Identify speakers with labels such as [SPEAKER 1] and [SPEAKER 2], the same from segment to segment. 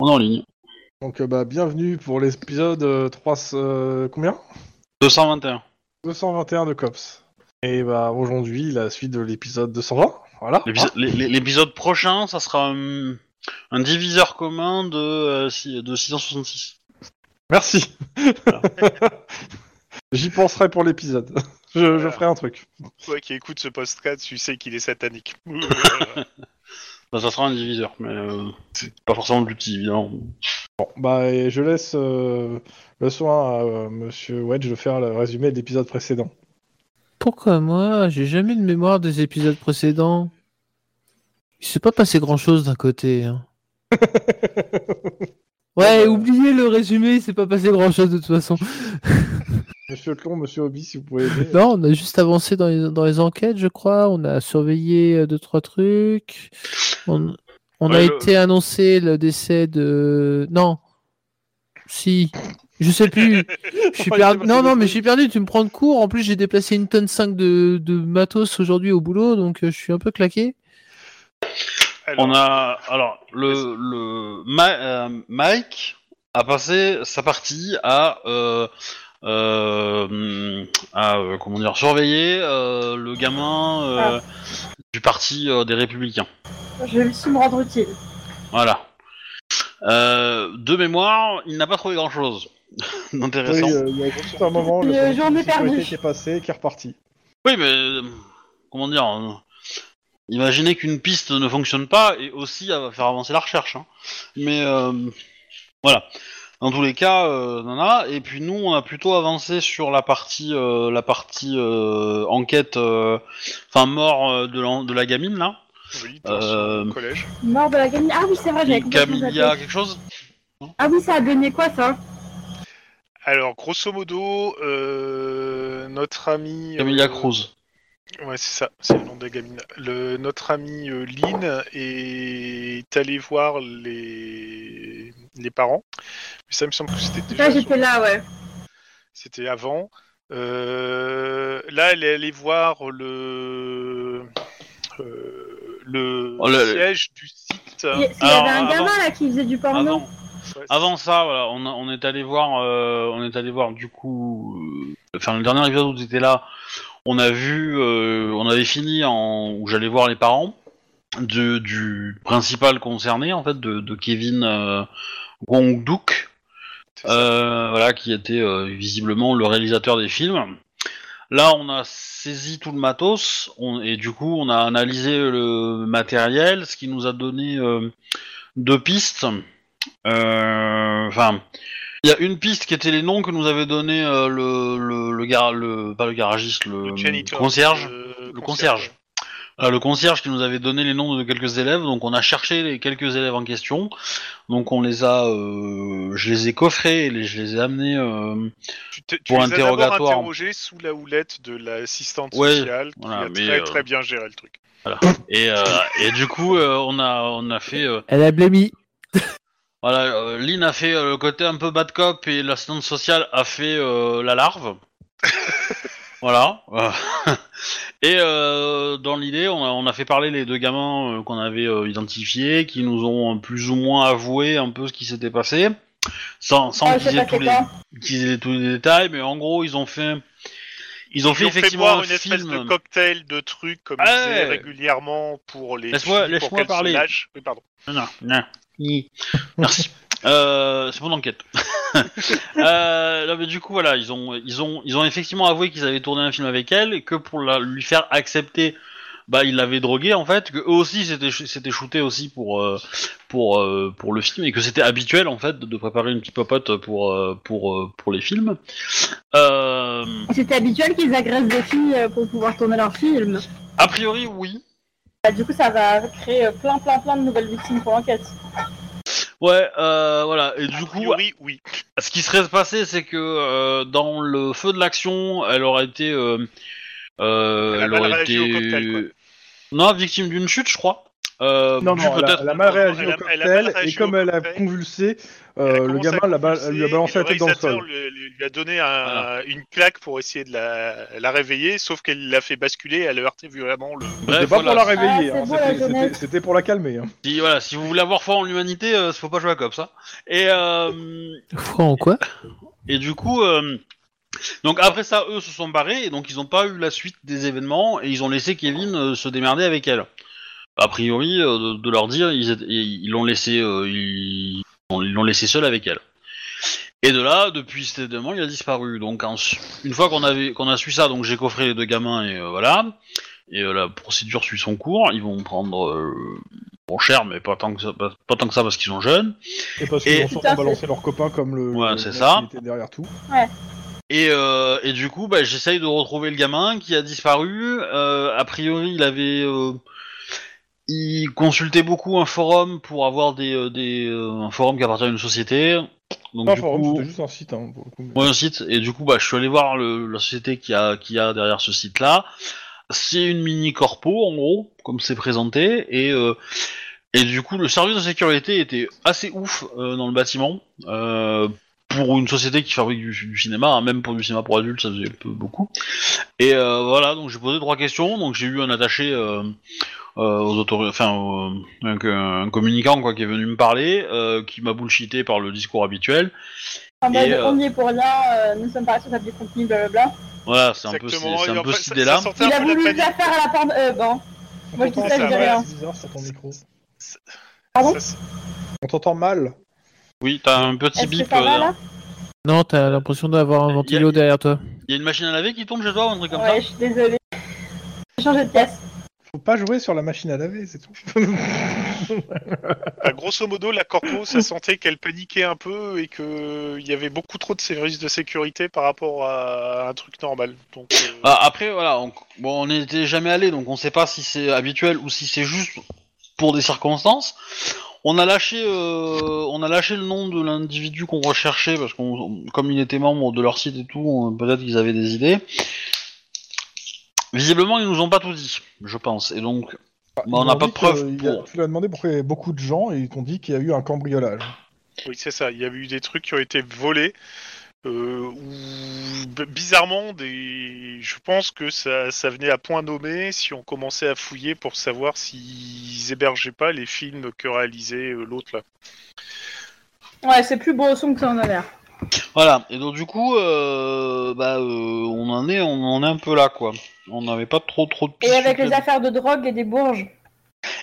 [SPEAKER 1] en ligne.
[SPEAKER 2] Donc, euh, bah, bienvenue pour l'épisode euh, 3... euh, combien
[SPEAKER 3] 221.
[SPEAKER 2] 221 de Cops. Et bah, aujourd'hui, la suite de l'épisode 220. Voilà.
[SPEAKER 3] L'épisode- l'é- l'é- L'épisode prochain, ça sera hum, un diviseur commun de, euh, si- de 666.
[SPEAKER 2] Ah, Merci.
[SPEAKER 3] Voilà.
[SPEAKER 2] J'y penserai pour l'épisode. Je, je
[SPEAKER 4] Voilà.
[SPEAKER 2] ferai un truc.
[SPEAKER 4] Toi qui écoutes ce post-trad, tu sais qu'il est satanique.
[SPEAKER 3] Bah, ça sera un diviseur, mais euh, c'est pas forcément le petit, évidemment.
[SPEAKER 2] Bon, bah, et je laisse euh, le soin à euh, Monsieur Wedge de faire le résumé de l'épisode précédent.
[SPEAKER 5] Pourquoi moi J'ai jamais de mémoire des épisodes précédents. Il s'est pas passé grand chose d'un côté. hein. Ouais,
[SPEAKER 2] Ouais, bah-
[SPEAKER 5] oubliez le résumé, il s'est pas passé grand chose de toute façon.
[SPEAKER 2] Monsieur Tlon, Monsieur Hobby, si vous pouvez aider.
[SPEAKER 5] Non, on a juste avancé dans les, dans les enquêtes, je crois. On a surveillé euh, deux, trois trucs. On, on a
[SPEAKER 3] Ouais, le-
[SPEAKER 5] été annoncé le décès de. Non. Si. Je sais plus. Je suis
[SPEAKER 2] Oh, il s'est
[SPEAKER 5] perdu.
[SPEAKER 2] passé
[SPEAKER 5] Non, non,
[SPEAKER 2] des
[SPEAKER 5] mais
[SPEAKER 2] trucs.
[SPEAKER 5] je suis perdu. Tu me prends de court. En plus, j'ai déplacé une tonne 5 de, de matos aujourd'hui au boulot, donc euh, je suis un peu claqué.
[SPEAKER 4] Alors,
[SPEAKER 3] On a. Alors, le. le Ma- euh, Mike a passé sa partie à. euh, euh, à euh, comment dire surveiller euh, le gamin euh, du parti euh, des républicains
[SPEAKER 6] Je me suis me rendre utile.
[SPEAKER 3] Voilà. Euh, de mémoire, il n'a pas trouvé grand chose
[SPEAKER 2] Oui,
[SPEAKER 3] d'intéressant. Oui,
[SPEAKER 2] euh, il y a tout un moment, le
[SPEAKER 6] Le
[SPEAKER 2] service
[SPEAKER 6] jour
[SPEAKER 2] de
[SPEAKER 6] m'est
[SPEAKER 2] sécurité
[SPEAKER 6] perdu.
[SPEAKER 2] qui est passé, qui est reparti.
[SPEAKER 3] mais euh, comment dire euh, Imaginez qu'une piste ne fonctionne pas et aussi à faire avancer la recherche. hein. Mais euh, voilà. Dans tous les cas, euh, nana. Et puis nous, on a plutôt avancé sur la partie, euh, la partie euh, enquête, euh, enfin mort euh, de, la, de la gamine là.
[SPEAKER 4] oui, dans son
[SPEAKER 3] euh,
[SPEAKER 4] collège.
[SPEAKER 6] Mort de la gamine. Ah oui, c'est vrai, j'avais complètement zappé.
[SPEAKER 3] Camilla, quelque chose
[SPEAKER 6] Ah oui, ça a donné quoi ça
[SPEAKER 4] Alors, grosso modo, euh, notre ami. euh,
[SPEAKER 3] Camilla Cruz.
[SPEAKER 4] Ouais, c'est ça, c'est le nom de la gamine. Le, notre ami euh, Lynn est allé voir les, les parents. Mais ça, il me semble que c'était déjà.
[SPEAKER 6] Là, j'étais là, ouais.
[SPEAKER 4] C'était avant. Euh, là, elle est allée voir le. euh, le
[SPEAKER 3] Oh là là.
[SPEAKER 4] siège du site.
[SPEAKER 3] Euh,
[SPEAKER 6] Il il y
[SPEAKER 3] alors,
[SPEAKER 6] avait un
[SPEAKER 3] avant-
[SPEAKER 6] gamin là qui faisait du
[SPEAKER 3] Ah
[SPEAKER 6] porno.
[SPEAKER 3] non. Avant ça, voilà, on, a- on est allé voir, euh, on est allé voir du coup, euh, enfin le dernier épisode où t'étais là, on a vu, euh, on avait fini en où j'allais voir les parents de, du principal concerné en fait de, de Kevin euh, Wong Duk,
[SPEAKER 4] C'est ça.
[SPEAKER 3] euh, voilà qui était euh, visiblement le réalisateur des films. Là, on a saisi tout le matos on, et du coup, on a analysé le matériel, ce qui nous a donné euh, deux pistes. Euh, Enfin, il y a une piste qui était les noms que nous avait donné euh, le, le, le, gar- le- pas le garagiste, le,
[SPEAKER 4] Le janitor,
[SPEAKER 3] concierge.
[SPEAKER 4] euh,
[SPEAKER 3] le concierge. Euh, le concierge qui nous avait donné les noms de quelques élèves, donc on a cherché les quelques élèves en question, donc on les a, euh, je les ai coffrés, et les- je les ai amenés euh,
[SPEAKER 4] Tu, te- tu
[SPEAKER 3] Pour
[SPEAKER 4] les as d'abord
[SPEAKER 3] interrogatoire.
[SPEAKER 4] interrogés sous la houlette de l'assistante
[SPEAKER 3] Ouais,
[SPEAKER 4] sociale qui
[SPEAKER 3] voilà,
[SPEAKER 4] a
[SPEAKER 3] mais,
[SPEAKER 4] très
[SPEAKER 3] euh,
[SPEAKER 4] très bien géré le truc.
[SPEAKER 3] et, euh, et du coup euh, on a on a fait euh,
[SPEAKER 5] Elle a blémi.
[SPEAKER 3] voilà euh, Lynn a fait euh, le côté un peu bad cop et l'assistante sociale a fait euh, la larve voilà et euh, dans l'idée on a, on a fait parler les deux gamins euh, qu'on avait euh, identifiés qui nous ont euh, plus ou moins avoué un peu ce qui s'était passé sans sans
[SPEAKER 6] Ah, je
[SPEAKER 3] qu'ils
[SPEAKER 6] sais
[SPEAKER 3] aient
[SPEAKER 6] pas
[SPEAKER 3] tous
[SPEAKER 6] c'est
[SPEAKER 3] les
[SPEAKER 6] quoi.
[SPEAKER 3] qu'ils aient tous les détails mais en gros ils ont fait ils ont fait
[SPEAKER 4] Ils ont fait
[SPEAKER 3] effectivement
[SPEAKER 4] boire
[SPEAKER 3] un
[SPEAKER 4] une espèce
[SPEAKER 3] film.
[SPEAKER 4] de cocktail de trucs comme
[SPEAKER 3] Ouais.
[SPEAKER 4] ils faisaient régulièrement pour les
[SPEAKER 3] Laisse-moi-
[SPEAKER 4] filles, pour
[SPEAKER 3] laisse-moi
[SPEAKER 4] qu'elles se
[SPEAKER 3] parler.
[SPEAKER 4] lâchent. Oui, pardon.
[SPEAKER 3] Non, non, non. Ni. Merci. Euh, c'est mon enquête. euh, non, mais du coup, voilà, ils ont, ils ont, ils ont effectivement avoué qu'ils avaient tourné un film avec elle et que pour la, lui faire accepter, bah, ils l'avaient droguée en fait, que eux aussi s'étaient ch- s'étaient shootés aussi pour, euh, pour, euh, pour le film et que c'était habituel en fait de- de préparer une petite popote pour, euh, pour, euh, pour les films. Euh,
[SPEAKER 6] C'était habituel qu'ils agressent des filles euh, pour pouvoir tourner leurs films.
[SPEAKER 3] a priori, oui.
[SPEAKER 6] Bah, du coup, ça va créer euh, plein, plein, plein de nouvelles victimes pour l'enquête.
[SPEAKER 3] Ouais, euh, voilà. Et du
[SPEAKER 4] Bah, A
[SPEAKER 3] coup,
[SPEAKER 4] priori, oui.
[SPEAKER 3] Ce qui serait passé, c'est que euh, dans le feu de l'action, elle aurait été, euh, euh,
[SPEAKER 4] Elle a mal réagi au cocktail,
[SPEAKER 3] non, victime d'une chute, je crois. Euh,
[SPEAKER 2] Non,
[SPEAKER 3] bu
[SPEAKER 2] non, elle a,
[SPEAKER 3] peut-être-
[SPEAKER 2] elle a mal réagi au
[SPEAKER 4] elle a- elle a
[SPEAKER 2] cocktail,
[SPEAKER 4] mal réagi
[SPEAKER 2] et comme
[SPEAKER 4] au
[SPEAKER 2] elle a
[SPEAKER 4] cocktail,
[SPEAKER 2] convulsé, euh,
[SPEAKER 4] Elle a
[SPEAKER 2] le
[SPEAKER 4] commencé
[SPEAKER 2] gamin
[SPEAKER 4] à
[SPEAKER 2] l'a ba-
[SPEAKER 4] convulser,
[SPEAKER 2] lui a balancé
[SPEAKER 4] et
[SPEAKER 2] la tête dans le
[SPEAKER 4] réalisateur
[SPEAKER 2] sol.
[SPEAKER 4] lui- lui a donné un- une claque pour essayer de la, la réveiller, sauf qu'elle l'a fait basculer, elle a heurté violemment le.
[SPEAKER 3] Bref,
[SPEAKER 2] C'était pas
[SPEAKER 3] voilà,
[SPEAKER 2] pour la
[SPEAKER 3] si-
[SPEAKER 2] réveiller,
[SPEAKER 6] Ah, c'est
[SPEAKER 2] hein,
[SPEAKER 6] beau, la
[SPEAKER 2] c'était-
[SPEAKER 6] jeunesse.
[SPEAKER 2] c'était- c'était pour la calmer. hein.
[SPEAKER 3] si, voilà, si vous voulez avoir foi en l'humanité, euh, faut pas jouer à comme ça. Et, euh,
[SPEAKER 5] Foi en quoi
[SPEAKER 3] et du coup, euh, donc après ça, eux se sont barrés et donc ils n'ont pas eu la suite des événements et ils ont laissé Kevin euh, se démerder avec elle. A priori, euh, de, de leur dire, ils étaient- ils ils l'ont laissé, euh, ils ils l'ont laissé seul avec elle. Et de là, depuis cet événement, il a disparu. Donc en- une fois qu'on avait, qu'on a su ça, donc j'ai coffré les deux gamins et euh, voilà. Et euh, la procédure suit son cours. Ils vont prendre euh, bon cher, mais pas tant que ça, pas- pas tant que ça parce qu'ils sont jeunes.
[SPEAKER 2] Et parce
[SPEAKER 3] Et-
[SPEAKER 2] qu'ils ont
[SPEAKER 6] Putain,
[SPEAKER 2] surtout balancé leur copain comme le.
[SPEAKER 3] Ouais,
[SPEAKER 2] le-
[SPEAKER 3] c'est
[SPEAKER 2] la
[SPEAKER 3] ça.
[SPEAKER 2] qui était derrière tout.
[SPEAKER 3] Et, euh, et du coup, bah, j'essaye de retrouver le gamin qui a disparu. Euh, a priori, il avait, euh, il consultait beaucoup un forum pour avoir des, euh, des euh, un forum qui appartient à une société. Donc
[SPEAKER 2] Pas un
[SPEAKER 3] du
[SPEAKER 2] forum,
[SPEAKER 3] coup,
[SPEAKER 2] c'était juste un site. hein, pour le coup.
[SPEAKER 3] Ouais, un site. Et du coup, bah, je suis allé voir le, la société qui a, qui a derrière ce site-là. C'est une mini corpo, en gros, comme c'est présenté. Et, euh, et du coup, le service de sécurité était assez ouf euh, dans le bâtiment. Euh, pour une société qui fabrique du, du cinéma, hein, même pour du cinéma pour adultes, ça faisait un peu beaucoup. Et euh, voilà, donc j'ai posé trois questions. Donc j'ai eu un attaché euh, euh, aux autorités, enfin au- un, un communicant quoi, qui est venu me parler, euh, qui m'a bullshité par le discours habituel.
[SPEAKER 6] En
[SPEAKER 3] Et,
[SPEAKER 6] mode,
[SPEAKER 3] euh,
[SPEAKER 6] on y est pour rien, euh, nous sommes pas responsables du contenu, blablabla.
[SPEAKER 3] Voilà, c'est un peu, c'est,
[SPEAKER 4] Exactement,
[SPEAKER 3] c'est
[SPEAKER 4] et
[SPEAKER 3] un peu
[SPEAKER 4] enfin,
[SPEAKER 3] cette
[SPEAKER 4] ça-
[SPEAKER 3] idée-là.
[SPEAKER 4] ça sortait
[SPEAKER 6] Il
[SPEAKER 4] un
[SPEAKER 6] a
[SPEAKER 4] peu de la
[SPEAKER 6] voulu le
[SPEAKER 4] panique.
[SPEAKER 6] faire à la porte. Euh, bon. Moi, je dis
[SPEAKER 2] Pourtant,
[SPEAKER 4] ça, je
[SPEAKER 2] c'est
[SPEAKER 4] dis
[SPEAKER 2] vrai,
[SPEAKER 6] rien.
[SPEAKER 2] c'est bizarre sur ton micro.
[SPEAKER 6] Pardon
[SPEAKER 4] Ça, c'est-
[SPEAKER 2] On t'entend mal.
[SPEAKER 3] Oui, t'as un petit
[SPEAKER 6] Est-ce que
[SPEAKER 3] bip.
[SPEAKER 6] ça va
[SPEAKER 3] euh,
[SPEAKER 6] là
[SPEAKER 5] Non, t'as l'impression d'avoir un
[SPEAKER 3] Il y a-
[SPEAKER 5] ventilo derrière toi.
[SPEAKER 3] Il y a une machine à laver qui tombe chez toi ou un truc comme
[SPEAKER 6] Ouais, je suis désolée. J'ai changé de pièce.
[SPEAKER 2] Faut pas jouer sur la machine à laver, c'est tout.
[SPEAKER 4] Bah, grosso modo, la corpo, ça sentait qu'elle paniquait un peu et qu'il y avait beaucoup trop de services de sécurité par rapport à un truc normal. Donc, euh,
[SPEAKER 3] ça Ah, Après, voilà, on... bon, on n'était jamais allé, donc on sait pas si c'est habituel ou si c'est juste pour des circonstances. On a lâché, euh, on a lâché le nom de l'individu qu'on recherchait parce qu'on, comme il était membre de leur site et tout, on- peut-être qu'ils avaient des idées. Visiblement, ils nous ont pas tout dit, je pense, et donc bah, on n'a
[SPEAKER 2] Bah, Ils
[SPEAKER 3] pas
[SPEAKER 2] ont
[SPEAKER 3] de
[SPEAKER 2] dit que,
[SPEAKER 3] preuves
[SPEAKER 2] euh, il y a-
[SPEAKER 3] pour.
[SPEAKER 2] Tu lui as demandé pourquoi il y avait beaucoup de gens et ils t'ont dit qu'il y a eu un cambriolage.
[SPEAKER 4] oui, c'est ça. Il y avait eu des trucs qui ont été volés. euh, ou b- bizarrement, des... je pense que ça, ça venait à point nommé si on commençait à fouiller pour savoir s'ils hébergeaient pas les films que réalisait euh, l'autre là.
[SPEAKER 6] Ouais, c'est plus beau au son que ça en a l'air.
[SPEAKER 3] Voilà, et donc du coup, euh, bah, euh, on en est, on en est un peu là, quoi. On n'avait pas trop, trop de.
[SPEAKER 6] Et
[SPEAKER 3] pistes
[SPEAKER 6] avec les
[SPEAKER 3] là-dedans.
[SPEAKER 6] affaires de drogue et des bourges.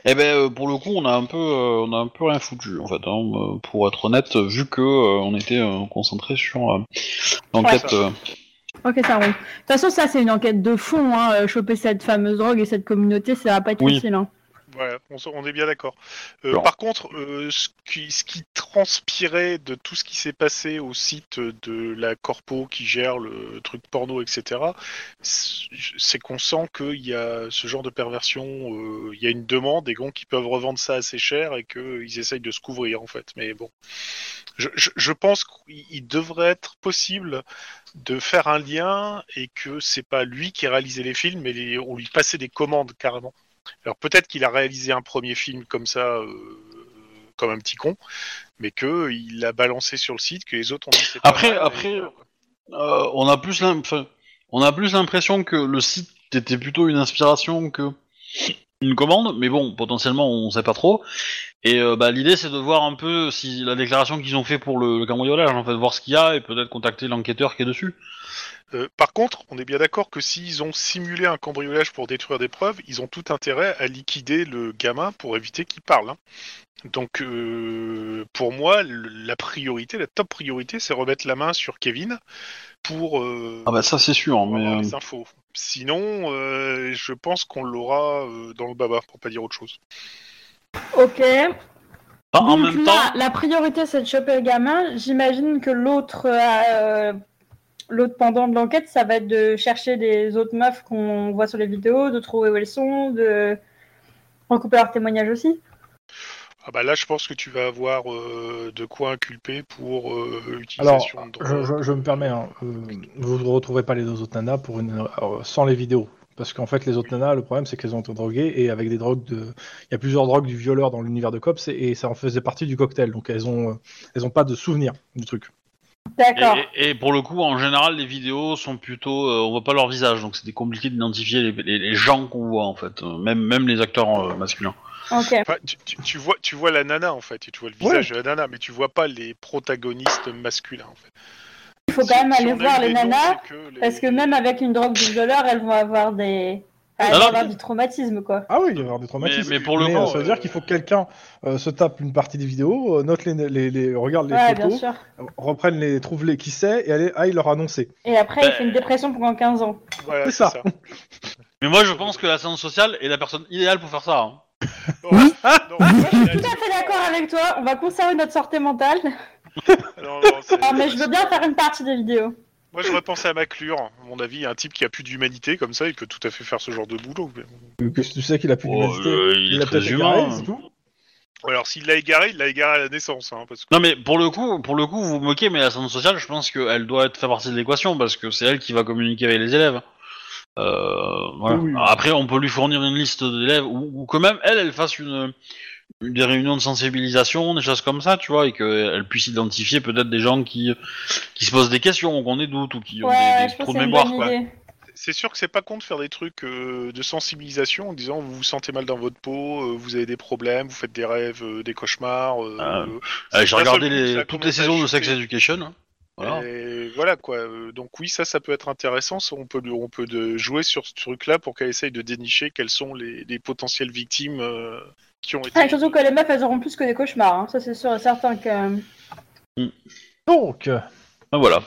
[SPEAKER 3] Eh ben euh, pour le coup on a un peu euh, on a un peu rien foutu en fait hein, euh, pour être honnête vu que euh, on était euh, concentré sur euh, l'enquête
[SPEAKER 4] Ouais.
[SPEAKER 3] euh,
[SPEAKER 6] Ok, ça roule. De toute façon, ça, c'est une enquête de fond. Hein. euh, Choper cette fameuse drogue et cette communauté, ça va pas être
[SPEAKER 3] Oui.
[SPEAKER 6] facile. Hein.
[SPEAKER 4] Voilà, on, s- on est bien d'accord. Euh,
[SPEAKER 3] Bon.
[SPEAKER 4] par contre, euh, ce, qui, ce qui transpirait de tout ce qui s'est passé au site de la corpo qui gère le truc porno, etc., c'est c'est qu'on sent qu'il y a ce genre de perversion, euh, il y a une demande, des gens qui peuvent revendre ça assez cher et qu'ils essayent de se couvrir, en fait. Mais bon, je, je- je pense qu'il il devrait être possible de faire un lien et que c'est pas lui qui réalisait les films, mais les- on lui passait des commandes carrément. Alors peut-être qu'il a réalisé un premier film comme ça, euh, comme un petit con, mais que il l'a balancé sur le site, que les autres ont dit c'est pas
[SPEAKER 3] Après-
[SPEAKER 4] mal,
[SPEAKER 3] après,
[SPEAKER 4] et-
[SPEAKER 3] euh, euh, on a plus l'im- enfin, on a plus l'impression que le site était plutôt une inspiration que une commande mais bon potentiellement on sait pas trop et euh, bah, l'idée c'est de voir un peu si la déclaration qu'ils ont fait pour le, le cambriolage en fait voir ce qu'il y a et peut-être contacter l'enquêteur qui est dessus.
[SPEAKER 4] Euh, par contre, on est bien d'accord que s'ils ont simulé un cambriolage pour détruire des preuves, ils ont tout intérêt à liquider le gamin pour éviter qu'il parle. hein. Donc, euh, pour moi, le- la priorité, la top priorité, c'est remettre la main sur Kevin pour euh,
[SPEAKER 3] Ah bah ça c'est sûr
[SPEAKER 4] avoir
[SPEAKER 3] mais euh,
[SPEAKER 4] les infos. Sinon, euh, je pense qu'on l'aura euh, dans le baba, pour pas dire autre chose.
[SPEAKER 6] Ok.
[SPEAKER 3] bah, en
[SPEAKER 6] Donc
[SPEAKER 3] même temps
[SPEAKER 6] là, la priorité, c'est de choper le gamin. J'imagine que l'autre euh, l'autre pendant de l'enquête, ça va être de chercher les autres meufs qu'on voit sur les vidéos, de trouver où elles sont, de recouper leurs témoignages aussi.
[SPEAKER 4] Ah bah là, je pense que tu vas avoir euh, de quoi inculper pour euh,
[SPEAKER 2] Alors,
[SPEAKER 4] utilisation de drogue.
[SPEAKER 2] je, je- je me permets, hein, euh, vous ne retrouverez pas les deux autres nanas pour une, euh, sans les vidéos. Parce qu'en fait, les autres nanas, le problème, c'est qu'elles ont été droguées et avec des drogues de. Il y a plusieurs drogues du violeur dans l'univers de Cops et, et ça en faisait partie du cocktail. Donc elles ont, euh, elles ont pas de souvenir du truc.
[SPEAKER 6] D'accord.
[SPEAKER 3] Et, et- et pour le coup, en général, les vidéos sont plutôt, euh, on voit pas leur visage, donc c'est compliqué d'identifier les, les- les gens qu'on voit en fait, euh, même même les acteurs euh, masculins.
[SPEAKER 6] Ok.
[SPEAKER 4] Enfin, tu, tu- tu vois, tu vois la nana en fait, et tu vois le
[SPEAKER 2] Ouais.
[SPEAKER 4] visage de la nana, mais tu vois pas les protagonistes masculins. En fait.
[SPEAKER 6] Il faut quand même aller voir les nanas parce que même avec une drogue de dollars, elles vont avoir des. enfin, elles
[SPEAKER 3] Non,
[SPEAKER 6] vont
[SPEAKER 3] non,
[SPEAKER 6] avoir
[SPEAKER 3] mais-
[SPEAKER 6] du traumatisme quoi.
[SPEAKER 2] Ah oui, il va y avoir des
[SPEAKER 3] Mais,
[SPEAKER 2] traumatismes.
[SPEAKER 3] mais pour le
[SPEAKER 2] Mais,
[SPEAKER 3] coup,
[SPEAKER 2] euh, ça veut dire
[SPEAKER 4] euh,
[SPEAKER 2] qu'il faut que quelqu'un euh, se tape une partie des vidéos, euh, note les, les, les- regarde les
[SPEAKER 6] ouais, bien
[SPEAKER 2] photos,
[SPEAKER 6] sûr.
[SPEAKER 2] reprenne les, trouve les qui c'est et allez, aille leur annoncer.
[SPEAKER 6] Et après, il
[SPEAKER 3] Ben-
[SPEAKER 6] fait une dépression pendant 15 ans.
[SPEAKER 4] Voilà,
[SPEAKER 2] C'est
[SPEAKER 4] c'est
[SPEAKER 2] ça.
[SPEAKER 4] ça.
[SPEAKER 3] mais moi je pense que l'ascendance sociale est la personne idéale pour faire ça. hein.
[SPEAKER 4] Non,
[SPEAKER 5] Oui.
[SPEAKER 4] Ah, non, non,
[SPEAKER 6] Je suis tout à fait d'accord avec toi, on va conserver notre santé mentale.
[SPEAKER 4] non, non, c'est-
[SPEAKER 6] Ah, mais je veux bien faire une partie des vidéos.
[SPEAKER 4] Moi, j'aurais pensé à Maclure, à mon avis, un type qui a plus d'humanité comme ça, il peut tout à fait faire ce genre de boulot. mais bon.
[SPEAKER 2] Que- que tu sais qu'il a plus
[SPEAKER 3] Oh,
[SPEAKER 2] d'humanité.
[SPEAKER 3] euh, il est
[SPEAKER 2] a
[SPEAKER 3] très
[SPEAKER 2] peut-être
[SPEAKER 3] humain.
[SPEAKER 2] égaré, c'est tout.
[SPEAKER 4] Ou Alors, s'il l'a égaré, il l'a égaré à la naissance, hein, parce que
[SPEAKER 3] Non mais pour le coup, pour le coup, vous vous moquez, mais l'ascendance sociale, je pense qu'elle doit être faire partie de l'équation parce que c'est elle qui va communiquer avec les élèves. Euh, voilà.
[SPEAKER 2] Oui, oui.
[SPEAKER 3] Après, on peut lui fournir une liste d'élèves ou, ou quand même elle, elle fasse une des réunions de sensibilisation, des choses comme ça, tu vois, et qu'elle puisse identifier peut-être des gens qui qui se posent des questions, ou qu'on est doute ou qui
[SPEAKER 6] Ouais,
[SPEAKER 3] ont des, des
[SPEAKER 6] ouais, je pense
[SPEAKER 3] trous de
[SPEAKER 6] que c'est une
[SPEAKER 3] mémoire.
[SPEAKER 6] bonne
[SPEAKER 3] quoi.
[SPEAKER 6] idée.
[SPEAKER 4] c'est sûr que c'est pas con de faire des trucs euh, de sensibilisation en disant vous vous sentez mal dans votre peau, euh, vous avez des problèmes, vous faites des rêves, euh, des cauchemars. euh,
[SPEAKER 3] Ah,
[SPEAKER 4] euh,
[SPEAKER 3] Euh, J'ai
[SPEAKER 4] d'un
[SPEAKER 3] regardé
[SPEAKER 4] seul coup,
[SPEAKER 3] les-
[SPEAKER 4] ça
[SPEAKER 3] toutes
[SPEAKER 4] commence
[SPEAKER 3] les
[SPEAKER 4] à
[SPEAKER 3] saisons de
[SPEAKER 4] chuter.
[SPEAKER 3] Sex Education. hein. Voilà.
[SPEAKER 4] Et voilà quoi. Euh, Donc oui, ça, ça peut être intéressant. Ça, on peut, lui- on peut de- jouer sur ce truc-là pour qu'elle essaye de dénicher quelles sont les, les potentielles victimes euh, qui ont été.
[SPEAKER 6] Ouais, Ah, surtout que les meufs, elles auront plus que des cauchemars. hein. Ça, c'est sûr et certain que. euh,
[SPEAKER 2] Donc,
[SPEAKER 3] Ah, voilà.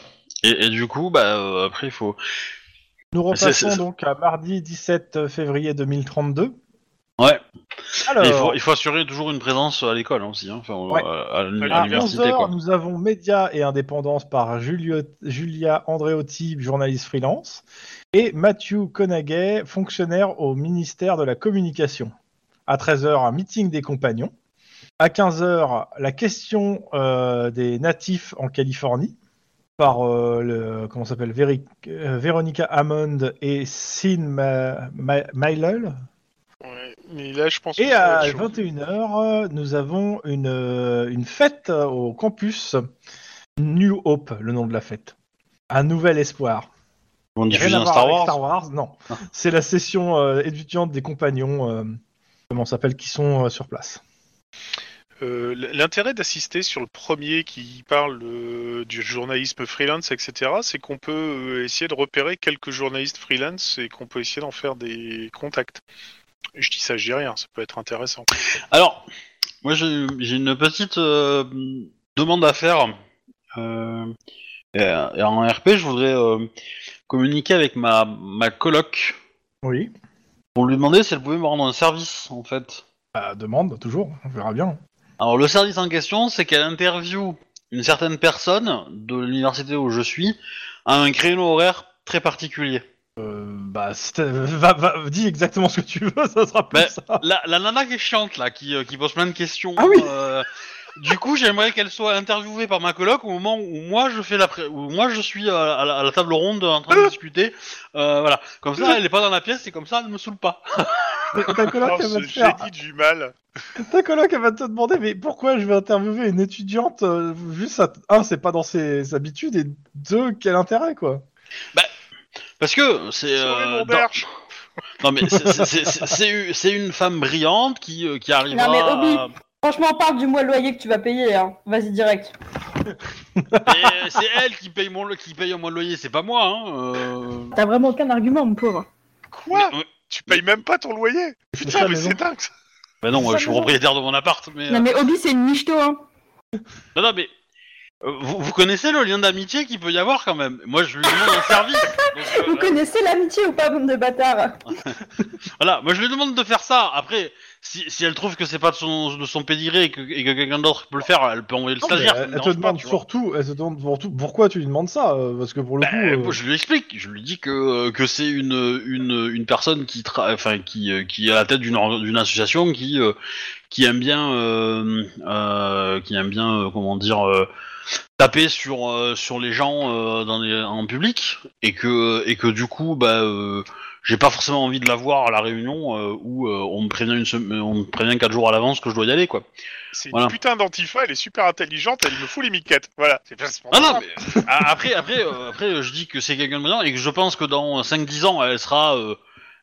[SPEAKER 3] Et, et du coup, bah euh, après, il faut.
[SPEAKER 2] nous
[SPEAKER 3] C'est-
[SPEAKER 2] repassons
[SPEAKER 3] c'est-
[SPEAKER 2] donc à mardi 17 février 2032.
[SPEAKER 3] Ouais.
[SPEAKER 2] Alors,
[SPEAKER 3] Et il, faut, il faut assurer toujours une présence à l'école aussi, hein, enfin,
[SPEAKER 2] Ouais.
[SPEAKER 3] à, à l'uni- à
[SPEAKER 2] à
[SPEAKER 3] l'université.
[SPEAKER 2] 11h,
[SPEAKER 3] quoi.
[SPEAKER 2] nous avons Média et Indépendance par Julio- Julia Andreotti, journaliste freelance, et Mathieu Conaguet, fonctionnaire au ministère de la Communication. À 13h, un meeting des compagnons. À 15h, la question euh, des natifs en Californie par euh, le, comment ça s'appelle Véri- euh, Véronica Hammond et Sin Ma- Ma- Mailel.
[SPEAKER 4] Ouais, mais là, je pense. que
[SPEAKER 3] euh,
[SPEAKER 2] Et
[SPEAKER 4] ça va
[SPEAKER 2] à
[SPEAKER 4] être chaud.
[SPEAKER 2] 21h, nous avons une, euh, une fête euh, au campus. New Hope, le nom de la fête. Un nouvel espoir.
[SPEAKER 3] On diffuse
[SPEAKER 2] Rien à
[SPEAKER 3] un
[SPEAKER 2] voir
[SPEAKER 3] Star
[SPEAKER 2] avec
[SPEAKER 3] Wars.
[SPEAKER 2] Star Wars, non.
[SPEAKER 3] Ah.
[SPEAKER 2] C'est la session euh, étudiante des compagnons, euh, comment ça s'appelle, qui sont euh, sur place.
[SPEAKER 4] Euh, l- L'intérêt d'assister sur le premier qui parle euh, du journalisme freelance, etc., c'est qu'on peut euh, essayer de repérer quelques journalistes freelance et qu'on peut essayer d'en faire des contacts. Je dis ça, je dis rien, ça peut être intéressant.
[SPEAKER 3] Alors, moi j'ai j'ai une petite euh, demande à faire. Euh, et, et en RP, je voudrais euh, communiquer avec ma, ma coloc
[SPEAKER 2] Oui.
[SPEAKER 3] pour lui demander si elle pouvait me rendre un service en fait.
[SPEAKER 2] Bah, demande, toujours, on verra bien.
[SPEAKER 3] Alors, le service en question, c'est qu'elle interviewe une certaine personne de l'université où je suis à un créneau horaire très particulier.
[SPEAKER 2] Euh, bah, c'est- euh, va, va- dis exactement ce que tu veux, ça sera plus
[SPEAKER 3] Bah,
[SPEAKER 2] ça.
[SPEAKER 3] La, la nana qui est chiante là, qui, euh, qui pose plein de questions.
[SPEAKER 2] Ah oui.
[SPEAKER 3] euh, du coup, j'aimerais qu'elle soit interviewée par ma coloc au moment où moi je fais la pré- où moi je suis euh, à la, à la table ronde en train
[SPEAKER 6] Ah.
[SPEAKER 3] de discuter. Euh, voilà, comme ça, elle est pas dans la pièce et comme ça, elle ne me saoule pas.
[SPEAKER 2] Ta coloc,
[SPEAKER 4] Oh,
[SPEAKER 2] elle va
[SPEAKER 4] ce
[SPEAKER 2] te faire-
[SPEAKER 4] génie du mal.
[SPEAKER 2] Ta coloc, elle va te demander, mais pourquoi je vais interviewer une étudiante euh, Juste, ça, un, c'est pas dans ses habitudes, et deux, quel intérêt, quoi
[SPEAKER 3] Parce que c'est
[SPEAKER 4] Sauvez
[SPEAKER 3] euh,
[SPEAKER 4] mon
[SPEAKER 3] dans-
[SPEAKER 4] berge.
[SPEAKER 3] non mais c'est- c'est- c'est- c'est c'est- c'est une femme brillante qui euh, qui arrivera.
[SPEAKER 6] Non, mais Obi,
[SPEAKER 3] à-
[SPEAKER 6] Franchement, parle du mois de loyer que tu vas payer. hein. Vas-y, direct.
[SPEAKER 3] Et c'est elle qui paye mon lo- qui paye au moins le loyer, c'est pas moi. Hein. euh.
[SPEAKER 6] T'as vraiment aucun argument, mon pauvre.
[SPEAKER 4] Quoi
[SPEAKER 3] Mais-
[SPEAKER 4] Tu payes même pas ton loyer
[SPEAKER 2] Sa
[SPEAKER 4] Putain, mais
[SPEAKER 2] maison.
[SPEAKER 4] c'est dingue ça.
[SPEAKER 3] Bah non,
[SPEAKER 6] Ça
[SPEAKER 3] euh, je suis
[SPEAKER 6] me-
[SPEAKER 3] propriétaire de mon appart, mais.
[SPEAKER 6] Non, mais Obi, c'est une michto, hein.
[SPEAKER 3] Non, non, mais euh, vous, vous connaissez le lien d'amitié qu'il peut y avoir quand même. Moi, je lui demande un service. Donc, euh,
[SPEAKER 6] Vous connaissez l'amitié ou pas, bande de bâtards
[SPEAKER 3] voilà, moi je lui demande de faire ça. Après, si, si elle trouve que c'est pas de son, de son pédigré et que, et que quelqu'un d'autre peut le faire, elle peut envoyer le
[SPEAKER 2] Non, mais
[SPEAKER 3] stagiaire. ça me
[SPEAKER 2] elle, elle te
[SPEAKER 3] dérange pas,
[SPEAKER 2] demande
[SPEAKER 3] tu vois.
[SPEAKER 2] surtout, elle te demande surtout pourquoi tu lui demandes ça, euh, parce que pour le
[SPEAKER 3] Bah,
[SPEAKER 2] coup,
[SPEAKER 3] moi,
[SPEAKER 2] euh,
[SPEAKER 3] je lui explique, je lui dis que, euh, que c'est une, une, une personne qui, tra- enfin, qui, euh, qui est à la tête d'une or- d'une association qui, euh, qui aime bien, euh, euh, qui aime bien euh, comment dire, euh, taper sur euh, sur les gens euh, dans les- en public et que et que du coup bah euh, j'ai pas forcément envie de la voir à la réunion euh, où euh, on me prévient une sem- on me prévient quatre jours à l'avance que je dois y aller quoi.
[SPEAKER 4] C'est
[SPEAKER 3] Voilà.
[SPEAKER 4] une putain d'antifa, elle est super intelligente, elle me fout les miquettes. Voilà. C'est pas- c'est pas
[SPEAKER 3] Ah non,
[SPEAKER 4] grave.
[SPEAKER 3] mais a- après, après, euh, après, euh, je dis que c'est quelqu'un de maintenant et que je pense que dans 5-10 ans, elle sera, euh,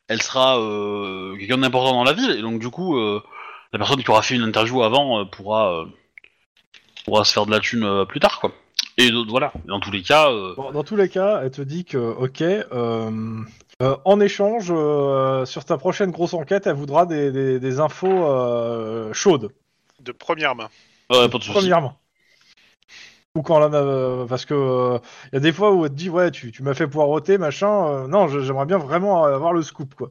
[SPEAKER 3] elle sera euh, quelqu'un d'important dans la ville. Et donc, du coup, euh, la personne qui aura fait une interview avant euh, pourra, euh, pourra se faire de la thune euh, plus tard, quoi. Et donc, voilà, dans tous les cas, euh,
[SPEAKER 2] Bon, dans tous les cas, elle te dit que, ok, euh, euh, en échange, euh, sur ta prochaine grosse enquête, elle voudra des, des- des infos euh, chaudes,
[SPEAKER 4] De première main.
[SPEAKER 3] euh, pas de soucis.
[SPEAKER 2] premièrement. Ou quand là, parce que il y a des fois où elle te dit, ouais, tu, tu m'as fait poireauter, machin. euh, non, je- j'aimerais bien vraiment avoir le scoop, quoi.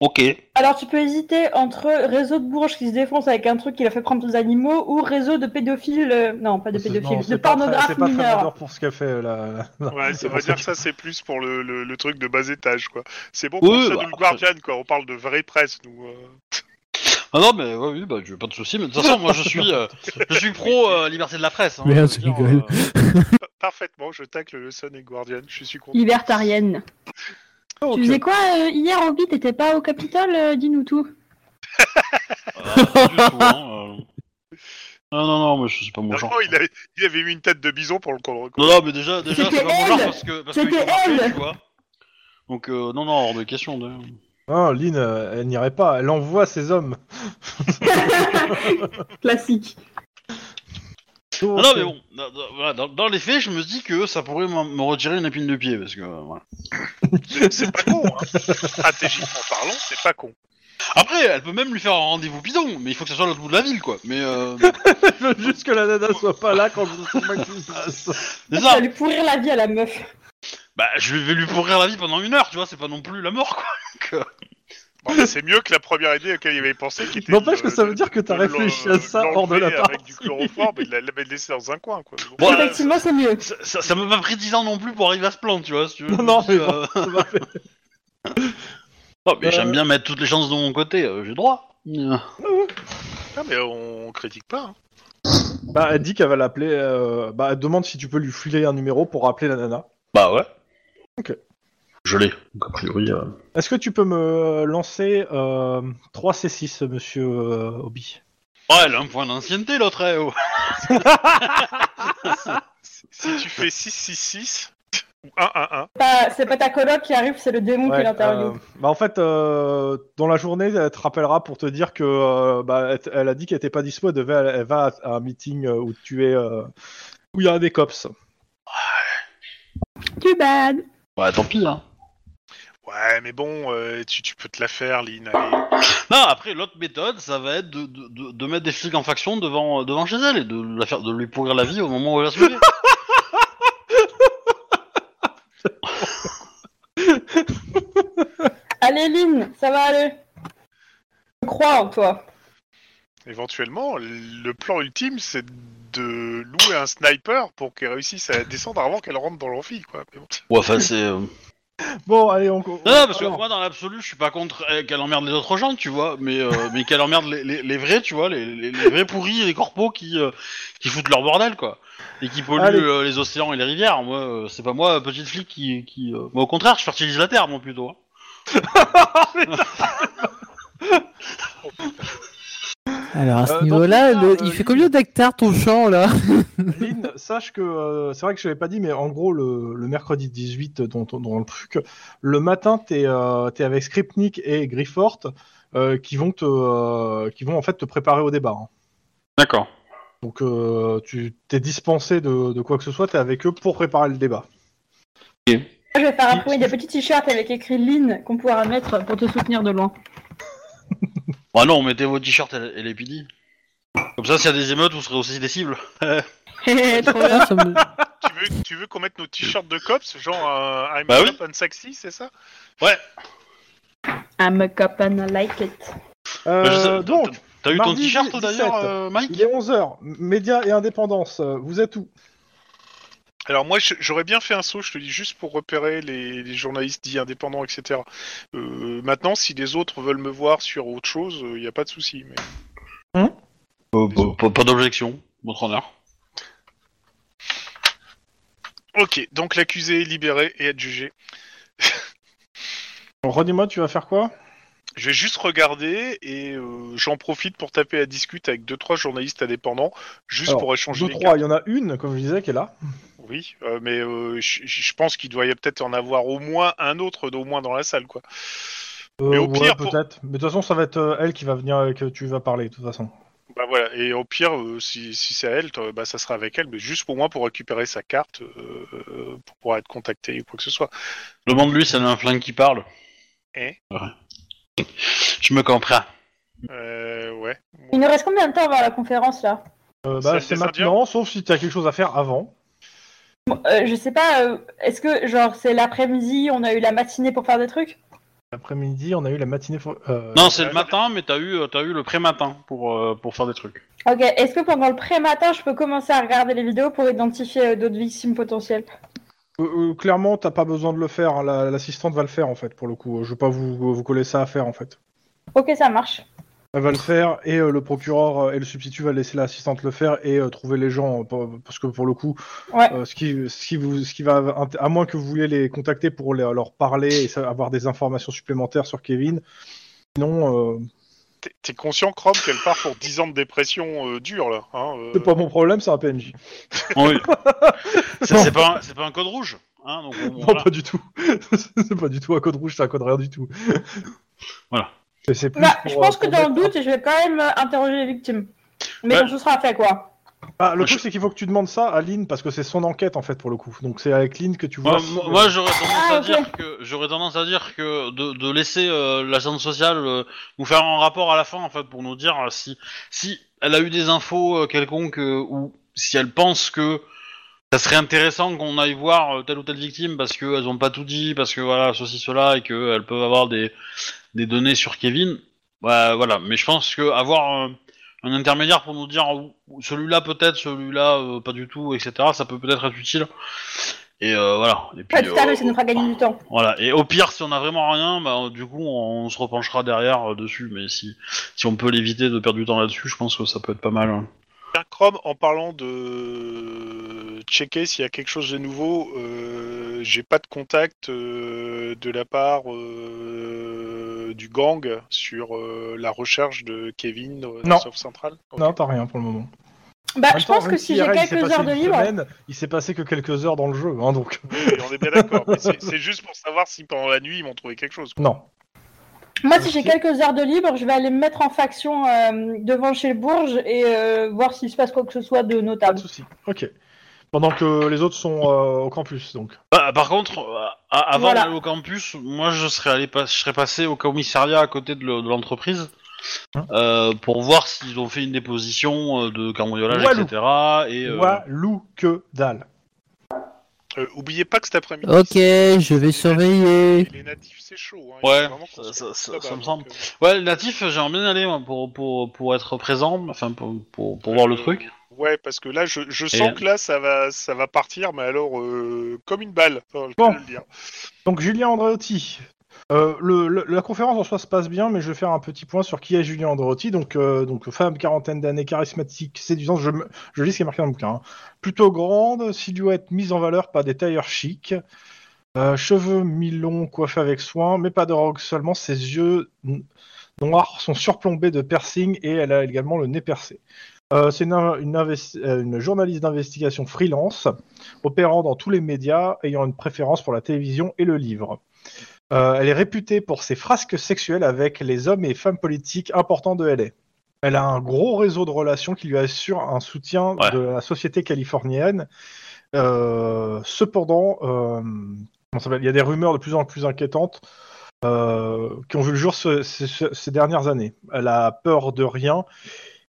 [SPEAKER 3] Ok.
[SPEAKER 6] Alors tu peux hésiter entre réseau de bourges qui se défonce avec un truc qui l'a fait prendre aux animaux ou réseau de pédophiles, euh, non pas de
[SPEAKER 2] C'est-
[SPEAKER 6] pédophiles,
[SPEAKER 2] non,
[SPEAKER 6] de
[SPEAKER 2] c'est pas très-
[SPEAKER 6] pornographes
[SPEAKER 2] C'est pas très
[SPEAKER 6] mineurs.
[SPEAKER 2] vendeur pour ce qu'elle fait, là.
[SPEAKER 4] Ouais, ça
[SPEAKER 2] pour
[SPEAKER 4] va
[SPEAKER 2] ça
[SPEAKER 4] dire
[SPEAKER 2] que-
[SPEAKER 4] ça, c'est plus pour le, le, le truc de bas étage, quoi. C'est bon pour
[SPEAKER 3] Oui,
[SPEAKER 4] ça
[SPEAKER 3] bah,
[SPEAKER 4] du Guardian, quoi. On parle de vraie presse, nous. euh.
[SPEAKER 3] Ah non, mais ouais, oui, bah, je- pas de soucis. Mais de toute façon, moi, je suis, euh, je suis pro euh, liberté de la presse. hein,
[SPEAKER 5] Merde,
[SPEAKER 3] je veux
[SPEAKER 5] je
[SPEAKER 3] dire,
[SPEAKER 5] rigole.
[SPEAKER 3] euh,
[SPEAKER 4] Pa- Parfaitement, je tacle le Sun et Guardian, je suis content.
[SPEAKER 6] Libertarienne.
[SPEAKER 2] Oh, Ok.
[SPEAKER 6] Tu faisais quoi euh, hier, Obi T'étais pas au Capitole euh, Dis-nous tout.
[SPEAKER 3] euh, pas du tout, hein, euh. Non, non, non, moi, je suis pas mon genre.
[SPEAKER 4] Franchement, il avait, il avait eu une tête de bison pour le qu'on le
[SPEAKER 3] Non,
[SPEAKER 4] reconnaisse.
[SPEAKER 3] non, mais déjà, déjà
[SPEAKER 6] C'était
[SPEAKER 3] c'est pas mon genre
[SPEAKER 6] elle
[SPEAKER 3] parce que. Parce que
[SPEAKER 6] C'était
[SPEAKER 3] ils l'ont
[SPEAKER 6] elle
[SPEAKER 3] tu vois. Donc, euh, non, non, hors de question. De...
[SPEAKER 2] Non, Lynn, euh, elle n'irait pas. Elle envoie ses hommes.
[SPEAKER 6] Classique.
[SPEAKER 2] Ah
[SPEAKER 3] Ah Non, non, mais
[SPEAKER 2] euh,
[SPEAKER 3] bon, dans- dans- voilà, dans, dans les faits, je me dis que ça pourrait m'en- me retirer une épine de pied parce que. euh, voilà.
[SPEAKER 4] C'est pas con, hein. Stratégiquement parlant, c'est pas con.
[SPEAKER 3] Après, elle peut même lui faire un rendez-vous bidon, mais il faut que ça soit à l'autre bout de la ville, quoi. Mais. Euh...
[SPEAKER 2] Je veux juste que la nana soit pas là quand je sais pas qui se passe.
[SPEAKER 3] c'est
[SPEAKER 6] Ça
[SPEAKER 3] ça,
[SPEAKER 6] lui pourrir la vie à la meuf.
[SPEAKER 3] bah, je vais lui pourrir la vie pendant une heure, tu vois, c'est pas non plus la mort, quoi.
[SPEAKER 4] Bon, mais c'est mieux que la première idée à laquelle il avait pensé, qui était.
[SPEAKER 2] N'empêche
[SPEAKER 4] de-
[SPEAKER 2] que ça
[SPEAKER 4] de-
[SPEAKER 2] veut dire que t'as
[SPEAKER 4] de l'en-
[SPEAKER 2] réfléchi à ça hors de la
[SPEAKER 4] l'enlever Avec
[SPEAKER 2] partie.
[SPEAKER 4] du chloroforme, et de la- l'avait laissé dans un coin, quoi. Bon.
[SPEAKER 3] Bon, Voilà.
[SPEAKER 6] Effectivement, c'est mieux.
[SPEAKER 3] Ça- Ça ça m'a pas pris 10 ans non plus pour arriver à ce plan, tu vois. si tu veux.
[SPEAKER 2] Non, non, mais
[SPEAKER 3] Euh,
[SPEAKER 2] bon, ça m'a fait-
[SPEAKER 3] oh, mais
[SPEAKER 2] Euh.
[SPEAKER 3] j'aime bien mettre toutes les chances de mon côté, euh, j'ai droit.
[SPEAKER 4] Non, mais on critique pas. hein.
[SPEAKER 2] Bah, elle dit qu'elle va l'appeler. euh, Bah, elle demande si tu peux lui filer un numéro pour appeler la nana.
[SPEAKER 3] Bah ouais.
[SPEAKER 2] Ok.
[SPEAKER 3] Je l'ai, donc a priori. euh,
[SPEAKER 2] Est-ce que tu peux me lancer euh, 3C6, monsieur euh, Obi
[SPEAKER 3] Ouais, elle a un point d'ancienneté, l'autre, eh, oh.
[SPEAKER 4] Si tu fais 6-6-6 ou 1-1-1,
[SPEAKER 6] Pas- C'est pas ta coloc qui arrive, c'est le démon
[SPEAKER 2] Ouais,
[SPEAKER 6] qui l'interviewe.
[SPEAKER 2] euh, bah, en fait, euh, dans la journée, elle te rappellera pour te dire que euh, bah, elle t- elle a dit qu'elle était pas dispo, elle, devait, elle va à un meeting euh, où tu es. euh, où il y a des cops.
[SPEAKER 6] Too bad.
[SPEAKER 3] Ouais, tant pis, hein.
[SPEAKER 4] Ouais, mais bon, euh, tu, tu peux te la faire, Lynn. allez.
[SPEAKER 3] Non, après, l'autre méthode, ça va être de, de, de, de mettre des flics en faction devant, euh, devant chez elle et de, la faire, de lui pourrir la vie au moment où elle va se lever.
[SPEAKER 6] Allez, Lynn, ça va aller. Je crois en toi.
[SPEAKER 4] Éventuellement, le plan ultime, c'est de louer un sniper pour qu'elle réussisse à descendre avant qu'elle rentre dans l'amphi, quoi. Mais bon.
[SPEAKER 3] Ouais, enfin, c'est. euh,
[SPEAKER 2] Bon, allez, on.
[SPEAKER 3] Non, non, parce que
[SPEAKER 2] Alors.
[SPEAKER 3] moi, dans l'absolu, je suis pas contre euh, qu'elle emmerde les autres gens, tu vois, mais, euh, mais qu'elle emmerde les, les, les vrais, tu vois, les, les, les vrais pourris et les corpos qui, euh, qui foutent leur bordel, quoi. Et qui polluent
[SPEAKER 2] Allez.
[SPEAKER 3] euh, les océans et les rivières. Moi, euh, c'est pas moi, petite flic, qui. qui euh, Moi, au contraire, je fertilise la terre, moi, plutôt. hein.
[SPEAKER 5] Alors à ce
[SPEAKER 2] Euh, dans
[SPEAKER 5] niveau-là,
[SPEAKER 2] tous les
[SPEAKER 5] le-
[SPEAKER 2] cas, euh,
[SPEAKER 5] il fait
[SPEAKER 2] lui-
[SPEAKER 5] combien d'hectares ton champ là
[SPEAKER 2] Lynn, sache que euh, c'est vrai que je l'avais pas dit, mais en gros, le, le mercredi 18 dans, ton- dans le truc, le matin, t'es euh, t'es avec Skripnik et Griffort euh, qui vont te euh, qui vont en fait te préparer au débat. hein.
[SPEAKER 3] D'accord.
[SPEAKER 2] Donc euh, tu t'es dispensé de, de quoi que ce soit, t'es avec eux pour préparer le débat.
[SPEAKER 6] Moi, je vais faire imprimer des petits t-shirts avec écrit Lynn qu'on pourra mettre pour te soutenir de loin.
[SPEAKER 3] Bah non, mettez vos t-shirts et et les PD. Comme ça, s'il y a des émeutes, vous serez aussi des cibles.
[SPEAKER 6] Hé, hé, trop bien.
[SPEAKER 5] Ah, ça me-
[SPEAKER 4] tu veux, tu veux qu'on mette nos t-shirts de cops, genre un I'm
[SPEAKER 3] Bah
[SPEAKER 4] bah
[SPEAKER 3] oui.
[SPEAKER 4] sexy, c'est ça
[SPEAKER 6] I'm a cop and I like it.
[SPEAKER 2] Euh,
[SPEAKER 3] Bah, je sais-
[SPEAKER 2] donc,
[SPEAKER 3] t'as- t'as eu ton
[SPEAKER 2] mardi
[SPEAKER 3] t-shirt
[SPEAKER 2] 17.
[SPEAKER 3] d'ailleurs, euh, Mike
[SPEAKER 2] il est 11h, médias et indépendance, euh, vous êtes où
[SPEAKER 4] Alors moi, je- j'aurais bien fait un saut, je te dis, juste pour repérer les, les journalistes dits indépendants, etc. Euh, maintenant, si les autres veulent me voir sur autre chose, il n'y a pas de souci. Mais...
[SPEAKER 3] Euh, bah, Pas, pas d'objection, votre honneur.
[SPEAKER 4] Ok, donc l'accusé est libéré et adjugé.
[SPEAKER 2] Redis-moi, tu vas faire quoi
[SPEAKER 4] Je vais juste regarder et euh, j'en profite pour taper à discute avec deux trois journalistes indépendants, juste
[SPEAKER 2] Alors,
[SPEAKER 4] pour échanger
[SPEAKER 2] Deux,
[SPEAKER 4] les
[SPEAKER 2] trois, il y en a une, comme je disais, qui est là.
[SPEAKER 4] Oui, euh, mais euh, je je pense qu'il doit y a peut-être en avoir au moins un autre, au moins dans la salle, quoi. Mais au
[SPEAKER 2] Euh, ouais,
[SPEAKER 4] pire, pour-
[SPEAKER 2] peut-être. Mais de toute façon, ça va être euh, elle qui va venir, euh, que tu vas parler, de toute façon.
[SPEAKER 4] Bah voilà, et au pire, euh, si, si c'est à elle, t'en- bah, ça sera avec elle, mais juste pour moi, pour récupérer sa carte, euh, euh, pour pouvoir être contacté ou quoi que ce soit.
[SPEAKER 3] Demande-lui si elle a un flingue qui parle.
[SPEAKER 4] Eh
[SPEAKER 3] Ouais. Je me comprends.
[SPEAKER 4] Euh, ouais.
[SPEAKER 6] Il nous reste combien de temps avant la conférence là
[SPEAKER 2] Euh,
[SPEAKER 4] Salle
[SPEAKER 2] bah,
[SPEAKER 4] des
[SPEAKER 2] c'est
[SPEAKER 4] Indiens
[SPEAKER 2] maintenant, sauf si tu as quelque chose à faire avant.
[SPEAKER 6] Bon, euh, Je sais pas, euh, est-ce que genre c'est l'après-midi, on a eu la matinée pour faire des trucs
[SPEAKER 2] L'après-midi, on a eu la matinée. fo- euh,
[SPEAKER 3] non, c'est le
[SPEAKER 4] euh,
[SPEAKER 3] matin, mais t'as eu, euh, t'as eu le pré-matin pour, euh, pour faire des trucs.
[SPEAKER 6] Ok, est-ce que pendant le pré-matin je peux commencer à regarder les vidéos pour identifier euh, d'autres victimes potentielles
[SPEAKER 2] Euh, euh, clairement, t'as pas besoin de le faire. hein, la- L'assistante va le faire en fait. Pour le coup, Euh, je vais pas vous vous coller ça à faire en fait.
[SPEAKER 6] Ok, ça marche.
[SPEAKER 2] Elle va le faire et euh, le procureur euh, et le substitut va laisser l'assistante le faire et euh, trouver les gens euh, pour- parce que pour le coup,
[SPEAKER 6] Ouais.
[SPEAKER 2] euh, ce qui ce qui vous ce qui va int- à moins que vous voulez les contacter pour les- leur parler et ça- avoir des informations supplémentaires sur Kevin. Sinon, euh,
[SPEAKER 4] T'es- T'es conscient, Chrome, qu'elle part pour 10 ans de dépression euh, dure, là hein, euh,
[SPEAKER 2] c'est pas mon problème, c'est un PNJ.
[SPEAKER 3] Oui. Ça, c'est pas, un- c'est pas un code rouge. Hein, donc, bon,
[SPEAKER 2] Non,
[SPEAKER 3] voilà.
[SPEAKER 2] pas du tout. c'est pas du tout un code rouge, c'est un code rien du tout.
[SPEAKER 3] Voilà.
[SPEAKER 2] C'est- c'est plus
[SPEAKER 6] Bah,
[SPEAKER 2] pour,
[SPEAKER 6] je
[SPEAKER 2] euh,
[SPEAKER 6] pense que
[SPEAKER 2] pour
[SPEAKER 6] dans le
[SPEAKER 2] mettre-
[SPEAKER 6] doute, je vais quand même euh, interroger les victimes. Mais
[SPEAKER 3] Bah-
[SPEAKER 6] quand ce sera fait quoi
[SPEAKER 2] Ah, le
[SPEAKER 3] Moi,
[SPEAKER 2] truc, c'est qu'il faut que tu demandes ça à Lynn parce que c'est son enquête en fait pour le coup. Donc c'est avec Lynn que tu vois.
[SPEAKER 3] Moi,
[SPEAKER 2] si-
[SPEAKER 3] moi- moi, j'aurais tendance,
[SPEAKER 6] Ah,
[SPEAKER 3] à
[SPEAKER 6] ok.
[SPEAKER 3] dire que j'aurais tendance à dire que de, de laisser euh, la science sociale euh, nous faire un rapport à la fin en fait pour nous dire euh, si si elle a eu des infos euh, quelconques euh, ou si elle pense que ça serait intéressant qu'on aille voir euh, telle ou telle victime parce qu'elles ont pas tout dit parce que voilà ceci cela et qu'elles peuvent avoir des des données sur Kevin bah, voilà mais je pense que avoir euh, un intermédiaire pour nous dire ou- ou celui-là peut-être celui-là euh, pas du tout etc ça peut peut-être être utile et euh, voilà et puis
[SPEAKER 6] Pas tout à
[SPEAKER 3] euh,
[SPEAKER 6] l'heure, ça nous fera gagner du temps.
[SPEAKER 3] voilà, et au pire, si on a vraiment rien, bah, euh, du coup, on, on se repenchera derrière euh, dessus, mais si, si on peut l'éviter de perdre du temps là-dessus, je pense que ça peut être pas mal. hein.
[SPEAKER 4] Tiens, Chrome, en parlant de checker s'il y a quelque chose de nouveau, euh, j'ai pas de contact euh, de la part euh, du gang sur euh, la recherche de Kevin euh,
[SPEAKER 2] Non.
[SPEAKER 4] sauf Central. Ok.
[SPEAKER 2] Non, t'as rien pour le moment.
[SPEAKER 6] Bah,
[SPEAKER 2] En même
[SPEAKER 6] je
[SPEAKER 2] temps,
[SPEAKER 6] pense que
[SPEAKER 2] même
[SPEAKER 6] si
[SPEAKER 2] IRL,
[SPEAKER 6] j'ai
[SPEAKER 2] il s'est
[SPEAKER 6] quelques
[SPEAKER 2] passé
[SPEAKER 6] heures de
[SPEAKER 2] une
[SPEAKER 6] libre,
[SPEAKER 2] semaine, il s'est passé que quelques heures dans le jeu, hein, donc
[SPEAKER 4] Oui, on est bien d'accord. mais c'est c'est juste pour savoir si pendant la nuit ils m'ont trouvé quelque chose. quoi.
[SPEAKER 2] non.
[SPEAKER 6] moi si j'ai
[SPEAKER 2] Ok.
[SPEAKER 6] quelques heures de libre, je vais aller me mettre en faction euh, devant chez le Bourge et euh, voir s'il se passe quoi que ce soit de
[SPEAKER 2] Pas de
[SPEAKER 6] notable.
[SPEAKER 2] soucis. Ok. Pendant que les autres sont euh, au campus, donc.
[SPEAKER 3] Bah, par contre, euh, a- avant
[SPEAKER 6] Voilà.
[SPEAKER 3] d'aller au campus, moi, je serais, allé pas, je serais passé au commissariat à côté de le- de l'entreprise
[SPEAKER 2] Hein
[SPEAKER 3] euh, pour voir s'ils ont fait une déposition euh, de cambriolage,
[SPEAKER 2] Walou.
[SPEAKER 3] etc. Et, euh,
[SPEAKER 2] Walou que dalle.
[SPEAKER 4] Euh, oubliez pas que cet après-midi.
[SPEAKER 5] Ok,
[SPEAKER 4] c'est-
[SPEAKER 5] je vais surveiller.
[SPEAKER 4] Et les natifs, c'est chaud. hein,
[SPEAKER 3] Ouais,
[SPEAKER 4] ils sont vraiment
[SPEAKER 3] ça-
[SPEAKER 4] construits
[SPEAKER 3] ça- ça-
[SPEAKER 4] là-bas,
[SPEAKER 3] ça me
[SPEAKER 4] donc,
[SPEAKER 3] semble.
[SPEAKER 4] euh,
[SPEAKER 3] ouais, le natif, j'aimerais bien aller moi, pour, pour, pour être présent, enfin, pour, pour, pour voir le
[SPEAKER 4] Euh,
[SPEAKER 3] truc.
[SPEAKER 4] Ouais, parce que là, je, je sens
[SPEAKER 3] Et- euh,
[SPEAKER 4] que là, ça va, ça va partir, mais alors euh, comme une balle. Enfin, je
[SPEAKER 2] Bon.
[SPEAKER 4] peux le dire.
[SPEAKER 2] Donc Julien Andreotti. Euh, le- le- la conférence en soi se passe bien, mais je vais faire un petit point sur qui est Julien Andreotti. Donc, euh, donc femme, quarantaine d'années, charismatique, séduisante. Je, me- je lis ce qui est marqué dans le bouquin. hein. Plutôt grande, silhouette mise en valeur par des tailleurs chics. Euh, cheveux mi-longs, coiffés avec soin, mais pas de rogue seulement. Ses yeux n- noirs sont surplombés de piercings et elle a également le nez percé. Euh, C'est une, une investi- euh, une journaliste d'investigation freelance opérant dans tous les médias, ayant une préférence pour la télévision et le livre. Euh, elle est réputée pour ses frasques sexuelles avec les hommes et femmes politiques importants de LA. Elle a un gros réseau de relations qui lui assure un soutien
[SPEAKER 3] Ouais.
[SPEAKER 2] de la société californienne. Euh, cependant, euh, comment ça s'appelle, il y a des rumeurs de plus en plus inquiétantes euh, qui ont vu le jour ce- ce- ce- ces dernières années. Elle a peur de rien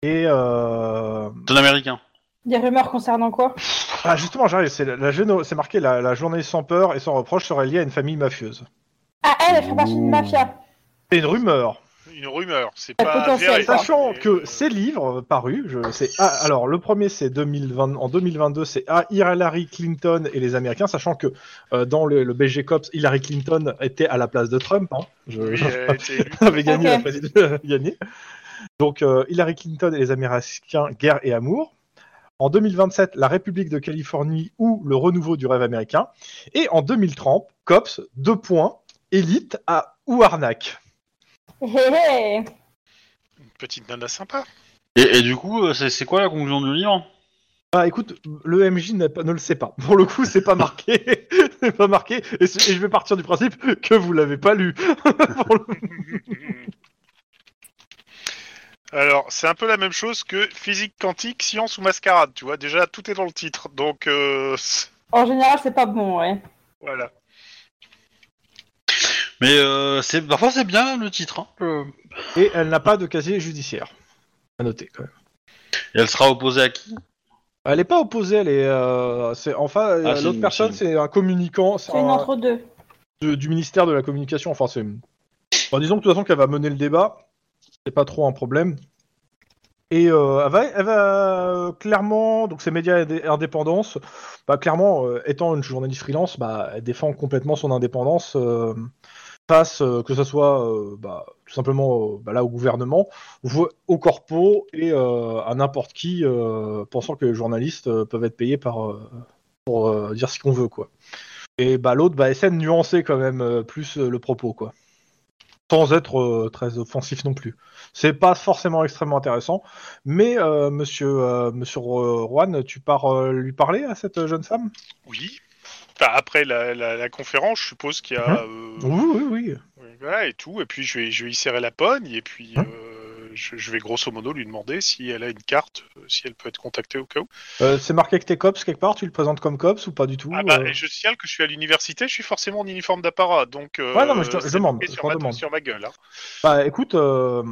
[SPEAKER 2] et euh,
[SPEAKER 3] C'est l'américain.
[SPEAKER 6] Des rumeurs concernant quoi
[SPEAKER 2] ah, justement, j'arrive. C'est la, la géno- c'est marqué la, la journée sans peur et sans reproche serait liée à une famille mafieuse.
[SPEAKER 6] Ah elle, elle fait partie d'une mafia.
[SPEAKER 2] C'est une rumeur.
[SPEAKER 4] Une rumeur, c'est
[SPEAKER 6] Un
[SPEAKER 4] pas
[SPEAKER 6] potentiel,
[SPEAKER 4] avéré.
[SPEAKER 6] quoi.
[SPEAKER 2] Sachant
[SPEAKER 4] Mais,
[SPEAKER 2] que
[SPEAKER 4] euh,
[SPEAKER 2] ces livres parus, je sais. ah, alors, le premier, c'est 2020. En 2022, c'est à Hillary Clinton et les Américains. Sachant que euh, dans le, le BG Cops, Hillary Clinton était à la place de Trump. hein. Je-
[SPEAKER 4] oui,
[SPEAKER 2] je-
[SPEAKER 4] elle a été élue.
[SPEAKER 2] avait gagné
[SPEAKER 6] Ok.
[SPEAKER 2] la présidence. gagné. Donc euh, Hillary Clinton et les Américains, guerre et amour. en 2027 La République de Californie ou Le Renouveau du rêve américain, et en 2030 Cops, deux points, Élite à ou arnaque.
[SPEAKER 6] Hé, hé.
[SPEAKER 4] Une petite nana sympa.
[SPEAKER 3] Et, et du coup, euh, c'est c'est quoi la conclusion du livre
[SPEAKER 2] Bah écoute, le MJ n'a pas- ne le sait pas. Pour le coup, c'est pas marqué. c'est pas marqué. Et, c'est- et je vais partir du principe que vous l'avez pas lu. Pour le-
[SPEAKER 4] Alors, c'est un peu la même chose que physique quantique, science ou mascarade, tu vois. Déjà, tout est dans le titre, donc euh,
[SPEAKER 6] En général, c'est pas bon, ouais.
[SPEAKER 4] voilà.
[SPEAKER 3] Mais euh, c'est parfois c'est bien le titre. hein. Euh,
[SPEAKER 2] Et elle n'a pas de casier judiciaire. À noter quand même.
[SPEAKER 3] Et elle sera opposée à qui
[SPEAKER 2] Elle n'est pas opposée, elle est. euh, c'est, enfin, euh,
[SPEAKER 3] Ah, c'est
[SPEAKER 2] l'autre
[SPEAKER 3] une-
[SPEAKER 2] personne, c'est un communicant c'est
[SPEAKER 6] C'est une
[SPEAKER 2] un-
[SPEAKER 6] entre-deux.
[SPEAKER 2] de- du ministère de la communication. Enfin, c'est. enfin, disons que de toute façon, qu'elle va mener le débat, c'est pas trop un problème. Et euh, elle va, elle va, euh, clairement, donc ces médias indé- indépendance, bah, clairement, euh, étant une journaliste freelance, bah, elle défend complètement son indépendance euh, face, euh, que ce soit euh, bah, tout simplement euh, bah, là au gouvernement, ou au corpo et euh, à n'importe qui euh, pensant que les journalistes euh, peuvent être payés par, euh, pour euh, dire ce qu'on veut. quoi. Et bah, l'autre bah, essaie de nuancer quand même euh, plus euh, le propos. quoi. Sans être euh, très offensif non plus. C'est pas forcément extrêmement intéressant. Mais euh, monsieur, euh, monsieur euh, Juan, tu pars euh, lui parler à cette jeune femme
[SPEAKER 4] Oui. Enfin, après la, la- la conférence, je suppose qu'il y a. euh,
[SPEAKER 2] Oui, oui, oui.
[SPEAKER 4] Ouais, Voilà, et tout. Et puis je vais, je vais y serrer la pogne, et puis
[SPEAKER 2] Hein
[SPEAKER 4] euh, je, je vais grosso modo lui demander si elle a une carte, euh, si elle peut être contactée au cas où.
[SPEAKER 2] Euh, c'est marqué que t'es cops quelque part, tu le présentes comme cops ou pas du tout
[SPEAKER 4] ah bah,
[SPEAKER 2] euh
[SPEAKER 4] et je signale que je suis à l'université, je suis forcément en uniforme d'apparat, donc. euh,
[SPEAKER 2] Ouais, non, mais je te- je
[SPEAKER 4] c'est
[SPEAKER 2] demande,
[SPEAKER 4] marqué
[SPEAKER 2] je
[SPEAKER 4] sur
[SPEAKER 2] t'en
[SPEAKER 4] ma,
[SPEAKER 2] demande.
[SPEAKER 4] sur ma gueule, hein.
[SPEAKER 2] Bah écoute, euh,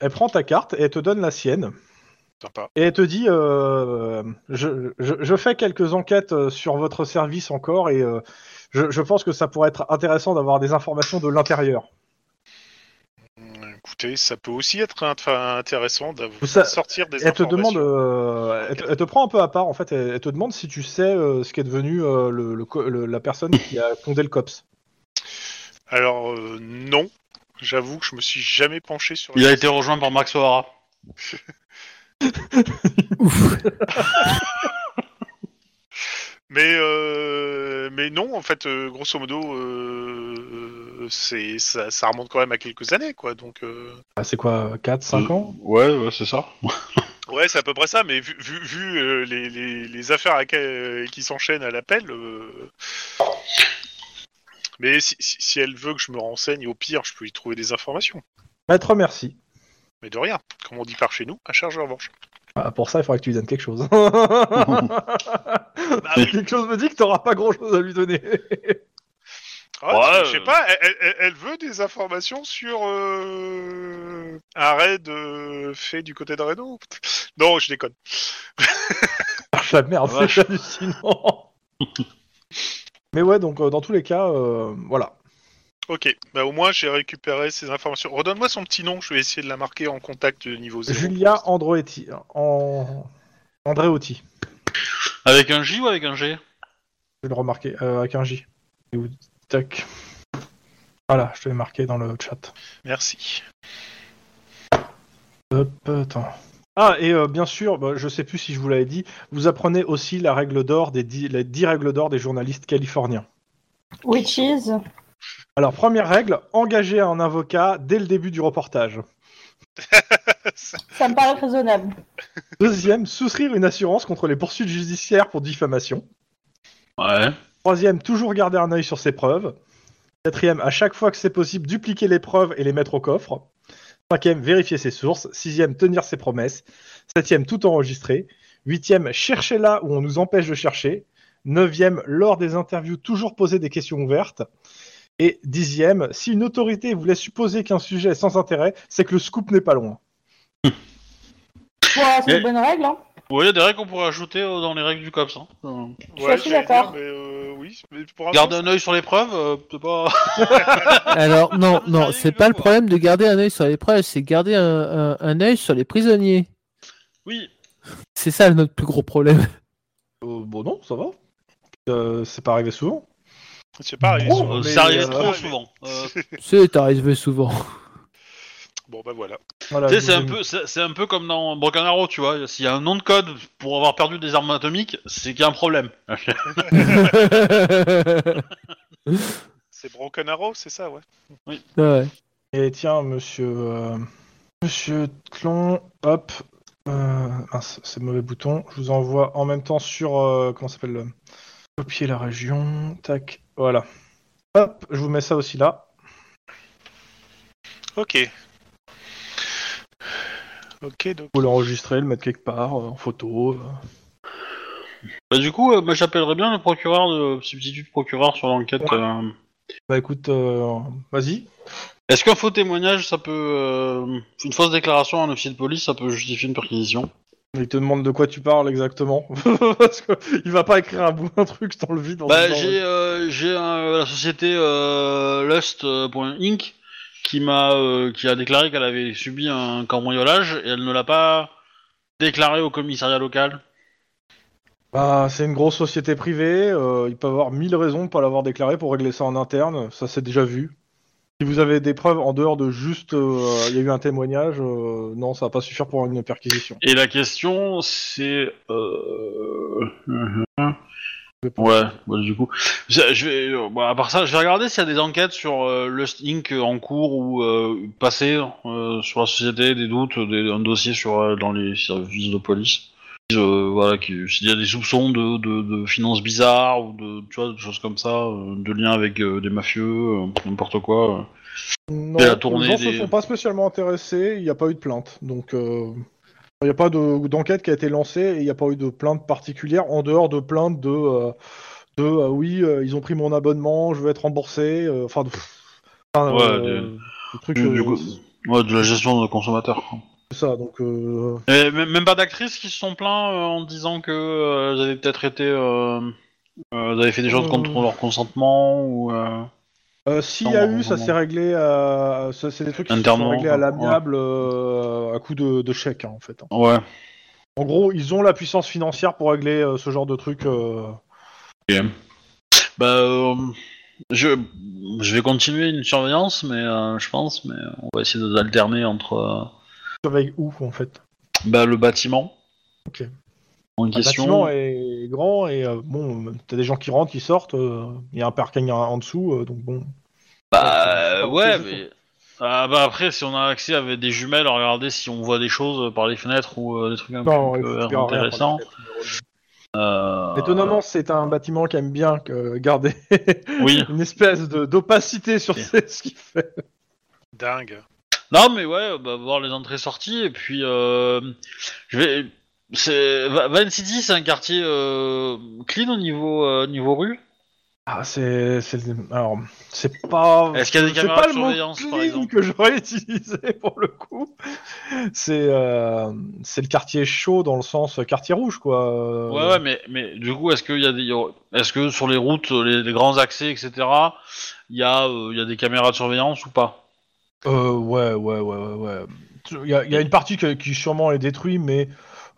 [SPEAKER 2] elle prend ta carte et elle te donne la sienne.
[SPEAKER 4] Sympa.
[SPEAKER 2] Et elle te dit, euh, je, je, je fais quelques enquêtes euh, sur votre service encore et euh, je, je pense que ça pourrait être intéressant d'avoir des informations de l'intérieur.
[SPEAKER 4] Hum, Écoutez, ça peut aussi être int- enfin, intéressant d'avoir
[SPEAKER 2] Ça-
[SPEAKER 4] sortir des
[SPEAKER 2] Elle te
[SPEAKER 4] informations.
[SPEAKER 2] demande, euh, elle, te- elle te prend un peu à part en fait. Elle, elle te demande si tu sais euh, ce qu'est devenu euh, le, le co- le- la personne qui a fondé le cops.
[SPEAKER 4] Alors euh, non, j'avoue que je me suis jamais penché sur.
[SPEAKER 3] Il a été rejoint par Max O'Hara.
[SPEAKER 5] Ouf.
[SPEAKER 4] Mais euh, mais non, en fait, euh, grosso modo, euh, euh, c'est ça, ça remonte quand même à quelques années, quoi. Donc euh,
[SPEAKER 2] Ah, c'est quoi, 4,
[SPEAKER 4] Mm.
[SPEAKER 2] 5 ans
[SPEAKER 3] Ouais, ouais, c'est ça.
[SPEAKER 4] ouais, c'est à peu près ça. Mais vu vu, vu, euh, les, les, les affaires à quel- euh, qui s'enchaînent à l'appel. euh, Mais si, si, si elle veut que je me renseigne, au pire, je peux y trouver des informations.
[SPEAKER 2] Elle te remercie.
[SPEAKER 4] Mais de rien, comme on dit par chez nous, à charge en revanche.
[SPEAKER 2] Ah, pour ça, il faudrait que tu lui donnes quelque chose.
[SPEAKER 4] Ah oui.
[SPEAKER 2] quelque chose me dit que t'auras pas grand chose à lui donner.
[SPEAKER 4] Ah,
[SPEAKER 3] Ouais,
[SPEAKER 4] je sais
[SPEAKER 3] euh.
[SPEAKER 4] pas, elle, elle- elle veut des informations sur euh, un raid euh, fait du côté de Reno. Non, je déconne.
[SPEAKER 2] Ah, la merde,
[SPEAKER 3] Ah,
[SPEAKER 2] c'est hallucinant. Mais ouais, donc euh, dans tous les cas, euh, voilà.
[SPEAKER 4] Ok, bah au moins j'ai récupéré ces informations. Redonne-moi son petit nom, je vais essayer de la marquer en contact de niveau 0.
[SPEAKER 2] Julia Andreotti. En... Andreotti,
[SPEAKER 3] Avec un J ou avec un G
[SPEAKER 2] je vais le remarquer, euh, avec un J. Et où- Tac. Voilà, je te l'ai marqué dans le chat.
[SPEAKER 4] Merci.
[SPEAKER 2] Hop, attends. Ah, et euh, bien sûr, bah, je sais plus si je vous l'avais dit, vous apprenez aussi la règle d'or des dix- les 10 règles d'or des journalistes californiens.
[SPEAKER 6] Witches.
[SPEAKER 2] Alors, première règle, engagez un avocat dès le début du reportage.
[SPEAKER 6] Ça me paraît raisonnable.
[SPEAKER 2] Deuxième, souscrire une assurance contre les poursuites judiciaires pour diffamation.
[SPEAKER 3] Ouais.
[SPEAKER 2] Troisième, toujours garder un œil sur ses preuves. Quatrième, à chaque fois que c'est possible, dupliquer les preuves et les mettre au coffre. Cinquième, vérifier ses sources. Sixième, tenir ses promesses. Septième, tout enregistrer. Huitième, chercher là où on nous empêche de chercher. Neuvième, lors des interviews, toujours poser des questions ouvertes. Et dixième, si une autorité voulait supposer qu'un sujet est sans intérêt, c'est que le scoop n'est pas loin.
[SPEAKER 6] Ouais, c'est
[SPEAKER 3] Et-
[SPEAKER 6] une bonne règle, hein.
[SPEAKER 3] Ouais, il y a des règles qu'on pourrait ajouter euh, dans les règles du COPS. hein.
[SPEAKER 6] Je suis assez d'accord.
[SPEAKER 4] mais euh, oui, mais pour un
[SPEAKER 3] Garde
[SPEAKER 4] moment,
[SPEAKER 3] un œil sur les preuves, euh, c'est pas.
[SPEAKER 5] Alors, non, Ah, non, c'est pas le
[SPEAKER 3] Quoi.
[SPEAKER 5] problème de garder un œil sur les preuves, c'est garder un, un- un œil sur les prisonniers.
[SPEAKER 3] Oui.
[SPEAKER 5] C'est ça notre plus gros problème.
[SPEAKER 2] Euh, bon, non, ça va. Euh, c'est pas arrivé souvent.
[SPEAKER 4] c'est pas arrivé
[SPEAKER 2] Oh,
[SPEAKER 4] souvent.
[SPEAKER 3] Euh,
[SPEAKER 2] mais,
[SPEAKER 3] c'est arrivé
[SPEAKER 2] euh,
[SPEAKER 3] trop souvent. Euh,
[SPEAKER 5] C'est arrivé souvent.
[SPEAKER 4] Bon, bah voilà.
[SPEAKER 2] Voilà,
[SPEAKER 3] Tu sais,
[SPEAKER 2] je
[SPEAKER 3] c'est
[SPEAKER 2] vous
[SPEAKER 3] un
[SPEAKER 2] ai-
[SPEAKER 3] peu, c'est c'est un peu comme dans Broken Arrow, tu vois. S'il y a un nom de code pour avoir perdu des armes atomiques, c'est qu'il y a un problème.
[SPEAKER 5] Ah
[SPEAKER 4] C'est Broken Arrow, c'est ça, ouais.
[SPEAKER 5] ouais.
[SPEAKER 2] Et tiens, monsieur. euh, Monsieur Tlon, hop. Euh, mince, c'est le mauvais bouton. Je vous envoie en même temps sur. euh, comment ça s'appelle euh, Copier la région. Tac. Voilà. Hop, je vous mets ça aussi là.
[SPEAKER 4] Ok. Ok, donc.
[SPEAKER 2] Vous l'enregistrez, le mettre quelque part, euh, en photo. euh.
[SPEAKER 3] Bah, du coup, euh, moi j'appellerais bien le procureur, de euh, substitut de procureur sur l'enquête.
[SPEAKER 2] Ouais.
[SPEAKER 3] euh.
[SPEAKER 2] Bah écoute, euh, vas-y.
[SPEAKER 3] Est-ce qu'un faux témoignage, ça peut. euh, une fausse déclaration à un officier de police, ça peut justifier une perquisition
[SPEAKER 2] Il te demande de quoi tu parles exactement. Parce que il va pas écrire un, bou- un truc dans le vide. en
[SPEAKER 3] Bah,
[SPEAKER 2] disant,
[SPEAKER 3] j'ai euh, j'ai un- la société euh, Lust.inc qui m'a euh, qui a déclaré qu'elle avait subi un cambriolage et elle ne l'a pas déclaré au commissariat local.
[SPEAKER 2] Bah, c'est une grosse société privée, euh, il peut avoir mille raisons de pas l'avoir déclaré pour régler ça en interne, ça c'est déjà vu. Si vous avez des preuves en dehors de juste euh, il y a eu un témoignage, euh, non, ça va pas suffire pour une perquisition.
[SPEAKER 3] Et la question, c'est. Euh... Ouais, bah, du coup. Je, je vais, euh, bah, à part ça, je vais regarder s'il y a des enquêtes sur euh, Lust Inc. en cours ou euh, passées euh, sur la société, des doutes, des- un dossier sur, euh, dans les services de police. Euh, voilà, qui- s'il y a des soupçons de, de, de finances bizarres ou de, tu vois, de choses comme ça, euh, de liens avec euh, des mafieux, euh, n'importe quoi. euh.
[SPEAKER 2] Non,
[SPEAKER 3] Et la
[SPEAKER 2] les
[SPEAKER 3] tournée
[SPEAKER 2] gens se
[SPEAKER 3] des-
[SPEAKER 2] sont pas spécialement intéressés, il n'y a pas eu de plainte, donc euh, il n'y a pas de- d'enquête qui a été lancée et il n'y a pas eu de plainte particulière en dehors de plainte de, euh, de euh, oui, euh, ils ont pris mon abonnement, je veux être remboursé, euh, enfin, de- enfin,
[SPEAKER 3] Ouais,
[SPEAKER 2] des trucs,
[SPEAKER 3] Du- du
[SPEAKER 2] euh,
[SPEAKER 3] coup- Ouais, de la gestion de consommateurs. quoi.
[SPEAKER 2] c'est ça, donc euh,
[SPEAKER 3] Et même même pas d'actrices qui se sont plaints euh, en disant que euh, elles avaient peut-être été. Euh, euh, elles avaient fait des choses
[SPEAKER 2] Euh.
[SPEAKER 3] contre leur consentement ou. euh,
[SPEAKER 2] Euh, S'il y a
[SPEAKER 3] Non,
[SPEAKER 2] eu, ça
[SPEAKER 3] non.
[SPEAKER 2] s'est réglé à... ça, C'est des trucs qui se sont
[SPEAKER 3] Internement,
[SPEAKER 2] réglés
[SPEAKER 3] quoi.
[SPEAKER 2] à l'amiable euh, à coup de, de chèque, hein, en fait.
[SPEAKER 3] Ouais.
[SPEAKER 2] En gros, ils ont la puissance financière pour régler euh, ce genre de truc. euh.
[SPEAKER 3] Bah. euh, je, je vais continuer une surveillance, mais euh, je pense, mais on va essayer d'alterner entre euh,
[SPEAKER 2] Surveille où, en fait
[SPEAKER 3] bah, le bâtiment.
[SPEAKER 2] Ok.
[SPEAKER 3] En
[SPEAKER 2] Le
[SPEAKER 3] question.
[SPEAKER 2] bâtiment est grand et euh, bon, t'as des gens qui rentrent, qui sortent, euh, il y a un parking en, en dessous, euh, donc bon.
[SPEAKER 3] Bah
[SPEAKER 2] Ouais,
[SPEAKER 3] ouais,
[SPEAKER 2] c'est juste.
[SPEAKER 3] mais ah, bah après si on a accès avec des jumelles, regardez si on voit des choses par les fenêtres ou euh, des trucs un
[SPEAKER 2] Non,
[SPEAKER 3] peu
[SPEAKER 2] il faut
[SPEAKER 3] euh,
[SPEAKER 2] faire Bah, rien,
[SPEAKER 3] intéressants. Euh,
[SPEAKER 2] Étonnamment, c'est un bâtiment qui aime bien que- garder
[SPEAKER 3] Oui.
[SPEAKER 2] une espèce de- d'opacité sur
[SPEAKER 3] Ok.
[SPEAKER 2] ce qu'il fait.
[SPEAKER 4] Dingue.
[SPEAKER 3] Non, mais ouais, bah, voir les entrées-sorties, et puis euh, je vais. C'est Va- Van City, c'est un quartier euh, clean au niveau euh, niveau rue.
[SPEAKER 2] Ah, c'est. c'est- Alors, c'est pas.
[SPEAKER 3] Est-ce qu'il y a des
[SPEAKER 2] C'est
[SPEAKER 3] caméras
[SPEAKER 2] pas
[SPEAKER 3] de
[SPEAKER 2] le mot
[SPEAKER 3] surveillance par
[SPEAKER 2] clean
[SPEAKER 3] exemple
[SPEAKER 2] que j'aurais utilisé pour le coup. C'est euh, c'est le quartier chaud dans le sens quartier rouge quoi. Euh,
[SPEAKER 3] Ouais, ouais, mais mais du coup, est-ce qu'il y a des est-ce que sur les routes, euh, les, les grands accès, etc. Il y a euh, il y a des caméras de surveillance ou pas
[SPEAKER 2] euh, ouais, ouais, ouais, ouais, ouais. Il y, a- il y a une partie que- qui sûrement est détruite, mais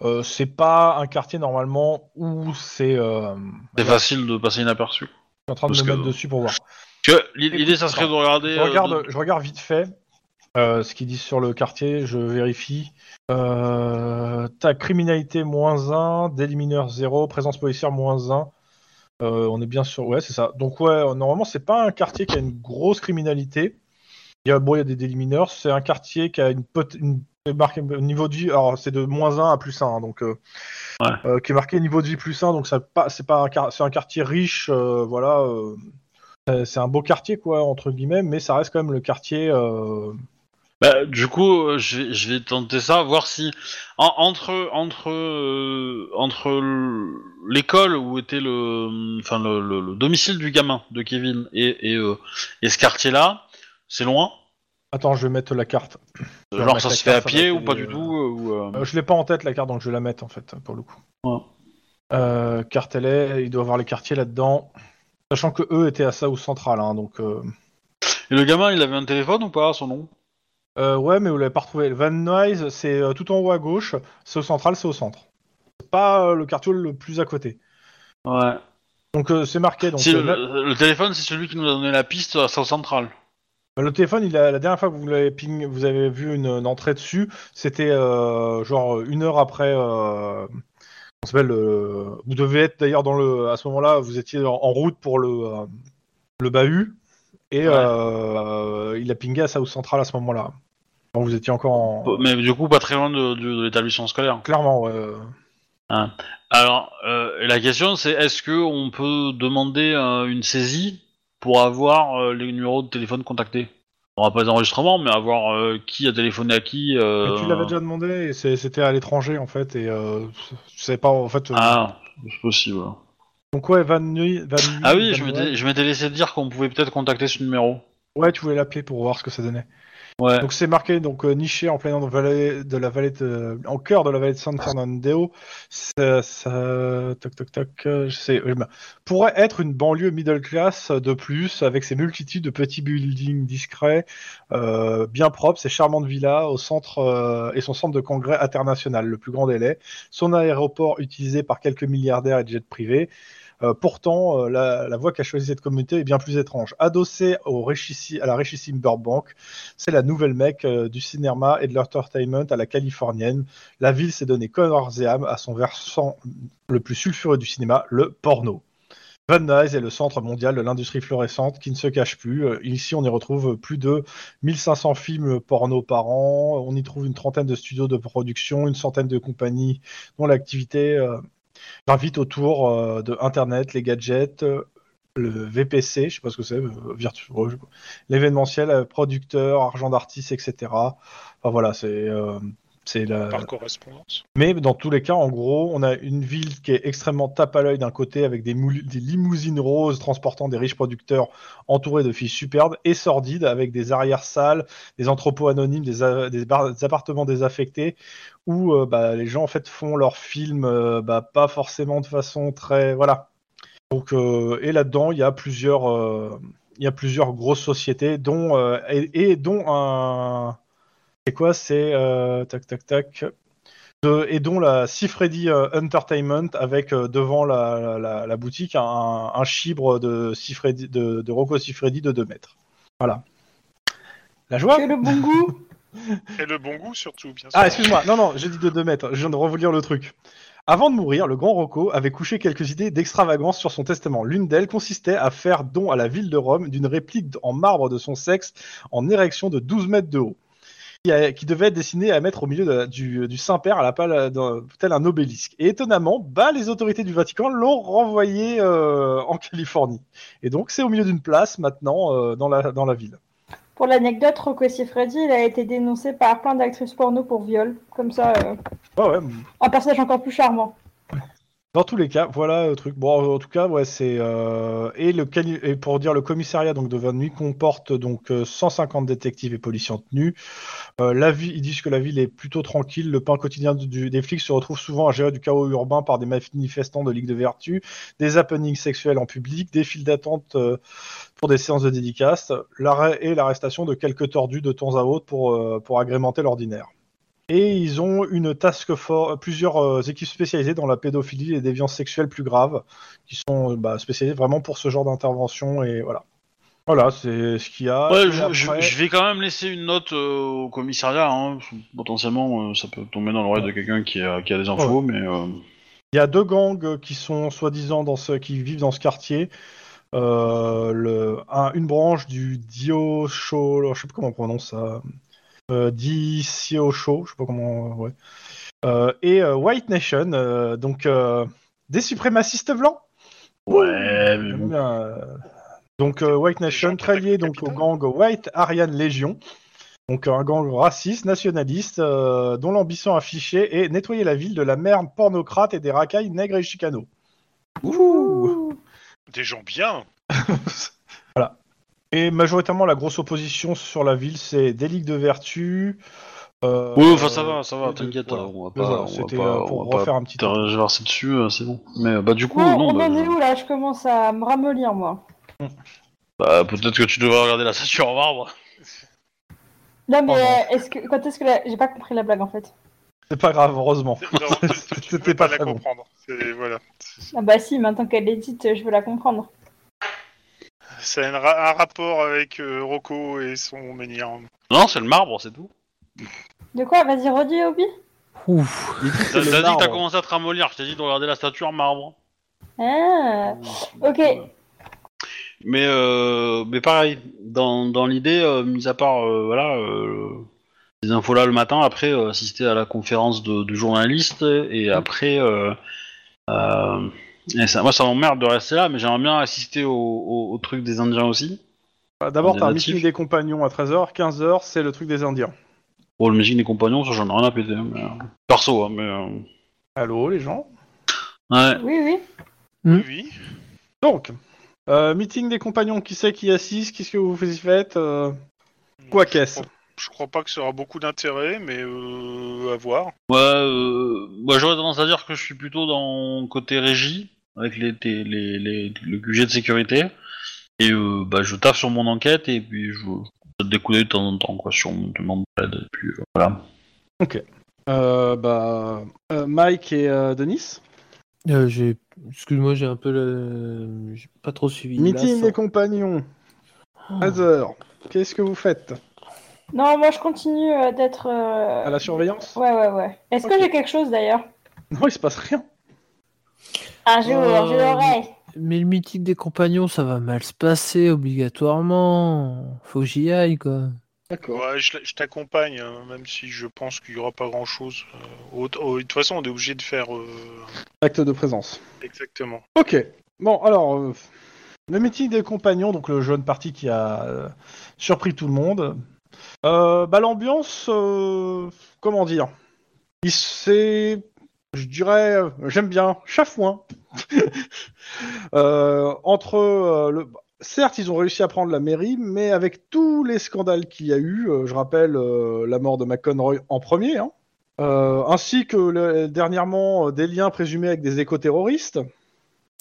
[SPEAKER 2] euh, c'est pas un quartier normalement où c'est. euh,
[SPEAKER 3] C'est
[SPEAKER 2] voilà,
[SPEAKER 3] facile de passer inaperçu.
[SPEAKER 2] je suis en train de
[SPEAKER 3] parce
[SPEAKER 2] me
[SPEAKER 3] que-
[SPEAKER 2] mettre dessus pour voir.
[SPEAKER 3] Tu vois, l'i- L'idée, ça serait de regarder.
[SPEAKER 2] Je
[SPEAKER 3] euh,
[SPEAKER 2] regarde,
[SPEAKER 3] de-
[SPEAKER 2] je regarde vite fait euh, ce qu'ils disent sur le quartier, je vérifie. Euh, ta criminalité moins 1, délit mineur 0, présence policière moins 1. Euh, on est bien sûr, ouais, c'est ça. Donc, ouais, euh, normalement, c'est pas un quartier qui a une grosse criminalité. Il y a, bon, il y a des délits mineurs, c'est un quartier qui a une, pot- une est marqué au niveau de vie, alors c'est de moins 1 à plus 1, hein, donc euh,
[SPEAKER 3] Ouais.
[SPEAKER 2] euh, qui est marqué niveau de vie plus 1, donc ça pas, c'est pas un, quar- c'est un quartier riche, euh, voilà, euh, euh, c'est un beau quartier, quoi, entre guillemets, mais ça reste quand même le quartier. euh,
[SPEAKER 3] Bah, du coup, euh, je vais, je vais tenter ça, voir si en- entre entre euh, entre le- l'école où était le mm, enfin le, le- le domicile du gamin de Kevin et et, euh, et ce quartier-là, c'est loin.
[SPEAKER 2] Attends, je vais mettre la carte. Je vais
[SPEAKER 3] Genre
[SPEAKER 2] mettre
[SPEAKER 3] ça
[SPEAKER 2] la
[SPEAKER 3] se fait à
[SPEAKER 2] carte, ça va
[SPEAKER 3] pied
[SPEAKER 2] être
[SPEAKER 3] ou pas
[SPEAKER 2] les-
[SPEAKER 3] du tout euh, ou, euh,
[SPEAKER 2] Euh, je l'ai pas en tête la carte, donc je vais la mettre en fait pour le coup.
[SPEAKER 3] Ouais.
[SPEAKER 2] Euh, carte LA, il doit avoir les quartiers là-dedans. Sachant que eux étaient à South Central, hein, donc euh...
[SPEAKER 3] Et le gamin, il avait un téléphone ou pas son nom
[SPEAKER 2] euh, ouais, mais vous l'avez pas retrouvé. Van Nuys, c'est euh, tout en haut à gauche. South Central, c'est au centre. C'est pas euh, le quartier le plus à côté.
[SPEAKER 3] Ouais.
[SPEAKER 2] Donc euh, c'est marqué. Donc
[SPEAKER 3] Si,
[SPEAKER 2] euh,
[SPEAKER 3] le, le téléphone, c'est celui qui nous a donné la piste à South Central.
[SPEAKER 2] Bah, Le téléphone, il a- la dernière fois que vous, l'avez ping, vous avez vu une, une entrée dessus, c'était euh, genre une heure après. euh, on s'appelle. euh, vous devez être d'ailleurs dans le. À ce moment-là, vous étiez en, en route pour le euh, le bahut et
[SPEAKER 3] Ouais.
[SPEAKER 2] euh, il a pingé à South Central à ce moment-là. Quand vous étiez encore en.
[SPEAKER 3] Mais du coup, pas très loin de, de- de l'établissement scolaire.
[SPEAKER 2] Clairement, ouais, euh,
[SPEAKER 3] Alors, euh, la question c'est est-ce que on peut demander euh, une saisie pour avoir euh, les numéros de téléphone contactés On aura pas les enregistrements, mais avoir euh, qui a téléphoné à qui. euh,
[SPEAKER 2] Mais tu l'avais déjà demandé, et c'est- c'était à l'étranger en fait, et euh, tu savais pas en fait. euh,
[SPEAKER 3] Ah, c'est possible.
[SPEAKER 2] Donc ouais, Van Nuy. Van Nuy-
[SPEAKER 3] Ah oui,
[SPEAKER 2] Van
[SPEAKER 3] je
[SPEAKER 2] Nuy-
[SPEAKER 3] m'étais- je m'étais laissé dire qu'on pouvait peut-être contacter ce numéro.
[SPEAKER 2] Ouais, tu voulais l'appeler pour voir ce que ça donnait.
[SPEAKER 3] Ouais.
[SPEAKER 2] Donc c'est marqué donc euh, niché en plein dans la vallée de la vallée de- en cœur de la vallée de San Fernando. Ça, ça- toc toc toc, euh, je sais, euh, bah, pourrait être une banlieue middle class euh, de plus avec ses multitudes de petits buildings discrets, euh, bien propres, ses charmantes villas au centre euh, et son centre de congrès international, le plus grand délai, son aéroport utilisé par quelques milliardaires et de jets privés. Euh, pourtant, euh, la, la voie qu'a choisie cette communauté est bien plus étrange. Adossée au richissi- à la richissime Burbank, c'est la nouvelle mecque euh, du cinéma et de l'entertainment à la californienne. La ville s'est donnée corps et âme à son versant le plus sulfureux du cinéma, le porno. Van Nuys est le centre mondial de l'industrie florissante qui ne se cache plus. Euh, Ici, on y retrouve plus de 1500 films porno par an. On y trouve une trentaine de studios de production, une centaine de compagnies dont l'activité euh, gravite autour euh, de Internet, les gadgets, euh, le VPC, je sais pas ce que c'est, euh, virtu- ouais, je- l'événementiel, euh, producteur, argent d'artiste, etc. Enfin voilà, c'est euh, c'est la,
[SPEAKER 4] par correspondance.
[SPEAKER 2] mais dans tous les cas, en gros, on a une ville qui est extrêmement tape à l'œil d'un côté avec des, moul- des limousines roses transportant des riches producteurs entourés de filles superbes et sordides avec des arrières-salles, des entrepôts anonymes, des, a- des bar- des appartements désaffectés où euh, bah, les gens en fait font leurs films euh, bah, pas forcément de façon très voilà. Donc euh, et là-dedans, il y a plusieurs euh, il y a plusieurs grosses sociétés dont euh, et, et dont un c'est quoi c'est euh, tac tac tac de- et dont la Cifredi euh, Entertainment avec euh, devant la, la- la boutique un, un chibre de, Cifredi, de, de Rocco Cifredi de 2 mètres. Voilà. La joie
[SPEAKER 6] Que le bon goût.
[SPEAKER 4] Et le bon goût surtout, bien sûr.
[SPEAKER 2] Ah, excuse-moi, non, non, j'ai dit de 2 mètres, je viens de revenir le truc. Avant de mourir, le grand Rocco avait couché quelques idées d'extravagance sur son testament. L'une d'elles consistait à faire don à la ville de Rome d'une réplique en marbre de son sexe en érection de 12 mètres de haut, qui, a- qui devait être dessinée à mettre au milieu de la- du, du Saint-Père à la pale d'un- tel un obélisque. Et étonnamment, bah, les autorités du Vatican l'ont renvoyé euh, en Californie. Et donc, c'est au milieu d'une place maintenant euh, dans, la, dans la ville.
[SPEAKER 6] Pour l'anecdote, Rocco Freddy, il a été dénoncé par plein d'actrices porno pour viol. Comme ça, euh,
[SPEAKER 2] Ouais, ouais,
[SPEAKER 6] un personnage encore plus charmant.
[SPEAKER 2] Dans tous les cas, voilà le truc. Bon, en tout cas, ouais, c'est euh, et le cali- et pour dire le commissariat donc de Van Nuys comporte donc euh, 150 détectives et policiers en tenue. Euh, la ville, ils disent que la ville est plutôt tranquille. Le pain quotidien du- du- des flics se retrouve souvent à gérer du chaos urbain par des manifestants de ligue de vertu, des happenings sexuels en public, des files d'attente euh, pour des séances de dédicaces, l'arrêt et l'arrestation de quelques tordus de temps à autre pour euh, pour agrémenter l'ordinaire. Et ils ont une task force, plusieurs euh, équipes spécialisées dans la pédophilie et les déviances sexuelles plus graves, qui sont euh, bah, spécialisées vraiment pour ce genre d'intervention. Et voilà. Voilà, c'est ce qu'il y a.
[SPEAKER 3] Ouais,
[SPEAKER 2] Et
[SPEAKER 3] je, je-
[SPEAKER 2] après-
[SPEAKER 3] je vais quand même laisser une note euh, au commissariat. hein. Potentiellement, euh, ça peut tomber dans l'oreille de quelqu'un qui, a- qui a des infos, mais. euh,
[SPEAKER 2] Il y a deux gangs euh, qui sont soi-disant dans ce, qui vivent dans ce quartier. Euh, le, un- une branche du Dio Show, je sais pas comment on prononce ça. Euh, Dicio Show, je sais pas comment. ouais. Euh, et euh, White Nation, euh, donc euh, des suprémacistes blancs.
[SPEAKER 3] Ouais, mais bon.
[SPEAKER 2] Bien, euh, Donc euh, White Nation, très lié donc au gang White Aryan Legion, donc un gang raciste, nationaliste, euh, dont l'ambition affichée est nettoyer la ville de la merde pornocrate et des racailles nègres et chicanos.
[SPEAKER 4] Des gens bien.
[SPEAKER 2] Et majoritairement la grosse opposition sur la ville, c'est des ligues de vertu. euh,
[SPEAKER 3] Ouais, enfin ça va, ça va,
[SPEAKER 2] et de-
[SPEAKER 3] t'inquiète,
[SPEAKER 2] voilà.
[SPEAKER 3] on va
[SPEAKER 2] Mais
[SPEAKER 3] pas.
[SPEAKER 2] voilà,
[SPEAKER 3] on va
[SPEAKER 2] C'était
[SPEAKER 3] pas-
[SPEAKER 2] euh,
[SPEAKER 3] on
[SPEAKER 2] pour
[SPEAKER 3] va pas
[SPEAKER 2] refaire un petit tour.
[SPEAKER 3] tergiverser dessus, euh, c'est bon. Mais euh, bah du coup,
[SPEAKER 6] Ouais,
[SPEAKER 3] non,
[SPEAKER 6] on
[SPEAKER 3] bah,
[SPEAKER 6] en est
[SPEAKER 3] je-
[SPEAKER 6] où là Je commence à me ramollir moi.
[SPEAKER 3] bah, peut-être que tu devrais regarder la statue en marbre.
[SPEAKER 6] Non mais
[SPEAKER 2] Pardon.
[SPEAKER 6] euh, est-ce que quand est-ce que la... j'ai pas compris la blague en fait
[SPEAKER 2] C'est pas grave, heureusement.
[SPEAKER 4] Non, tu- tu
[SPEAKER 2] C'était
[SPEAKER 4] peux
[SPEAKER 2] pas
[SPEAKER 4] pas la
[SPEAKER 2] très bon.
[SPEAKER 4] comprendre. C'est- Voilà.
[SPEAKER 6] Ah bah si, maintenant qu'elle est dite, je veux la comprendre.
[SPEAKER 4] C'est un, ra- un rapport avec euh, Rocco et son menhir.
[SPEAKER 3] Non, c'est le marbre, c'est tout.
[SPEAKER 6] De quoi Vas-y, redis, Obi.
[SPEAKER 5] Ouf.
[SPEAKER 3] T'as t'as
[SPEAKER 2] le
[SPEAKER 3] dit que t'as
[SPEAKER 2] marbre.
[SPEAKER 3] commencé à te ramollir, je t'ai dit de regarder la statue en marbre.
[SPEAKER 6] Ah, ok.
[SPEAKER 3] Mais, euh, mais pareil, dans, dans l'idée, euh, mis à part euh, voilà, euh, les infos là le matin, après euh, assister à la conférence de, de journaliste,
[SPEAKER 6] Mm.
[SPEAKER 3] et après. euh, euh, et ça- moi ça m'emmerde de rester là, mais j'aimerais bien assister au, au- au truc des Indiens aussi.
[SPEAKER 2] Bah, D'abord,
[SPEAKER 3] Des
[SPEAKER 2] t'as un
[SPEAKER 3] natifs.
[SPEAKER 2] meeting des compagnons à 13h, 15h, c'est le truc des Indiens.
[SPEAKER 3] Bon, le musique des compagnons, ça j'en ai rien à péter. mais, euh, perso, hein, mais. euh,
[SPEAKER 2] Allô, les gens
[SPEAKER 3] ouais.
[SPEAKER 6] Oui, oui.
[SPEAKER 5] Hmm.
[SPEAKER 4] Oui.
[SPEAKER 2] Donc, euh, meeting des compagnons, qui c'est qui assiste Qu'est-ce que vous y faites euh, Quoi qu'est-ce
[SPEAKER 4] Je crois pas que ça aura beaucoup d'intérêt, mais euh, à voir.
[SPEAKER 3] Ouais, euh, moi j'aurais tendance à dire que je suis plutôt dans côté régie, avec les, les, les, les- le QG de sécurité, et euh, bah, je taffe sur mon enquête, et puis je je donne des coups d'œil de temps en temps, quoi, sur mon demande d'aide, et puis euh, voilà.
[SPEAKER 2] Euh, bah, euh, Mike et euh, Denis
[SPEAKER 5] Euh, j'ai... Excuse-moi, j'ai un peu le... J'ai pas trop suivi.
[SPEAKER 2] Meeting
[SPEAKER 5] là,
[SPEAKER 2] des compagnons,
[SPEAKER 5] ça-
[SPEAKER 2] Ah. 13h. Qu'est-ce que vous faites
[SPEAKER 6] Non, moi, je continue euh, d'être. euh,
[SPEAKER 2] À la surveillance
[SPEAKER 6] Ouais, ouais, ouais. Est-ce
[SPEAKER 2] Ok.
[SPEAKER 6] que j'ai quelque chose d'ailleurs
[SPEAKER 2] Non, il se passe rien.
[SPEAKER 6] Un jour,
[SPEAKER 5] Euh,
[SPEAKER 6] j'ai l'oreille.
[SPEAKER 5] Mais le mythique des compagnons, ça va mal se passer, obligatoirement. Faut que j'y aille, quoi.
[SPEAKER 2] D'accord.
[SPEAKER 4] Ouais, je, je t'accompagne, hein, même si je pense qu'il y aura pas grand chose. oh, de toute façon, on est obligé de faire euh,
[SPEAKER 2] Acte de présence.
[SPEAKER 4] exactement.
[SPEAKER 2] Ok. Bon, alors, euh, le meeting des compagnons, donc le jeune parti qui a euh, surpris tout le monde. Euh, bah, l'ambiance, euh, comment dire Il s'est, je dirais, euh, j'aime bien, chafouin. Euh, entre euh, le. Certes, ils ont réussi à prendre la mairie, mais avec tous les scandales qu'il y a eu, euh, je rappelle euh, la mort de McConroy en premier, hein, euh, ainsi que le- dernièrement euh, des liens présumés avec des éco-terroristes,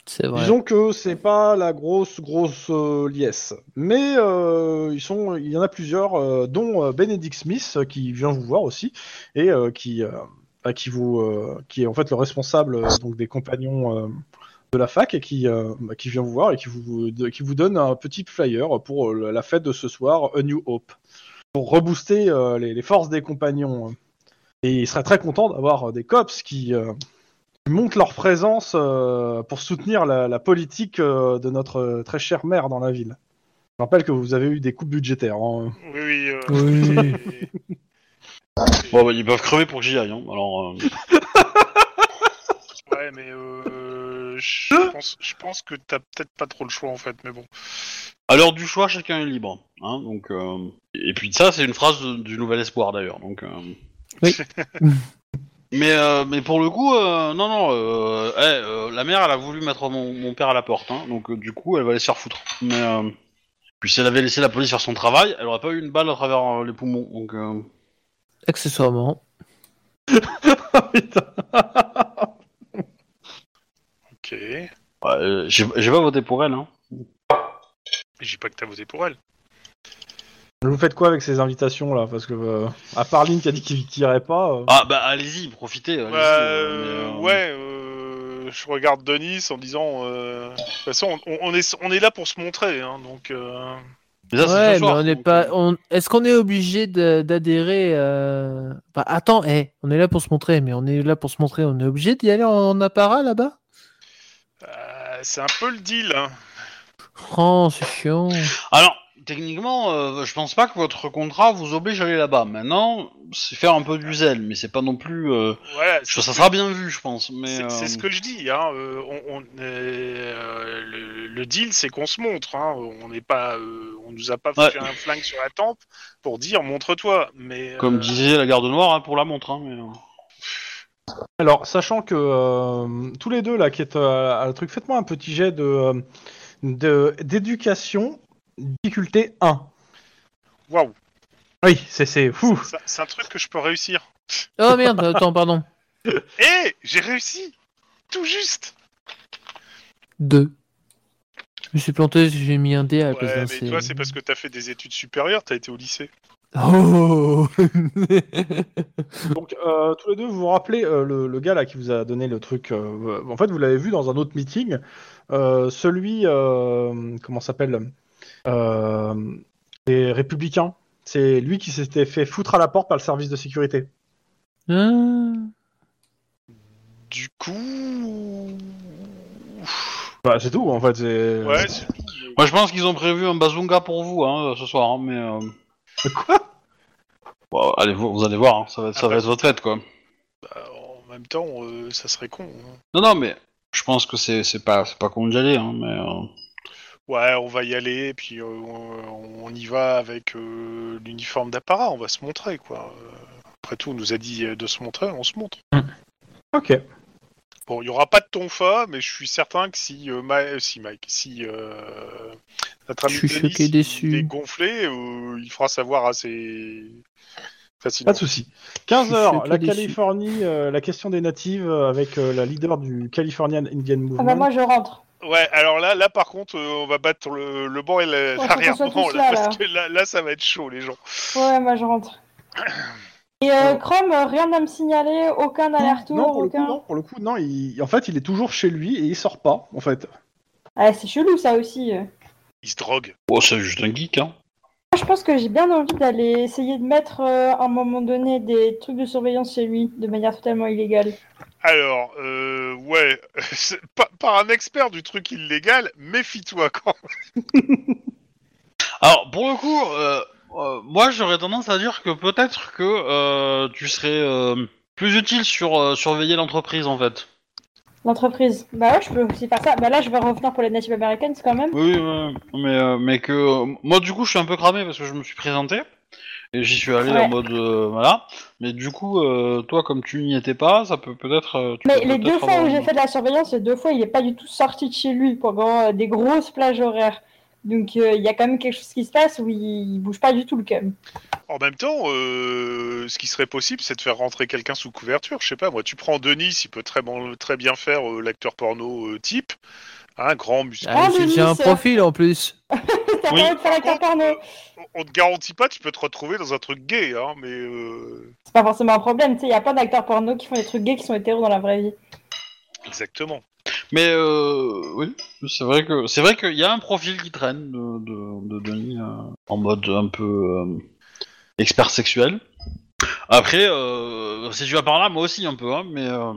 [SPEAKER 5] C'est vrai.
[SPEAKER 2] Disons que c'est pas la grosse grosse euh, liesse, mais euh, ils sont, il y en a plusieurs, euh, dont euh, Benedict Smith euh, qui vient vous voir aussi et euh, qui euh, à qui vous euh, qui est en fait le responsable euh, donc des compagnons euh, de la fac et qui euh, bah, qui vient vous voir et qui vous de- qui vous donne un petit flyer pour euh, la fête de ce soir, A New Hope, pour rebooster euh, les, les forces des compagnons. Et il serait très content d'avoir euh, des cops qui euh, montent leur présence euh, pour soutenir la, la politique euh, de notre euh, très chère maire dans la ville. Je rappelle que vous avez eu des coupes budgétaires. hein.
[SPEAKER 4] Oui, oui. euh,
[SPEAKER 5] Oui.
[SPEAKER 4] c'est-
[SPEAKER 3] Bon, bah, ils peuvent crever pour que j'y aille, hein, alors. euh,
[SPEAKER 4] Ouais, mais euh, je pense, je pense que t'as peut-être pas trop le choix en fait, mais bon.
[SPEAKER 3] À l'heure du choix, chacun est libre. Hein, donc, euh, et puis ça, c'est une phrase de- du Nouvel Espoir d'ailleurs. Donc, euh,
[SPEAKER 5] Oui.
[SPEAKER 3] mais, euh, mais pour le coup, euh, non, non, euh, eh, euh, la mère, elle a voulu mettre mon, mon père à la porte. Hein, donc, euh, du coup, elle va aller se faire foutre. Mais, euh, puis si elle avait laissé la police faire son travail, elle aurait pas eu une balle à travers euh, les poumons. Donc, euh,
[SPEAKER 5] Accessoirement.
[SPEAKER 2] Putain.
[SPEAKER 4] Ok.
[SPEAKER 3] ouais, euh, j'ai j'ai pas voté pour elle. Hein.
[SPEAKER 4] J'ai pas que t'as voté pour elle.
[SPEAKER 2] Vous faites quoi avec ces invitations là Parce que euh, à part Lynn qui a dit qu'il tirait pas. euh,
[SPEAKER 3] Ah, bah, allez-y, profitez. allez-y,
[SPEAKER 4] Bah,
[SPEAKER 3] euh,
[SPEAKER 4] euh,
[SPEAKER 3] mais, euh,
[SPEAKER 4] ouais, euh, je regarde Denis en disant. euh, De toute façon, on, on est, on est là pour se montrer, hein, donc. euh,
[SPEAKER 3] mais ça, c'est ce
[SPEAKER 5] ouais,
[SPEAKER 3] soir,
[SPEAKER 5] mais on n'est
[SPEAKER 3] donc,
[SPEAKER 5] pas.
[SPEAKER 3] euh,
[SPEAKER 5] on- Est-ce qu'on est obligé de- d'adhérer euh, bah, Attends, eh, on est là pour se montrer, mais on est là pour se montrer. On est obligé d'y aller en, en apparat là-bas
[SPEAKER 4] euh, c'est un peu le deal. hein.
[SPEAKER 5] Oh, c'est chiant.
[SPEAKER 3] Alors, techniquement, euh, je pense pas que votre contrat vous oblige à aller là-bas. Maintenant, c'est faire un peu du zèle, mais c'est pas non plus. euh,
[SPEAKER 4] Voilà,
[SPEAKER 3] je-
[SPEAKER 4] c'est-
[SPEAKER 3] ça sera bien vu, je pense. Mais
[SPEAKER 4] c'est c'est
[SPEAKER 3] euh,
[SPEAKER 4] ce que je dis. Hein, euh, on, on- euh, le, le deal, c'est qu'on se montre. Hein, on n'est pas, euh, on nous a pas
[SPEAKER 3] Ouais.
[SPEAKER 4] fait un flingue sur la tempe pour dire montre-toi. Mais
[SPEAKER 3] comme
[SPEAKER 4] euh,
[SPEAKER 3] disait la garde noire hein, pour la montre. hein, mais, euh.
[SPEAKER 2] Alors sachant que euh, tous les deux là qui est euh, à le truc, faites-moi un petit jet de euh, de- d'éducation difficulté 1.
[SPEAKER 4] waouh,
[SPEAKER 2] Oui, c'est c'est fou.
[SPEAKER 4] ça- c'est un truc que je peux réussir.
[SPEAKER 5] Oh merde, attends, pardon.
[SPEAKER 4] Hé, j'ai réussi, tout juste.
[SPEAKER 5] Deux. Je me suis planté, j'ai mis un dé à la place
[SPEAKER 4] Ouais,
[SPEAKER 5] d'un
[SPEAKER 4] mais
[SPEAKER 5] C.
[SPEAKER 4] toi, c'est parce que t'as fait des études supérieures, t'as été au lycée.
[SPEAKER 5] Oh
[SPEAKER 2] Donc euh, tous les deux, vous vous rappelez euh, le, le gars là qui vous a donné le truc. euh, en fait, vous l'avez vu dans un autre meeting. euh, celui, euh, comment s'appelle euh, les républicains. C'est lui qui s'était fait foutre à la porte par le service de sécurité.
[SPEAKER 5] Ah.
[SPEAKER 4] Du coup.
[SPEAKER 2] Bah, c'est tout, en fait. c'est-
[SPEAKER 4] Ouais, c'est-
[SPEAKER 3] Moi, je pense qu'ils ont prévu un bazunga pour vous hein, ce soir, hein, mais. euh,
[SPEAKER 2] Quoi
[SPEAKER 3] bon, allez, vous, vous allez voir, hein, ça, va, ça va être votre fête, quoi.
[SPEAKER 4] bah, en même temps, euh, ça serait con. hein.
[SPEAKER 3] Non, non, mais je pense que c'est c'est pas, c'est pas con d'y aller, hein, mais. euh,
[SPEAKER 4] Ouais, on va y aller, puis euh, on, on y va avec euh, l'uniforme d'apparat, on va se montrer, quoi. Euh, Après tout, on nous a dit euh, de se montrer, on se montre.
[SPEAKER 2] Ok.
[SPEAKER 4] Bon, il n'y aura pas de tonfa, mais je suis certain que si, euh, Ma- euh, si Mike, si euh, notre ami
[SPEAKER 5] Je suis
[SPEAKER 4] Denis,
[SPEAKER 5] choqué,
[SPEAKER 4] il
[SPEAKER 5] déçu.
[SPEAKER 4] est gonflé, euh, il fera savoir assez facilement.
[SPEAKER 2] Pas de souci.
[SPEAKER 5] Je
[SPEAKER 2] 15h,
[SPEAKER 5] suis
[SPEAKER 2] la
[SPEAKER 5] déçu.
[SPEAKER 2] Californie, euh, la question des natives euh, avec euh, la leader du Californian Indian
[SPEAKER 6] Ah bah,
[SPEAKER 2] Movement.
[SPEAKER 6] moi, je rentre.
[SPEAKER 4] Ouais, alors là, là par contre, euh, on va battre le, le banc et la-
[SPEAKER 6] Oh, faut qu'on
[SPEAKER 4] l'arrière-banc,
[SPEAKER 6] soit tous
[SPEAKER 4] là,
[SPEAKER 6] là,
[SPEAKER 4] parce
[SPEAKER 6] là.
[SPEAKER 4] que là, là, ça va être chaud, les gens.
[SPEAKER 6] Ouais, moi, je rentre. Et euh, Chrome, euh, rien à me signaler, aucun aller-retour,
[SPEAKER 2] non, pour le
[SPEAKER 6] aucun.
[SPEAKER 2] coup, non, pour le coup, non, il- en fait, il est toujours chez lui et il sort pas, en fait.
[SPEAKER 6] Ah, c'est chelou, ça aussi. euh.
[SPEAKER 4] Ils se droguent.
[SPEAKER 3] Oh, c'est juste un geek, hein.
[SPEAKER 6] Moi, je pense que j'ai bien envie d'aller essayer de mettre euh, à un moment donné des trucs de surveillance chez lui de manière totalement illégale.
[SPEAKER 4] Alors, euh, ouais, c'est pas- par un expert du truc illégal, méfie-toi quand
[SPEAKER 3] Alors, pour le coup, euh, euh, moi, j'aurais tendance à dire que peut-être que euh, tu serais euh, plus utile sur euh, surveiller l'entreprise, en fait.
[SPEAKER 6] L'entreprise. Bah ouais, je peux aussi faire ça. Bah là, je vais revenir pour les Native Americans quand même.
[SPEAKER 3] Oui, ouais, mais, euh, mais que euh, moi du coup je suis un peu cramé parce que je me suis présenté et j'y suis allé
[SPEAKER 6] Ouais.
[SPEAKER 3] en mode euh, voilà. Mais du coup, euh, toi comme tu n'y étais pas, ça peut peut-être. euh, tu
[SPEAKER 6] Mais
[SPEAKER 3] peux
[SPEAKER 6] les
[SPEAKER 3] peut-être
[SPEAKER 6] deux fois
[SPEAKER 3] avoir
[SPEAKER 6] où
[SPEAKER 3] une-
[SPEAKER 6] j'ai fait de la surveillance, les deux fois, il est pas du tout sorti de chez lui pendant euh, des grosses plages horaires. Donc euh, il y a quand même quelque chose qui se passe où il, il bouge pas du tout le cam.
[SPEAKER 4] En même temps, euh, ce qui serait possible, c'est de faire rentrer quelqu'un sous couverture. Je sais pas, moi, tu prends Denis, il peut très, bon- très bien faire euh, l'acteur porno euh, type, un grand muscle.
[SPEAKER 5] Ah, j'ai-
[SPEAKER 6] Denis,
[SPEAKER 5] j'ai un
[SPEAKER 6] ça.
[SPEAKER 5] profil en plus.
[SPEAKER 6] T'as
[SPEAKER 3] Oui.
[SPEAKER 6] pas envie de faire la carte porno.
[SPEAKER 4] On te garantit pas, tu peux te retrouver dans un truc gay, hein, mais euh,
[SPEAKER 6] C'est pas forcément un problème, tu sais, il y a plein d'acteurs porno qui font des trucs gays qui sont hétéros dans la vraie vie.
[SPEAKER 4] exactement.
[SPEAKER 3] Mais euh, oui, c'est vrai que c'est vrai qu'il y a un profil qui traîne de, de, de Denis euh, en mode un peu euh, expert sexuel. Après, euh, si tu vas par là, moi aussi un peu, hein, mais euh,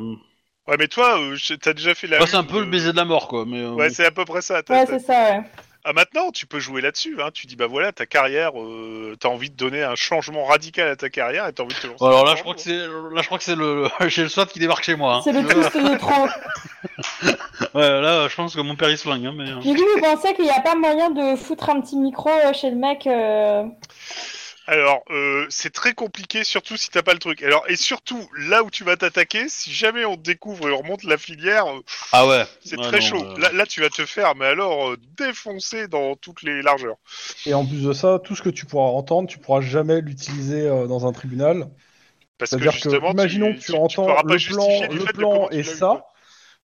[SPEAKER 4] Ouais, mais toi, euh, je- t'as déjà fait la.
[SPEAKER 3] moi, c'est un
[SPEAKER 4] une,
[SPEAKER 3] peu le
[SPEAKER 4] euh,
[SPEAKER 3] baiser de la mort quoi. Mais euh,
[SPEAKER 4] Ouais, c'est à peu près ça. T'as-
[SPEAKER 6] Ouais,
[SPEAKER 4] t'as-
[SPEAKER 6] c'est ça, ouais.
[SPEAKER 4] Ah, maintenant, tu peux jouer là-dessus. Hein. Tu dis, bah voilà, ta carrière, euh, t'as envie de donner un changement radical à ta carrière et t'as envie de te lancer.
[SPEAKER 3] Bon, alors là,
[SPEAKER 4] dans
[SPEAKER 3] je crois
[SPEAKER 4] le
[SPEAKER 3] que c'est là, je crois que c'est le j'ai le SWAT qui débarque chez moi. hein.
[SPEAKER 6] C'est le twist de trop.
[SPEAKER 3] Ouais, là, je pense que mon père il se flingue, hein, mais. euh.
[SPEAKER 6] Du coup, vous pensez qu'il n'y a pas moyen de foutre un petit micro euh, chez le mec euh,
[SPEAKER 4] Alors, euh, c'est très compliqué, surtout si t'as pas le truc. Alors, et surtout, là où tu vas t'attaquer, si jamais on te découvre et on remonte la filière, euh,
[SPEAKER 3] Ah ouais.
[SPEAKER 4] c'est
[SPEAKER 3] Ouais,
[SPEAKER 4] très
[SPEAKER 3] non,
[SPEAKER 4] chaud.
[SPEAKER 3] euh,
[SPEAKER 4] Là, là, tu vas te faire, mais alors, euh, défoncer dans toutes les largeurs.
[SPEAKER 2] Et en plus de ça, tout ce que tu pourras entendre, tu pourras jamais l'utiliser euh, dans un tribunal.
[SPEAKER 4] Parce que,
[SPEAKER 2] C'est-à-dire que,
[SPEAKER 4] justement,
[SPEAKER 2] imaginons que tu entends
[SPEAKER 4] pourras pas
[SPEAKER 2] le
[SPEAKER 4] justifier
[SPEAKER 2] plan,
[SPEAKER 4] du
[SPEAKER 2] le
[SPEAKER 4] fait de
[SPEAKER 2] plan
[SPEAKER 4] comment tu
[SPEAKER 2] et
[SPEAKER 4] l'as eu,
[SPEAKER 2] ça.
[SPEAKER 4] quoi.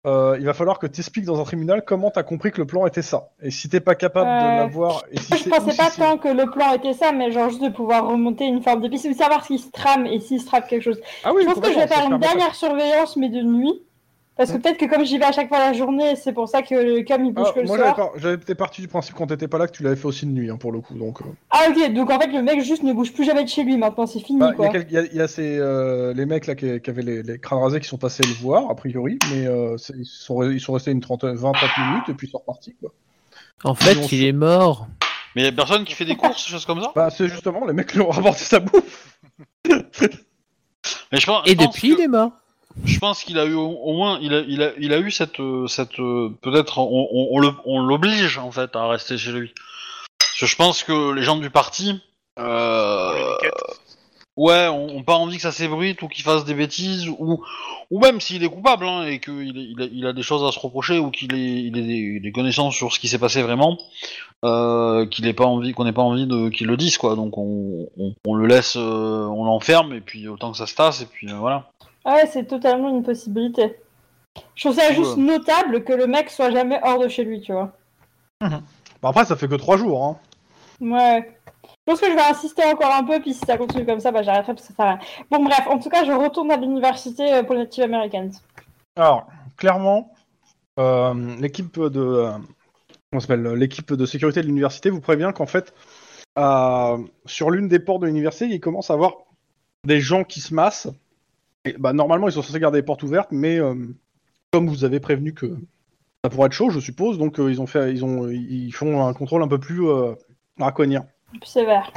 [SPEAKER 2] euh, il va falloir que tu expliques dans un tribunal comment tu as compris que le plan était ça. Et si t'es pas capable
[SPEAKER 6] Euh,
[SPEAKER 2] de l'avoir, et si
[SPEAKER 6] Je
[SPEAKER 2] c'est- ou
[SPEAKER 6] pensais
[SPEAKER 2] si
[SPEAKER 6] pas
[SPEAKER 2] c'est-
[SPEAKER 6] tant que le plan était ça, mais genre juste de pouvoir remonter une forme de piste ou savoir s'il se trame et s'il se trame quelque chose.
[SPEAKER 2] Ah oui,
[SPEAKER 6] je pense que je vais
[SPEAKER 2] complètement, ça
[SPEAKER 6] faire
[SPEAKER 2] te
[SPEAKER 6] une
[SPEAKER 2] permet- Hein.
[SPEAKER 6] dernière surveillance, mais de nuit. Parce que peut-être que comme j'y vais à chaque fois la journée, c'est pour ça que le cam il bouge
[SPEAKER 2] Ah,
[SPEAKER 6] que le
[SPEAKER 2] moi,
[SPEAKER 6] soir.
[SPEAKER 2] j'avais par- j'avais été parti du principe quand t'étais pas là que tu l'avais fait aussi de nuit, hein, pour le coup. Donc, euh.
[SPEAKER 6] Ah ok, donc en fait le mec juste ne bouge plus jamais de chez lui maintenant, c'est fini
[SPEAKER 2] Bah, Il y
[SPEAKER 6] quoi.
[SPEAKER 2] a, quel- il y a- il y a ces, euh, les mecs là qui, qui avaient les, les crânes rasés qui sont passés le voir, a priori, mais euh, c'est- ils, sont, re- ils sont restés une 30, 20 30 minutes et puis ils sont repartis. Quoi.
[SPEAKER 5] En fait,
[SPEAKER 2] Ils ont-
[SPEAKER 5] il est mort.
[SPEAKER 3] Mais y a personne qui fait des courses, choses comme ça.
[SPEAKER 2] Bah, c'est justement les mecs qui lui ont rapporté sa bouffe.
[SPEAKER 3] Mais je pense,
[SPEAKER 5] Et
[SPEAKER 3] je pense
[SPEAKER 5] depuis,
[SPEAKER 3] que-
[SPEAKER 5] il est mort.
[SPEAKER 3] je pense qu'il a eu au, au moins, il a, il a, il a eu cette, euh, cette, euh, peut-être, on, on, on le- on l'oblige en fait à rester chez lui. Parce que je pense que les gens du parti,
[SPEAKER 4] Pour les
[SPEAKER 3] euh,
[SPEAKER 4] enquêtes.
[SPEAKER 3] ouais, ont, ont pas envie que ça s'ébruite ou qu'il fasse des bêtises ou, ou même s'il est coupable hein, et qu'il est- il a, il a des choses à se reprocher ou qu'il ait, il ait des, des connaissances sur ce qui s'est passé vraiment, euh, qu'il ait pas envie, qu'on ait pas envie de qu'il le dise quoi. Donc on, on, on le laisse, euh, on l'enferme et puis autant que ça se tasse et puis euh, voilà.
[SPEAKER 6] Ah ouais, c'est totalement une possibilité. Je trouve ça juste
[SPEAKER 3] Ouais.
[SPEAKER 6] notable que le mec soit jamais hors de chez lui, tu vois.
[SPEAKER 2] Bah, après, ça fait que 3 jours. Hein.
[SPEAKER 6] Ouais. Je pense que je vais insister encore un peu, puis si ça continue comme ça, bah j'arrêterai parce que ça sert à rien. Bon bref, en tout cas, je retourne à l'université euh, pour les Native Americans.
[SPEAKER 2] Alors, clairement, euh, l'équipe de, euh, comment s'appelle l'équipe de sécurité de l'université vous prévient qu'en fait, à- sur l'une des portes de l'université, il commence à avoir des gens qui se massent. Et, bah, normalement, ils sont censés garder les portes ouvertes, mais euh, comme vous avez prévenu que ça pourrait être chaud, je suppose, donc euh, ils ont fait, ils ont, ils font un contrôle un peu plus euh, draconien.
[SPEAKER 6] Plus sévère.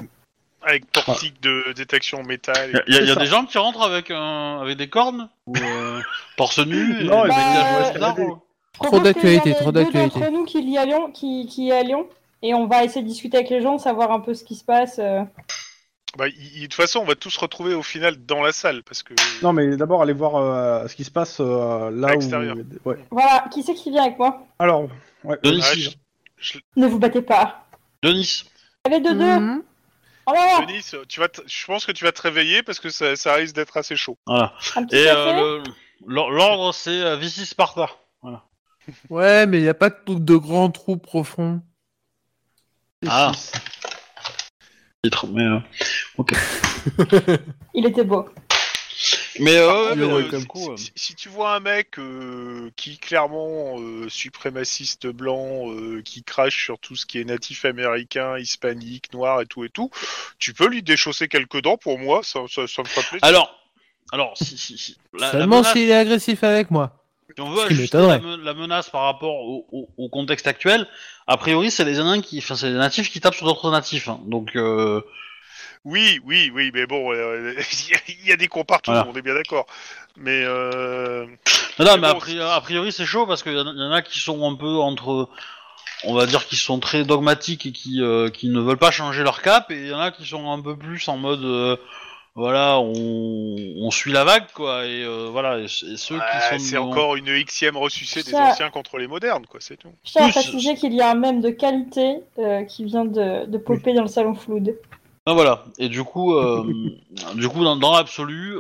[SPEAKER 4] Avec portique de détection en métal. et-
[SPEAKER 3] Il y a, y a
[SPEAKER 2] ça.
[SPEAKER 3] des gens qui rentrent avec, un, avec des cornes Ou euh, torse nu et
[SPEAKER 2] Non,
[SPEAKER 3] des
[SPEAKER 6] bah,
[SPEAKER 3] maquillages
[SPEAKER 6] euh,
[SPEAKER 3] bizarres,
[SPEAKER 2] il y a
[SPEAKER 3] ou-
[SPEAKER 6] Je
[SPEAKER 5] Trop
[SPEAKER 6] propose que
[SPEAKER 5] d'actualité,
[SPEAKER 6] j'en ai
[SPEAKER 5] trop
[SPEAKER 6] deux
[SPEAKER 5] d'actualité.
[SPEAKER 6] d'entre nous qui, lit à Lyon, qui, qui est à Lyon, et on va essayer de discuter avec les gens, savoir un peu ce qui se passe. euh.
[SPEAKER 4] Bah, il- il- de toute façon, on va tous se retrouver au final dans la salle parce que.
[SPEAKER 2] Non, mais d'abord, allez voir euh, ce qui se passe euh, là
[SPEAKER 4] À l'extérieur.
[SPEAKER 2] où. Ouais.
[SPEAKER 6] Voilà, qui c'est qui vient avec moi
[SPEAKER 2] Alors, ouais,
[SPEAKER 3] Denis,
[SPEAKER 4] Ah,
[SPEAKER 2] si,
[SPEAKER 4] je-
[SPEAKER 2] hein.
[SPEAKER 6] Ne vous battez pas.
[SPEAKER 3] Denis,
[SPEAKER 6] Allez, deux,
[SPEAKER 3] Hmm.
[SPEAKER 6] deux.
[SPEAKER 5] Mhm.
[SPEAKER 6] Oh là là,
[SPEAKER 4] Denis, euh, tu vas te- je pense que tu vas te réveiller parce que ça, ça risque d'être assez chaud.
[SPEAKER 3] voilà.
[SPEAKER 6] un petit
[SPEAKER 3] Et
[SPEAKER 6] café.
[SPEAKER 3] euh, le- l'or- l'ordre, c'est euh, Vici Sparta. Voilà.
[SPEAKER 5] Ouais, mais il n'y a pas de, trou- de grand trou profond.
[SPEAKER 3] Ah. Titre, Mais, euh,
[SPEAKER 6] Il était beau.
[SPEAKER 3] mais, euh,
[SPEAKER 4] Par
[SPEAKER 3] mais,
[SPEAKER 4] contre,
[SPEAKER 3] euh,
[SPEAKER 4] euh,
[SPEAKER 3] du
[SPEAKER 4] si-
[SPEAKER 3] coup, euh,
[SPEAKER 4] si, si tu vois un mec euh, qui clairement euh, suprémaciste blanc, euh, qui crache sur tout ce qui est natif américain, hispanique, noir et tout et tout, tu peux lui déchausser quelques dents pour moi, ça, ça, ça me ferait plaisir.
[SPEAKER 3] Alors, alors, si, si, si. La, la
[SPEAKER 5] Seulement
[SPEAKER 3] menace-
[SPEAKER 5] s'il est agressif avec moi.
[SPEAKER 3] Si on veut
[SPEAKER 5] Ce qui
[SPEAKER 3] ajuster la,
[SPEAKER 5] m'étonnerait.
[SPEAKER 3] me- la menace par rapport au, au- au contexte actuel, a priori, c'est les Indiens qui, enfin, c'est les natifs qui tapent sur d'autres natifs. hein. Donc, euh,
[SPEAKER 4] Oui, oui, oui, mais bon, euh, il y a- il y, a des cons partout,
[SPEAKER 3] Voilà.
[SPEAKER 4] on est bien d'accord. Mais euh,
[SPEAKER 3] non, non,
[SPEAKER 4] Mais
[SPEAKER 3] mais a
[SPEAKER 4] bon,
[SPEAKER 3] pri- a priori, c'est chaud parce qu'il y, en a- y en a qui sont un peu entre, on va dire, qui sont très dogmatiques et qui, euh, qui ne veulent pas changer leur cap, et il y en a qui sont un peu plus en mode, euh, voilà, on, on suit la vague, quoi. Et euh, voilà, et, c- et ceux
[SPEAKER 4] ah,
[SPEAKER 3] qui sont
[SPEAKER 4] c'est
[SPEAKER 3] dans-
[SPEAKER 4] encore une Xème ressucée des
[SPEAKER 6] Ça-
[SPEAKER 4] anciens contre les modernes, quoi, c'est tout.
[SPEAKER 6] Je tiens à
[SPEAKER 3] Plus-
[SPEAKER 6] préciser qu'il y a un mème de qualité euh, qui vient de, de popper dans le salon Flood.
[SPEAKER 3] Ah, voilà. Et du coup, euh, du coup, dans, dans l'absolu,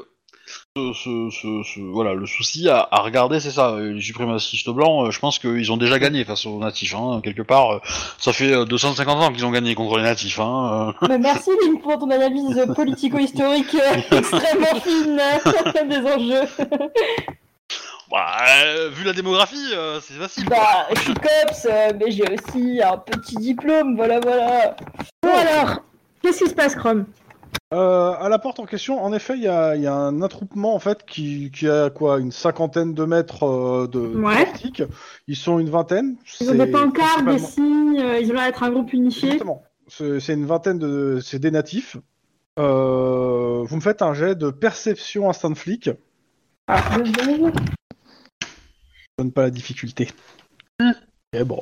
[SPEAKER 3] ce, ce- ce- ce- voilà, le souci à, à regarder, c'est ça. euh, Les suprémacistes blancs, euh, je pense qu'ils ont déjà gagné face aux natifs. Hein, quelque part, euh, ça fait euh, 250 ans qu'ils ont gagné contre les natifs. Hein, euh.
[SPEAKER 6] Mais merci Link pour ton analyse politico-historique euh, extrêmement fine euh, des enjeux.
[SPEAKER 3] Bah, euh, vu la démographie, euh, c'est facile. quoi.
[SPEAKER 6] Bah, je suis cops, euh, mais j'ai aussi un petit diplôme, voilà, voilà. Bon alors, qu'est-ce qui se passe, Chrome
[SPEAKER 2] Euh, à la porte en question, en effet, il y, a il y a un attroupement en fait qui, qui a quoi une cinquantaine de mètres euh, de de
[SPEAKER 7] Ouais.
[SPEAKER 2] portique. Ils sont une vingtaine.
[SPEAKER 7] Ils ont des
[SPEAKER 2] C'est
[SPEAKER 7] pancartes, des
[SPEAKER 2] principalement-
[SPEAKER 7] signes, euh, ils ont l'air d'être un groupe unifié.
[SPEAKER 2] Justement, c'est c'est une vingtaine de, c'est des natifs. Euh, vous me faites un jet de perception instant flic. Je
[SPEAKER 6] Ah, deux secondes.
[SPEAKER 2] donne pas la difficulté. Et bon,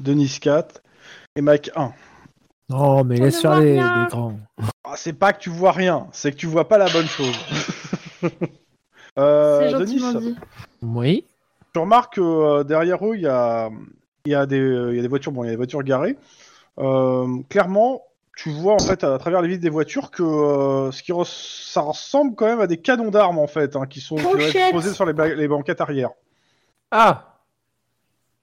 [SPEAKER 2] Denis 4 et Mike 1.
[SPEAKER 5] Non, mais
[SPEAKER 7] On
[SPEAKER 5] laisse
[SPEAKER 7] ne
[SPEAKER 5] faire
[SPEAKER 7] voit
[SPEAKER 5] les,
[SPEAKER 7] rien.
[SPEAKER 5] les grands.
[SPEAKER 2] Ah, c'est pas que tu vois rien, c'est que tu vois pas la bonne chose. Euh,
[SPEAKER 7] C'est
[SPEAKER 2] Denis,
[SPEAKER 7] gentiment dit.
[SPEAKER 5] Oui.
[SPEAKER 2] Tu remarques que euh, derrière eux, il y a, il y, a des- euh, il y a des voitures, bon, il y a des voitures garées. Euh, clairement, tu vois en fait à travers les vitres des voitures que euh, ce qui res- ça ressemble quand même à des canons d'armes en fait, hein, qui sont qui doivent être
[SPEAKER 6] Pochette.
[SPEAKER 2] posés sur les, ba- les banquettes arrière.
[SPEAKER 5] Ah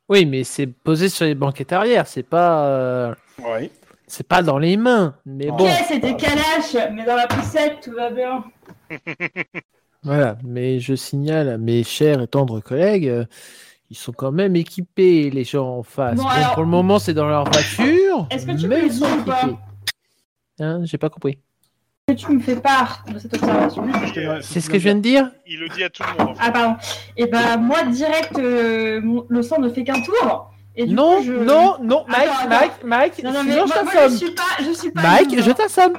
[SPEAKER 5] Oui, mais c'est posé sur les banquettes arrière, c'est pas. euh,
[SPEAKER 2] Oui.
[SPEAKER 5] C'est pas dans les mains, mais
[SPEAKER 2] Ah.
[SPEAKER 5] bon.
[SPEAKER 6] Ok, c'est des calaches, mais dans la poussette, tout va bien.
[SPEAKER 5] Voilà, mais je signale à mes chers et tendres collègues, euh, ils sont quand même équipés, les gens en face.
[SPEAKER 6] Bon,
[SPEAKER 5] Bon,
[SPEAKER 6] alors-
[SPEAKER 5] Pour le moment, c'est dans leur voiture.
[SPEAKER 6] Est-ce que tu
[SPEAKER 5] mais
[SPEAKER 6] peux les
[SPEAKER 5] ils sont
[SPEAKER 6] suivre ou pas
[SPEAKER 5] équipés. Hein, J'ai pas compris.
[SPEAKER 6] Que tu me fais part de cette observation.
[SPEAKER 4] Et, euh,
[SPEAKER 5] C'est ce que je viens de dire
[SPEAKER 4] Il le dit à tout le monde. en fait.
[SPEAKER 6] Ah pardon. Et bah moi direct, euh, mon- le sang ne fait qu'un tour. Et du
[SPEAKER 5] Non,
[SPEAKER 6] coup, je...
[SPEAKER 5] non, non, Mike,
[SPEAKER 6] Attends, attends.
[SPEAKER 5] Mike, Mike,
[SPEAKER 6] Non, non, mais
[SPEAKER 5] sinon
[SPEAKER 6] moi,
[SPEAKER 5] je
[SPEAKER 6] moi, je
[SPEAKER 5] t'assomme.
[SPEAKER 6] suis pas, je suis pas.
[SPEAKER 5] Mike,
[SPEAKER 6] non,
[SPEAKER 5] je t'assomme.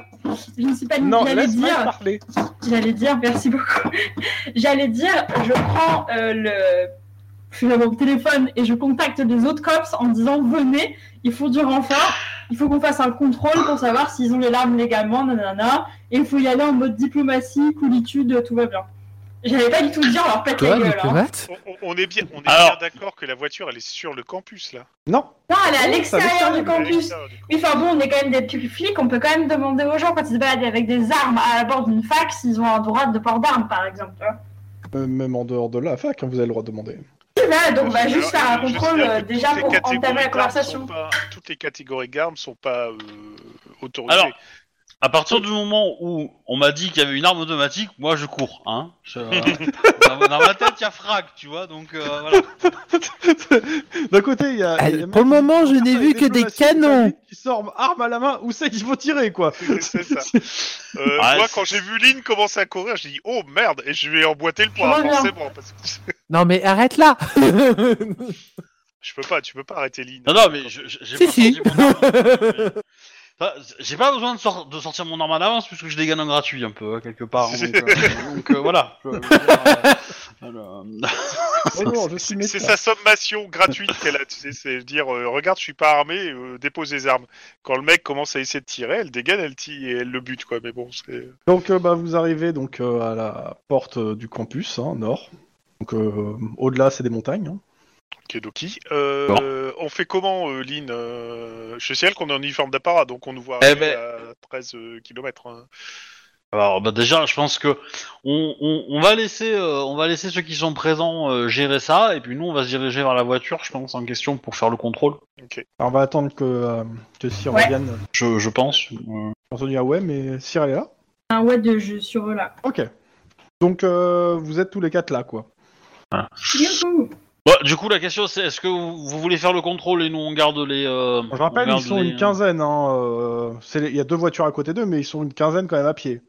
[SPEAKER 6] je ne suis pas.
[SPEAKER 2] Non,
[SPEAKER 6] j'allais
[SPEAKER 2] laisse Mike
[SPEAKER 6] dire,
[SPEAKER 2] parler.
[SPEAKER 6] j'allais dire, merci beaucoup. j'allais dire, je prends euh, le, finalement, mon téléphone et je contacte les autres cops en disant venez, il faut du renfort, il faut qu'on fasse un contrôle pour savoir s'ils ont les larmes légalement, nanana, et il faut y aller en mode diplomatie, coolitude, tout va bien. J'allais pas du tout dire leur pète la
[SPEAKER 5] Toi,
[SPEAKER 6] gueule. hein.
[SPEAKER 5] diplomate
[SPEAKER 4] On, on- on est bien, on est
[SPEAKER 3] Alors-
[SPEAKER 4] bien d'accord que la voiture elle est sur le campus là.
[SPEAKER 2] Non.
[SPEAKER 6] Non, elle est à l'extérieur du
[SPEAKER 4] Elle est
[SPEAKER 6] campus.
[SPEAKER 4] extérieure, du coup.
[SPEAKER 6] Oui, enfin bon, on est quand même des petits flics, on peut quand même demander aux gens quand ils se baladent avec des armes à bord d'une fac s'ils ont un droit de port d'armes, par exemple. tu vois.
[SPEAKER 2] Euh, Même en dehors de la fac, hein, vous avez le droit de demander.
[SPEAKER 6] Là, donc on va
[SPEAKER 4] Alors,
[SPEAKER 6] juste faire un
[SPEAKER 4] je- je
[SPEAKER 6] contrôle
[SPEAKER 4] signale
[SPEAKER 6] euh,
[SPEAKER 4] que
[SPEAKER 6] déjà
[SPEAKER 4] toutes les
[SPEAKER 6] pour
[SPEAKER 4] catégories
[SPEAKER 6] entamer la
[SPEAKER 4] d'armes
[SPEAKER 6] conversation.
[SPEAKER 4] sont pas- toutes les catégories d'armes sont pas euh, autorisées.
[SPEAKER 3] Alors, À partir du moment où on m'a dit qu'il y avait une arme automatique, moi je cours. Hein. Je- dans, dans ma tête, il y a frag, tu vois. Donc euh, voilà.
[SPEAKER 2] D'un côté, il y a.
[SPEAKER 5] Ah,
[SPEAKER 2] il y a
[SPEAKER 5] pour le
[SPEAKER 2] même-
[SPEAKER 5] moment, je n'ai vu que des
[SPEAKER 2] Diplomatie,
[SPEAKER 5] canons.
[SPEAKER 2] Qui sortent arme à la main, où c'est qu'il faut tirer, quoi
[SPEAKER 4] C'est ça. Euh,
[SPEAKER 3] Ouais,
[SPEAKER 4] moi,
[SPEAKER 3] ah, c'est-
[SPEAKER 4] quand j'ai vu Lynn commencer à courir, j'ai dit oh merde, et je vais emboîter le
[SPEAKER 8] Je
[SPEAKER 4] point
[SPEAKER 8] reviens.
[SPEAKER 4] forcément. Parce que...
[SPEAKER 5] Non, mais arrête là
[SPEAKER 4] Je peux pas, tu peux pas arrêter Lynn.
[SPEAKER 3] Non, non, mais je- je- j'ai
[SPEAKER 5] Si,
[SPEAKER 3] pas
[SPEAKER 5] si.
[SPEAKER 3] sorti mon arme. Enfin, J'ai pas besoin de, sor- de sortir mon arme à l'avance puisque je dégaine en gratuit un peu hein, quelque part. hein, donc, euh, donc, euh, voilà. Je- je veux dire, euh, alors,
[SPEAKER 2] Oh non, je suis
[SPEAKER 4] C'est
[SPEAKER 2] méchant.
[SPEAKER 4] sa sommation gratuite qu'elle a, tu sais, c'est dire euh, regarde, je suis pas armé, euh, dépose les armes. Quand le mec commence à essayer de tirer, elle dégaine, elle tire et elle le bute quoi. Mais bon, c'est
[SPEAKER 2] Donc, euh, bah, vous arrivez donc euh, à la porte euh, du campus, hein, nord. Donc, euh, au-delà, c'est des montagnes. hein.
[SPEAKER 4] Kedoki. Euh, On fait comment, euh, Lynn Euh, Je sais elle qu'on est en uniforme d'apparat, donc on nous voit
[SPEAKER 3] Eh
[SPEAKER 4] arriver
[SPEAKER 3] ben.
[SPEAKER 4] à euh, 13 km.
[SPEAKER 3] Alors bah déjà, je pense que on, on, on va laisser euh, on va laisser ceux qui sont présents euh, gérer ça et puis nous on va se diriger vers la voiture, je pense en question pour faire le contrôle.
[SPEAKER 2] Alors, on va attendre que, euh, que Cyr
[SPEAKER 6] Ouais.
[SPEAKER 2] revienne.
[SPEAKER 3] Je, je pense. Euh,
[SPEAKER 2] J'ai entendu ah ouais, mais Cyr, elle est là
[SPEAKER 6] Ah
[SPEAKER 8] Un ouais de jeu sur là.
[SPEAKER 2] Ok. Donc, euh, vous êtes tous les quatre là, quoi.
[SPEAKER 8] Youhou
[SPEAKER 3] ouais, Bah, du coup, la question c'est est-ce que vous, vous voulez faire le contrôle et nous on garde les. euh,
[SPEAKER 2] Je
[SPEAKER 3] on
[SPEAKER 2] rappelle,
[SPEAKER 3] garde
[SPEAKER 2] ils sont
[SPEAKER 3] les-
[SPEAKER 2] une quinzaine. hein, euh, c'est les- Il y a deux voitures à côté d'eux, mais ils sont une quinzaine quand même à pied.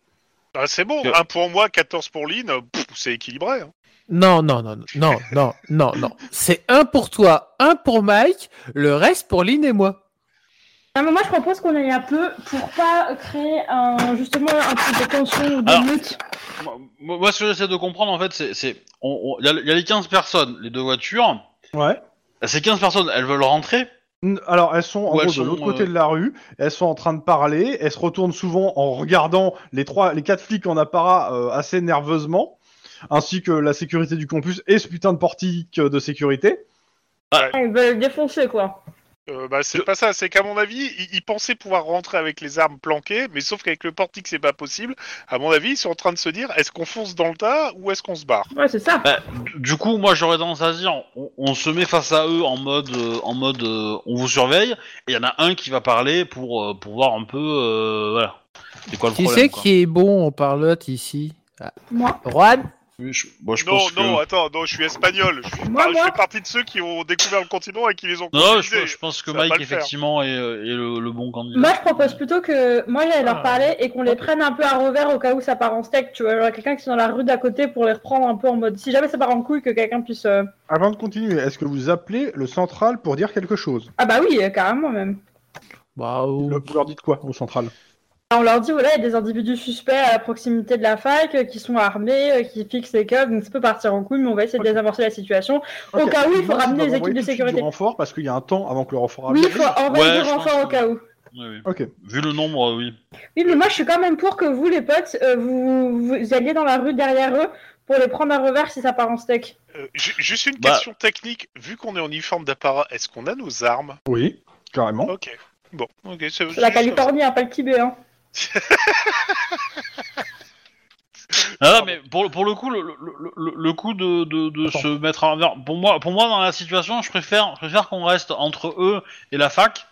[SPEAKER 4] Ah, c'est bon,
[SPEAKER 3] Que-
[SPEAKER 4] un pour moi, 14 pour Lynn, pff, c'est équilibré. hein.
[SPEAKER 5] Non, non, non, non, non, non, non. C'est un pour toi, un pour Mike, le reste pour Lynn et moi.
[SPEAKER 6] Non, mais moi je propose qu'on aille un peu pour pas créer un, justement un petit peu de tension ou de
[SPEAKER 3] Alors,
[SPEAKER 6] lutte.
[SPEAKER 3] Moi, moi, ce que j'essaie de comprendre en fait, c'est- c'est on- on- il y, a- il y a les 15 personnes, les deux voitures.
[SPEAKER 2] Ouais.
[SPEAKER 3] Ces 15 personnes, elles veulent rentrer.
[SPEAKER 2] N- Alors, elles sont en
[SPEAKER 3] Ou
[SPEAKER 2] gros
[SPEAKER 3] elles
[SPEAKER 2] de
[SPEAKER 3] sont,
[SPEAKER 2] l'autre
[SPEAKER 3] euh,
[SPEAKER 2] côté de la rue, elles sont en train de parler, elles se retournent souvent en regardant les trois, les quatre flics en apparat euh, assez nerveusement, ainsi que la sécurité du campus et ce putain de portique euh, de sécurité.
[SPEAKER 6] Ils veulent le défoncer quoi.
[SPEAKER 4] Euh, bah, c'est pas ça, c'est qu'à mon avis, ils, ils pensaient pouvoir rentrer avec les armes planquées, mais sauf qu'avec le portique, c'est pas possible. À mon avis, ils sont en train de se dire est-ce qu'on fonce dans le tas ou est-ce qu'on se barre
[SPEAKER 6] Ouais, c'est ça.
[SPEAKER 3] Bah, du- du coup, moi j'aurais tendance à dire, on, on se met face à eux en mode, euh, en mode, euh, on vous surveille. Et il y en a un qui va parler pour, euh, pour voir un peu, euh, voilà. C'est quoi le
[SPEAKER 5] Qui
[SPEAKER 3] problème
[SPEAKER 5] c'est
[SPEAKER 3] quoi.
[SPEAKER 5] qui est bon en parlotte ici Ah,
[SPEAKER 8] Moi.
[SPEAKER 5] Juan
[SPEAKER 3] Oui, je- moi, je
[SPEAKER 4] Non, euh,
[SPEAKER 3] pense que-
[SPEAKER 4] non, attends, non, je suis espagnol. Je, suis
[SPEAKER 8] Moi,
[SPEAKER 4] par- je
[SPEAKER 8] moi.
[SPEAKER 4] fais partie de ceux qui ont découvert le continent et qui les ont
[SPEAKER 3] Non, non, je,
[SPEAKER 4] colonisés.
[SPEAKER 3] je pense que
[SPEAKER 4] Ça va pas
[SPEAKER 3] Mike
[SPEAKER 4] le faire.
[SPEAKER 3] effectivement est, euh, est le, le bon candidat.
[SPEAKER 6] Moi je propose
[SPEAKER 2] euh,
[SPEAKER 6] plutôt que moi j'aille
[SPEAKER 2] ah,
[SPEAKER 6] leur parler et qu'on les prenne un peu à revers au cas où ça part en steak. Tu vois, genre quelqu'un qui est dans la rue d'à côté pour les reprendre un peu en mode si jamais ça part en couille que quelqu'un puisse. euh,
[SPEAKER 2] Avant de continuer, est-ce que vous appelez le central pour dire quelque chose
[SPEAKER 6] Ah bah oui, euh, carrément même.
[SPEAKER 5] Bah, oh.
[SPEAKER 2] Le- Vous leur dites quoi au central
[SPEAKER 6] On leur dit voilà, il y a des individus suspects à proximité de la fac euh, qui sont armés, euh, qui fixent les codes, donc ça peut partir en couille, mais on va essayer de désamorcer la situation. Au
[SPEAKER 2] Ok,
[SPEAKER 6] cas où, il faut
[SPEAKER 2] effectivement,
[SPEAKER 6] ramener
[SPEAKER 2] vous envoyez
[SPEAKER 6] les équipes de
[SPEAKER 2] tout suite
[SPEAKER 6] sécurité.
[SPEAKER 2] Du renfort parce qu'il y a un temps avant que le renfort
[SPEAKER 6] Oui,
[SPEAKER 2] arrive.
[SPEAKER 6] il faut envoyer
[SPEAKER 3] Ouais,
[SPEAKER 6] du
[SPEAKER 3] je
[SPEAKER 6] renfort
[SPEAKER 3] pense
[SPEAKER 6] au
[SPEAKER 3] que-
[SPEAKER 6] cas où.
[SPEAKER 3] Oui, oui.
[SPEAKER 2] Ok.
[SPEAKER 3] Vu le nombre, oui.
[SPEAKER 6] Oui, mais moi je suis quand même pour que vous, les potes, euh, vous, vous alliez dans la rue derrière eux pour les prendre à revers si ça part en steak.
[SPEAKER 4] Euh, ju- juste une
[SPEAKER 3] Bah.
[SPEAKER 4] question technique vu qu'on est en uniforme d'apparat, est-ce qu'on a nos armes
[SPEAKER 2] Oui,
[SPEAKER 6] Bah,
[SPEAKER 2] carrément.
[SPEAKER 4] Ok. Bon, ok, c'est c'est
[SPEAKER 6] La
[SPEAKER 4] juste ça.
[SPEAKER 6] Californie, hein, pas le Tibet. Hein.
[SPEAKER 3] Ah, mais pour, pour le coup, le, le- le- le- le coup de, de, de
[SPEAKER 2] Attends.
[SPEAKER 3] se mettre à l'envers. Pour moi, pour moi, dans la situation, je préfère, je préfère qu'on reste entre eux et la fac.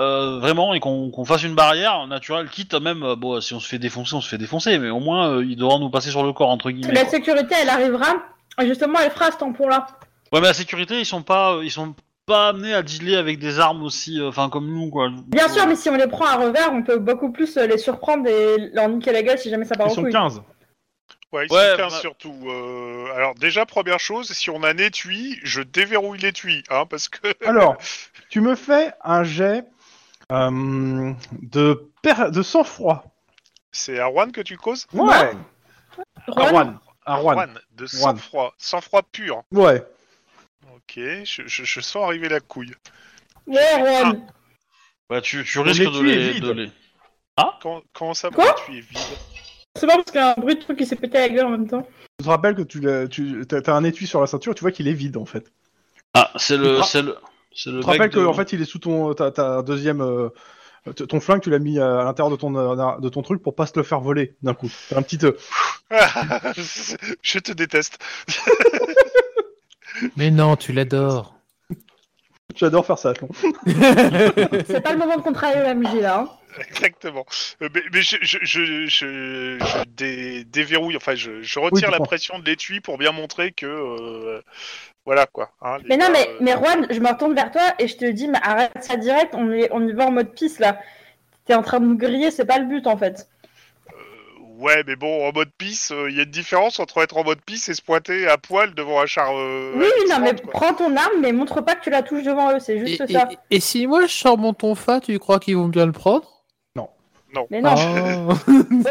[SPEAKER 3] euh, vraiment, et qu'on qu'on fasse une barrière naturelle, quitte à même, euh, bon, si on se fait défoncer, on se fait défoncer, mais au moins, euh, ils devront nous passer sur le corps, entre guillemets.
[SPEAKER 6] La
[SPEAKER 3] quoi.
[SPEAKER 6] sécurité, elle arrivera. Et justement, elle fera ce tampon-là.
[SPEAKER 3] Ouais, mais la sécurité, ils sont pas, euh, ils sont pas amenés à dealer avec des armes aussi, euh, enfin, comme nous, quoi.
[SPEAKER 6] Bien sûr, mais si on les prend à revers, on peut beaucoup plus euh, les surprendre et leur niquer la gueule si jamais ça part
[SPEAKER 2] Ils
[SPEAKER 6] en
[SPEAKER 2] sont
[SPEAKER 6] couille.
[SPEAKER 2] 15.
[SPEAKER 4] Ouais, ils
[SPEAKER 3] Ouais,
[SPEAKER 4] sont 15
[SPEAKER 3] bah-
[SPEAKER 4] surtout. Euh, alors déjà, première chose, si on a un étui, je déverrouille l'étui, hein, parce que...
[SPEAKER 2] Alors, tu me fais un jet euh, de, per- de sang-froid.
[SPEAKER 4] C'est à Rouen que tu causes
[SPEAKER 2] Ouais.
[SPEAKER 5] Ah,
[SPEAKER 6] Rowan,
[SPEAKER 2] Arwan. Arwan.
[SPEAKER 4] Rouen, de
[SPEAKER 2] Rouen.
[SPEAKER 4] sang-froid. Sang-froid pur.
[SPEAKER 2] Ouais.
[SPEAKER 4] Ok, je, je- je sens arriver la couille.
[SPEAKER 6] Ouais, Rowan.
[SPEAKER 5] Ah.
[SPEAKER 3] Ouais, tu, tu
[SPEAKER 2] Mon
[SPEAKER 3] risques de
[SPEAKER 2] étui est
[SPEAKER 3] les,
[SPEAKER 2] vide.
[SPEAKER 3] de les-
[SPEAKER 4] Quand, comment ça, mon
[SPEAKER 6] Quoi
[SPEAKER 4] étui est vide
[SPEAKER 6] C'est pas parce qu'il y a un bruit de truc qui s'est pété à la gueule en même temps.
[SPEAKER 2] Je te rappelle que tu, l'as- tu as, un étui sur la ceinture, tu vois qu'il est vide en fait.
[SPEAKER 3] Ah, c'est
[SPEAKER 2] Tu te
[SPEAKER 3] le,
[SPEAKER 2] ra-
[SPEAKER 3] c'est le, c'est le.
[SPEAKER 2] Je te rappelle
[SPEAKER 3] mec de-
[SPEAKER 2] que en fait il est sous ton ta, ta deuxième euh, t- ton flingue, tu l'as mis euh, à l'intérieur de ton euh, de ton truc pour pas se le faire voler d'un coup. C'est un petit euh,
[SPEAKER 4] Je te déteste.
[SPEAKER 5] Mais non, tu l'adores.
[SPEAKER 2] j'adore faire ça. Athlon.
[SPEAKER 6] C'est pas le moment de contrarier la MJ là. hein.
[SPEAKER 4] Exactement. Euh, mais mais je, je, je, je, je dé- déverrouille, enfin, je, je retire
[SPEAKER 2] Oui,
[SPEAKER 4] la
[SPEAKER 2] pourquoi
[SPEAKER 4] pression de l'étui pour bien montrer que. euh, voilà quoi. hein, les
[SPEAKER 6] Mais
[SPEAKER 4] gars,
[SPEAKER 6] non, mais,
[SPEAKER 4] euh,
[SPEAKER 6] mais Juan, je me retourne vers toi et je te dis, mais arrête ça direct, on, est, on y va en mode pisse là. T'es en train de nous griller, c'est pas le but en fait.
[SPEAKER 4] euh, Ouais, mais bon, en mode pisse, euh, il y a une différence entre être en mode pisse et se pointer à poil devant un char. euh,
[SPEAKER 6] oui, oui, non, mais
[SPEAKER 4] Alexandre, quoi.
[SPEAKER 6] prends ton arme, mais montre pas que tu la touches devant eux, c'est
[SPEAKER 5] Et,
[SPEAKER 6] juste
[SPEAKER 5] et-
[SPEAKER 6] ça.
[SPEAKER 5] et si moi je sors mon tonfa, tu crois qu'ils vont bien le prendre
[SPEAKER 6] Mais non.
[SPEAKER 5] Ah.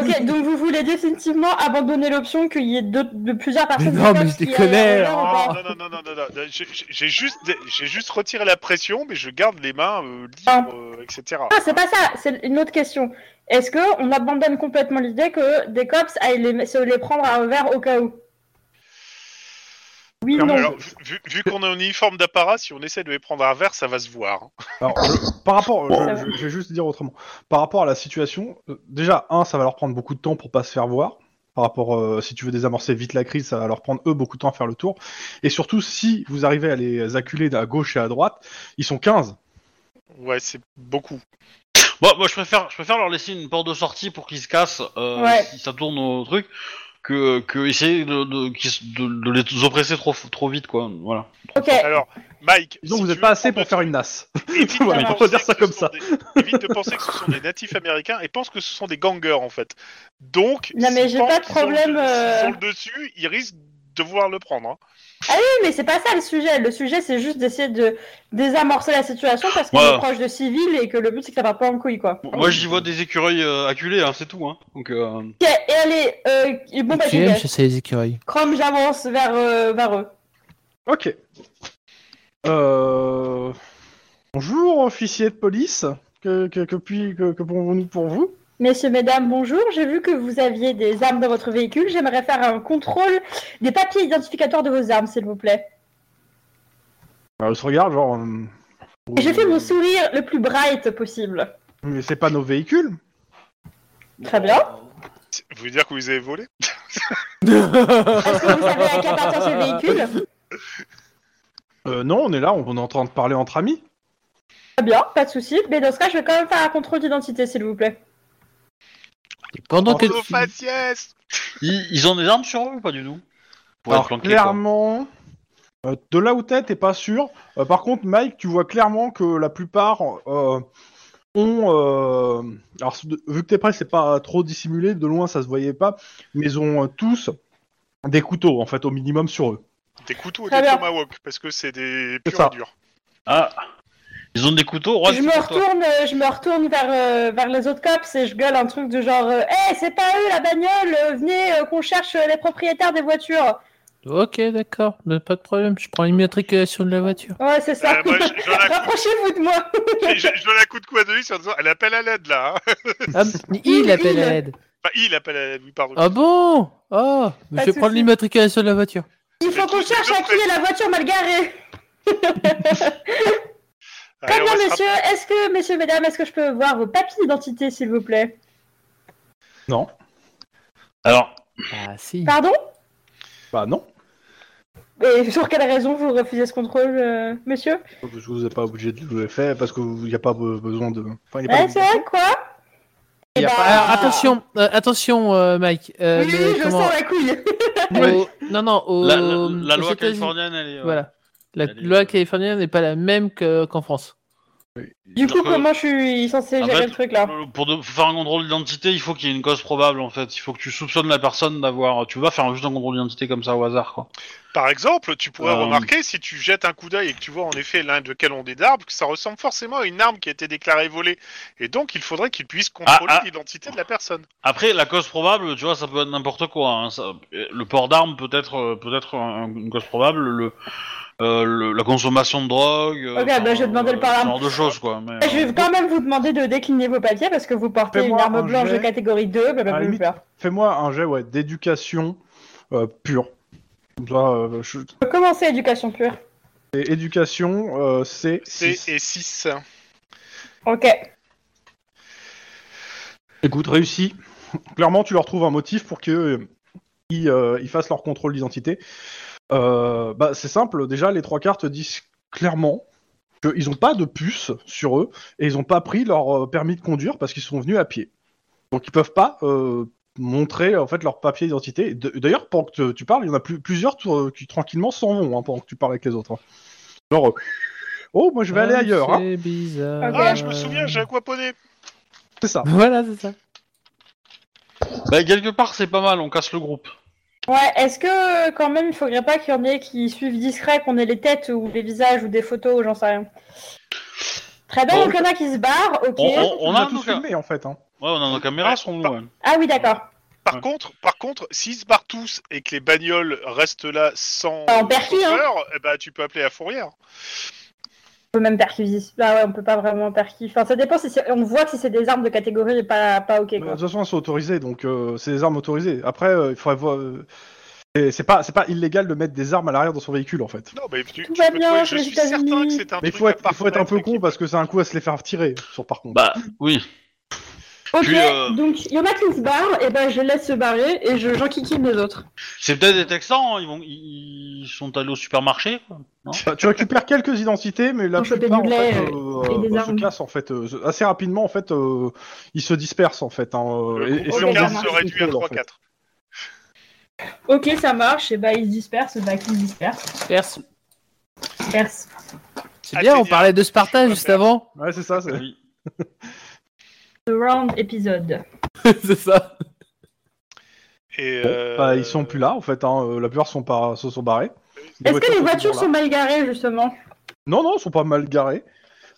[SPEAKER 6] ok, donc vous voulez définitivement abandonner l'option qu'il y ait deux- de plusieurs personnes.
[SPEAKER 5] non,
[SPEAKER 6] qui
[SPEAKER 5] mais
[SPEAKER 6] tapent
[SPEAKER 5] je
[SPEAKER 6] qui, euh,
[SPEAKER 5] déconnais,
[SPEAKER 6] là, ou pas
[SPEAKER 5] oh.
[SPEAKER 4] Non, non, non, non, non, non, non, j'ai- j'ai j'ai juste, j'ai juste retiré la pression, mais je garde les mains euh, libres, euh, etc.
[SPEAKER 6] Ah, c'est pas ça, c'est une autre question. Est-ce que on abandonne complètement l'idée que des cops aillent les, se les prendre à revers au cas où Oui,
[SPEAKER 2] Clairement,
[SPEAKER 6] non.
[SPEAKER 4] Alors, vu- vu, vu qu'on est en uniforme d'apparat, si on essaie de les prendre à verre, ça va se voir. hein.
[SPEAKER 2] Alors, je- par rapport, euh,
[SPEAKER 6] Bon.
[SPEAKER 2] je, je- je vais juste dire autrement. Par rapport à la situation, euh, déjà, un, ça va leur prendre beaucoup de temps pour pas se faire voir. Par rapport, euh, si tu veux désamorcer vite la crise, ça va leur prendre eux beaucoup de temps à faire le tour. Et surtout, si vous arrivez à les acculer à gauche et à droite, ils sont 15.
[SPEAKER 4] Ouais, c'est beaucoup.
[SPEAKER 3] Bon, moi, je préfère, je préfère leur laisser une porte de sortie pour qu'ils se cassent euh,
[SPEAKER 6] Ouais.
[SPEAKER 3] si ça tourne au truc que, que essayer de, de, qu'ils se- de- de les oppresser trop, trop vite, quoi. Voilà.
[SPEAKER 6] Ok,
[SPEAKER 4] Alors, Mike.
[SPEAKER 2] Eh, Disons que
[SPEAKER 4] si
[SPEAKER 2] vous
[SPEAKER 4] tu
[SPEAKER 2] n'êtes
[SPEAKER 4] veux
[SPEAKER 2] pas assez pour
[SPEAKER 4] prendre
[SPEAKER 2] faire une nasse.
[SPEAKER 4] le truc, évite de
[SPEAKER 2] Voilà, on
[SPEAKER 4] penser
[SPEAKER 2] va dire ça
[SPEAKER 4] que
[SPEAKER 2] comme
[SPEAKER 4] ce
[SPEAKER 2] ça.
[SPEAKER 4] sont des- évite de penser que ce sont des natifs américains et pense que ce sont des gangers en fait. Donc,
[SPEAKER 6] Non, mais
[SPEAKER 4] s'ils
[SPEAKER 6] j'ai pas de
[SPEAKER 4] pensent qu'ils ont le-
[SPEAKER 6] problème, euh.
[SPEAKER 4] S'ils ont le dessus, ils risquent de vouloir le prendre. hein.
[SPEAKER 6] Oui, mais c'est pas ça le sujet. Le sujet, c'est juste d'essayer de désamorcer la situation parce qu'on
[SPEAKER 3] Ouais.
[SPEAKER 6] est proche de civils et que le but, c'est que ça part pas en couille, quoi.
[SPEAKER 3] Moi, j'y vois des écureuils euh, acculés, hein, c'est tout. Hein. Donc, euh,
[SPEAKER 6] Ok, et allez, euh, bon, bah,
[SPEAKER 5] Tu
[SPEAKER 6] j'y
[SPEAKER 5] aimes
[SPEAKER 6] vais.
[SPEAKER 5] chasser les écureuils.
[SPEAKER 6] Chrome, j'avance vers, euh, vers eux.
[SPEAKER 2] Ok. Euh... Bonjour, officier de police. Que, que, que, puis- que, que pouvons-nous pour vous
[SPEAKER 6] Messieurs, mesdames, bonjour. J'ai vu que vous aviez des armes dans votre véhicule. J'aimerais faire un contrôle des papiers identificateurs de vos armes, s'il vous plaît.
[SPEAKER 2] Alors, ils Bah, se regardent, genre. euh,
[SPEAKER 6] Et je fais
[SPEAKER 2] euh,
[SPEAKER 6] mon sourire le plus bright possible.
[SPEAKER 2] Mais c'est pas nos véhicules.
[SPEAKER 6] Très bien.
[SPEAKER 4] C'est- Vous voulez dire que vous les avez volés
[SPEAKER 6] Est-ce que vous savez à qui appartient ce véhicule
[SPEAKER 2] Euh, non, on est là, on est en train de parler entre amis.
[SPEAKER 6] Très bien, pas de souci. Mais dans ce cas, je vais quand même faire un contrôle d'identité, s'il vous plaît.
[SPEAKER 5] Et pendant que
[SPEAKER 4] Nos faciès
[SPEAKER 3] ils, ils ont des armes sur eux ou pas du tout Pour
[SPEAKER 2] Alors,
[SPEAKER 3] être planqués, quoi.
[SPEAKER 2] clairement, euh, de là où t'es, t'es pas sûr. Euh, par contre, Mike, tu vois clairement que la plupart euh, ont. euh, alors, c'est de- vu que t'es prêt, c'est pas trop dissimulé, de loin ça se voyait pas, mais ils ont euh, tous des couteaux, en fait, au minimum sur eux.
[SPEAKER 4] Des couteaux et
[SPEAKER 6] Très
[SPEAKER 4] des
[SPEAKER 6] bien.
[SPEAKER 4] tomahawks, parce que c'est des
[SPEAKER 2] C'est
[SPEAKER 4] purs
[SPEAKER 2] ça.
[SPEAKER 4] et durs.
[SPEAKER 3] Ah, ils ont des couteaux. Rod,
[SPEAKER 6] je
[SPEAKER 3] c'est
[SPEAKER 6] me
[SPEAKER 3] pour toi.
[SPEAKER 6] retourne, euh, je me retourne vers, euh, vers les autres cops et je gueule un truc du genre euh, Hey, c'est pas eux la bagnole, euh, venez euh, qu'on cherche euh, les propriétaires des voitures.
[SPEAKER 5] Ok, d'accord, mais pas de problème, je prends l'immatriculation de la voiture.
[SPEAKER 6] Ouais, c'est ça.
[SPEAKER 4] Euh, moi, je, je la coupe,
[SPEAKER 6] Rapprochez-vous de moi.
[SPEAKER 4] je- je donne un coup de coude à Denis en disant elle appelle à l'aide là. hein.
[SPEAKER 5] Ah, il appelle à l'aide.
[SPEAKER 4] Enfin, il appelle à l'aide, oui, pardon.
[SPEAKER 5] Ah bon Oh, mais
[SPEAKER 6] Pas
[SPEAKER 5] je vais
[SPEAKER 6] de
[SPEAKER 5] prendre
[SPEAKER 6] souci.
[SPEAKER 5] l'immatriculation de la voiture.
[SPEAKER 6] Il faut qu'on cherche à qui est la voiture mal garée.
[SPEAKER 4] Allez,
[SPEAKER 6] Très
[SPEAKER 4] on va
[SPEAKER 6] bien,
[SPEAKER 4] se
[SPEAKER 6] monsieur. Est-ce que, messieurs, mesdames, est-ce que je peux voir vos papiers d'identité, s'il vous plaît
[SPEAKER 2] Non
[SPEAKER 3] Alors,
[SPEAKER 5] Ah si.
[SPEAKER 6] Pardon
[SPEAKER 2] Bah, non.
[SPEAKER 6] Et sur quelle raison vous refusez ce contrôle, euh, monsieur
[SPEAKER 2] Je vous ai pas obligé de le faire parce qu'il n'y a pas be- besoin de. Enfin, il y a pas
[SPEAKER 6] Ouais,
[SPEAKER 2] de-
[SPEAKER 6] Eh, c'est vrai, quoi
[SPEAKER 2] Il y a
[SPEAKER 6] Eh
[SPEAKER 2] pas-
[SPEAKER 6] ben,
[SPEAKER 5] Alors, attention, euh, attention, euh, Mike. euh,
[SPEAKER 6] Oui,
[SPEAKER 5] le-
[SPEAKER 6] oui, je
[SPEAKER 5] comment-
[SPEAKER 6] sens la couille.
[SPEAKER 5] au- Non, non, au-
[SPEAKER 3] la,
[SPEAKER 6] Euh,
[SPEAKER 3] la- la
[SPEAKER 5] aux
[SPEAKER 3] loi
[SPEAKER 5] États-Unis.
[SPEAKER 3] californienne, elle est. euh,
[SPEAKER 5] Voilà. La
[SPEAKER 3] Elle est-
[SPEAKER 5] loi californienne n'est pas la même que- qu'en France.
[SPEAKER 6] Du coup,
[SPEAKER 3] Donc, euh,
[SPEAKER 6] comment je suis censé
[SPEAKER 3] en
[SPEAKER 6] gérer
[SPEAKER 3] fait,
[SPEAKER 6] le truc là
[SPEAKER 3] Euh, Pour, de- pour faire un contrôle d'identité, il faut qu'il y ait une cause probable en fait. Il faut que tu soupçonnes la personne d'avoir. Tu vas faire juste un contrôle d'identité comme ça au hasard quoi.
[SPEAKER 4] Par exemple, tu pourrais
[SPEAKER 3] Euh,
[SPEAKER 4] remarquer, si tu jettes un coup d'œil et que tu vois en effet l'un de quel on est d'arbre, que ça ressemble forcément à une arme qui a été déclarée volée. Et donc, il faudrait qu'il puisse contrôler
[SPEAKER 3] Ah, ah.
[SPEAKER 4] l'identité de la personne.
[SPEAKER 3] Après, la cause probable, tu vois, ça peut être n'importe quoi. hein, ça- le port d'armes peut être, euh, peut être un- une cause probable. Le, euh, le- la consommation de drogue. euh,
[SPEAKER 6] Ok, bah,
[SPEAKER 3] enfin,
[SPEAKER 6] je vais demander le
[SPEAKER 3] euh,
[SPEAKER 6] port
[SPEAKER 3] ce
[SPEAKER 6] d'armes.
[SPEAKER 3] genre de choses quoi. mais,
[SPEAKER 6] Je vais
[SPEAKER 3] euh,
[SPEAKER 6] quand même vous demander de décliner vos papiers parce que vous portez une
[SPEAKER 2] Fais-moi
[SPEAKER 6] arme
[SPEAKER 2] un
[SPEAKER 6] blanche de
[SPEAKER 2] jet.
[SPEAKER 6] catégorie 2.
[SPEAKER 2] À la limite.
[SPEAKER 6] Blablabla.
[SPEAKER 2] Fais-moi un jet ouais, d'éducation euh, pure. Comme ça, euh, je-
[SPEAKER 6] Je peux commencer éducation pure.
[SPEAKER 2] et éducation, euh, c'est.
[SPEAKER 4] C
[SPEAKER 2] six.
[SPEAKER 4] et 6.
[SPEAKER 6] Ok.
[SPEAKER 2] Écoute, réussi. Clairement, tu leur trouves un motif pour qu'ils ils, euh, ils fassent leur contrôle d'identité. Euh, bah, c'est simple, déjà, les trois cartes disent clairement qu'ils n'ont pas de puce sur eux et ils n'ont pas pris leur euh, permis de conduire parce qu'ils sont venus à pied. Donc ils peuvent pas euh, montrer en fait leur papier d'identité. Et d- D'ailleurs, pendant que tu- tu parles, il y en a plus- plusieurs tou- qui tranquillement s'en vont hein, pendant que tu parles avec les autres. hein. Genre, euh, oh, moi je vais aller ailleurs, hein.
[SPEAKER 5] C'est bizarre.
[SPEAKER 6] Ok.
[SPEAKER 4] Ah, je me souviens, j'ai aquaponé.
[SPEAKER 2] c'est ça.
[SPEAKER 5] Voilà, c'est ça.
[SPEAKER 3] Bah, quelque part, c'est pas mal, on casse le groupe.
[SPEAKER 6] Ouais, est-ce que euh, quand même il faudrait pas qu'il y en ait qui suivent discret, qu'on ait les têtes ou les visages ou des photos, ou j'en sais rien. Très bien,
[SPEAKER 3] Bon.
[SPEAKER 6] donc il y en a qui se barrent, ok.
[SPEAKER 3] On, on- on
[SPEAKER 2] On
[SPEAKER 3] a
[SPEAKER 2] a
[SPEAKER 3] nos
[SPEAKER 2] tout
[SPEAKER 3] ca- ouais,
[SPEAKER 2] filmé en fait. hein.
[SPEAKER 3] on a nos caméras sur nous. ouais.
[SPEAKER 6] Ah oui, d'accord.
[SPEAKER 4] Par contre, par contre, s'ils se barrent tous et que les bagnoles restent là sans
[SPEAKER 6] Bah, on percute, hein.
[SPEAKER 4] chauffeur, eh ben, tu peux appeler la fourrière.
[SPEAKER 6] On peut même perquisitionner. Ah ouais, on peut pas vraiment perquisitionner. Enfin, ça dépend si c'est- on voit que si c'est des armes de catégorie et pas, pas ok
[SPEAKER 2] Mais De
[SPEAKER 6] quoi.
[SPEAKER 2] toute façon, elles sont autorisées, donc euh, c'est des armes autorisées. Après, euh, il faudrait voir. euh, c'est- c'est pas, c'est pas illégal de mettre des armes à l'arrière de son véhicule en fait.
[SPEAKER 4] Non, mais tu,
[SPEAKER 6] Tout
[SPEAKER 4] tu
[SPEAKER 6] va
[SPEAKER 4] peux
[SPEAKER 6] bien,
[SPEAKER 4] trouver-
[SPEAKER 6] je
[SPEAKER 4] je
[SPEAKER 6] vais
[SPEAKER 4] suis
[SPEAKER 6] aux États-Unis.
[SPEAKER 4] certain que c'est un
[SPEAKER 2] Mais il
[SPEAKER 4] truc
[SPEAKER 2] faut être,
[SPEAKER 4] à part
[SPEAKER 2] il faut être un peu
[SPEAKER 4] fenêtre
[SPEAKER 2] con
[SPEAKER 4] qui-
[SPEAKER 2] parce que c'est un coup à se les faire tirer sur par contre.
[SPEAKER 3] Bah, oui.
[SPEAKER 6] Ok,
[SPEAKER 3] Puis, euh,
[SPEAKER 6] donc il y en a qui se barrent, et ben je les laisse se barrer et je j'enquiquine les autres.
[SPEAKER 3] C'est peut-être des Texans, hein, ils, vont, ils sont allés au supermarché. quoi.
[SPEAKER 2] Bah, tu récupères quelques identités, mais la
[SPEAKER 6] Pour choper
[SPEAKER 2] plupart
[SPEAKER 6] du
[SPEAKER 2] en
[SPEAKER 6] blé,
[SPEAKER 2] fait, euh,
[SPEAKER 6] euh, et des
[SPEAKER 2] euh, se
[SPEAKER 6] armes.
[SPEAKER 2] cassent en fait euh, se- assez rapidement en fait euh, ils se dispersent en fait. hein, euh,
[SPEAKER 4] Le
[SPEAKER 2] et, et
[SPEAKER 4] groupe
[SPEAKER 2] si
[SPEAKER 4] de
[SPEAKER 2] on
[SPEAKER 4] quinze
[SPEAKER 6] Ok,
[SPEAKER 2] garde
[SPEAKER 6] marche.
[SPEAKER 4] se
[SPEAKER 2] le
[SPEAKER 4] réduit à
[SPEAKER 2] contrôle, en fait.
[SPEAKER 4] 3-4.
[SPEAKER 6] Ok, ça marche, et bah ils se dispersent, bah qu'ils se dispersent.
[SPEAKER 5] Perse.
[SPEAKER 6] dispersent.
[SPEAKER 5] C'est bien, on
[SPEAKER 4] Athéna.
[SPEAKER 5] parlait de Sparta juste avant.
[SPEAKER 2] Ouais c'est ça. c'est-
[SPEAKER 3] Oui.
[SPEAKER 6] The round épisode.
[SPEAKER 5] c'est ça.
[SPEAKER 4] Et,
[SPEAKER 2] Bon,
[SPEAKER 4] euh,
[SPEAKER 2] bah, ils sont plus là en fait. hein, euh, la plupart sont pas se sont barrés.
[SPEAKER 6] Est-ce que les voitures sont
[SPEAKER 2] là.
[SPEAKER 6] mal garées justement
[SPEAKER 2] Non non, elles sont pas mal garées.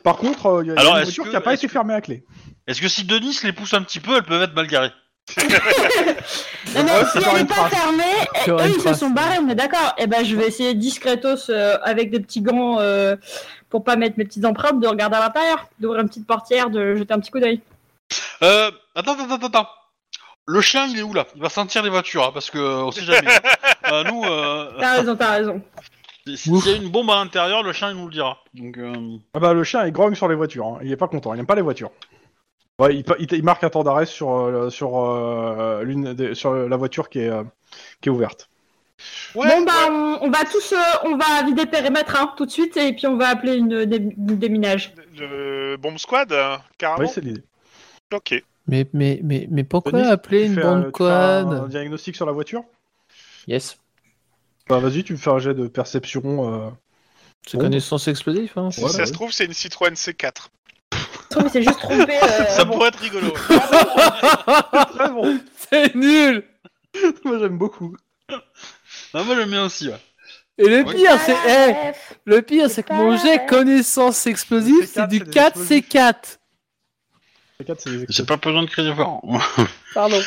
[SPEAKER 2] Par contre, euh, il y a, il y a
[SPEAKER 3] Alors,
[SPEAKER 2] une
[SPEAKER 3] est-ce
[SPEAKER 2] voiture
[SPEAKER 3] que-
[SPEAKER 2] qui a pas
[SPEAKER 3] est-ce
[SPEAKER 2] été fermée à clé.
[SPEAKER 3] Est-ce que si Denis les pousse un petit peu, elles peuvent être mal garées
[SPEAKER 6] Non, non,
[SPEAKER 2] Ouais,
[SPEAKER 6] si
[SPEAKER 2] c'est genre
[SPEAKER 6] elle n'est
[SPEAKER 2] une
[SPEAKER 6] pas
[SPEAKER 2] trace.
[SPEAKER 6] fermée, eh,
[SPEAKER 5] Genre
[SPEAKER 6] eux
[SPEAKER 5] une
[SPEAKER 6] ils se
[SPEAKER 5] trace.
[SPEAKER 6] sont barrés, on est d'accord. Et ben je vais essayer discretos euh, avec des petits gants euh, pour pas mettre mes petites empreintes, de regarder à l'intérieur, d'ouvrir une petite portière, de jeter un petit coup d'œil.
[SPEAKER 3] Euh, attends, attends, attends, attends. Le chien, il est où là Il va sentir les voitures, hein, parce que euh, on sait jamais. Euh, nous, euh,
[SPEAKER 6] T'as raison, t'as raison.
[SPEAKER 3] s'il y a une bombe à l'intérieur, le chien, il nous le dira. Donc, euh,
[SPEAKER 2] Ah bah, le chien il grogne sur les voitures. hein. Il est pas content. Il aime pas les voitures. Ouais, il, pa- il t- il marque un temps d'arrêt sur euh, sur euh, l'une des- sur la voiture qui est euh, qui est ouverte.
[SPEAKER 4] Ouais,
[SPEAKER 6] bon bah
[SPEAKER 4] ouais.
[SPEAKER 6] on, on va tous, euh, on va vider le périmètre hein, tout de suite et puis on va appeler une, dé- une déminage.
[SPEAKER 4] Le bombe squad, euh, carrément.
[SPEAKER 2] Oui c'est l'idée.
[SPEAKER 4] Ok.
[SPEAKER 5] Mais, mais, mais, mais pourquoi
[SPEAKER 2] Ah Denis,
[SPEAKER 5] appeler
[SPEAKER 2] Tu
[SPEAKER 5] une
[SPEAKER 2] fais, euh,
[SPEAKER 5] bande
[SPEAKER 2] tu fais un-
[SPEAKER 5] quad
[SPEAKER 2] Un diagnostic sur la voiture.
[SPEAKER 5] Yes.
[SPEAKER 2] Bah vas-y, tu me fais un jet de perception. euh.
[SPEAKER 5] C'est
[SPEAKER 2] Bon.
[SPEAKER 5] connaissance explosive. Hein,
[SPEAKER 4] Si
[SPEAKER 5] c'est
[SPEAKER 4] ça
[SPEAKER 5] ça.
[SPEAKER 4] se trouve, c'est une Citroën C4.
[SPEAKER 6] Je trouve que c'est juste trompé.
[SPEAKER 2] Ah
[SPEAKER 6] euh,
[SPEAKER 3] ça pourrait être rigolo.
[SPEAKER 2] Très bon.
[SPEAKER 5] C'est nul
[SPEAKER 2] Moi j'aime beaucoup.
[SPEAKER 3] Ah, moi, le mien aussi. ouais.
[SPEAKER 5] Et le
[SPEAKER 3] Oui.
[SPEAKER 5] pire, c'est.
[SPEAKER 6] voilà,
[SPEAKER 5] eh,
[SPEAKER 6] bref.
[SPEAKER 5] le pire, c'est
[SPEAKER 6] C'est
[SPEAKER 5] que mon
[SPEAKER 6] pas
[SPEAKER 5] jet
[SPEAKER 6] vrai.
[SPEAKER 5] connaissance explosive,
[SPEAKER 2] Le C4,
[SPEAKER 5] c'est du
[SPEAKER 2] c'est des
[SPEAKER 5] 4C4.
[SPEAKER 2] Les quatre, c'est les
[SPEAKER 3] J'ai pas besoin de Ah. crier fort.
[SPEAKER 5] Pardon.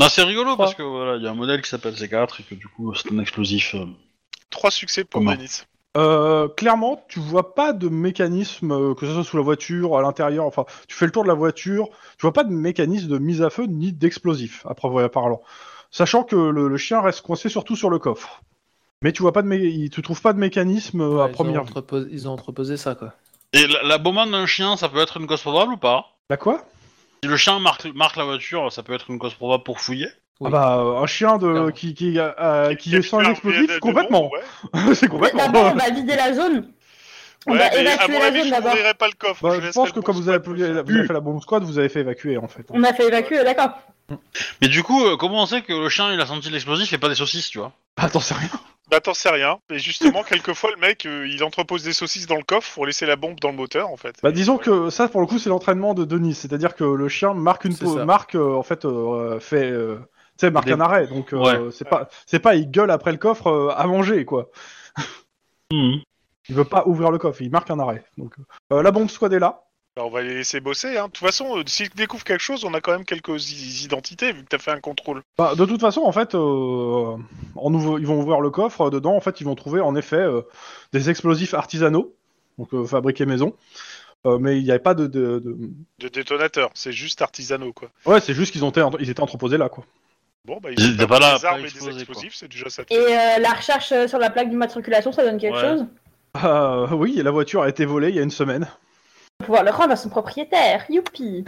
[SPEAKER 3] non, c'est rigolo parce que voilà, il y a un modèle qui s'appelle C4 et que du coup, c'est un explosif. euh.
[SPEAKER 4] Trois succès pour
[SPEAKER 3] Comment
[SPEAKER 4] Denis.
[SPEAKER 2] Euh, clairement, tu vois pas de mécanisme, euh, que ce soit sous la voiture, à l'intérieur, enfin, tu fais le tour de la voiture, tu vois pas de mécanisme de mise à feu ni d'explosif, après voilà, parlant. Sachant que le, le chien reste coincé surtout sur le coffre. Mais tu vois pas de mé- il- tu trouves pas de mécanisme euh, à
[SPEAKER 5] Ouais, ils ont
[SPEAKER 2] première vue.
[SPEAKER 5] entreposé- ils ont entreposé ça, quoi.
[SPEAKER 3] Et la, la bombade d'un chien, ça peut être une cause probable ou pas
[SPEAKER 2] Bah quoi
[SPEAKER 3] Si le chien marque, marque la voiture, ça peut être une cause probable pour fouiller.
[SPEAKER 5] Oui.
[SPEAKER 2] Ah bah euh, un chien de
[SPEAKER 5] Clairement.
[SPEAKER 2] qui qui euh, qui est sans
[SPEAKER 4] Quelqu'un vient
[SPEAKER 2] explosif
[SPEAKER 4] de-
[SPEAKER 2] complètement.
[SPEAKER 4] de bon, ouais.
[SPEAKER 2] C'est complètement.
[SPEAKER 6] D'abord on va vider la zone. On
[SPEAKER 4] Ouais,
[SPEAKER 6] va
[SPEAKER 4] mais à
[SPEAKER 6] évacuer
[SPEAKER 4] mon
[SPEAKER 6] la
[SPEAKER 4] avis,
[SPEAKER 6] zone
[SPEAKER 4] je
[SPEAKER 6] d'abord.
[SPEAKER 4] n'ouvrirai pas le coffre.
[SPEAKER 2] Bah, je
[SPEAKER 4] laisserai
[SPEAKER 2] pense
[SPEAKER 4] le
[SPEAKER 2] que
[SPEAKER 4] bombe
[SPEAKER 2] quand vous avez,
[SPEAKER 4] squad
[SPEAKER 2] appelé-
[SPEAKER 4] le
[SPEAKER 2] vous avez fait la bombe squad, vous avez fait évacuer en fait.
[SPEAKER 5] Mm.
[SPEAKER 6] On a fait évacuer, d'accord.
[SPEAKER 3] Mais du coup, euh, comment on sait que le chien, il a senti l'explosif et pas des saucisses, tu vois
[SPEAKER 2] Ah, t'en sais rien.
[SPEAKER 4] Bah t'en sais rien. Mais justement, quelquefois le mec, euh, il entrepose des saucisses dans le coffre pour laisser la bombe dans le moteur en fait.
[SPEAKER 2] Bah, disons que ça, pour le coup, c'est l'entraînement de Denis. C'est-à-dire que le chien marque une
[SPEAKER 5] C'est
[SPEAKER 2] pau-
[SPEAKER 5] ça.
[SPEAKER 2] marque, euh, en fait, euh, fait, euh, tu sais, marque
[SPEAKER 3] Des-
[SPEAKER 2] un arrêt. Donc, euh,
[SPEAKER 3] Ouais.
[SPEAKER 2] c'est pas, c'est pas, il gueule après le coffre euh, à manger, quoi.
[SPEAKER 3] Hmm.
[SPEAKER 2] Il veut pas ouvrir le coffre, il marque un arrêt. Donc, euh, la bombe squad est là.
[SPEAKER 4] Bah, on va les laisser bosser. Hein. De toute façon, euh, s'ils découvrent quelque chose, on a quand même quelques i- identités vu que t'as fait un contrôle.
[SPEAKER 2] Bah, de toute façon, en fait, euh, en ouv- ils vont ouvrir le coffre. euh, Dedans, en fait, ils vont trouver, en effet, euh, des explosifs artisanaux, donc euh, fabriqués maison. Euh, mais il n'y avait pas de- de- de...
[SPEAKER 4] De détonateur, c'est juste artisanaux quoi.
[SPEAKER 2] Ouais, c'est juste qu'ils ont été, ils étaient entreposés là, quoi.
[SPEAKER 4] Bon bah
[SPEAKER 3] Ils
[SPEAKER 4] ont
[SPEAKER 3] étaient
[SPEAKER 4] pas
[SPEAKER 3] pas là,
[SPEAKER 4] des
[SPEAKER 3] pas
[SPEAKER 4] armes et des
[SPEAKER 3] explosés,
[SPEAKER 4] explosifs, c'est déjà ça.
[SPEAKER 6] Et euh, la recherche euh, sur la plaque d'immatriculation, ça donne quelque
[SPEAKER 3] Ouais.
[SPEAKER 6] chose
[SPEAKER 2] Euh, oui, la voiture a été volée il y a une semaine.
[SPEAKER 6] Pour pouvoir le rendre à son propriétaire. Youpi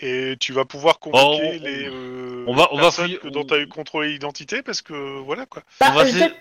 [SPEAKER 4] Et tu vas pouvoir
[SPEAKER 3] Oh,
[SPEAKER 4] convoquer
[SPEAKER 3] on-
[SPEAKER 4] les euh,
[SPEAKER 3] on va- on va
[SPEAKER 4] personnes
[SPEAKER 3] fouiller-
[SPEAKER 4] que- dont
[SPEAKER 3] on-
[SPEAKER 4] tu as eu contrôlé l'identité parce que voilà quoi.
[SPEAKER 6] Bah,
[SPEAKER 3] va
[SPEAKER 6] je
[SPEAKER 3] essayer-
[SPEAKER 6] sais-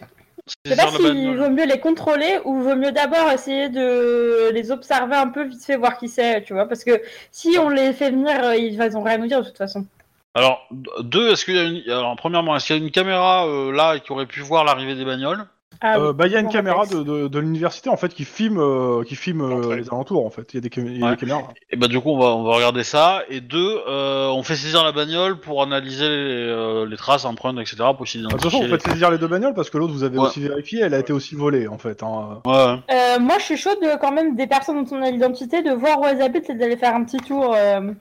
[SPEAKER 6] Je sais
[SPEAKER 3] César
[SPEAKER 6] pas
[SPEAKER 3] Laban-
[SPEAKER 6] s'il vaut mieux les contrôler ou vaut mieux d'abord essayer de les observer un peu vite fait, voir qui c'est, tu vois. Parce que si on les fait venir, euh, ils vont rien nous dire de toute façon.
[SPEAKER 3] Alors, d- deux, est-ce qu'il y a une... Alors, premièrement, est-ce qu'il y a une caméra euh, là qui aurait pu voir l'arrivée des bagnoles
[SPEAKER 6] Ah,
[SPEAKER 2] Euh,
[SPEAKER 6] oui.
[SPEAKER 2] bah, il y a une
[SPEAKER 6] bon
[SPEAKER 2] caméra de,
[SPEAKER 6] réflexe.
[SPEAKER 2] de- de l'université en fait qui filme, euh, qui filme euh,
[SPEAKER 4] L'entrée.
[SPEAKER 2] les alentours en fait. Il y a des, cam- il y a des
[SPEAKER 3] Ouais.
[SPEAKER 2] caméras. Ah,
[SPEAKER 3] Et bah du coup, on va, on va regarder ça. Et deux, euh, on fait saisir la bagnole pour analyser les, euh, les traces, empreintes, etc. pour essayer
[SPEAKER 2] Ah, De toute
[SPEAKER 3] d'identifier
[SPEAKER 2] façon, vous
[SPEAKER 3] les-
[SPEAKER 2] faites saisir les deux bagnoles parce que l'autre vous avez
[SPEAKER 3] Ouais.
[SPEAKER 2] aussi vérifié, elle a été aussi volée en fait. hein.
[SPEAKER 3] Ouais, ouais.
[SPEAKER 6] Euh, moi, je suis chaude euh, quand même des personnes dont on a l'identité, de voir où elles habitent et d'aller faire un petit tour. euh,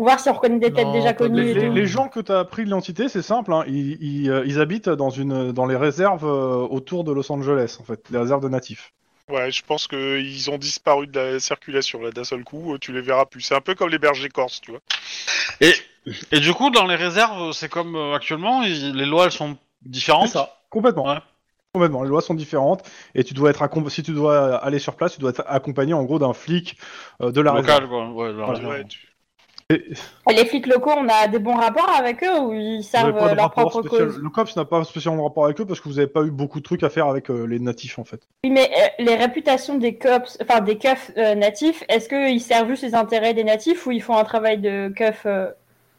[SPEAKER 6] voir si on reconnaît des têtes
[SPEAKER 5] Non,
[SPEAKER 6] déjà
[SPEAKER 5] pas
[SPEAKER 6] connues.
[SPEAKER 2] Les,
[SPEAKER 6] et
[SPEAKER 5] de-
[SPEAKER 2] les-
[SPEAKER 6] tout.
[SPEAKER 2] les gens que tu as pris de l'identité, c'est simple, hein, ils, ils, euh, ils habitent dans, une, dans les réserves euh, autour de Los Angeles en fait, les réserves de natifs.
[SPEAKER 4] Ouais, je pense que ils ont disparu de la circulation là d'un seul coup. euh, Tu les verras plus. C'est un peu comme les bergers corses, tu vois.
[SPEAKER 3] Et du coup, dans les réserves, c'est comme euh, actuellement, ils- les lois elles sont différentes.
[SPEAKER 2] C'est ça. Complètement.
[SPEAKER 3] Ouais.
[SPEAKER 2] Complètement. Les lois sont différentes et tu dois être accom- si tu dois aller sur place, tu dois être accompagné en gros d'un flic euh, de la réserve.
[SPEAKER 3] Locales, quoi. Ouais, de la réserve.
[SPEAKER 4] Ouais, tu-
[SPEAKER 6] Et les flics locaux, on a des bons rapports avec eux ou
[SPEAKER 2] Vous
[SPEAKER 6] ils
[SPEAKER 2] avez
[SPEAKER 6] servent
[SPEAKER 2] pas de
[SPEAKER 6] euh, leur
[SPEAKER 2] rapport
[SPEAKER 6] propre
[SPEAKER 2] spécial-
[SPEAKER 6] cause
[SPEAKER 2] Le COPS n'a pas spécialement de rapport avec eux parce que vous n'avez pas eu beaucoup de trucs à faire avec euh, les natifs en fait.
[SPEAKER 6] Oui, mais euh, les réputations des cops, enfin des keufs euh, natifs, est-ce qu'ils servent juste les intérêts des natifs ou ils font un travail de keuf euh,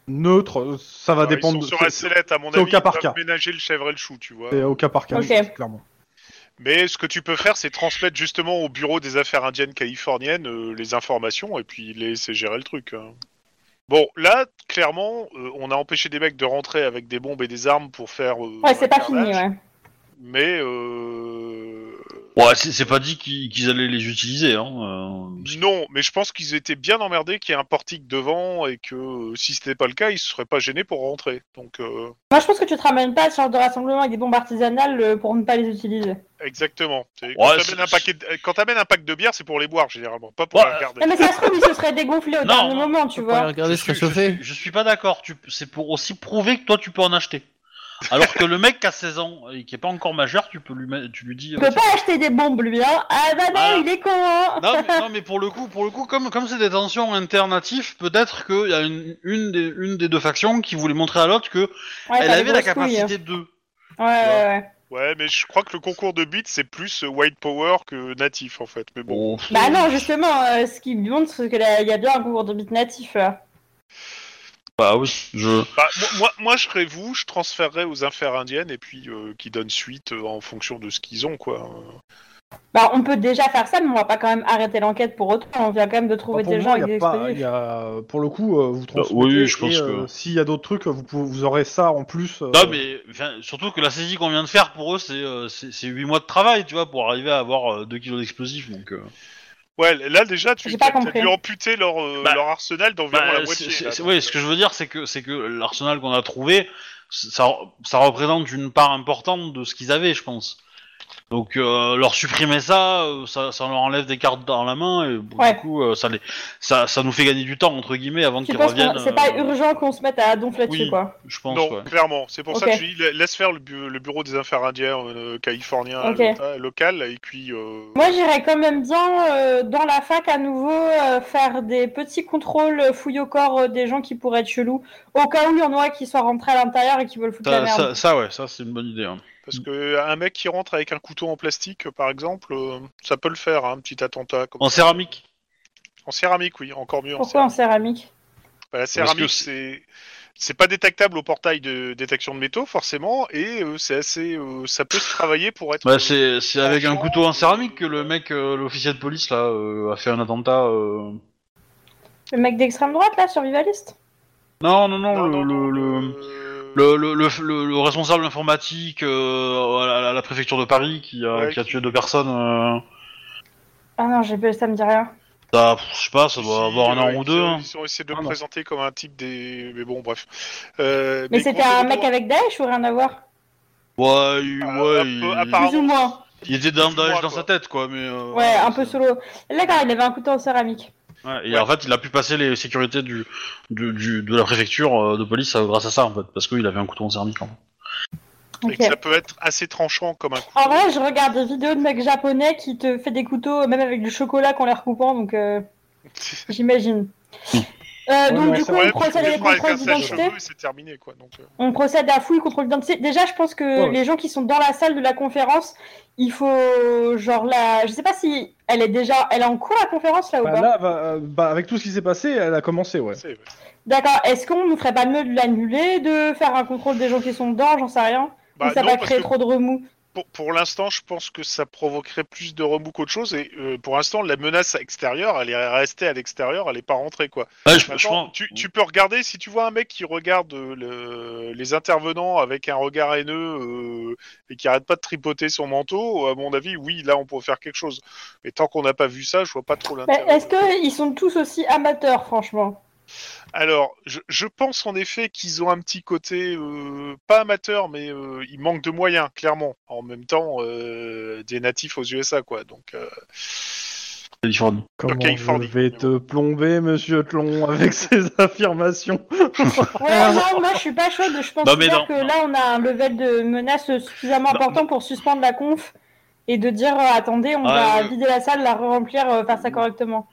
[SPEAKER 2] Neutre, euh, ça va
[SPEAKER 4] Alors,
[SPEAKER 2] dépendre.
[SPEAKER 4] Ils
[SPEAKER 2] de-
[SPEAKER 4] sont sur
[SPEAKER 2] c'est-
[SPEAKER 4] la sellette, à mon
[SPEAKER 2] c'est au
[SPEAKER 4] avis.
[SPEAKER 2] cas
[SPEAKER 4] ils
[SPEAKER 2] par
[SPEAKER 4] peuvent
[SPEAKER 2] cas.
[SPEAKER 4] ménager le chèvre et le chou, tu vois.
[SPEAKER 2] c'est au cas par cas,
[SPEAKER 6] Ok.
[SPEAKER 2] clairement.
[SPEAKER 4] Mais ce que tu peux faire, c'est transmettre justement au bureau des affaires indiennes californiennes euh, les informations et puis laisser gérer le truc. hein. Bon, là, clairement, euh, on a empêché des mecs de rentrer avec des bombes et des armes pour faire. euh,
[SPEAKER 6] Ouais, c'est
[SPEAKER 4] un
[SPEAKER 6] pas fini,
[SPEAKER 4] carnage,
[SPEAKER 6] ouais.
[SPEAKER 4] Mais euh,
[SPEAKER 3] Ouais, c'est c'est pas dit qu'ils qu'ils allaient les utiliser. Hein. euh,
[SPEAKER 4] non, mais je pense qu'ils étaient bien emmerdés qu'il y ait un portique devant et que euh, si c'était pas le cas, ils se seraient pas gênés pour rentrer. Donc euh,
[SPEAKER 6] Moi, je pense que tu te ramènes pas à ce genre de rassemblement avec des bombes artisanales euh, pour ne pas les utiliser.
[SPEAKER 4] exactement. C'est- Quand
[SPEAKER 3] Ouais,
[SPEAKER 4] t'amènes un
[SPEAKER 3] c'est-
[SPEAKER 4] paquet, de... euh, quand t'amènes un pack de bière, c'est pour les boire généralement, pas pour
[SPEAKER 3] Ouais,
[SPEAKER 4] la regarder.
[SPEAKER 6] Non, mais ça se trouve, ils se seraient dégonflés au
[SPEAKER 3] Non,
[SPEAKER 6] dernier
[SPEAKER 3] non,
[SPEAKER 6] moment, tu
[SPEAKER 5] Faut pas les
[SPEAKER 6] vois.
[SPEAKER 5] regarder,
[SPEAKER 3] je,
[SPEAKER 5] se
[SPEAKER 3] suis, je
[SPEAKER 5] réchauffer.
[SPEAKER 3] suis- je suis pas d'accord. Tu- C'est pour aussi prouver que toi, tu peux en acheter. Alors que le mec qui a 16 ans et qui est pas encore majeur, tu peux lui, ma- tu lui dis.
[SPEAKER 6] Tu
[SPEAKER 3] euh,
[SPEAKER 6] peux pas acheter des bombes, lui, hein. Ah bah non,
[SPEAKER 3] Voilà.
[SPEAKER 6] il est con, hein.
[SPEAKER 3] Non mais, non, mais pour le coup, pour le coup, comme comme c'est des tensions alternatives, peut-être qu'il y a une, une des une des deux factions qui voulait montrer à l'autre que
[SPEAKER 6] Ouais,
[SPEAKER 3] elle
[SPEAKER 6] t'as des
[SPEAKER 3] avait la
[SPEAKER 6] grosses couilles,
[SPEAKER 3] capacité de.
[SPEAKER 6] hein. Ouais, ouais, ouais.
[SPEAKER 4] Ouais, mais je crois que le concours de beats, c'est plus euh, white power que natif, en fait. Mais bon.
[SPEAKER 3] Bon.
[SPEAKER 6] Bah non, justement, euh, ce qui montre, c'est qu'il y a bien un concours de beat natif, là.
[SPEAKER 3] Bah oui, je.
[SPEAKER 4] Bah, moi, moi, moi, je serais vous, je transférerais aux affaires indiennes et puis euh, qui donnent suite euh, en fonction de ce qu'ils ont, quoi.
[SPEAKER 6] Bah, on peut déjà faire ça, mais on va pas quand même arrêter l'enquête pour autant. On vient quand même de trouver
[SPEAKER 2] Enfin, Bah, pour,
[SPEAKER 6] des
[SPEAKER 2] le
[SPEAKER 6] gens
[SPEAKER 2] moment, il
[SPEAKER 6] avec
[SPEAKER 2] y
[SPEAKER 6] des
[SPEAKER 2] a pas-
[SPEAKER 6] explosifs.
[SPEAKER 2] il y a- pour le coup, euh, vous transmettez.
[SPEAKER 3] Bah, oui, je pense
[SPEAKER 2] et, euh,
[SPEAKER 3] que-
[SPEAKER 2] S'il y a d'autres trucs, vous, pouvez- vous aurez ça en plus. euh,
[SPEAKER 3] Non mais enfin, surtout que la saisie qu'on vient de faire pour eux, c'est euh, c'est c'est huit mois de travail, tu vois, pour arriver à avoir 2 kilos d'explosifs. Donc. euh.
[SPEAKER 4] Ouais, là déjà, tu
[SPEAKER 6] J'ai
[SPEAKER 4] t'as-
[SPEAKER 6] pas
[SPEAKER 4] t'as
[SPEAKER 6] compris.
[SPEAKER 4] dû amputer leur, euh,
[SPEAKER 3] Bah,
[SPEAKER 4] leur arsenal d'environ
[SPEAKER 3] Bah,
[SPEAKER 4] la moitié.
[SPEAKER 3] c'est- c'est-
[SPEAKER 4] là,
[SPEAKER 3] c'est-
[SPEAKER 4] donc, euh,
[SPEAKER 3] oui, ce que je veux dire, c'est que c'est que l'arsenal qu'on a trouvé, c- ça, ça représente une part importante de ce qu'ils avaient, je pense. Donc euh, leur supprimer ça, euh, ça, ça leur enlève des cartes dans la main et bon,
[SPEAKER 6] Ouais.
[SPEAKER 3] du coup euh, ça, les, ça, ça nous fait gagner du temps entre guillemets avant
[SPEAKER 6] Tu
[SPEAKER 3] qu'ils
[SPEAKER 6] penses que
[SPEAKER 3] reviennent.
[SPEAKER 6] c'est pas
[SPEAKER 3] euh,
[SPEAKER 6] urgent qu'on se mette à donfler
[SPEAKER 3] oui.
[SPEAKER 6] dessus, quoi.
[SPEAKER 3] Je pense.
[SPEAKER 4] Non,
[SPEAKER 3] ouais.
[SPEAKER 4] clairement. C'est pour ça
[SPEAKER 6] Ok.
[SPEAKER 4] que je dis, la- laisse faire le, bu- le bureau des affaires indiennes euh, californien
[SPEAKER 6] Ok.
[SPEAKER 4] loca- local et puis. euh,
[SPEAKER 6] Moi, j'irais quand même bien euh, dans la fac à nouveau euh, faire des petits contrôles euh, fouilles au corps euh, des gens qui pourraient être chelous, au cas où il y en aurait qui soient rentrés à l'intérieur et qui veulent foutre la
[SPEAKER 3] Ça,
[SPEAKER 6] merde.
[SPEAKER 3] ça- ça, ouais, ça c'est une bonne idée. hein.
[SPEAKER 4] Parce que un mec qui rentre avec un couteau en plastique, euh, par exemple, euh, ça peut le faire, hein, un petit attentat. Comme...
[SPEAKER 3] En céramique.
[SPEAKER 4] En céramique, oui, encore mieux. en
[SPEAKER 6] Pourquoi en
[SPEAKER 4] céramique.
[SPEAKER 6] céramique
[SPEAKER 4] Bah, La
[SPEAKER 3] que
[SPEAKER 4] céramique,
[SPEAKER 3] c'est-
[SPEAKER 4] c'est c'est pas détectable au portail de détection de métaux forcément, et euh, c'est assez, euh, ça peut se travailler pour être. euh,
[SPEAKER 3] Bah, c'est c'est avec un
[SPEAKER 4] franchement,
[SPEAKER 3] couteau en
[SPEAKER 4] euh,
[SPEAKER 3] céramique que le mec, euh, l'officier de police là, euh, a fait un attentat. euh.
[SPEAKER 6] Le mec d'extrême droite, là, survivaliste
[SPEAKER 3] Non, non,
[SPEAKER 6] Oh
[SPEAKER 3] non,
[SPEAKER 4] Non,
[SPEAKER 3] le-
[SPEAKER 4] non, non,
[SPEAKER 3] le... le...
[SPEAKER 4] euh,
[SPEAKER 3] le, le, le, le- le responsable informatique euh, à, la, à la préfecture de Paris qui a,
[SPEAKER 4] Ouais,
[SPEAKER 3] qui a
[SPEAKER 4] qui-
[SPEAKER 3] tué deux personnes, euh,
[SPEAKER 6] Ah non, j'ai ça me dit rien.
[SPEAKER 3] ça, pff, je sais pas, ça doit
[SPEAKER 4] si,
[SPEAKER 3] avoir un
[SPEAKER 4] euh,
[SPEAKER 3] an ou
[SPEAKER 4] ils-
[SPEAKER 3] deux.
[SPEAKER 4] Ils,
[SPEAKER 3] hein.
[SPEAKER 4] ont essayé de le
[SPEAKER 2] Ah, non.
[SPEAKER 4] présenter comme un type des. Mais bon, bref. Euh,
[SPEAKER 6] Mais
[SPEAKER 4] mais
[SPEAKER 6] c'était
[SPEAKER 4] grosso
[SPEAKER 6] un
[SPEAKER 4] modo,
[SPEAKER 6] mec avec Daesh ou rien à voir
[SPEAKER 3] Ouais, il- ouais,
[SPEAKER 4] Euh, un peu-
[SPEAKER 3] il,
[SPEAKER 4] apparemment,
[SPEAKER 6] Plus ou moins.
[SPEAKER 3] il était dans,
[SPEAKER 4] plus ou moins,
[SPEAKER 3] dans
[SPEAKER 4] quoi.
[SPEAKER 3] sa tête quoi, mais. euh,
[SPEAKER 6] Ouais, un peu
[SPEAKER 3] c'est-
[SPEAKER 6] solo. Là, quand il avait un couteau en céramique.
[SPEAKER 3] ouais, et en fait, il a pu passer les sécurités du, du, du- de la préfecture euh, de police euh, grâce à ça en fait, parce qu'il avait un couteau en céramique. en fait.
[SPEAKER 4] et que
[SPEAKER 6] Ok.
[SPEAKER 4] ça peut être assez tranchant comme un.
[SPEAKER 6] En vrai, je regarde des vidéos de mecs japonais qui te
[SPEAKER 1] Hmm.
[SPEAKER 6] fait des couteaux, même avec du chocolat qu'en les recoupant, donc euh, j'imagine. Euh, donc
[SPEAKER 1] ouais,
[SPEAKER 6] du
[SPEAKER 1] c'est
[SPEAKER 6] coup,
[SPEAKER 1] vrai,
[SPEAKER 6] on procède à des
[SPEAKER 4] avec un
[SPEAKER 6] contrôles d'identité.
[SPEAKER 4] sèche-cheveux et c'est terminé, quoi. Donc, euh,
[SPEAKER 6] On procède à fouille, contrôle d'identité. Déjà, je pense que
[SPEAKER 1] Ouais.
[SPEAKER 6] les gens qui sont dans la salle de la conférence, il faut genre la. Je sais pas si elle est déjà, elle est en cours la conférence là ou
[SPEAKER 1] Bah,
[SPEAKER 6] pas.
[SPEAKER 1] là, bah, euh, bah, avec tout ce qui s'est passé, elle a commencé, ouais.
[SPEAKER 4] c'est- ouais.
[SPEAKER 6] D'accord. Est-ce qu'on nous ferait pas mieux de l'annuler, de faire un contrôle des gens qui sont dedans, j'en sais rien.
[SPEAKER 4] Bah,
[SPEAKER 6] Ou ça
[SPEAKER 4] non,
[SPEAKER 6] va
[SPEAKER 4] parce
[SPEAKER 6] créer
[SPEAKER 4] que
[SPEAKER 6] trop de remous.
[SPEAKER 4] pour, pour l'instant, je pense que ça provoquerait plus de remous qu'autre chose. Et euh, pour l'instant, la menace extérieure, elle est restée à l'extérieur, elle n'est pas rentrée, quoi.
[SPEAKER 3] Bah, je, je
[SPEAKER 4] Maintenant,
[SPEAKER 3] pense-
[SPEAKER 4] tu, tu peux regarder, si tu vois un mec qui regarde euh, le- les intervenants avec un regard haineux euh, et qui arrête pas de tripoter son manteau, à mon avis, oui, là, on pourrait faire quelque chose. Mais tant qu'on n'a pas vu ça, je vois pas trop
[SPEAKER 6] Mais
[SPEAKER 4] l'intérêt.
[SPEAKER 6] est-ce qu'ils sont tous aussi amateurs, franchement
[SPEAKER 4] Alors, je, je pense en effet qu'ils ont un petit côté, euh, pas amateur, mais euh, ils manquent de moyens, clairement. En même temps, euh, des natifs aux USA, quoi. Donc, euh,
[SPEAKER 3] c'est différent.
[SPEAKER 1] Comment
[SPEAKER 4] Californie.
[SPEAKER 1] je vais te plomber, monsieur Tlon, avec ses affirmations.
[SPEAKER 6] Ouais, non, moi je suis pas chaude. Je pense
[SPEAKER 3] Euh, Non, mais
[SPEAKER 6] bien
[SPEAKER 3] non,
[SPEAKER 6] que
[SPEAKER 3] non.
[SPEAKER 6] là on a un level de menace suffisamment
[SPEAKER 3] Non,
[SPEAKER 6] important pour suspendre la conf et de dire euh, attendez, on
[SPEAKER 3] Ah,
[SPEAKER 6] va
[SPEAKER 3] euh.
[SPEAKER 6] vider la salle, la remplir, euh, faire ça correctement.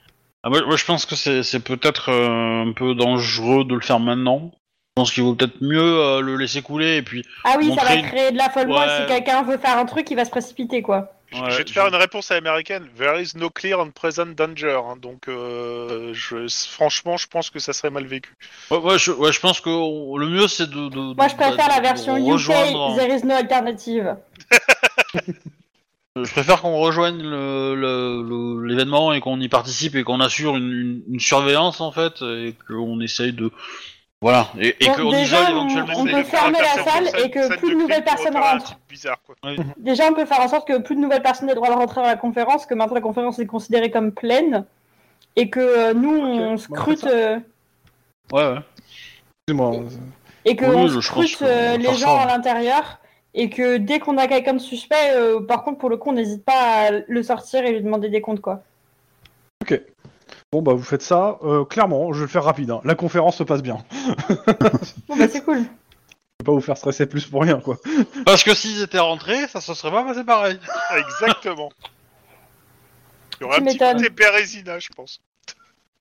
[SPEAKER 3] Ah, moi, moi, je pense que c'est c'est peut-être euh, un peu dangereux de le faire maintenant. Je pense qu'il vaut peut-être mieux euh, le laisser couler et puis.
[SPEAKER 6] Ah oui, ça
[SPEAKER 3] Montrer
[SPEAKER 6] va
[SPEAKER 3] une-
[SPEAKER 6] créer de l'affolement et
[SPEAKER 3] Ouais.
[SPEAKER 6] si quelqu'un veut faire un truc, il va se précipiter quoi.
[SPEAKER 4] je-
[SPEAKER 3] Ouais,
[SPEAKER 4] je vais te
[SPEAKER 3] je-
[SPEAKER 4] faire une réponse à l'américaine. There is no clear and present danger. hein. donc, euh, je, franchement, je pense que ça serait mal vécu.
[SPEAKER 3] Ouais, ouais, je, ouais, je pense que on- le mieux c'est de, de-
[SPEAKER 6] Moi je
[SPEAKER 3] de-
[SPEAKER 6] préfère
[SPEAKER 3] de-
[SPEAKER 6] la
[SPEAKER 3] de
[SPEAKER 6] version UK,
[SPEAKER 3] Bah, rejoindre-
[SPEAKER 6] there is no alternative.
[SPEAKER 3] Je préfère qu'on rejoigne le- le- le- l'événement et qu'on y participe et qu'on assure une, une- une surveillance en fait et qu'on essaye de voilà et, et
[SPEAKER 6] Bon,
[SPEAKER 3] qu'on
[SPEAKER 6] déjà,
[SPEAKER 3] isole
[SPEAKER 6] On
[SPEAKER 3] éventuellement.
[SPEAKER 6] peut
[SPEAKER 4] Essayer de faire
[SPEAKER 6] fermer la
[SPEAKER 4] intercepter
[SPEAKER 6] salle
[SPEAKER 4] pour
[SPEAKER 6] et que
[SPEAKER 4] scène
[SPEAKER 6] plus de
[SPEAKER 4] crime
[SPEAKER 6] nouvelles
[SPEAKER 4] pour
[SPEAKER 6] personnes
[SPEAKER 4] faire un
[SPEAKER 6] rentrent.
[SPEAKER 4] type Bizarre, quoi.
[SPEAKER 6] Déjà, on peut faire en sorte que plus de nouvelles personnes aient le droit de rentrer dans la conférence, que maintenant la conférence est considérée comme pleine et que euh, nous
[SPEAKER 1] Ok, bon,
[SPEAKER 6] on
[SPEAKER 1] on fait
[SPEAKER 6] scrute.
[SPEAKER 1] ça.
[SPEAKER 6] euh,
[SPEAKER 3] Ouais, ouais.
[SPEAKER 1] Excuse-moi.
[SPEAKER 2] hein.
[SPEAKER 6] et que
[SPEAKER 3] Oui,
[SPEAKER 6] on
[SPEAKER 3] je- je pense
[SPEAKER 6] scrute
[SPEAKER 3] qu'on va
[SPEAKER 6] euh,
[SPEAKER 3] faire
[SPEAKER 6] les
[SPEAKER 3] ça,
[SPEAKER 6] gens
[SPEAKER 3] ouais.
[SPEAKER 6] à l'intérieur et que dès qu'on a quelqu'un de suspect, euh, par contre pour le coup on n'hésite pas à le sortir et lui demander des comptes quoi.
[SPEAKER 1] Bon, bah, vous faites ça. Euh, clairement, je vais le faire rapide. hein. La conférence se passe bien. Je
[SPEAKER 6] Bon bah c'est cool.
[SPEAKER 1] vais pas vous faire stresser plus pour rien, quoi.
[SPEAKER 3] Parce que s'ils étaient rentrés, ça se serait pas passé pareil.
[SPEAKER 4] Exactement. Il y aurait
[SPEAKER 6] Tu
[SPEAKER 4] un petit
[SPEAKER 6] m'étonnes.
[SPEAKER 4] côté Pérésina, je pense.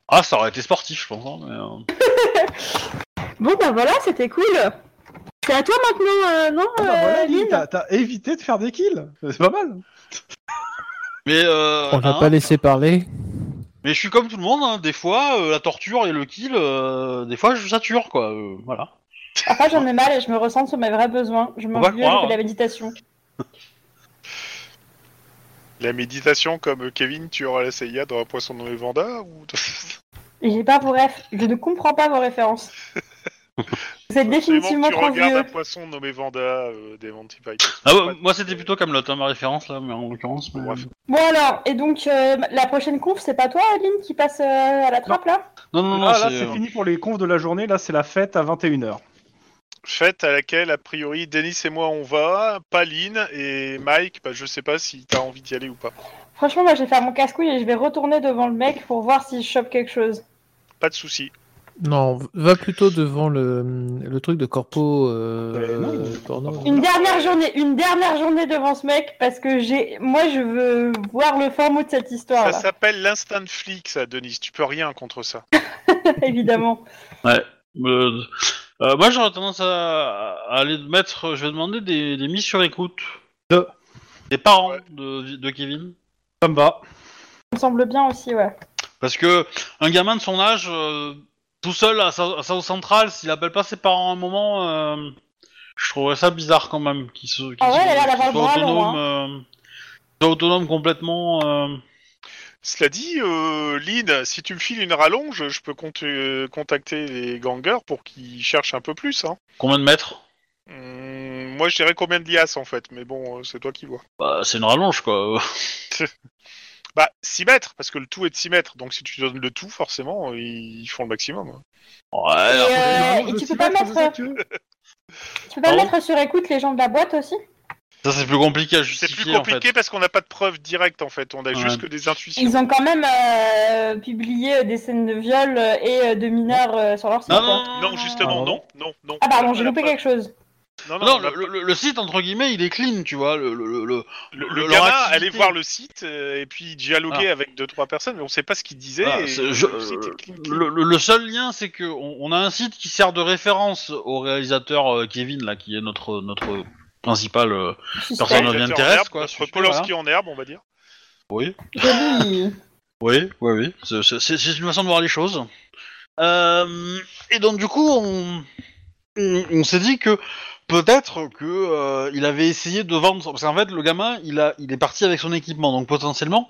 [SPEAKER 3] Ah, ça aurait été sportif, je pense. hein, mais, euh,
[SPEAKER 6] Bon bah voilà c'était cool. C'est à toi maintenant euh, non
[SPEAKER 1] Ah, bah,
[SPEAKER 6] euh,
[SPEAKER 1] voilà, Lynn,
[SPEAKER 6] Lynn
[SPEAKER 1] t'as- t'as évité de faire des kills. C'est pas mal.
[SPEAKER 3] mais, euh,
[SPEAKER 5] On l'a
[SPEAKER 3] hein,
[SPEAKER 5] pas laissé parler.
[SPEAKER 3] mais je suis comme tout le monde. hein, des fois, euh, la torture et le kill, euh, des fois, je sature quoi. euh, voilà.
[SPEAKER 6] Enfin j'en ai mal et je me ressens sur mes vrais besoins. Je
[SPEAKER 3] va
[SPEAKER 6] m'ennuie
[SPEAKER 3] croire,
[SPEAKER 6] avec de la
[SPEAKER 3] hein.
[SPEAKER 6] méditation.
[SPEAKER 4] La méditation comme euh, Kevin, tu auras la CIA dans un poisson nommé Vanda ou...
[SPEAKER 6] Et J'ai pas vos ref. Je ne comprends pas vos références. Vous êtes définitivement
[SPEAKER 4] Vraiment, tu
[SPEAKER 6] trop
[SPEAKER 4] regardes
[SPEAKER 6] vieux.
[SPEAKER 4] un poisson nommé Vanda euh, des Monty Python.
[SPEAKER 3] Ah, bah, moi, c'était plutôt Camelot, hein, ma référence là, mais en l'occurrence. mais-
[SPEAKER 4] Bref.
[SPEAKER 6] Bon alors, et donc euh, la prochaine conf, c'est pas toi, Lynn, qui passe euh, à la trappe là
[SPEAKER 3] Non, non, non,
[SPEAKER 1] Ah, là,
[SPEAKER 3] c'est,
[SPEAKER 1] c'est
[SPEAKER 3] euh,
[SPEAKER 1] fini pour les confs de la journée. Là, c'est la fête à 21h.
[SPEAKER 4] Fête à laquelle, a priori, Denis et moi on va, Paline et Mike, bah, je sais pas si t'as envie d'y aller ou pas.
[SPEAKER 6] Franchement, moi, je vais faire mon casse-couille et je vais retourner devant le mec pour voir si je chope quelque chose.
[SPEAKER 4] Pas de souci.
[SPEAKER 5] Non, va plutôt devant le, le truc de corpo euh,
[SPEAKER 1] Euh, non,
[SPEAKER 5] euh, porno.
[SPEAKER 6] Une dernière journée, une dernière journée devant ce mec parce que j'ai, moi, je veux voir le fin mot de cette histoire
[SPEAKER 4] Ça
[SPEAKER 6] là,
[SPEAKER 4] s'appelle l'instinct de flic, ça, Denis. Tu peux rien contre ça.
[SPEAKER 6] évidemment.
[SPEAKER 3] euh, euh, moi, j'aurais tendance à, à aller mettre. euh, Je vais demander des, des mises sur écoute.
[SPEAKER 1] De-
[SPEAKER 3] Des parents
[SPEAKER 4] Ouais.
[SPEAKER 3] de, de Kevin.
[SPEAKER 1] Ça me va.
[SPEAKER 6] Ça me semble bien aussi, ouais.
[SPEAKER 3] Parce que un gamin de son âge, euh, tout seul à South South Central, s'il appelle pas ses parents à un moment, euh, je trouverais ça bizarre quand même. Qu'il se, qu'il
[SPEAKER 6] Ah ouais,
[SPEAKER 3] se-
[SPEAKER 6] elle a l'air
[SPEAKER 3] qu'il
[SPEAKER 6] d'avoir le
[SPEAKER 3] soit
[SPEAKER 6] bras long,
[SPEAKER 3] autonome, euh, qu'il soit autonome complètement. euh,
[SPEAKER 4] Cela dit, euh, Lynn, si tu me files une rallonge, je peux con- euh, contacter les gangers pour qu'ils cherchent un peu plus. Hein.
[SPEAKER 3] combien de mètres
[SPEAKER 4] Hum, moi, je dirais combien de liasses en fait, mais bon, euh, c'est toi qui vois.
[SPEAKER 3] bah, C'est une rallonge quoi.
[SPEAKER 4] Bah, 6 mètres, parce que le tout est de 6 mètres, donc si tu donnes le tout, forcément, euh, ils font le maximum.
[SPEAKER 3] Ouais,
[SPEAKER 6] Et,
[SPEAKER 3] alors-
[SPEAKER 6] euh, et
[SPEAKER 1] Je
[SPEAKER 6] tu
[SPEAKER 1] sais
[SPEAKER 6] peux pas
[SPEAKER 1] je sais
[SPEAKER 6] mettre,
[SPEAKER 1] que tu veux.
[SPEAKER 6] tu peux pas
[SPEAKER 3] Pardon
[SPEAKER 6] mettre sur écoute les gens de la boîte aussi
[SPEAKER 3] ça c'est plus compliqué à
[SPEAKER 4] C'est
[SPEAKER 3] justifier.
[SPEAKER 4] plus
[SPEAKER 3] en fait.
[SPEAKER 4] compliqué parce qu'on n'a pas de preuves directes en fait, on a
[SPEAKER 3] Ouais.
[SPEAKER 4] juste que des intuitions.
[SPEAKER 6] Ils ont quand même euh, publié euh, des scènes de viol euh, et euh, de mineurs euh, sur leur site.
[SPEAKER 3] Non,
[SPEAKER 6] quoi.
[SPEAKER 3] non, non,
[SPEAKER 4] Non, justement,
[SPEAKER 1] Ah,
[SPEAKER 4] non, non, non.
[SPEAKER 6] Ah pardon, j'ai
[SPEAKER 4] On a
[SPEAKER 6] loupé
[SPEAKER 4] pas-
[SPEAKER 6] quelque chose.
[SPEAKER 4] Non,
[SPEAKER 3] Non,
[SPEAKER 4] non,
[SPEAKER 3] le, le- le site, entre guillemets, il est clean, tu vois. Le, le- le- le- le-
[SPEAKER 4] le, le
[SPEAKER 3] leur
[SPEAKER 4] gamin
[SPEAKER 3] activité.
[SPEAKER 4] allait voir le site euh, et puis dialoguer avec deux trois personnes, mais on sait pas ce qu'il disait.
[SPEAKER 3] Ah,
[SPEAKER 4] et
[SPEAKER 3] c'est- je-
[SPEAKER 4] le site est clean, clean.
[SPEAKER 3] le- le- le seul lien, c'est que on, on a un site qui sert de référence au réalisateur euh, Kevin, là, qui est notre, notre principal. euh, personne ne
[SPEAKER 4] Réalisateur
[SPEAKER 3] l'intéresse,
[SPEAKER 4] en herbe,
[SPEAKER 3] quoi, hein.
[SPEAKER 4] notre
[SPEAKER 3] ce sujet,
[SPEAKER 4] Polanski en herbe, on va dire.
[SPEAKER 3] Oui.
[SPEAKER 6] Joli.
[SPEAKER 3] Oui, oui, oui. C'est- c'est- C'est c'est une façon de voir les choses. Euh, et donc du coup, on, on, on s'est dit que peut-être que euh, il avait essayé de vendre. Parce qu'en fait, le gamin, il a, il est parti avec son équipement, donc potentiellement,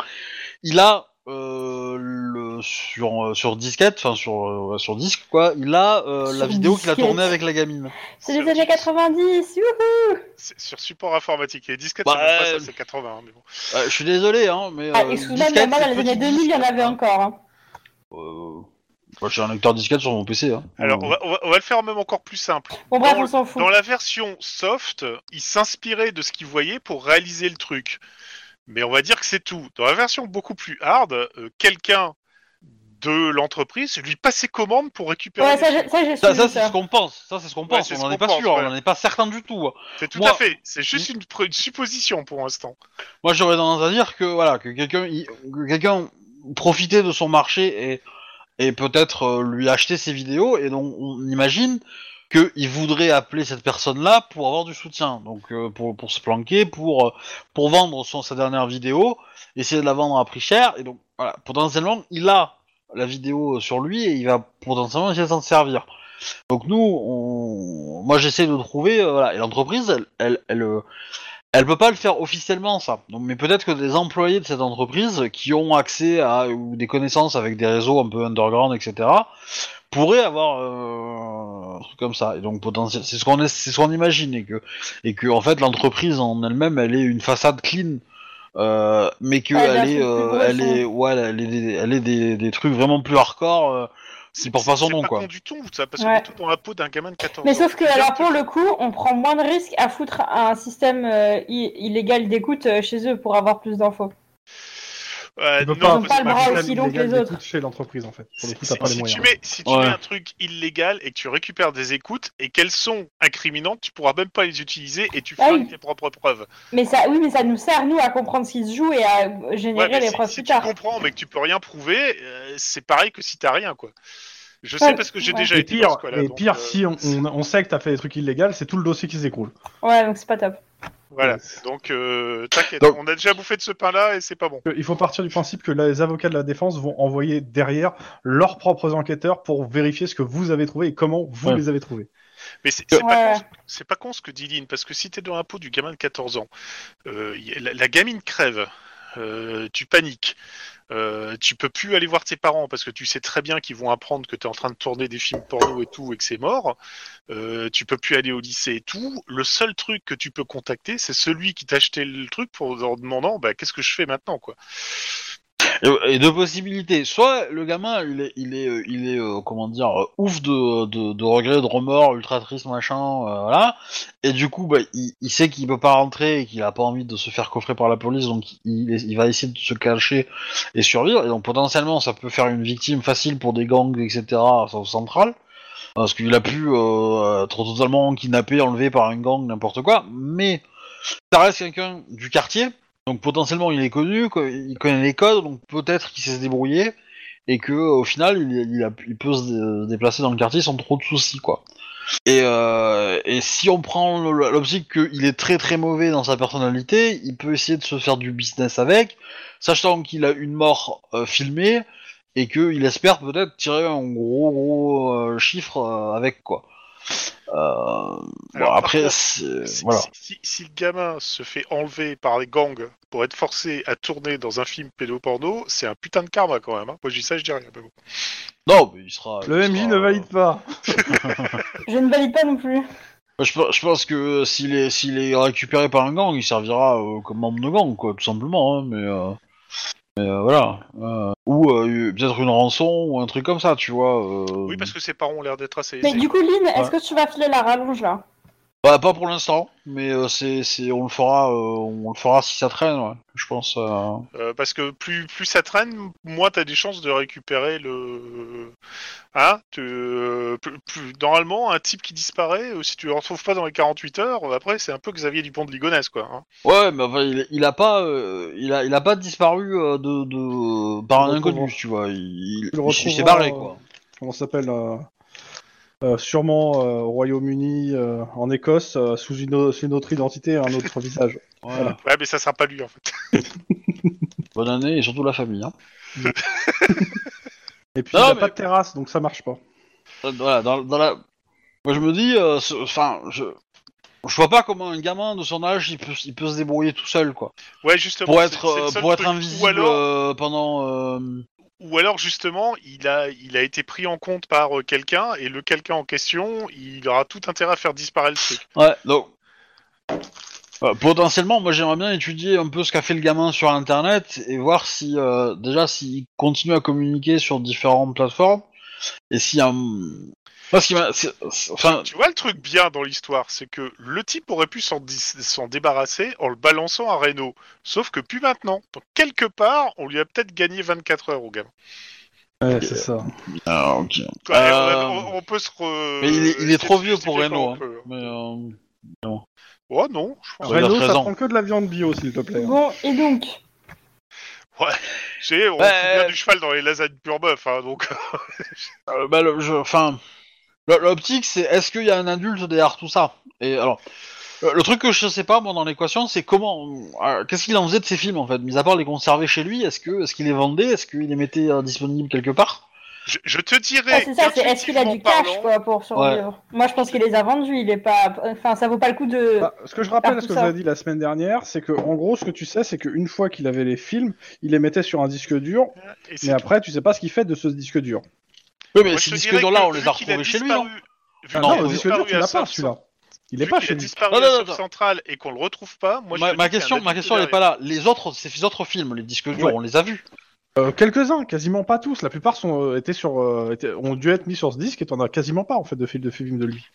[SPEAKER 3] il a euh, le, sur euh, sur disquette, enfin sur euh, sur disque quoi, il a euh, la
[SPEAKER 6] Sur
[SPEAKER 3] vidéo qu'il a
[SPEAKER 6] disquette.
[SPEAKER 3] tournée avec la gamine.
[SPEAKER 6] C'est les années 90. youhou.
[SPEAKER 4] C'est Sur support informatique. Les disquettes,
[SPEAKER 3] Bah,
[SPEAKER 4] c'est même pas
[SPEAKER 3] euh,
[SPEAKER 4] ça, c'est 80. hein, Mais bon.
[SPEAKER 3] Euh, je suis désolé, hein, mais
[SPEAKER 6] Ah,
[SPEAKER 3] euh,
[SPEAKER 6] excuse-moi, mais
[SPEAKER 3] disquette,
[SPEAKER 6] moi, dans
[SPEAKER 3] c'est
[SPEAKER 6] les
[SPEAKER 3] petit
[SPEAKER 6] années 2000, il y en
[SPEAKER 3] disque.
[SPEAKER 6] avait encore. hein.
[SPEAKER 3] Euh, moi, j'ai un lecteur disquette sur mon PC. Hein.
[SPEAKER 4] Alors, on va, on va- on va le faire même encore plus simple.
[SPEAKER 6] Bon, bref,
[SPEAKER 4] Dans
[SPEAKER 6] on
[SPEAKER 4] le-
[SPEAKER 6] s'en fout.
[SPEAKER 4] Dans la version soft, il s'inspirait de ce qu'il voyait pour réaliser le truc. Mais on va dire que c'est tout. Dans la version beaucoup plus hard, euh, quelqu'un de l'entreprise lui passait commande pour récupérer.
[SPEAKER 6] Ouais,
[SPEAKER 4] des trucs.
[SPEAKER 6] ça, j'ai- ça, j'ai
[SPEAKER 3] Ça,
[SPEAKER 6] suivi
[SPEAKER 3] ça, c'est
[SPEAKER 6] ça.
[SPEAKER 3] ce qu'on pense. Ça, c'est ce qu'on
[SPEAKER 4] Ouais,
[SPEAKER 3] pense.
[SPEAKER 4] c'est ce
[SPEAKER 3] on n'en est
[SPEAKER 4] qu'on
[SPEAKER 3] pas
[SPEAKER 4] pense,
[SPEAKER 3] sûr.
[SPEAKER 4] ouais.
[SPEAKER 3] On n'en est pas certain du tout.
[SPEAKER 4] c'est tout
[SPEAKER 3] moi-
[SPEAKER 4] à fait. C'est juste une, pr- une supposition pour l'instant.
[SPEAKER 3] Moi, j'aurais tendance à dire que voilà, que quelqu'un, il- que quelqu'un profitait de son marché et et peut-être euh, lui acheter ses vidéos. Et donc, on imagine qu'il voudrait appeler cette personne-là pour avoir du soutien. Donc, euh, pour pour se planquer, pour euh, pour vendre son sa dernière vidéo, essayer de la vendre à prix cher. Et donc, voilà, potentiellement, il a la vidéo sur lui et il va potentiellement essayer de s'en servir. Donc nous, on... moi j'essaie de trouver, euh, voilà, et l'entreprise, elle, elle, elle, euh, elle peut pas le faire officiellement ça. Donc, mais peut-être que des employés de cette entreprise qui ont accès à ou des connaissances avec des réseaux un peu underground, etc., pourraient avoir euh, un truc comme ça. Et donc potentiel, c'est ce qu'on est- c'est ce qu'on imagine et que et que en fait l'entreprise en elle-même, elle est une façade clean. euh, mais que
[SPEAKER 6] Ouais, bien
[SPEAKER 3] elle,
[SPEAKER 6] sûr,
[SPEAKER 3] est, euh,
[SPEAKER 6] plus gros,
[SPEAKER 3] elle
[SPEAKER 6] ça.
[SPEAKER 3] est, ouais, elle est, des, elle est des, des trucs vraiment plus hardcore. euh, qui portent pas son nom,
[SPEAKER 4] pas
[SPEAKER 3] quoi.
[SPEAKER 4] con du tout, ça, parce
[SPEAKER 6] Ouais.
[SPEAKER 4] qu'on est tout dans la peau d'un gamin de 14
[SPEAKER 6] Mais
[SPEAKER 4] ans.
[SPEAKER 6] sauf que, alors, pour le coup, on prend moins de risques à foutre un système euh, i- illégal d'écoute euh, chez eux pour avoir plus d'infos.
[SPEAKER 4] Euh,
[SPEAKER 1] Tu peux
[SPEAKER 4] non,
[SPEAKER 1] pas
[SPEAKER 6] ils ont
[SPEAKER 1] faire
[SPEAKER 6] pas le
[SPEAKER 1] un
[SPEAKER 6] bras
[SPEAKER 1] système
[SPEAKER 6] aussi long que
[SPEAKER 1] illégal
[SPEAKER 6] les autres.
[SPEAKER 1] d'écoute chez l'entreprise en fait. Pour le coup,
[SPEAKER 4] Si-
[SPEAKER 1] t'as pas les
[SPEAKER 4] si tu
[SPEAKER 1] moyens.
[SPEAKER 4] mets, si tu
[SPEAKER 3] Ouais.
[SPEAKER 4] mets un truc illégal et que tu récupères des écoutes et qu'elles sont incriminantes, tu pourras même pas les utiliser et tu
[SPEAKER 6] Ah
[SPEAKER 4] feras
[SPEAKER 6] oui.
[SPEAKER 4] tes propres preuves.
[SPEAKER 6] Mais ça, oui, mais ça nous sert, nous, à comprendre ce qui se joue et à
[SPEAKER 4] Ouais,
[SPEAKER 6] générer
[SPEAKER 4] mais
[SPEAKER 6] les
[SPEAKER 4] si-
[SPEAKER 6] preuves
[SPEAKER 4] si
[SPEAKER 6] plus
[SPEAKER 4] tu
[SPEAKER 6] tard.
[SPEAKER 4] comprends mais que tu peux rien prouver, euh, c'est pareil que si t'as rien quoi. Je
[SPEAKER 6] Ouais,
[SPEAKER 4] sais parce que j'ai
[SPEAKER 6] ouais.
[SPEAKER 4] déjà
[SPEAKER 1] Et
[SPEAKER 4] été dans
[SPEAKER 1] pire,
[SPEAKER 4] ce cas-là,
[SPEAKER 1] et
[SPEAKER 4] donc,
[SPEAKER 1] pire
[SPEAKER 4] euh,
[SPEAKER 1] si on, on- on sait que t'as fait des trucs illégaux, c'est tout le dossier qui s'écroule.
[SPEAKER 6] Ouais, donc c'est pas top.
[SPEAKER 4] Voilà. Donc euh, t'inquiète,
[SPEAKER 3] Donc-
[SPEAKER 4] on a déjà bouffé de ce pain-là et c'est pas bon.
[SPEAKER 1] Il faut partir du principe que les avocats de la défense vont envoyer derrière leurs propres enquêteurs pour vérifier ce que vous avez trouvé et comment vous
[SPEAKER 3] Ouais.
[SPEAKER 1] les avez trouvés.
[SPEAKER 4] Mais c'est c'est pas,
[SPEAKER 6] Ouais.
[SPEAKER 4] con, ce- c'est pas con ce que dit Lynn, parce que si t'es dans la peau du gamin de 14 ans, euh, y- la, la gamine crève, euh, tu paniques, euh, tu peux plus aller voir tes parents parce que tu sais très bien qu'ils vont apprendre que t'es en train de tourner des films porno et tout et que c'est mort, euh, tu peux plus aller au lycée et tout. Le seul truc que tu peux contacter, c'est celui qui t'a acheté le truc pour en demandant bah, qu'est-ce que je fais maintenant quoi.
[SPEAKER 3] Et, et deux possibilités. Soit le gamin, il est, il est, euh, il est euh, comment dire, euh, ouf de, de, de regrets, de remords, ultra triste, machin, euh, voilà. Et du coup, bah, il, il sait qu'il peut pas rentrer et qu'il a pas envie de se faire coffrer par la police, donc il, il va essayer de se cacher et survivre. Et donc potentiellement, ça peut faire une victime facile pour des gangs, etc. à South Central. Parce qu'il a pu euh, être totalement kidnappé, enlevé par un gang, n'importe quoi. Mais ça reste quelqu'un du quartier. Donc potentiellement il est connu, quoi, il connaît les codes, donc peut-être qu'il sait se débrouiller et que euh, au final il, il a- il peut se dé- déplacer dans le quartier sans trop de soucis quoi. Et, euh, et si on prend le- l'optique qu'il est très très mauvais dans sa personnalité, il peut essayer de se faire du business avec, sachant qu'il a une mort euh, filmée et qu'il espère peut-être tirer un gros gros euh, chiffre euh, avec quoi. Euh, bon,
[SPEAKER 4] Alors, par
[SPEAKER 3] après,
[SPEAKER 4] contre,
[SPEAKER 3] c'est-
[SPEAKER 4] Si,
[SPEAKER 3] Euh, voilà.
[SPEAKER 4] si- si- si le gamin se fait enlever par les gangs pour être forcé à tourner dans un film pédoporno, c'est un putain de karma quand même. hein. Moi je dis ça, je dis rien. mais bon.
[SPEAKER 3] Non, mais il sera.
[SPEAKER 1] Le
[SPEAKER 3] il
[SPEAKER 1] MJ
[SPEAKER 3] sera-
[SPEAKER 1] ne valide pas.
[SPEAKER 6] Je ne valide pas non plus.
[SPEAKER 3] Moi, euh, Je, pe- je pense que euh, s'il est, s'il est récupéré par un gang, il servira euh, comme membre de gang, quoi, tout simplement. hein, mais euh, mais, euh, voilà. Euh, ou euh, peut-être une rançon ou un truc comme ça, tu vois. euh,
[SPEAKER 4] Oui, parce que ses parents ont l'air d'être assez.
[SPEAKER 6] Mais du coup, Lynn, est-ce
[SPEAKER 3] Ouais.
[SPEAKER 6] que tu vas filer la rallonge là
[SPEAKER 3] bah, pas pour l'instant, mais euh, c'est, c'est, on le fera, euh, on le fera si ça traîne, ouais, je pense. euh.
[SPEAKER 4] Euh, parce que plus, plus ça traîne, moins t'as des chances de récupérer le. Hein tu, euh, plus- plus- normalement, un type qui disparaît, euh, si tu le retrouves pas dans les 48 heures, euh, après, c'est un peu Xavier Dupont de Ligonnès, quoi. hein.
[SPEAKER 3] Ouais, mais enfin, il, il a pas, euh, il a, il a pas disparu euh, de, de par
[SPEAKER 2] On
[SPEAKER 3] un
[SPEAKER 2] le
[SPEAKER 3] inconnu,
[SPEAKER 2] retrouvera.
[SPEAKER 3] tu vois. Il,
[SPEAKER 2] On le
[SPEAKER 3] il s'est- il s'est
[SPEAKER 2] retrouvera,
[SPEAKER 3] barré,
[SPEAKER 2] euh,
[SPEAKER 3] quoi.
[SPEAKER 2] Comment ça s'appelle euh, euh, Sûrement euh, au Royaume-Uni, euh, en Écosse, euh, sous, une, au- sous une autre identité, un autre visage.
[SPEAKER 3] Voilà.
[SPEAKER 4] Ouais, mais ça sera pas lui, en fait.
[SPEAKER 3] Bonne année et surtout la famille. Hein.
[SPEAKER 2] Et puis, il
[SPEAKER 3] Non,
[SPEAKER 2] n'y a
[SPEAKER 3] mais-
[SPEAKER 2] pas de terrasse, donc ça marche pas.
[SPEAKER 3] Euh, Voilà, dans, dans la. Moi, je me dis, euh, ce- enfin, je, je vois pas comment un gamin de son âge, il peut, il peut se débrouiller tout seul, quoi.
[SPEAKER 4] Ouais, justement.
[SPEAKER 3] Pour
[SPEAKER 4] c'est-
[SPEAKER 3] être,
[SPEAKER 4] c'est le
[SPEAKER 3] euh,
[SPEAKER 4] seul
[SPEAKER 3] pour être
[SPEAKER 4] truc. Ou
[SPEAKER 3] invisible
[SPEAKER 4] alors,
[SPEAKER 3] euh, pendant. euh,
[SPEAKER 4] ou alors, justement, il a, il a été pris en compte par euh, quelqu'un, et le quelqu'un en question, il aura tout intérêt à faire disparaître le truc.
[SPEAKER 3] Ouais, donc. euh, potentiellement, moi j'aimerais bien étudier un peu ce qu'a fait le gamin sur internet et voir si, euh, déjà, s'il continue à communiquer sur différentes plateformes et s'il y a. un- Moi, ce qui m'a- c'est- c'est- Enfin,
[SPEAKER 4] Tu vois, le truc bien dans l'histoire, c'est que le type aurait pu s'en dis- s'en débarrasser en le balançant à Renault. Sauf que plus maintenant. Donc, quelque part, on lui a peut-être gagné 24 heures au gamin.
[SPEAKER 2] Ouais, c'est ça.
[SPEAKER 3] ah, ok.
[SPEAKER 4] Quoi,
[SPEAKER 3] Euh,
[SPEAKER 4] on, on- on peut se. re-
[SPEAKER 3] Mais il est, il est trop vieux pour
[SPEAKER 4] justifier
[SPEAKER 3] Reno.
[SPEAKER 4] quand on peut.
[SPEAKER 3] Mais, euh,
[SPEAKER 4] Oh non, je pense.
[SPEAKER 3] Ouais, il a
[SPEAKER 2] Renault,
[SPEAKER 3] 13
[SPEAKER 2] ça
[SPEAKER 3] ans.
[SPEAKER 2] prend que de la viande bio, s'il te plaît.
[SPEAKER 6] Bon, et donc
[SPEAKER 4] Tu sais, on
[SPEAKER 3] Ouais.
[SPEAKER 4] fout bien du cheval dans les lasagnes pur bœuf, hein, donc.
[SPEAKER 3] euh, bah, le- je- enfin, le- l'optique, c'est est-ce qu'il y a un adulte derrière tout ça Et alors, le, le truc que je sais pas moi dans l'équation, c'est comment, euh, qu'est-ce qu'il en faisait de ses films en fait Mis à part les conserver chez lui, est-ce que, est-ce qu'il les vendait Est-ce qu'il les mettait euh, disponibles quelque part
[SPEAKER 4] Je, je te
[SPEAKER 6] Ah,
[SPEAKER 4] dirais.
[SPEAKER 6] c'est ça, c'est est-ce qu'il a du cash
[SPEAKER 4] qu'intuitivement
[SPEAKER 6] quoi pour survivre Moi je pense qu'il les a vendus, il est pas enfin ça vaut pas le coup de
[SPEAKER 2] Bah, ce que je rappelle,
[SPEAKER 6] Par
[SPEAKER 2] ce
[SPEAKER 6] tout
[SPEAKER 2] que je vous
[SPEAKER 6] ça.
[SPEAKER 2] ai dit la semaine dernière, c'est que, en gros, ce que tu sais, c'est qu'une fois qu'il avait les films, il les mettait sur un disque dur,
[SPEAKER 4] parlant, et c'est
[SPEAKER 2] mais après, tu sais pas ce qu'il fait de ce disque dur.
[SPEAKER 3] Oui,
[SPEAKER 4] tout.
[SPEAKER 3] mais
[SPEAKER 4] Moi,
[SPEAKER 3] ces
[SPEAKER 4] je te
[SPEAKER 3] disques
[SPEAKER 4] dirais
[SPEAKER 3] durs là,
[SPEAKER 4] que
[SPEAKER 3] on les
[SPEAKER 4] vu
[SPEAKER 3] a
[SPEAKER 4] qu'il
[SPEAKER 3] retrouvés chez lui, non
[SPEAKER 4] disparu-
[SPEAKER 3] Ah
[SPEAKER 4] Vu
[SPEAKER 3] non,
[SPEAKER 2] non,
[SPEAKER 4] qu'il
[SPEAKER 2] le
[SPEAKER 4] a
[SPEAKER 2] disque dur,
[SPEAKER 4] disparu
[SPEAKER 2] tu
[SPEAKER 4] à
[SPEAKER 2] l'as pas,
[SPEAKER 4] South-
[SPEAKER 2] celui-là. Il est
[SPEAKER 4] vu
[SPEAKER 2] pas
[SPEAKER 4] qu'il
[SPEAKER 2] chez
[SPEAKER 4] a
[SPEAKER 2] lui.
[SPEAKER 4] disparu
[SPEAKER 3] Non,
[SPEAKER 4] à
[SPEAKER 3] non,
[SPEAKER 4] South
[SPEAKER 3] non.
[SPEAKER 4] Central et qu'on le retrouve pas, moi je
[SPEAKER 3] ma,
[SPEAKER 4] te
[SPEAKER 3] ma
[SPEAKER 4] dis qu'il y a
[SPEAKER 3] question,
[SPEAKER 4] un
[SPEAKER 3] ma
[SPEAKER 4] adulte
[SPEAKER 3] question, elle est
[SPEAKER 4] derrière.
[SPEAKER 3] pas là. Les autres, ces autres films, les disques durs,
[SPEAKER 2] Ouais.
[SPEAKER 3] on les a vus.
[SPEAKER 2] Euh, Quelques-uns, quasiment pas tous. La plupart sont, euh, étaient sur, euh, étaient- ont dû être mis sur ce disque et t'en as quasiment pas en fait de films de, films de lui.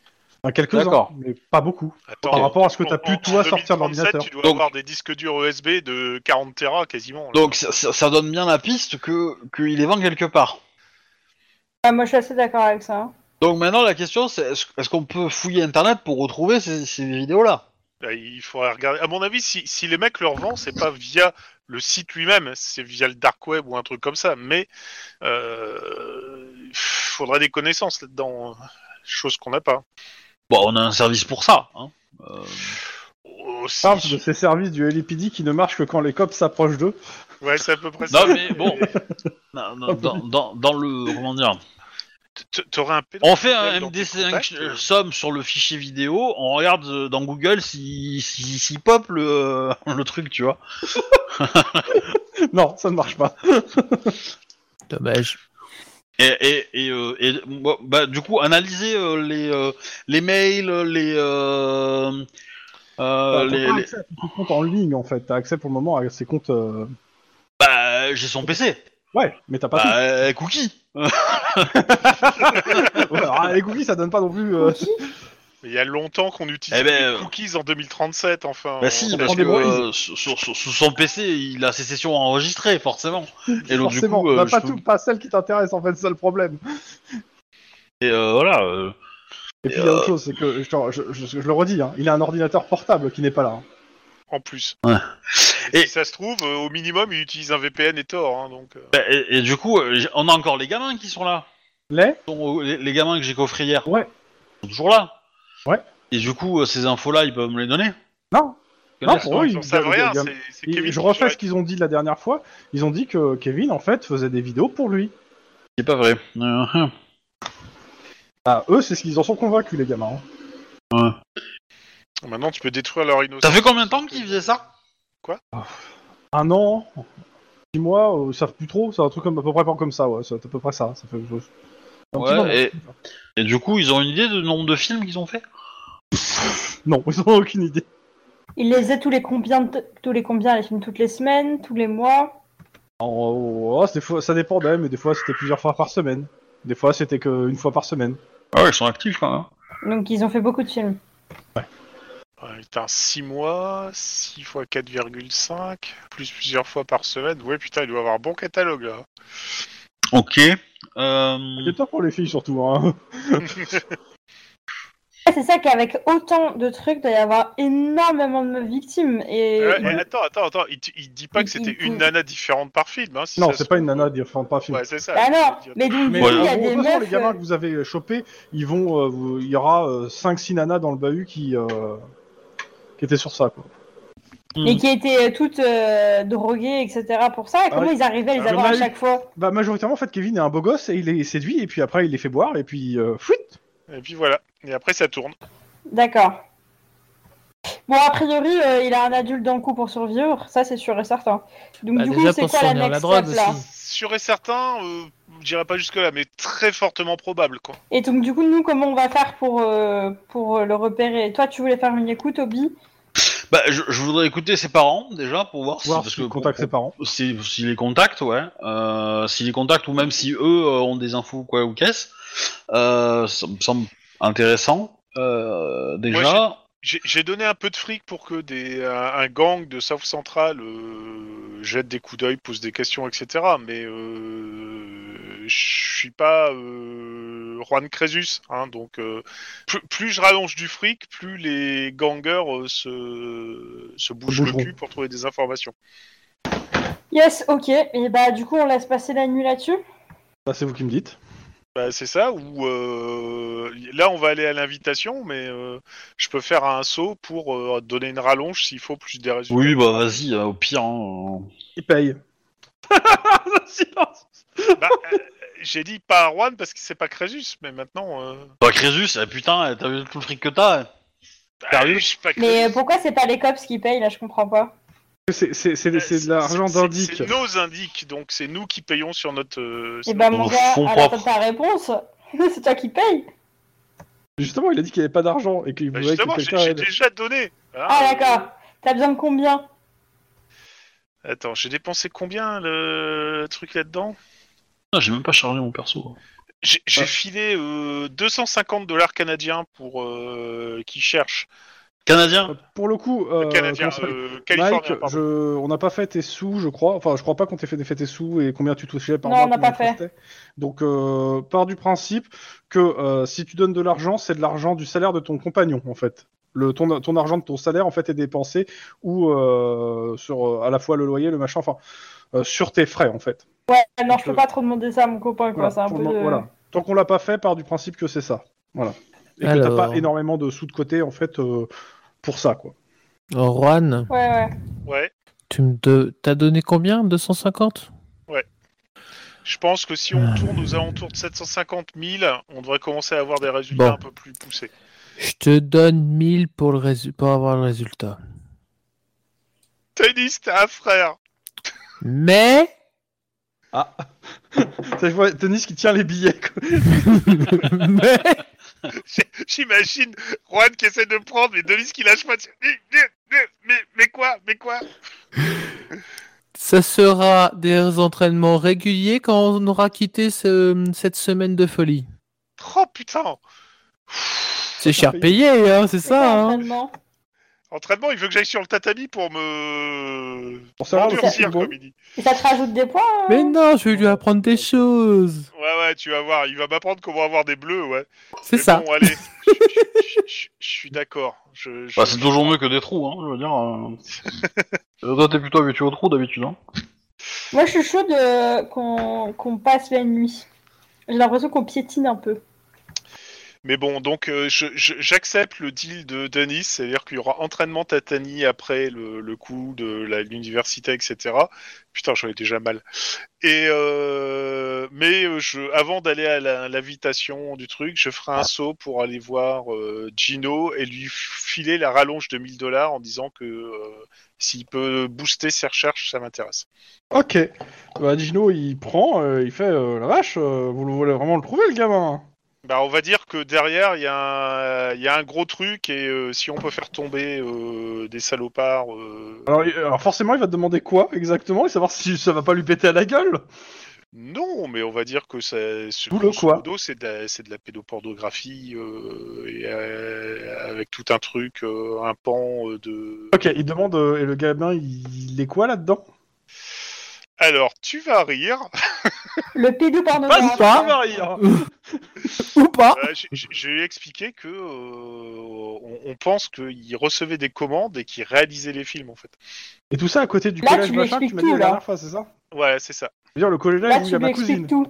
[SPEAKER 2] Enfin, quelques-uns,
[SPEAKER 3] D'accord.
[SPEAKER 2] mais pas beaucoup.
[SPEAKER 4] Attends,
[SPEAKER 2] Par rapport à ce que
[SPEAKER 4] en-
[SPEAKER 2] t'as pu
[SPEAKER 4] en-
[SPEAKER 2] toi
[SPEAKER 4] en
[SPEAKER 2] sortir de
[SPEAKER 4] 2037,
[SPEAKER 2] l'ordinateur.
[SPEAKER 4] Tu dois
[SPEAKER 3] Donc-
[SPEAKER 4] avoir des disques durs USB de 40 Tera quasiment. là.
[SPEAKER 3] Donc ça, ça- ça donne bien la piste que qu'il les vend quelque part.
[SPEAKER 6] Ah, moi je suis assez d'accord avec ça. hein.
[SPEAKER 3] Donc maintenant la question c'est est-ce est-ce qu'on peut fouiller internet pour retrouver ces, ces vidéos là
[SPEAKER 4] Là, il faudrait regarder. À mon avis, si, si les mecs leur vendent, c'est pas via le site lui-même, c'est via le dark web ou un truc comme ça. Mais euh, faudrait des connaissances là-dedans, euh, chose qu'on n'a pas.
[SPEAKER 3] Bon on a un service pour ça. Hein.
[SPEAKER 4] Oh, si-
[SPEAKER 2] Parle de ces services du LPD qui ne marchent que quand les cops s'approchent d'eux.
[SPEAKER 4] Ouais, c'est à peu près
[SPEAKER 3] Non
[SPEAKER 4] ça.
[SPEAKER 3] mais bon dans, dans- dans- dans le comment dire
[SPEAKER 4] T- T'aurais un pédophile
[SPEAKER 3] on fait un
[SPEAKER 4] dans tes
[SPEAKER 3] MDC
[SPEAKER 4] contacts, euh,
[SPEAKER 3] somme sur le fichier vidéo on regarde euh, dans Google si si, si pop le le truc tu vois.
[SPEAKER 2] non, ça ne marche pas.
[SPEAKER 5] Dommage.
[SPEAKER 3] Et, et, et, euh, et, bon, bah, du coup, analyser euh, les, euh, les mails, les, euh, euh,
[SPEAKER 2] T'as
[SPEAKER 3] les,
[SPEAKER 2] pas
[SPEAKER 3] les-
[SPEAKER 2] accès à tous tes comptes en ligne en fait. T'as accès pour le moment à ces comptes. euh,
[SPEAKER 3] Bah, j'ai son PC.
[SPEAKER 2] Ouais, mais t'as pas Bah,
[SPEAKER 3] Bah, euh, cookie. Bah, euh,
[SPEAKER 2] tout. Ouais, alors, les cookies, ça donne pas non plus. euh,
[SPEAKER 4] mais Il y a longtemps qu'on utilise
[SPEAKER 3] Eh ben,
[SPEAKER 4] les cookies en 2037, enfin.
[SPEAKER 3] Bah
[SPEAKER 4] on-
[SPEAKER 3] si,
[SPEAKER 2] on
[SPEAKER 3] parce
[SPEAKER 2] prend
[SPEAKER 3] que
[SPEAKER 2] des Moïse.
[SPEAKER 3] euh, sur, sur- sur- sur son PC, il a ses sessions enregistrées, forcément. Et donc, du
[SPEAKER 2] forcément,
[SPEAKER 3] coup, euh,
[SPEAKER 2] bah,
[SPEAKER 3] je
[SPEAKER 2] pas
[SPEAKER 3] peux-
[SPEAKER 2] tout, pas celle qui t'intéresse en fait, c'est ça le problème.
[SPEAKER 3] Et euh, voilà. euh,
[SPEAKER 2] Et puis il y a autre chose, c'est que je, te- je- je- je le redis, hein, il a un ordinateur portable qui n'est pas là. hein.
[SPEAKER 4] En plus.
[SPEAKER 3] Ouais.
[SPEAKER 4] Et
[SPEAKER 3] Et-
[SPEAKER 4] si ça se trouve, euh, au minimum, il utilise un VPN et Tor. hein, donc, euh,
[SPEAKER 3] bah, et, et du coup, euh, j'ai- on a encore les gamins qui sont là.
[SPEAKER 2] Les
[SPEAKER 3] Ils sont, euh, les, les gamins que j'ai coffrés hier.
[SPEAKER 2] Ouais.
[SPEAKER 3] Ils sont toujours là.
[SPEAKER 2] Ouais.
[SPEAKER 3] Et du coup, euh, ces infos-là, ils peuvent me les donner.
[SPEAKER 2] Non. Non, pour eux,
[SPEAKER 4] ils
[SPEAKER 2] Oh, ils-
[SPEAKER 4] n'en savent
[SPEAKER 2] il y a-
[SPEAKER 4] rien.
[SPEAKER 2] il y a-
[SPEAKER 4] c'est- c'est
[SPEAKER 2] Et
[SPEAKER 4] Kevin
[SPEAKER 2] je
[SPEAKER 4] qui
[SPEAKER 2] refais
[SPEAKER 4] gère
[SPEAKER 2] ce qu'ils ont dit la dernière fois. Ils ont dit que Kevin, en fait, faisait des vidéos pour lui.
[SPEAKER 3] C'est pas vrai. Euh, euh.
[SPEAKER 2] Ah, eux, c'est ce qu'ils en sont convaincus, les gamins. hein.
[SPEAKER 4] Maintenant, tu peux détruire leur innocence.
[SPEAKER 3] Ça fait combien de temps qu'ils faisaient ça
[SPEAKER 2] Un an, six mois, euh, ils savent plus trop. C'est un truc comme, à peu près pas comme ça, ouais. C'est à peu près ça. Ça fait un petit
[SPEAKER 3] Ouais,
[SPEAKER 2] moment.
[SPEAKER 3] et- Et du coup, ils ont une idée du nombre de films qu'ils ont fait
[SPEAKER 2] Non, ils ont aucune idée.
[SPEAKER 6] Il les faisait tous les combien de- tous les combien les films toutes les semaines, tous les mois.
[SPEAKER 2] Oh, oh, oh, des fois, ça dépendait, mais des fois, c'était plusieurs fois par semaine. Des fois, c'était qu'une fois par semaine.
[SPEAKER 3] Ah ouais, ils sont actifs quand même.
[SPEAKER 6] Donc ils ont fait beaucoup de films.
[SPEAKER 4] Ouais, Putain, 6 mois, 6 fois 4,5, plus plusieurs fois par semaine. Ouais, putain, il doit avoir bon catalogue là.
[SPEAKER 3] Ok.
[SPEAKER 4] Hmm.
[SPEAKER 3] Euh,
[SPEAKER 2] Inquiéteur pour les filles surtout. Hein.
[SPEAKER 6] Ah, C'est ça qu'avec autant de trucs, doit y avoir énormément de victimes. Et Bah,
[SPEAKER 4] Euh, et Attends, attends, attends. Il, t- il dit pas
[SPEAKER 6] Il-
[SPEAKER 4] que c'était
[SPEAKER 6] il-
[SPEAKER 4] une nana différente par film. Hein, si
[SPEAKER 2] Non,
[SPEAKER 4] ça
[SPEAKER 2] c'est
[SPEAKER 4] se
[SPEAKER 2] pas une
[SPEAKER 4] trouve.
[SPEAKER 2] nana, dire, enfin pas film.
[SPEAKER 4] Ouais, c'est ça.
[SPEAKER 6] Bah non,
[SPEAKER 4] Je veux dire,
[SPEAKER 6] mais donc du coup,
[SPEAKER 3] Voilà.
[SPEAKER 6] il y
[SPEAKER 2] Bah,
[SPEAKER 6] a
[SPEAKER 2] Bon, de
[SPEAKER 6] des
[SPEAKER 2] toute façon, les
[SPEAKER 6] meufs.
[SPEAKER 2] gamins
[SPEAKER 6] euh,
[SPEAKER 2] que vous avez chopés, ils vont, euh, vous- il y aura 5-6 nanas dans le bahut qui, euh, qui étaient sur ça. Quoi.
[SPEAKER 6] Mais qui étaient toutes euh, droguées, etc. pour ça. Comment
[SPEAKER 2] oui.
[SPEAKER 6] ils arrivaient à les
[SPEAKER 2] Ah,
[SPEAKER 6] avoir
[SPEAKER 2] mais
[SPEAKER 6] à
[SPEAKER 2] là,
[SPEAKER 6] chaque fois
[SPEAKER 2] Bah, majoritairement, en fait, Kevin est un beau gosse et il est séduit, et puis après, il les fait boire, et puis euh, fuit
[SPEAKER 4] Et puis voilà. Et après, ça tourne.
[SPEAKER 6] D'accord. Bon, a priori, euh, il a un adulte dans le coup pour survivre, ça c'est sûr et certain. Donc
[SPEAKER 5] Bah,
[SPEAKER 6] du
[SPEAKER 5] déjà
[SPEAKER 6] coup, c'est
[SPEAKER 5] pour se
[SPEAKER 6] quoi la
[SPEAKER 5] fournir
[SPEAKER 6] next
[SPEAKER 5] la drogue
[SPEAKER 6] step, là
[SPEAKER 5] aussi.
[SPEAKER 4] Sûr et certain, euh, j'irai pas jusque-là, mais très fortement probable, quoi.
[SPEAKER 6] Et donc du coup, nous, comment on va faire pour, euh, pour euh, le repérer Toi, tu voulais faire une écoute, Obi
[SPEAKER 3] bah, je, je voudrais écouter ses parents déjà pour voir,
[SPEAKER 2] voir
[SPEAKER 3] parce
[SPEAKER 2] s'il
[SPEAKER 3] que-
[SPEAKER 2] contacte ses parents.
[SPEAKER 3] si, si les contacts, ouais. Euh, si les contacts, ou même si eux euh, ont des infos quoi ou qu'est-ce, euh, ça me semble intéressant euh, déjà.
[SPEAKER 4] J'ai j'ai donné un peu de fric pour que des, un, un gang de South Central euh, jette des coups d'œil, pose des questions, etc. Mais euh, je suis pas euh, Juan Crésus, hein, donc euh, plus, plus je rallonge du fric, plus les gangers euh, se, se bougent le
[SPEAKER 2] bougeront.
[SPEAKER 4] cul pour trouver des informations.
[SPEAKER 6] Yes, ok. Et bah du coup, on laisse passer la nuit là-dessus
[SPEAKER 2] Bah, c'est vous qui me dites.
[SPEAKER 4] Bah, c'est ça, ou euh, là on va aller à l'invitation, mais euh, je peux faire un saut pour euh, donner une rallonge s'il faut plus des résultats.
[SPEAKER 3] Oui, bah vas-y, euh, au pire. hein,
[SPEAKER 2] Il paye.
[SPEAKER 4] Bah, euh, j'ai dit pas Arwan parce que c'est pas Crésus, mais maintenant. Euh...
[SPEAKER 3] euh. Bah, Crésus, eh, putain, t'as vu tout le fric que t'as. eh. Sérieux
[SPEAKER 4] ah, je suis pas
[SPEAKER 6] Mais euh,
[SPEAKER 4] Crésus.
[SPEAKER 6] pourquoi c'est pas les cops qui payent là Je comprends pas.
[SPEAKER 2] C'est c'est- c'est-
[SPEAKER 4] Euh,
[SPEAKER 2] c'est de l'argent
[SPEAKER 4] c'est-
[SPEAKER 2] d'indic.
[SPEAKER 4] C'est nos indiques, donc c'est nous qui payons sur notre. euh,
[SPEAKER 6] Et
[SPEAKER 4] sur
[SPEAKER 6] bah
[SPEAKER 4] notre-
[SPEAKER 6] mon
[SPEAKER 3] Au
[SPEAKER 6] gars,
[SPEAKER 3] fond
[SPEAKER 6] à la fin de
[SPEAKER 3] propre.
[SPEAKER 6] ta réponse, c'est toi qui payes.
[SPEAKER 2] Justement, il a dit qu'il n'y avait pas d'argent et qu'il
[SPEAKER 4] Bah,
[SPEAKER 2] voulait
[SPEAKER 4] justement,
[SPEAKER 2] que
[SPEAKER 4] j'ai
[SPEAKER 2] quelqu'un
[SPEAKER 4] j'ai
[SPEAKER 2] aide.
[SPEAKER 4] déjà donné. hein.
[SPEAKER 6] Ah d'accord. T'as besoin de combien
[SPEAKER 4] Attends, j'ai dépensé combien le truc là-dedans
[SPEAKER 3] Putain, J'ai même pas chargé mon perso. hein.
[SPEAKER 4] J'ai j'ai
[SPEAKER 2] Ah.
[SPEAKER 4] filé euh, 250 dollars canadiens pour euh, qui cherche.
[SPEAKER 3] Canadien
[SPEAKER 2] Euh, Pour le coup, euh, comment
[SPEAKER 4] Canadien,
[SPEAKER 2] ça s'appelle
[SPEAKER 4] euh,
[SPEAKER 2] Mike,
[SPEAKER 4] Californien, pardon.
[SPEAKER 2] je- on n'a pas fait tes sous, je crois. Enfin, je crois pas qu'on t'ait fait des fait tes sous et combien tu touchais par
[SPEAKER 6] Non,
[SPEAKER 2] mois.
[SPEAKER 6] on n'a
[SPEAKER 2] combien
[SPEAKER 6] pas
[SPEAKER 2] il te restait. Donc, euh, part du principe que euh, si tu donnes de l'argent, c'est de l'argent du salaire de ton compagnon, en fait. Le, ton, ton argent de ton salaire, en fait, est dépensé ou euh, sur euh, à la fois le loyer, le machin, enfin, euh, sur tes frais, en fait.
[SPEAKER 6] Ouais, Ah, non, je
[SPEAKER 2] euh,
[SPEAKER 6] peux pas trop demander ça à mon copain, quoi.
[SPEAKER 2] Voilà.
[SPEAKER 6] C'est un
[SPEAKER 2] Pour
[SPEAKER 6] peu.
[SPEAKER 2] le
[SPEAKER 6] de-
[SPEAKER 2] moment- voilà. Tant qu'on l'a pas fait, part du principe que c'est ça. Voilà. Et que t'as
[SPEAKER 5] Alors.
[SPEAKER 2] pas énormément de sous de côté, en fait, euh, pour ça, quoi.
[SPEAKER 5] Oh, Juan,
[SPEAKER 6] Ouais, ouais.
[SPEAKER 4] Ouais.
[SPEAKER 5] tu me de- t'as donné combien 250
[SPEAKER 4] Je pense que si
[SPEAKER 5] Ah.
[SPEAKER 4] on tourne aux alentours de 750 000, on devrait commencer à avoir des résultats
[SPEAKER 5] Bon.
[SPEAKER 4] un peu plus poussés.
[SPEAKER 5] Je te donne 1000 pour, le résu- pour avoir le résultat.
[SPEAKER 4] Tennis, t'es un frère.
[SPEAKER 5] Mais
[SPEAKER 2] Ça, je vois Denis qui tient les billets, quoi.
[SPEAKER 5] Mais
[SPEAKER 4] J'imagine Juan qui essaie de prendre, mais Denis qui lâche pas. tu- Mais, mais, mais quoi Mais quoi
[SPEAKER 5] ça sera des entraînements réguliers quand on aura quitté ce- cette semaine de folie.
[SPEAKER 4] Oh putain
[SPEAKER 5] C'est cher payé, hein, c'est
[SPEAKER 6] C'est quoi,
[SPEAKER 5] ça. Hein.
[SPEAKER 6] l'entraînement
[SPEAKER 4] Entraînement, il veut que j'aille sur le tatami pour me.
[SPEAKER 2] Pour savoir
[SPEAKER 6] le
[SPEAKER 4] M'endurcir,
[SPEAKER 2] football.
[SPEAKER 4] comme il dit.
[SPEAKER 6] Et ça te rajoute des points hein
[SPEAKER 5] Mais non, je vais lui apprendre des choses.
[SPEAKER 4] Ouais, ouais, tu vas voir, il va m'apprendre comment avoir des bleus, ouais.
[SPEAKER 5] C'est
[SPEAKER 4] Mais
[SPEAKER 5] ça.
[SPEAKER 4] Bon, allez, je- je- je je- je suis d'accord. Je, je-
[SPEAKER 3] Bah, c'est toujours mieux que des trous, hein, je veux dire. euh. Euh, Toi, t'es plutôt habitué aux trous d'habitude, hein.
[SPEAKER 6] Moi, je suis chaude euh, qu'on qu'on passe la nuit. J'ai l'impression qu'on piétine un peu.
[SPEAKER 4] Mais bon, donc euh, je- je- j'accepte le deal de Denis, c'est-à-dire qu'il y aura entraînement tatami après le, le coup de la- l'université, etc. Putain, j'en ai déjà mal. Et euh, mais euh, je, avant d'aller à la- l'invitation du truc, je ferai un saut pour aller voir euh, Gino et lui filer la rallonge de 1000 dollars en disant que euh, s'il peut booster ses recherches, ça m'intéresse.
[SPEAKER 2] Ok. Bah, Gino, il prend, euh, il fait euh, la vache, euh, vous le- vous voulez vraiment le trouver, le gamin
[SPEAKER 4] Bah, on va dire que derrière, il y, a un- euh, il y a un gros truc et euh, si on peut faire tomber euh, des salopards. euh,
[SPEAKER 2] alors, il- alors, forcément, il va te demander quoi exactement et savoir si ça va pas lui péter à la gueule.
[SPEAKER 4] Non, mais on va dire que ça, ce
[SPEAKER 2] D'où le
[SPEAKER 4] grosso
[SPEAKER 2] quoi.
[SPEAKER 4] modo, c'est de, la- c'est de la pédopornographie euh, et, euh, avec tout un truc, euh, un pan euh, de.
[SPEAKER 2] Ok, il demande, euh, et le gamin, il, il est quoi là-dedans
[SPEAKER 4] Alors, tu vas rire.
[SPEAKER 6] Le pédo
[SPEAKER 3] Passe
[SPEAKER 2] pas.
[SPEAKER 3] tu vas rire.
[SPEAKER 5] hein. Ou pas
[SPEAKER 4] Euh, je- je je lui ai expliqué que euh, on, on pense qu'il recevait des commandes et qu'il réalisait les films en fait.
[SPEAKER 2] Et tout ça à côté du
[SPEAKER 6] Là,
[SPEAKER 2] collège
[SPEAKER 6] tu lui
[SPEAKER 2] machin que tu
[SPEAKER 6] expliques
[SPEAKER 2] m'as dit
[SPEAKER 6] tout,
[SPEAKER 2] la
[SPEAKER 6] là.
[SPEAKER 2] dernière fois, c'est ça
[SPEAKER 4] Voilà, c'est ça.
[SPEAKER 2] Je veux dire, le collège
[SPEAKER 6] Là,
[SPEAKER 2] où il y
[SPEAKER 6] tu
[SPEAKER 2] a
[SPEAKER 6] lui
[SPEAKER 2] ma
[SPEAKER 6] expliques
[SPEAKER 2] cousine.
[SPEAKER 6] tout.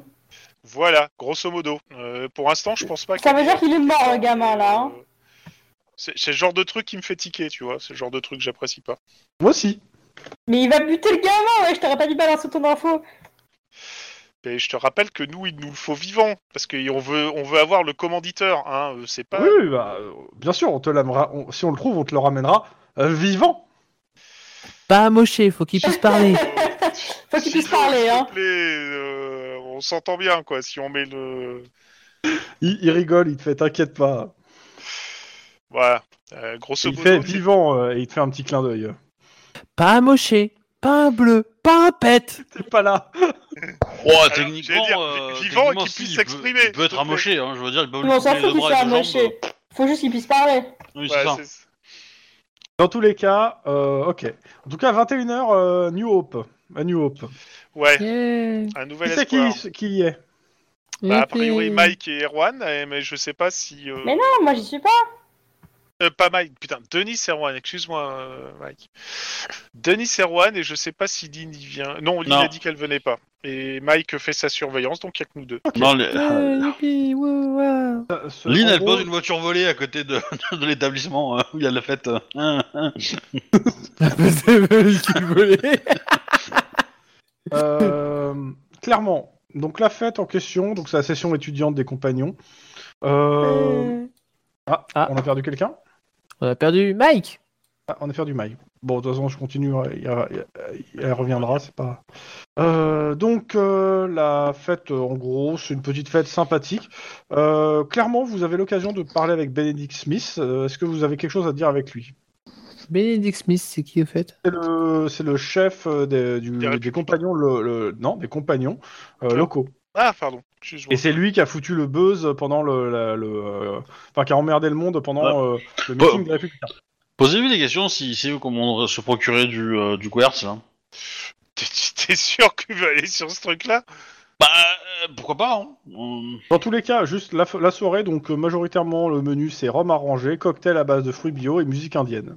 [SPEAKER 4] Voilà, grosso modo. Euh, pour l'instant, je pense pas.
[SPEAKER 6] Ça veut
[SPEAKER 4] qu'il y ait-
[SPEAKER 6] dire qu'il est mort, le gamin, là, hein.
[SPEAKER 4] Euh, C'est c'est le genre de truc qui me fait tiquer, tu vois. C'est le genre de truc que j'apprécie pas.
[SPEAKER 2] Moi aussi.
[SPEAKER 6] Mais il va buter le gamin, ouais, je t'aurais pas dit balance ton info.
[SPEAKER 4] Et je te rappelle que nous, il nous le faut vivant, parce qu'on veut, on veut avoir le commanditeur. Hein. euh, C'est pas.
[SPEAKER 2] Oui, oui, bah, euh, bien sûr, on te l'amera. on- Si on le trouve, on te le ramènera euh, vivant.
[SPEAKER 5] Pas amoché, faut qu'il puisse parler.
[SPEAKER 6] Faut qu'il puisse
[SPEAKER 4] Sinon,
[SPEAKER 6] parler,
[SPEAKER 4] s'il
[SPEAKER 6] hein.
[SPEAKER 4] te plaît, euh, on s'entend bien, quoi. Si on met le.
[SPEAKER 2] Il, il rigole, il te fait t'inquiète pas.
[SPEAKER 4] Voilà. Euh, grosso
[SPEAKER 2] Il
[SPEAKER 4] modo.
[SPEAKER 2] fait
[SPEAKER 4] c'est-
[SPEAKER 2] vivant euh, et il te fait un petit clin d'œil.
[SPEAKER 5] Pas amoché, pas un bleu, pas un pet.
[SPEAKER 2] T'es pas là.
[SPEAKER 3] Oh,
[SPEAKER 4] Alors,
[SPEAKER 3] techniquement,
[SPEAKER 4] j'allais dire,
[SPEAKER 3] euh,
[SPEAKER 4] vivant
[SPEAKER 3] techniquement,
[SPEAKER 4] et qu'il
[SPEAKER 3] si, il
[SPEAKER 4] puisse
[SPEAKER 3] peut-
[SPEAKER 4] s'exprimer,
[SPEAKER 3] Il peut être
[SPEAKER 4] s'il te plaît.
[SPEAKER 3] amoché, hein, je veux dire, il peut
[SPEAKER 6] Mais on s'en
[SPEAKER 3] couper les
[SPEAKER 6] fout qu'il
[SPEAKER 3] bras et
[SPEAKER 6] soit
[SPEAKER 3] les jambes. hein.
[SPEAKER 6] amoché. Faut juste qu'il puisse parler.
[SPEAKER 3] Oui, c'est
[SPEAKER 4] Ouais,
[SPEAKER 3] ça.
[SPEAKER 4] c'est-
[SPEAKER 2] Dans tous les cas, euh, ok. En tout cas, 21h, euh, New Hope. À New Hope.
[SPEAKER 4] ouais,
[SPEAKER 5] Yeah.
[SPEAKER 4] un
[SPEAKER 2] Qui
[SPEAKER 4] nouvel
[SPEAKER 2] c'est qui,
[SPEAKER 4] espoir.
[SPEAKER 2] qui y est
[SPEAKER 4] Bah, a priori, Mike et Erwan, euh, mais je sais pas si. euh,
[SPEAKER 6] Mais Non, moi j'y suis pas.
[SPEAKER 4] Euh, pas Mike, putain, Denis Erwan, excuse-moi, euh, Mike. Denis Erwan, et je sais pas si Lynn y vient. Non, Lynn
[SPEAKER 3] Non.
[SPEAKER 4] a dit qu'elle venait pas. Et Mike fait sa surveillance, donc il y a que nous deux.
[SPEAKER 3] Non, les-
[SPEAKER 5] Yeah, youpi, wouh, wouh.
[SPEAKER 2] Euh, ce-
[SPEAKER 3] Lynn,
[SPEAKER 2] en
[SPEAKER 3] elle
[SPEAKER 2] gros,
[SPEAKER 3] pose une voiture volée à côté de, de l'établissement euh, où il y a la fête. euh. Hein, hein.
[SPEAKER 5] C'est véhicule volé.
[SPEAKER 2] euh, clairement. Donc la fête en question, donc c'est la session étudiante des compagnons. Euh, Ah,
[SPEAKER 5] Ah.
[SPEAKER 2] on a perdu quelqu'un
[SPEAKER 5] On a perdu Mike.
[SPEAKER 2] Ah, On a perdu Mike. Bon, de toute façon, je continue. hein, Il, il- il- elle reviendra, c'est pas. Euh, donc euh, la fête, euh, en gros, c'est une petite fête sympathique. Euh, clairement, vous avez l'occasion de parler avec Benedict Smith. Euh, Est-ce que vous avez quelque chose à dire avec lui
[SPEAKER 5] Benedict Smith, c'est qui au fait
[SPEAKER 2] C'est le, c'est le chef euh, des, du-
[SPEAKER 4] Des
[SPEAKER 2] des
[SPEAKER 4] républicains.
[SPEAKER 2] compagnons, le, le- non, des compagnons euh,
[SPEAKER 4] Ouais.
[SPEAKER 2] locaux.
[SPEAKER 4] Ah, pardon, excuse-moi.
[SPEAKER 2] Et c'est lui qui a foutu le buzz pendant le, la- le euh, enfin qui a emmerdé le monde pendant euh, le
[SPEAKER 4] Bah,
[SPEAKER 3] Bon.
[SPEAKER 2] meeting des Républicains.
[SPEAKER 3] Posez-lui des questions si, si comment on se procurer du, euh, du quartz, là.
[SPEAKER 4] T'es- T'es sûr que tu veux aller sur ce truc-là
[SPEAKER 3] Bah, euh, pourquoi pas, hein. Euh,
[SPEAKER 2] Dans tous les cas, juste la, la soirée, donc euh, majoritairement le menu c'est rhum arrangé, cocktail à base de fruits bio et musique indienne.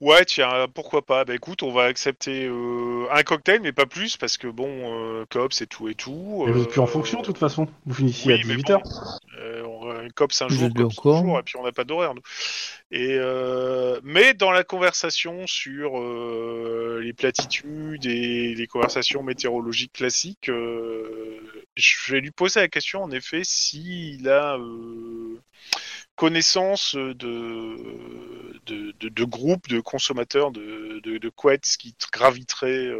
[SPEAKER 4] Ouais, tiens, pourquoi pas Bah écoute, on va accepter euh, un cocktail, mais pas plus, parce que bon, euh, cops et tout et tout.
[SPEAKER 2] Et vous
[SPEAKER 4] euh,
[SPEAKER 2] êtes plus en fonction de toute façon, vous finissez
[SPEAKER 4] oui,
[SPEAKER 2] à
[SPEAKER 4] mais
[SPEAKER 2] 18h.
[SPEAKER 4] bon, euh, on, euh, cops un
[SPEAKER 5] Vous
[SPEAKER 4] jour,
[SPEAKER 5] êtes bien
[SPEAKER 4] cops
[SPEAKER 5] au courant.
[SPEAKER 4] deux jours, et puis on n'a pas d'horaire. nous. Et euh, mais dans la conversation sur euh, les platitudes et les conversations météorologiques classiques, euh, je vais lui poser la question en effet s'il a euh, connaissance de, de, de- de groupes de consommateurs de, de, de couettes qui t- graviteraient euh,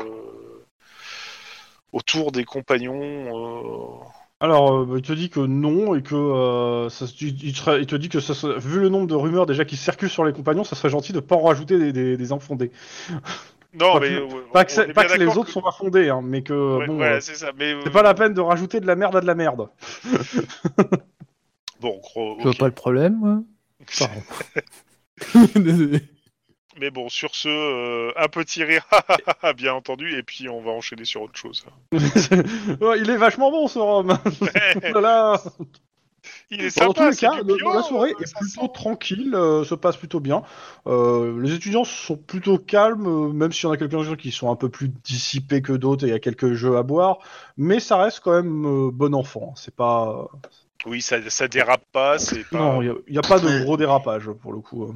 [SPEAKER 4] autour des compagnons. euh,
[SPEAKER 2] Alors euh, bah, il te dit que non et que euh, ça, se- il, il serait- il te dit que ça serait- vu le nombre de rumeurs déjà qui circulent sur les compagnons, ça serait gentil de pas en rajouter des, des, des infondées.
[SPEAKER 4] Non,
[SPEAKER 2] Pas
[SPEAKER 4] mais
[SPEAKER 2] que-
[SPEAKER 4] euh,
[SPEAKER 2] Pas
[SPEAKER 4] on
[SPEAKER 2] que,
[SPEAKER 4] est
[SPEAKER 2] pas
[SPEAKER 4] bien
[SPEAKER 2] que les
[SPEAKER 4] d'accord
[SPEAKER 2] autres sont infondées, hein, mais que
[SPEAKER 4] Ouais,
[SPEAKER 2] bon,
[SPEAKER 4] voilà,
[SPEAKER 2] euh,
[SPEAKER 4] c'est ça. Mais euh,
[SPEAKER 2] c'est pas la peine de rajouter de la merde à de la merde.
[SPEAKER 4] euh, bon, gros.
[SPEAKER 5] Je vois
[SPEAKER 4] ok.
[SPEAKER 5] pas le problème, moi. Pardon. Désolé.
[SPEAKER 4] Mais bon, sur ce, euh, un petit rire, ah, bien entendu, et puis on va enchaîner sur autre chose.
[SPEAKER 2] Ouais, il est vachement bon ce rhum. voilà.
[SPEAKER 4] Eh, Il est
[SPEAKER 2] Dans tous
[SPEAKER 4] sympa,
[SPEAKER 2] les
[SPEAKER 4] c'est
[SPEAKER 2] cas,
[SPEAKER 4] du
[SPEAKER 2] le-
[SPEAKER 4] bio,
[SPEAKER 2] la soirée
[SPEAKER 4] euh,
[SPEAKER 2] est
[SPEAKER 4] ça
[SPEAKER 2] plutôt
[SPEAKER 4] sent.
[SPEAKER 2] tranquille, euh, se passe plutôt bien. Euh, les étudiants sont plutôt calmes, euh, même s'il y en a quelques-uns qui sont un peu plus dissipés que d'autres et il y a quelques jeux à boire, mais ça reste quand même euh, bon enfant. C'est pas,
[SPEAKER 4] Oui, ça, ça dérape pas, c'est pas.
[SPEAKER 2] non, il n'y a, pas de gros dérapage pour le coup. euh.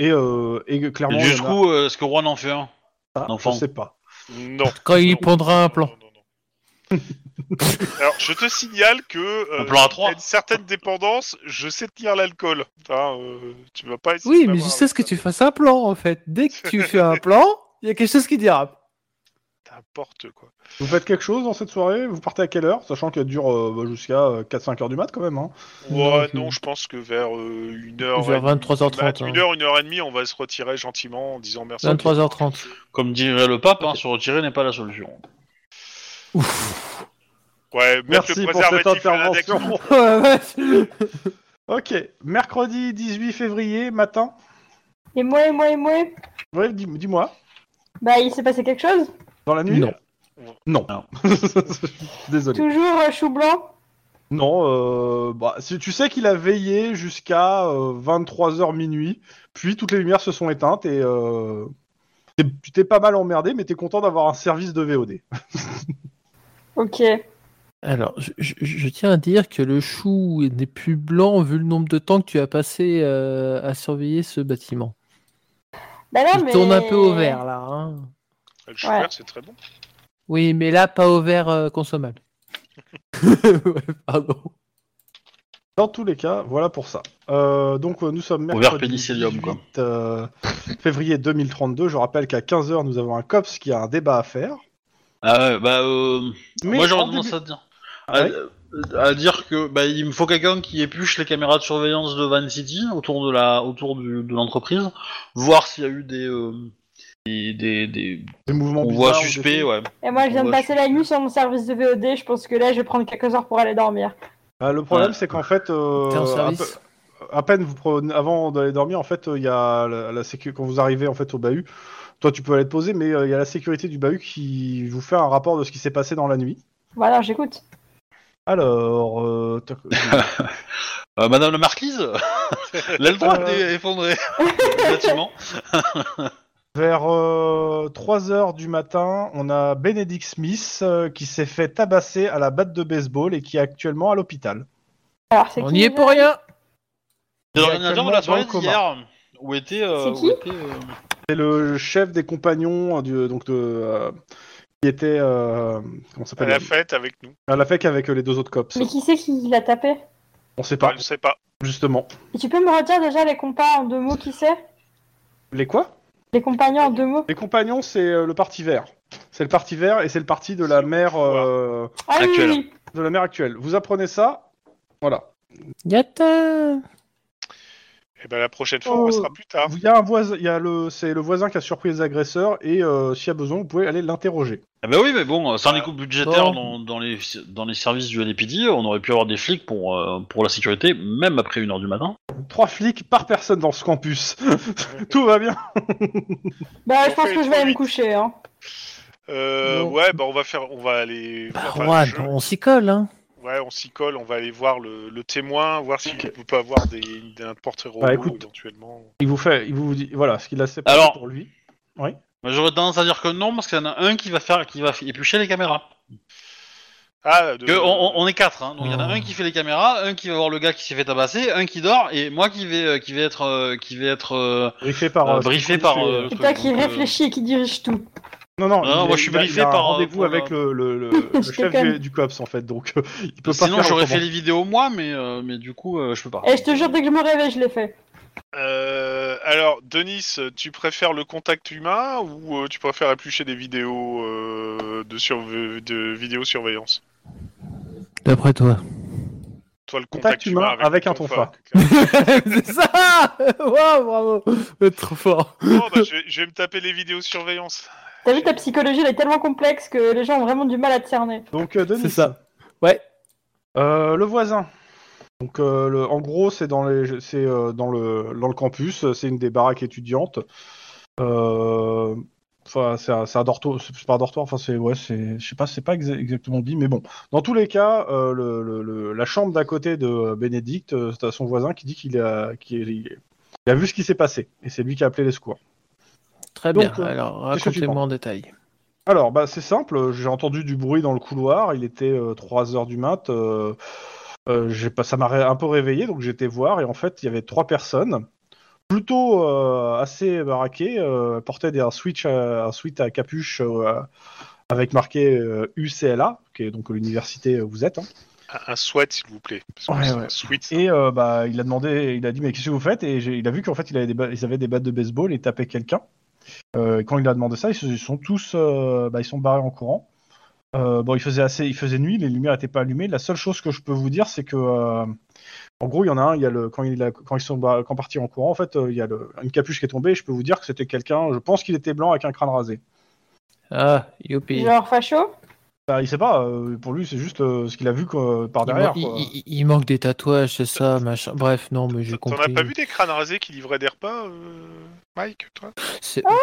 [SPEAKER 2] Et, euh, et
[SPEAKER 3] et
[SPEAKER 2] clairement, il y en a-
[SPEAKER 3] Jusqu'où euh, est-ce que Juan en fait un
[SPEAKER 2] Ah,
[SPEAKER 3] enfant.
[SPEAKER 2] je sais pas.
[SPEAKER 4] Non.
[SPEAKER 5] Quand il y
[SPEAKER 4] Non,
[SPEAKER 5] prendra un
[SPEAKER 4] non,
[SPEAKER 5] plan.
[SPEAKER 4] non, non, non. Alors, je te signale que. euh,
[SPEAKER 3] Un plan à trois.
[SPEAKER 4] à une certaine dépendance, je sais tenir l'alcool. Hein, euh, tu vas pas essayer
[SPEAKER 5] Oui,
[SPEAKER 4] de
[SPEAKER 5] mais
[SPEAKER 4] m'avoir
[SPEAKER 5] jusqu'à ce que
[SPEAKER 4] avec
[SPEAKER 5] tu fasses un plan, en fait. Dès que tu fais un plan, il y a quelque chose qui dérape.
[SPEAKER 4] ça. N'importe quoi.
[SPEAKER 2] Vous faites quelque chose dans cette soirée Vous partez à quelle heure Sachant qu'elle dure euh, bah, jusqu'à euh, 4-5 heures du mat quand même. Hein.
[SPEAKER 4] Ouais,
[SPEAKER 5] c'est-
[SPEAKER 4] non, je pense que vers euh, 1h.
[SPEAKER 5] Vers 23h30,
[SPEAKER 4] 1h,
[SPEAKER 5] hein.
[SPEAKER 4] 1h30, on va se retirer gentiment en disant merci.
[SPEAKER 5] 23h30.
[SPEAKER 3] Comme dirait le pape, hein, se retirer n'est pas la solution.
[SPEAKER 4] Ouais, mettre
[SPEAKER 2] Merci
[SPEAKER 4] le
[SPEAKER 2] pour cette
[SPEAKER 4] préservatif à l'index.
[SPEAKER 2] intervention.
[SPEAKER 5] Oh la vache.
[SPEAKER 2] ok, mercredi 18 février matin.
[SPEAKER 6] Et moi, et moi, et moi.
[SPEAKER 2] Ouais, dis- dis-moi,
[SPEAKER 6] Bah, il s'est passé quelque chose
[SPEAKER 2] dans la nuit
[SPEAKER 5] Non.
[SPEAKER 2] Non.
[SPEAKER 3] Non.
[SPEAKER 2] Désolé.
[SPEAKER 6] Toujours euh, chou blanc
[SPEAKER 2] Non, euh, bah, si- tu sais qu'il a veillé jusqu'à 23h minuit, puis toutes les lumières se sont éteintes et euh, t'es- tu t'es pas mal emmerdé, mais t'es content d'avoir un service de VOD.
[SPEAKER 6] Ok.
[SPEAKER 5] Alors, je, je- je tiens à dire que le chou n'est plus blanc vu le nombre de temps que tu as passé euh, à surveiller ce bâtiment.
[SPEAKER 6] Bah non,
[SPEAKER 5] Il
[SPEAKER 6] mais...
[SPEAKER 5] tourne un peu au vert, là. hein.
[SPEAKER 4] Le
[SPEAKER 6] Ouais.
[SPEAKER 4] chou vert, c'est très bon.
[SPEAKER 5] Oui, mais là, pas au vert euh, consommable. Ouais, Pardon.
[SPEAKER 2] Dans tous les cas, voilà pour ça. Euh, donc euh, nous sommes
[SPEAKER 3] Au
[SPEAKER 2] mercredi
[SPEAKER 3] vert pénicillium, quoi.
[SPEAKER 2] 18, euh, février 2032. Je rappelle qu'à 15h, nous avons un COPS qui a un débat à faire.
[SPEAKER 3] Ah ouais, bah, euh,
[SPEAKER 2] Mais
[SPEAKER 3] moi j'aurais
[SPEAKER 2] en
[SPEAKER 3] tendance
[SPEAKER 2] début- Ah
[SPEAKER 3] à dire. À,
[SPEAKER 2] Ouais.
[SPEAKER 3] à dire que bah, il me faut quelqu'un qui épluche les caméras de surveillance de Van City autour de la autour du- de l'entreprise, voir s'il y a eu des euh, des, des, des-
[SPEAKER 2] Des mouvements
[SPEAKER 3] on voit
[SPEAKER 2] bizarres ou des
[SPEAKER 3] suspect,
[SPEAKER 2] trucs.
[SPEAKER 3] ouais.
[SPEAKER 6] Et moi, je viens de
[SPEAKER 3] Ouais,
[SPEAKER 6] passer la nuit sur mon service de VOD. Je pense que là, je vais prendre quelques heures pour aller dormir.
[SPEAKER 2] Bah, le problème,
[SPEAKER 3] Ouais.
[SPEAKER 2] c'est qu'en fait, euh,
[SPEAKER 5] T'es en
[SPEAKER 2] un
[SPEAKER 5] service
[SPEAKER 2] peu- à peine vous prenez- avant d'aller dormir, en fait, euh, il y a la, la sécu- quand vous arrivez en fait au bahut. Toi, tu peux aller te poser, mais euh, il y a la sécurité du bahut qui vous fait un rapport de ce qui s'est passé dans la nuit.
[SPEAKER 6] Voilà, j'écoute.
[SPEAKER 2] Alors, euh, toc-
[SPEAKER 3] Euh, Madame la marquise, elle a le droit
[SPEAKER 2] Euh.
[SPEAKER 3] d'effondrer le bâtiment.
[SPEAKER 2] vers 3h du matin, on a Benedict Smith euh, qui s'est fait tabasser à la batte de baseball et qui est actuellement à l'hôpital.
[SPEAKER 6] Alors, c'est
[SPEAKER 5] On
[SPEAKER 6] qui
[SPEAKER 5] y est
[SPEAKER 6] déjà
[SPEAKER 5] pour rien
[SPEAKER 3] C'est
[SPEAKER 2] Il est
[SPEAKER 3] l'ordinateur de la
[SPEAKER 2] actuellement
[SPEAKER 3] soirée
[SPEAKER 2] dans le
[SPEAKER 3] d'hier où était euh,
[SPEAKER 6] C'est
[SPEAKER 3] où
[SPEAKER 6] qui
[SPEAKER 3] était, euh,
[SPEAKER 2] C'est le chef des compagnons euh, du, donc de, euh, qui était euh, comment ça
[SPEAKER 4] À
[SPEAKER 2] s'appelle
[SPEAKER 4] la fête avec nous.
[SPEAKER 2] à la FEC avec euh, les deux autres cops.
[SPEAKER 6] Mais qui c'est qui l'a tapé
[SPEAKER 2] On sait pas
[SPEAKER 4] Je ne sais pas.
[SPEAKER 2] justement.
[SPEAKER 6] Et tu peux me redire déjà les compas en deux mots qui c'est
[SPEAKER 2] Les quoi
[SPEAKER 6] Les compagnons en deux mots
[SPEAKER 2] Les compagnons, c'est euh, le parti vert. C'est le parti vert et c'est le parti de la mère euh,
[SPEAKER 6] Ah oui,
[SPEAKER 3] Actuel.
[SPEAKER 6] oui, oui.
[SPEAKER 2] de la mère actuelle. Vous apprenez ça Voilà.
[SPEAKER 5] Yata
[SPEAKER 4] Et ben la prochaine fois,
[SPEAKER 2] Oh.
[SPEAKER 4] on restera plus tard.
[SPEAKER 2] Il y a un voisin, il y a le, c'est le voisin qui a surpris les agresseurs et euh, s'il y a besoin, vous pouvez aller l'interroger.
[SPEAKER 3] Ah bah oui, mais bon, euh, sans les coupes budgétaires dans,
[SPEAKER 5] Bon.
[SPEAKER 3] dans les, dans les services du LAPD, on aurait pu avoir des flics pour, euh, pour la sécurité, même après 1h du matin.
[SPEAKER 2] Trois flics par personne dans ce campus. Tout va bien.
[SPEAKER 6] Bah, je
[SPEAKER 4] On
[SPEAKER 6] pense
[SPEAKER 4] fait
[SPEAKER 6] que je
[SPEAKER 4] trop
[SPEAKER 6] vais aller me
[SPEAKER 4] vite.
[SPEAKER 6] coucher. Hein.
[SPEAKER 4] Euh,
[SPEAKER 5] Non.
[SPEAKER 4] ouais, bah on va faire, on va aller.
[SPEAKER 5] Bah,
[SPEAKER 4] enfin,
[SPEAKER 5] Juan,
[SPEAKER 4] je-
[SPEAKER 5] on s'y colle, hein.
[SPEAKER 4] Ouais, on s'y colle, on va aller voir le, le témoin, voir s'il peut pas avoir des, un portrait robot
[SPEAKER 2] Bah, écoute.
[SPEAKER 4] éventuellement.
[SPEAKER 2] Il vous fait, il vous dit, voilà, ce qu'il a séparé
[SPEAKER 3] Alors-
[SPEAKER 2] pour lui.
[SPEAKER 3] Moi, J'aurais tendance à dire que non, parce qu'il y en a un qui va faire, qui va éplucher les caméras.
[SPEAKER 4] Ah, de...
[SPEAKER 3] Que on- on, on est quatre, hein, donc il y en a
[SPEAKER 5] Ah.
[SPEAKER 3] un qui fait les caméras, un qui va voir le gars qui s'est fait tabasser, un qui dort, et moi qui vais, euh, qui vais être, euh, qui vais être euh,
[SPEAKER 2] Briefé par.
[SPEAKER 3] euh,
[SPEAKER 2] euh,
[SPEAKER 3] briefé
[SPEAKER 2] c'est-
[SPEAKER 3] par.
[SPEAKER 2] c'est-
[SPEAKER 3] euh, le
[SPEAKER 6] C'est
[SPEAKER 3] truc,
[SPEAKER 6] toi qui
[SPEAKER 3] donc, euh,
[SPEAKER 6] réfléchis et qui dirige tout.
[SPEAKER 2] Non, non,
[SPEAKER 3] Ah,
[SPEAKER 2] il
[SPEAKER 3] moi, je
[SPEAKER 2] est-
[SPEAKER 3] suis
[SPEAKER 2] il a- il
[SPEAKER 3] briefé
[SPEAKER 2] a un
[SPEAKER 3] par, euh,
[SPEAKER 2] rendez-vous
[SPEAKER 3] pour
[SPEAKER 2] avec le, le, le- le
[SPEAKER 6] Je
[SPEAKER 2] chef
[SPEAKER 6] déconne.
[SPEAKER 2] du, du COPS, en fait, donc euh, il peut pas
[SPEAKER 3] Sinon,
[SPEAKER 2] faire
[SPEAKER 3] j'aurais
[SPEAKER 2] autrement.
[SPEAKER 3] fait les vidéos moi, mais, euh, mais du coup, euh, je peux pas.
[SPEAKER 6] Et Eh, je te jure, dès que je me réveille, je l'ai fait.
[SPEAKER 4] Euh, alors, Denis, tu préfères le contact humain ou euh, tu préfères éplucher des vidéos euh, de, surve- de vidéosurveillance
[SPEAKER 5] D'après toi.
[SPEAKER 4] Toi, le
[SPEAKER 2] Contact
[SPEAKER 4] contact,
[SPEAKER 2] humain avec un tonfa.
[SPEAKER 4] clairement.
[SPEAKER 5] C'est ça Waouh, bravo Euh, Trop fort.
[SPEAKER 4] non, bah, je, vais, je vais me taper les vidéosurveillance.
[SPEAKER 6] T'as vu, ta psychologie, elle est tellement complexe que les gens ont vraiment du mal à te cerner.
[SPEAKER 2] Donc, euh, Denis.
[SPEAKER 5] C'est ça. Ouais.
[SPEAKER 2] Euh, le voisin. Donc, euh, le- en gros, c'est dans, les- c'est, euh, dans, le, dans le campus, euh, c'est une des baraques étudiantes. Euh, Enfin, c'est un, c'est un dortoir, c'est c'est pas un dortoir, enfin, c'est, ouais, c'est, je sais pas, c'est pas exa- exactement dit, mais bon. Dans tous les cas, euh, le- le- le- la chambre d'à côté de euh, Bénédicte, euh, c'est à son voisin qui dit qu'il a, qu'il- il a vu ce qui s'est passé, et c'est lui qui a appelé les secours.
[SPEAKER 5] Très
[SPEAKER 2] Donc,
[SPEAKER 5] bien.
[SPEAKER 2] euh,
[SPEAKER 5] Alors,
[SPEAKER 2] qu'est-ce que tu
[SPEAKER 5] racontez-moi en détail.
[SPEAKER 2] Alors, bah, c'est simple, j'ai entendu du bruit dans le couloir, il était 3h du mat, euh, euh, j'ai pas, ça m'a ré- un peu réveillé, donc j'étais voir, et en fait, il y avait trois personnes, plutôt euh, assez baraquées, euh, portaient des, un, switch à, un sweat à capuche euh, avec marqué euh, UCLA, qui est donc l'université où vous êtes, hein.
[SPEAKER 4] Un, un sweat, s'il vous plaît. Parce que
[SPEAKER 2] Ouais,
[SPEAKER 4] c'est
[SPEAKER 2] ouais.
[SPEAKER 4] un sweat.
[SPEAKER 2] et euh, bah, il a demandé, il a dit, mais qu'est-ce que vous faites Et j'ai- il a vu qu'en fait, il avait des, ba- ils avaient des battes de baseball et tapaient quelqu'un. Euh, et quand il a demandé ça, ils, se, ils sont tous euh, bah, ils sont barrés en courant. Euh, bon, il faisait assez, il faisait nuit, les lumières n'étaient pas allumées. La seule chose que je peux vous dire, c'est que euh, en gros, il y en a un, il y a le quand il a- quand ils sont bar- quand partis en courant, en fait, euh, il y a le- une capuche qui est tombée. Et je peux vous dire que c'était quelqu'un, je pense qu'il était blanc avec un crâne rasé.
[SPEAKER 5] Ah, youpi.
[SPEAKER 6] Genre facho
[SPEAKER 2] Bah, il sait pas, euh, pour lui, c'est juste euh, ce qu'il a vu quoi, par
[SPEAKER 5] Il,
[SPEAKER 2] derrière.
[SPEAKER 5] man- il-
[SPEAKER 2] quoi.
[SPEAKER 5] il- il manque des tatouages, c'est ça, machin. Bref, non, mais j'ai
[SPEAKER 4] T'en
[SPEAKER 5] compris.
[SPEAKER 4] as pas vu des crânes rasés qui livraient des repas, euh, Mike, toi
[SPEAKER 5] C'est-
[SPEAKER 6] Ah,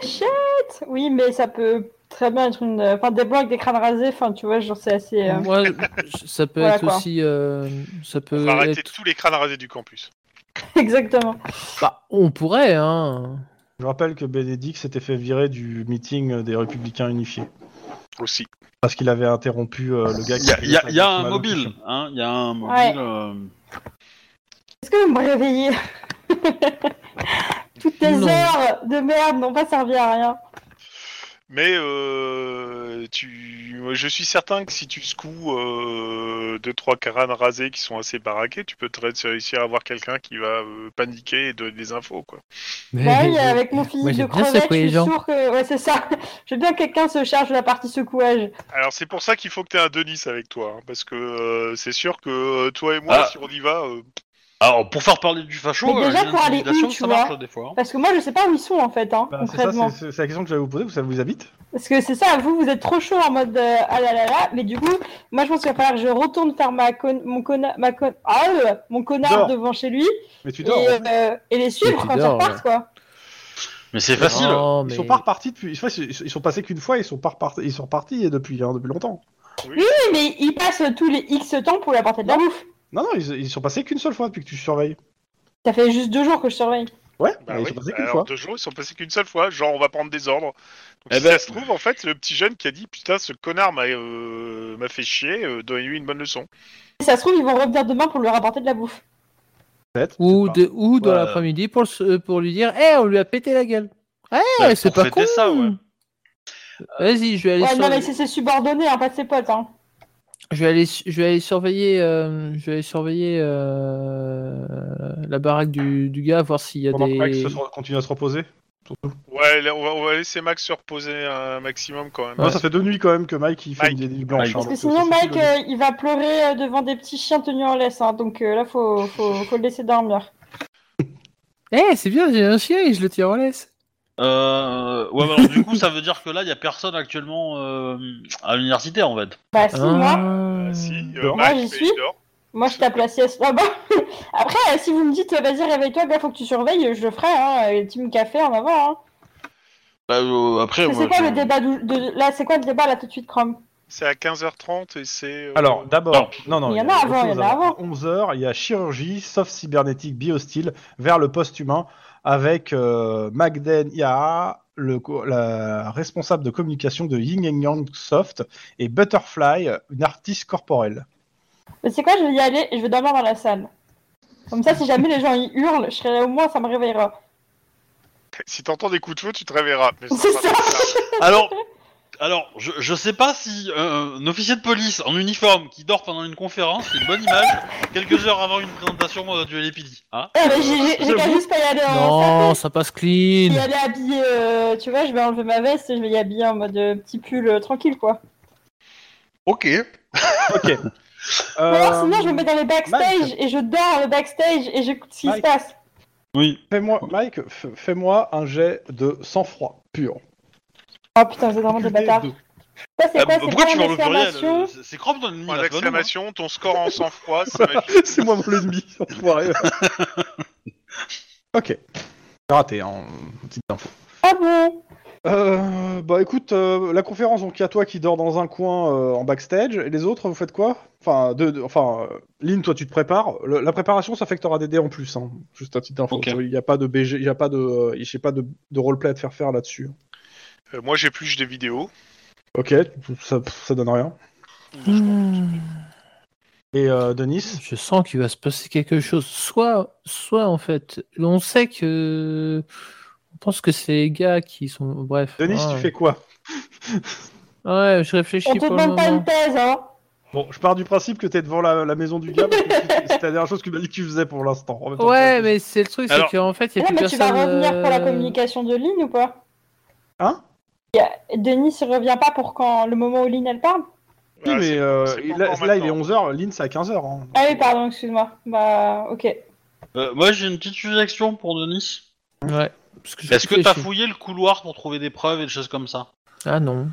[SPEAKER 6] fléchette Oui, mais ça peut très bien être une. Enfin, des blocs, des crânes rasés, enfin, tu vois, genre, c'est assez. euh,
[SPEAKER 5] Moi, je- ça peut
[SPEAKER 6] Voilà,
[SPEAKER 5] être
[SPEAKER 6] quoi.
[SPEAKER 5] aussi. euh, ça
[SPEAKER 4] On
[SPEAKER 5] peut
[SPEAKER 4] va arrêter
[SPEAKER 5] être-
[SPEAKER 4] tous les crânes rasés du campus.
[SPEAKER 5] Mm.
[SPEAKER 6] Exactement.
[SPEAKER 5] Bah, on pourrait, hein.
[SPEAKER 2] Je rappelle que Bénédicte s'était fait virer du meeting des Républicains Unifiés
[SPEAKER 4] Aussi.
[SPEAKER 2] parce qu'il avait interrompu euh, le gars.
[SPEAKER 3] Il y a,
[SPEAKER 2] qui
[SPEAKER 3] y a- y a un
[SPEAKER 2] faisait sa-
[SPEAKER 3] mobile, hein, il y a un mobile.
[SPEAKER 6] Ouais.
[SPEAKER 3] euh,
[SPEAKER 6] Est-ce que vous me réveillez Toutes tes
[SPEAKER 5] Non.
[SPEAKER 6] heures de merde n'ont pas servi à rien.
[SPEAKER 4] Mais euh, tu, moi, je suis certain que si tu secoues euh, deux trois crânes rasés qui sont assez baraqués, tu peux peut-être réussir à avoir quelqu'un qui va euh, paniquer et donner des infos quoi.
[SPEAKER 5] Mais-
[SPEAKER 6] Bah oui, avec mon
[SPEAKER 5] Moi,
[SPEAKER 6] physique de
[SPEAKER 5] j'aime bien
[SPEAKER 6] crevette, je
[SPEAKER 5] secouer les
[SPEAKER 6] suis
[SPEAKER 5] gens.
[SPEAKER 6] sûr que. Ouais, c'est ça. Je veux bien que quelqu'un se charge de la partie secouage.
[SPEAKER 4] Alors c'est pour ça qu'il faut que tu aies un Denis avec toi, hein, parce que euh, c'est sûr que euh, toi et moi,
[SPEAKER 3] Ah.
[SPEAKER 4] si on y va, euh,
[SPEAKER 3] Alors, pour faire parler du facho,
[SPEAKER 6] Mais
[SPEAKER 3] euh,
[SPEAKER 6] déjà,
[SPEAKER 3] les
[SPEAKER 6] pour aller
[SPEAKER 3] intimidations,
[SPEAKER 6] où, tu
[SPEAKER 3] ça marche
[SPEAKER 6] vois
[SPEAKER 3] des fois. hein.
[SPEAKER 6] Parce que moi, je sais pas où ils sont en fait, hein,
[SPEAKER 2] Bah, c'est ça,
[SPEAKER 6] concrètement.
[SPEAKER 2] c'est- c'est c'est la question que j'allais vous poser, ça vous habite
[SPEAKER 6] Parce que c'est ça, vous, vous êtes trop chaud en mode euh, ah là là là, mais du coup, moi je pense qu'il va falloir que je retourne faire ma con- mon, conna- ma con- ah, euh, mon connard
[SPEAKER 2] Dors.
[SPEAKER 6] devant chez lui
[SPEAKER 2] Mais tu
[SPEAKER 6] et,
[SPEAKER 2] dors en fait.
[SPEAKER 6] euh, et les suivre
[SPEAKER 5] tu
[SPEAKER 6] quand ils
[SPEAKER 5] dors,
[SPEAKER 6] repartent quoi.
[SPEAKER 3] Mais
[SPEAKER 5] Ah,
[SPEAKER 3] c'est facile.
[SPEAKER 5] Non,
[SPEAKER 2] Ils
[SPEAKER 5] mais-
[SPEAKER 2] sont pas repartis depuis. je sais pas, ils sont passés qu'une fois, ils sont pas repartis. Ils sont repartis depuis hein, depuis longtemps.
[SPEAKER 6] Oui, mais ils passent tous les X temps pour lui apporter de la bouffe.
[SPEAKER 2] Non non, ils, ils sont passés qu'une seule fois depuis que tu surveilles.
[SPEAKER 6] Ça fait juste deux jours que je surveille.
[SPEAKER 2] Ouais,
[SPEAKER 4] bah
[SPEAKER 2] mais ils
[SPEAKER 4] oui,
[SPEAKER 2] sont passés
[SPEAKER 4] bah
[SPEAKER 2] qu'une
[SPEAKER 4] alors,
[SPEAKER 2] fois.
[SPEAKER 4] deux jours, ils sont passés qu'une seule fois. Genre on va prendre des ordres. Donc,
[SPEAKER 3] Eh
[SPEAKER 4] si
[SPEAKER 3] ben-
[SPEAKER 4] ça se trouve en fait, c'est le petit jeune qui a dit putain ce connard m'a euh, m'a fait chier, euh, donnez-lui une bonne leçon.
[SPEAKER 6] Et ça se trouve, ils vont revenir demain pour lui rapporter de la bouffe.
[SPEAKER 2] Peut-être.
[SPEAKER 5] Ou,
[SPEAKER 2] Ah.
[SPEAKER 5] de, ou dans
[SPEAKER 3] Ouais.
[SPEAKER 5] l'après-midi pour, le s- euh, pour lui dire Eh, on lui a pété la gueule. Eh,
[SPEAKER 3] Ouais,
[SPEAKER 5] c'est
[SPEAKER 3] Bah, pour
[SPEAKER 5] pas con
[SPEAKER 3] fêter ça, ouais.
[SPEAKER 5] Vas-y, je vais aller
[SPEAKER 6] Ouais,
[SPEAKER 5] sur-
[SPEAKER 6] non, mais c'est ses subordonnés, hein, pas de ses potes. Hein.
[SPEAKER 5] Je vais aller, je vais aller surveiller, euh, je vais aller surveiller euh, la baraque du, du gars, voir s'il y a
[SPEAKER 2] Pendant que Max
[SPEAKER 5] des.
[SPEAKER 2] se sera- continue à se reposer. Surtout.
[SPEAKER 4] Ouais, là, on va, on va laisser Max se reposer un maximum quand même.
[SPEAKER 2] Non, ça fait deux nuits quand même que Mike il fait
[SPEAKER 4] Mike.
[SPEAKER 2] une nuit blanche.
[SPEAKER 3] Mike.
[SPEAKER 6] Parce que sinon, Mike, euh, il va pleurer euh, devant des petits chiens tenus en laisse. Hein, donc euh, là, faut, faut, faut le laisser dormir.
[SPEAKER 5] Eh, c'est bien, j'ai un chien et je le tire en laisse.
[SPEAKER 3] Euh, ouais, bah alors, du coup, ça veut dire que là, il y a personne actuellement euh, à l'université, en fait.
[SPEAKER 6] Bah, si, moi,
[SPEAKER 5] Ah.
[SPEAKER 4] Euh, si, euh,
[SPEAKER 2] Dehors.
[SPEAKER 4] Max,
[SPEAKER 6] Moi, Ah, j'y
[SPEAKER 4] fait
[SPEAKER 6] suis.
[SPEAKER 4] dehors.
[SPEAKER 6] moi, je tape la sieste. Ah bah, Après, euh, si vous me dites, euh, vas-y, réveille-toi, gars, faut que tu surveilles, je le ferai. Hein, et team café, on va voir. Hein.
[SPEAKER 3] Bah, euh, après,
[SPEAKER 6] Parce que
[SPEAKER 3] moi,
[SPEAKER 6] c'est quoi
[SPEAKER 3] je-
[SPEAKER 6] le débat d'ou- de... Là, c'est quoi le débat là tout de suite, Chrome
[SPEAKER 4] C'est à 15h30 et c'est. euh,
[SPEAKER 2] Alors, d'abord, non, non,
[SPEAKER 6] Il y en a avant, il y en a avant.
[SPEAKER 2] 11h, il y a chirurgie, sauf cybernétique, biostyle, vers le poste humain, avec euh, Magden Yaha, le, co- la responsable de communication de Yin and Yang Soft, et Butterfly, une artiste corporelle.
[SPEAKER 6] Mais c'est quoi, je vais y aller et je vais dormir dans la salle. Comme ça, si jamais les gens y hurlent, je serai là au moins, ça me réveillera.
[SPEAKER 4] si t'entends des coups de feu, tu te réveilleras. Mais
[SPEAKER 6] C'est
[SPEAKER 4] pas ça.
[SPEAKER 3] Alors, alors je, je sais pas si euh, un officier de police en uniforme qui dort pendant une conférence, c'est une bonne image, quelques heures avant une présentation euh, du LPD. Hein
[SPEAKER 6] Eh ben, j'ai- j'ai j'ai qu'à
[SPEAKER 3] J'avoue.
[SPEAKER 6] juste pas y aller en
[SPEAKER 5] Non,
[SPEAKER 6] salle.
[SPEAKER 5] ça passe
[SPEAKER 6] Je vais
[SPEAKER 5] clean.
[SPEAKER 6] y aller habillé, euh, tu vois, je vais enlever ma veste et je vais y habiller en mode euh, petit pull euh, tranquille, quoi.
[SPEAKER 3] Ok.
[SPEAKER 2] Ok.
[SPEAKER 6] Ou alors,
[SPEAKER 2] Euh,
[SPEAKER 6] sinon, je me mets dans les backstage et je dors dans le backstage et j'écoute ce qui se
[SPEAKER 2] Mike.
[SPEAKER 6] passe.
[SPEAKER 3] Oui.
[SPEAKER 2] Euh, fais-moi, Mike, f- fais-moi un jet de sang-froid pur.
[SPEAKER 6] Oh putain, c'est vraiment des bâtards. Ça, c'est
[SPEAKER 3] Euh,
[SPEAKER 6] quoi C'est
[SPEAKER 3] pourquoi
[SPEAKER 6] pas
[SPEAKER 3] tu
[SPEAKER 6] une
[SPEAKER 3] parles le pluriel
[SPEAKER 6] exclamation
[SPEAKER 3] euh, C'est- C'est crop dans une
[SPEAKER 4] Point
[SPEAKER 3] minute.
[SPEAKER 4] d'exclamation, ton score en sang-froid, c'est magique.
[SPEAKER 2] C'est moi mon ennemi, enfoiré. ok. J'ai raté, hein, petite info.
[SPEAKER 6] Ah bon
[SPEAKER 2] Euh, bah écoute, euh, la conférence, donc il y a toi qui dors dans un coin euh, en backstage, et les autres, vous faites quoi Enfin, de, de- enfin euh, Lynn, toi tu te prépares. Le- la préparation, ça fait que t'auras des dés en plus, hein. juste à petite info.
[SPEAKER 3] Ok.
[SPEAKER 2] Il n'y a pas de BG, il n'y a pas de, euh, j'ai pas de, de roleplay à te faire faire là-dessus.
[SPEAKER 4] Euh, moi, j'épluche des vidéos.
[SPEAKER 2] Ok, ça, ça donne rien. Et euh, Denis
[SPEAKER 5] Ah. Je sens qu'il va se passer quelque chose. Soit, soit en fait, on sait que. On pense que c'est les gars qui sont. Bref.
[SPEAKER 2] Denis,
[SPEAKER 5] Ouais.
[SPEAKER 2] tu fais quoi
[SPEAKER 5] Ouais, je réfléchis.
[SPEAKER 6] On te
[SPEAKER 5] pour le
[SPEAKER 6] demande pas
[SPEAKER 5] moment.
[SPEAKER 6] une thèse, hein
[SPEAKER 2] Bon, je pars du principe que t'es devant la, la maison du gars, parce que c'est c'est la dernière chose que tu m'as dit que tu faisais pour l'instant. En même temps,
[SPEAKER 5] Ouais,
[SPEAKER 2] tu-
[SPEAKER 5] mais c'est le truc, c'est
[SPEAKER 3] Alors-
[SPEAKER 5] qu'en fait, il y a
[SPEAKER 6] Non,
[SPEAKER 5] plus
[SPEAKER 6] mais tu vas
[SPEAKER 5] personne,
[SPEAKER 6] revenir pour la
[SPEAKER 5] euh,
[SPEAKER 6] communication de Lynn ou pas
[SPEAKER 2] Hein
[SPEAKER 6] Denis ne revient pas pour quand le moment où Lynn elle parle
[SPEAKER 2] Oui,
[SPEAKER 4] Ah,
[SPEAKER 2] mais
[SPEAKER 4] c'est-
[SPEAKER 2] euh,
[SPEAKER 4] c'est pas
[SPEAKER 2] il- là,
[SPEAKER 4] encore
[SPEAKER 2] là, il est
[SPEAKER 4] maintenant.
[SPEAKER 2] 11h, Lynn, c'est à 15h. hein.
[SPEAKER 6] Ah oui, pardon, excuse-moi. Bah, ok.
[SPEAKER 3] Euh, moi, j'ai une petite suggestion pour Denis.
[SPEAKER 5] Ouais. parce je
[SPEAKER 3] Est-ce que t'as
[SPEAKER 5] réfléchis.
[SPEAKER 3] fouillé le couloir pour trouver des preuves et des choses comme ça
[SPEAKER 5] Ah non.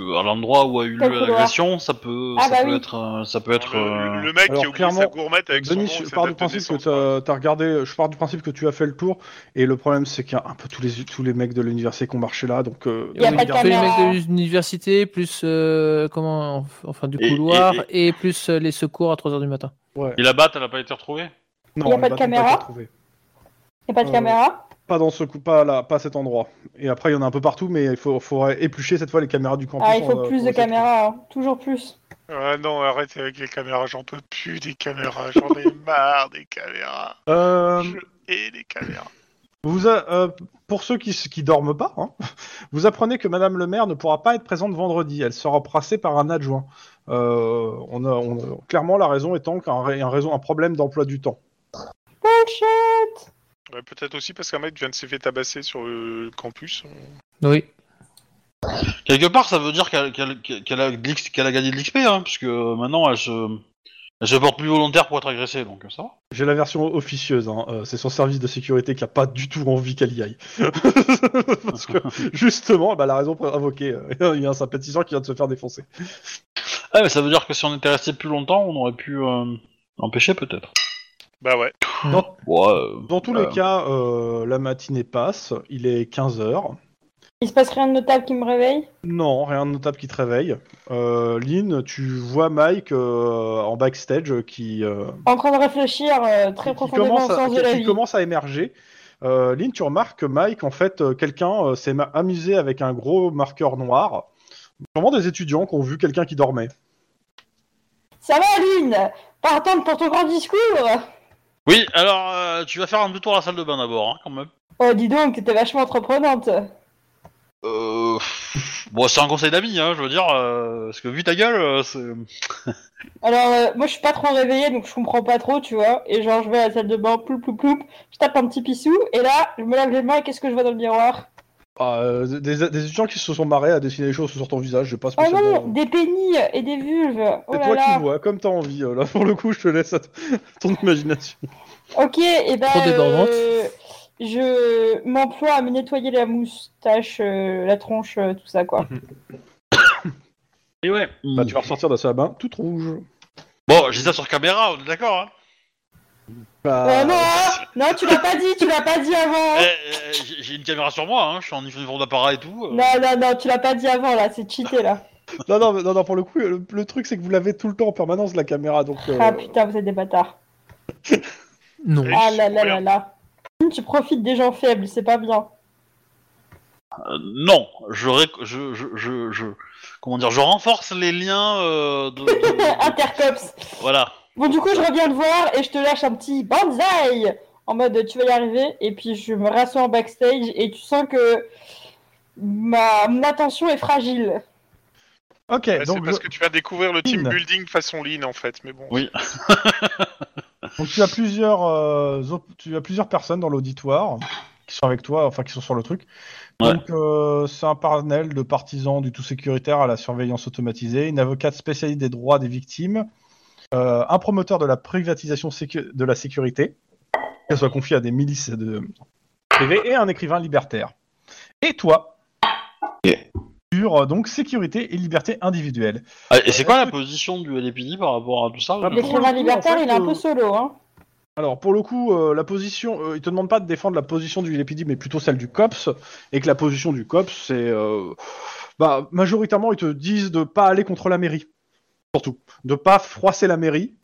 [SPEAKER 3] euh, à l'endroit où a eu lieu
[SPEAKER 6] Quel couloir
[SPEAKER 3] l'agression, ça peut,
[SPEAKER 6] Ah,
[SPEAKER 3] ça,
[SPEAKER 6] bah
[SPEAKER 3] peut
[SPEAKER 6] oui.
[SPEAKER 3] être euh, ça peut être.
[SPEAKER 4] le,
[SPEAKER 3] euh,
[SPEAKER 4] le mec qui a
[SPEAKER 2] Alors,
[SPEAKER 4] oublié sa
[SPEAKER 2] clairement,
[SPEAKER 4] gourmette avec
[SPEAKER 2] Denis,
[SPEAKER 4] son nom et
[SPEAKER 2] je
[SPEAKER 4] sa
[SPEAKER 2] pars du
[SPEAKER 4] date de
[SPEAKER 2] principe que
[SPEAKER 4] naissance.
[SPEAKER 2] t'as as regardé, je pars du principe que tu as fait le tour, et le problème c'est qu'il y a un peu tous les, tous les mecs de l'université qui ont marché là, donc... euh,
[SPEAKER 6] Il y a
[SPEAKER 2] on
[SPEAKER 6] pas de
[SPEAKER 2] garde-
[SPEAKER 5] Tous les
[SPEAKER 6] caméra.
[SPEAKER 5] mecs de l'université, plus euh, comment enf- enfin du
[SPEAKER 3] Et-
[SPEAKER 5] couloir et, plus euh, les secours à 3h du matin.
[SPEAKER 2] Ouais.
[SPEAKER 3] Et la batte, elle a pas été retrouvée
[SPEAKER 2] Non,
[SPEAKER 6] Il y a
[SPEAKER 2] les
[SPEAKER 6] pas
[SPEAKER 2] bâtons,
[SPEAKER 6] de
[SPEAKER 2] on peut
[SPEAKER 6] caméra
[SPEAKER 2] pas les trouver.
[SPEAKER 6] Y a pas de
[SPEAKER 2] Euh,
[SPEAKER 6] caméra
[SPEAKER 2] Pas dans ce coup, pas là, pas à cet endroit. Et après, il y en a un peu partout, mais il faut, faudrait éplucher cette fois les caméras du campus.
[SPEAKER 6] Ah, il
[SPEAKER 2] on,
[SPEAKER 6] faut
[SPEAKER 2] euh,
[SPEAKER 6] plus
[SPEAKER 2] pour
[SPEAKER 6] de
[SPEAKER 2] essayer trouver.
[SPEAKER 6] caméras, hein. toujours plus.
[SPEAKER 4] Ah non, arrête avec les caméras, j'en peux plus des caméras, j'en ai marre des caméras.
[SPEAKER 2] Euh,
[SPEAKER 4] Je hais les caméras.
[SPEAKER 2] vous a- euh, pour ceux qui, s- qui dorment pas, hein, vous apprenez que Madame le maire ne pourra pas être présente vendredi. Elle sera remplacée par un adjoint. Euh, on a, on a- clairement, la raison étant qu'un ré- un raison, un problème d'emploi du temps.
[SPEAKER 6] Bullshit
[SPEAKER 4] Ouais, Peut-être aussi parce qu'un mec vient de s'est fait tabasser sur le campus.
[SPEAKER 5] Oui.
[SPEAKER 3] Quelque part, ça veut dire qu'elle qu'elle- qu'elle a, de l'X- qu'elle a gagné de l'XP, hein, parce que euh, maintenant, elle se, elle se porte plus volontaire pour être agressée, donc ça va.
[SPEAKER 2] J'ai la version officieuse. hein, euh, c'est son service de sécurité qui a pas du tout envie qu'elle y aille. Parce que justement, bah, la raison pour- invoquée, euh, il y a un sympathisant qui vient de se faire défoncer.
[SPEAKER 3] Ah, mais ça veut dire que si on était resté plus longtemps, on aurait pu euh, l'empêcher, peut-être.
[SPEAKER 4] Bah ouais.
[SPEAKER 3] Ouais, euh,
[SPEAKER 2] Dans tous
[SPEAKER 3] euh,
[SPEAKER 2] les cas, euh, la matinée passe, il est 15h.
[SPEAKER 6] Il se passe rien de notable qui me réveille
[SPEAKER 2] Non, rien de notable qui te réveille. Euh, Lynn, tu vois Mike euh, en backstage euh, qui, euh,
[SPEAKER 6] En train de réfléchir euh, très
[SPEAKER 2] qui
[SPEAKER 6] profondément au
[SPEAKER 2] commence, à,
[SPEAKER 6] sens de
[SPEAKER 2] qui-
[SPEAKER 6] la
[SPEAKER 2] qui
[SPEAKER 6] vie.
[SPEAKER 2] commence à émerger. Euh, Lynn, tu remarques que Mike, en fait, euh, quelqu'un euh, s'est ma- amusé avec un gros marqueur noir. Sûrement des étudiants qui ont vu quelqu'un qui dormait.
[SPEAKER 6] Ça va, Lynn Pas attendre pour ton grand discours
[SPEAKER 3] Oui, alors, euh, tu vas faire un petit tour à la salle de bain d'abord, hein, quand même.
[SPEAKER 6] Oh, dis donc, t'es vachement entreprenante.
[SPEAKER 3] Euh... pff, Bon, c'est un conseil d'amis, hein, je veux dire, euh, parce que vu ta gueule, euh, c'est...
[SPEAKER 6] Alors, euh, moi, je suis pas trop réveillée, donc je comprends pas trop, tu vois. Et genre, je vais à la salle de bain, ploup, ploup, ploup, je tape un petit pissou, et là, je me lave les mains, et qu'est-ce que je vois dans le miroir
[SPEAKER 2] Euh, des, des étudiants qui se sont marrés à dessiner des choses sur ton visage, je passe
[SPEAKER 6] Oh non, des pénis et des vulves Oh
[SPEAKER 2] C'est
[SPEAKER 6] là
[SPEAKER 2] toi
[SPEAKER 6] là
[SPEAKER 2] qui vois, comme t'as envie. euh, Là, pour le coup, je te laisse à t- ton imagination.
[SPEAKER 6] Ok, et ben.
[SPEAKER 5] Trop débordante.
[SPEAKER 6] euh, je m'emploie à me nettoyer la moustache, euh, la tronche, euh, tout ça, quoi.
[SPEAKER 3] Et ouais.
[SPEAKER 2] Bah, tu vas ressortir de la salle à bain toute rouge.
[SPEAKER 3] Hmm. Bon, j'ai ça sur caméra, on est d'accord, hein
[SPEAKER 2] Bah,
[SPEAKER 6] Oh non Non, tu l'as pas dit, tu l'as pas dit avant hein.
[SPEAKER 3] Eh, eh, J'ai j'ai une caméra sur moi, hein, je suis en uniforme d'appareil et tout. euh.
[SPEAKER 6] Non, non, non, tu l'as pas dit avant, là, c'est cheaté, là.
[SPEAKER 2] non, non, non, non, pour le coup, le, le truc, c'est que vous l'avez tout le temps en permanence, la caméra, donc... euh,
[SPEAKER 6] Ah putain, vous êtes des bâtards.
[SPEAKER 5] Non.
[SPEAKER 4] Et
[SPEAKER 6] Ah
[SPEAKER 4] je
[SPEAKER 6] là là
[SPEAKER 4] comprends
[SPEAKER 6] là là. Tu profites des gens faibles, c'est pas bien.
[SPEAKER 3] Euh, non, je, ré- je, je, je, je... Comment dire Je renforce les liens euh, de...
[SPEAKER 6] Ah,
[SPEAKER 3] de- de-
[SPEAKER 6] Intercops.
[SPEAKER 3] Voilà.
[SPEAKER 6] Bon, du coup, je reviens te voir et je te lâche un petit banzai en mode tu vas y arriver. Et puis, je me rassois en backstage et tu sens que ma... mon attention est fragile.
[SPEAKER 2] Ok,
[SPEAKER 4] Ouais, Bah, c'est
[SPEAKER 2] donc,
[SPEAKER 4] parce que tu vas découvrir le team
[SPEAKER 2] Lean.
[SPEAKER 4] building façon lean en fait, mais bon.
[SPEAKER 3] Oui.
[SPEAKER 2] donc tu, as plusieurs, euh, op- tu as plusieurs personnes dans l'auditoire qui sont avec toi, enfin qui sont sur le truc.
[SPEAKER 3] Ouais.
[SPEAKER 2] Donc euh, c'est un panel de partisans du tout sécuritaire à la surveillance automatisée, une avocate spécialiste des droits des victimes, euh, un promoteur de la privatisation sécu- de la sécurité, qu'elle soit confiée à des milices de... privées, et un écrivain libertaire. Et toi
[SPEAKER 3] Yeah.
[SPEAKER 2] sur euh, donc sécurité et liberté individuelle.
[SPEAKER 3] Ah, Et c'est quoi la position du LAPD par rapport à tout ça euh,
[SPEAKER 2] Ah,
[SPEAKER 3] là
[SPEAKER 2] mais-
[SPEAKER 6] L'écrivain
[SPEAKER 2] coup, en
[SPEAKER 6] libertaire,
[SPEAKER 2] fait,
[SPEAKER 6] il est un
[SPEAKER 2] euh,
[SPEAKER 6] peu solo. Hein.
[SPEAKER 2] Alors pour le coup, euh, la position, euh, il te demande pas de défendre la position du LAPD, mais plutôt celle du COPS, et que la position du COPS, c'est, euh, bah, majoritairement, ils te disent de pas aller contre la mairie, surtout, de pas froisser la mairie.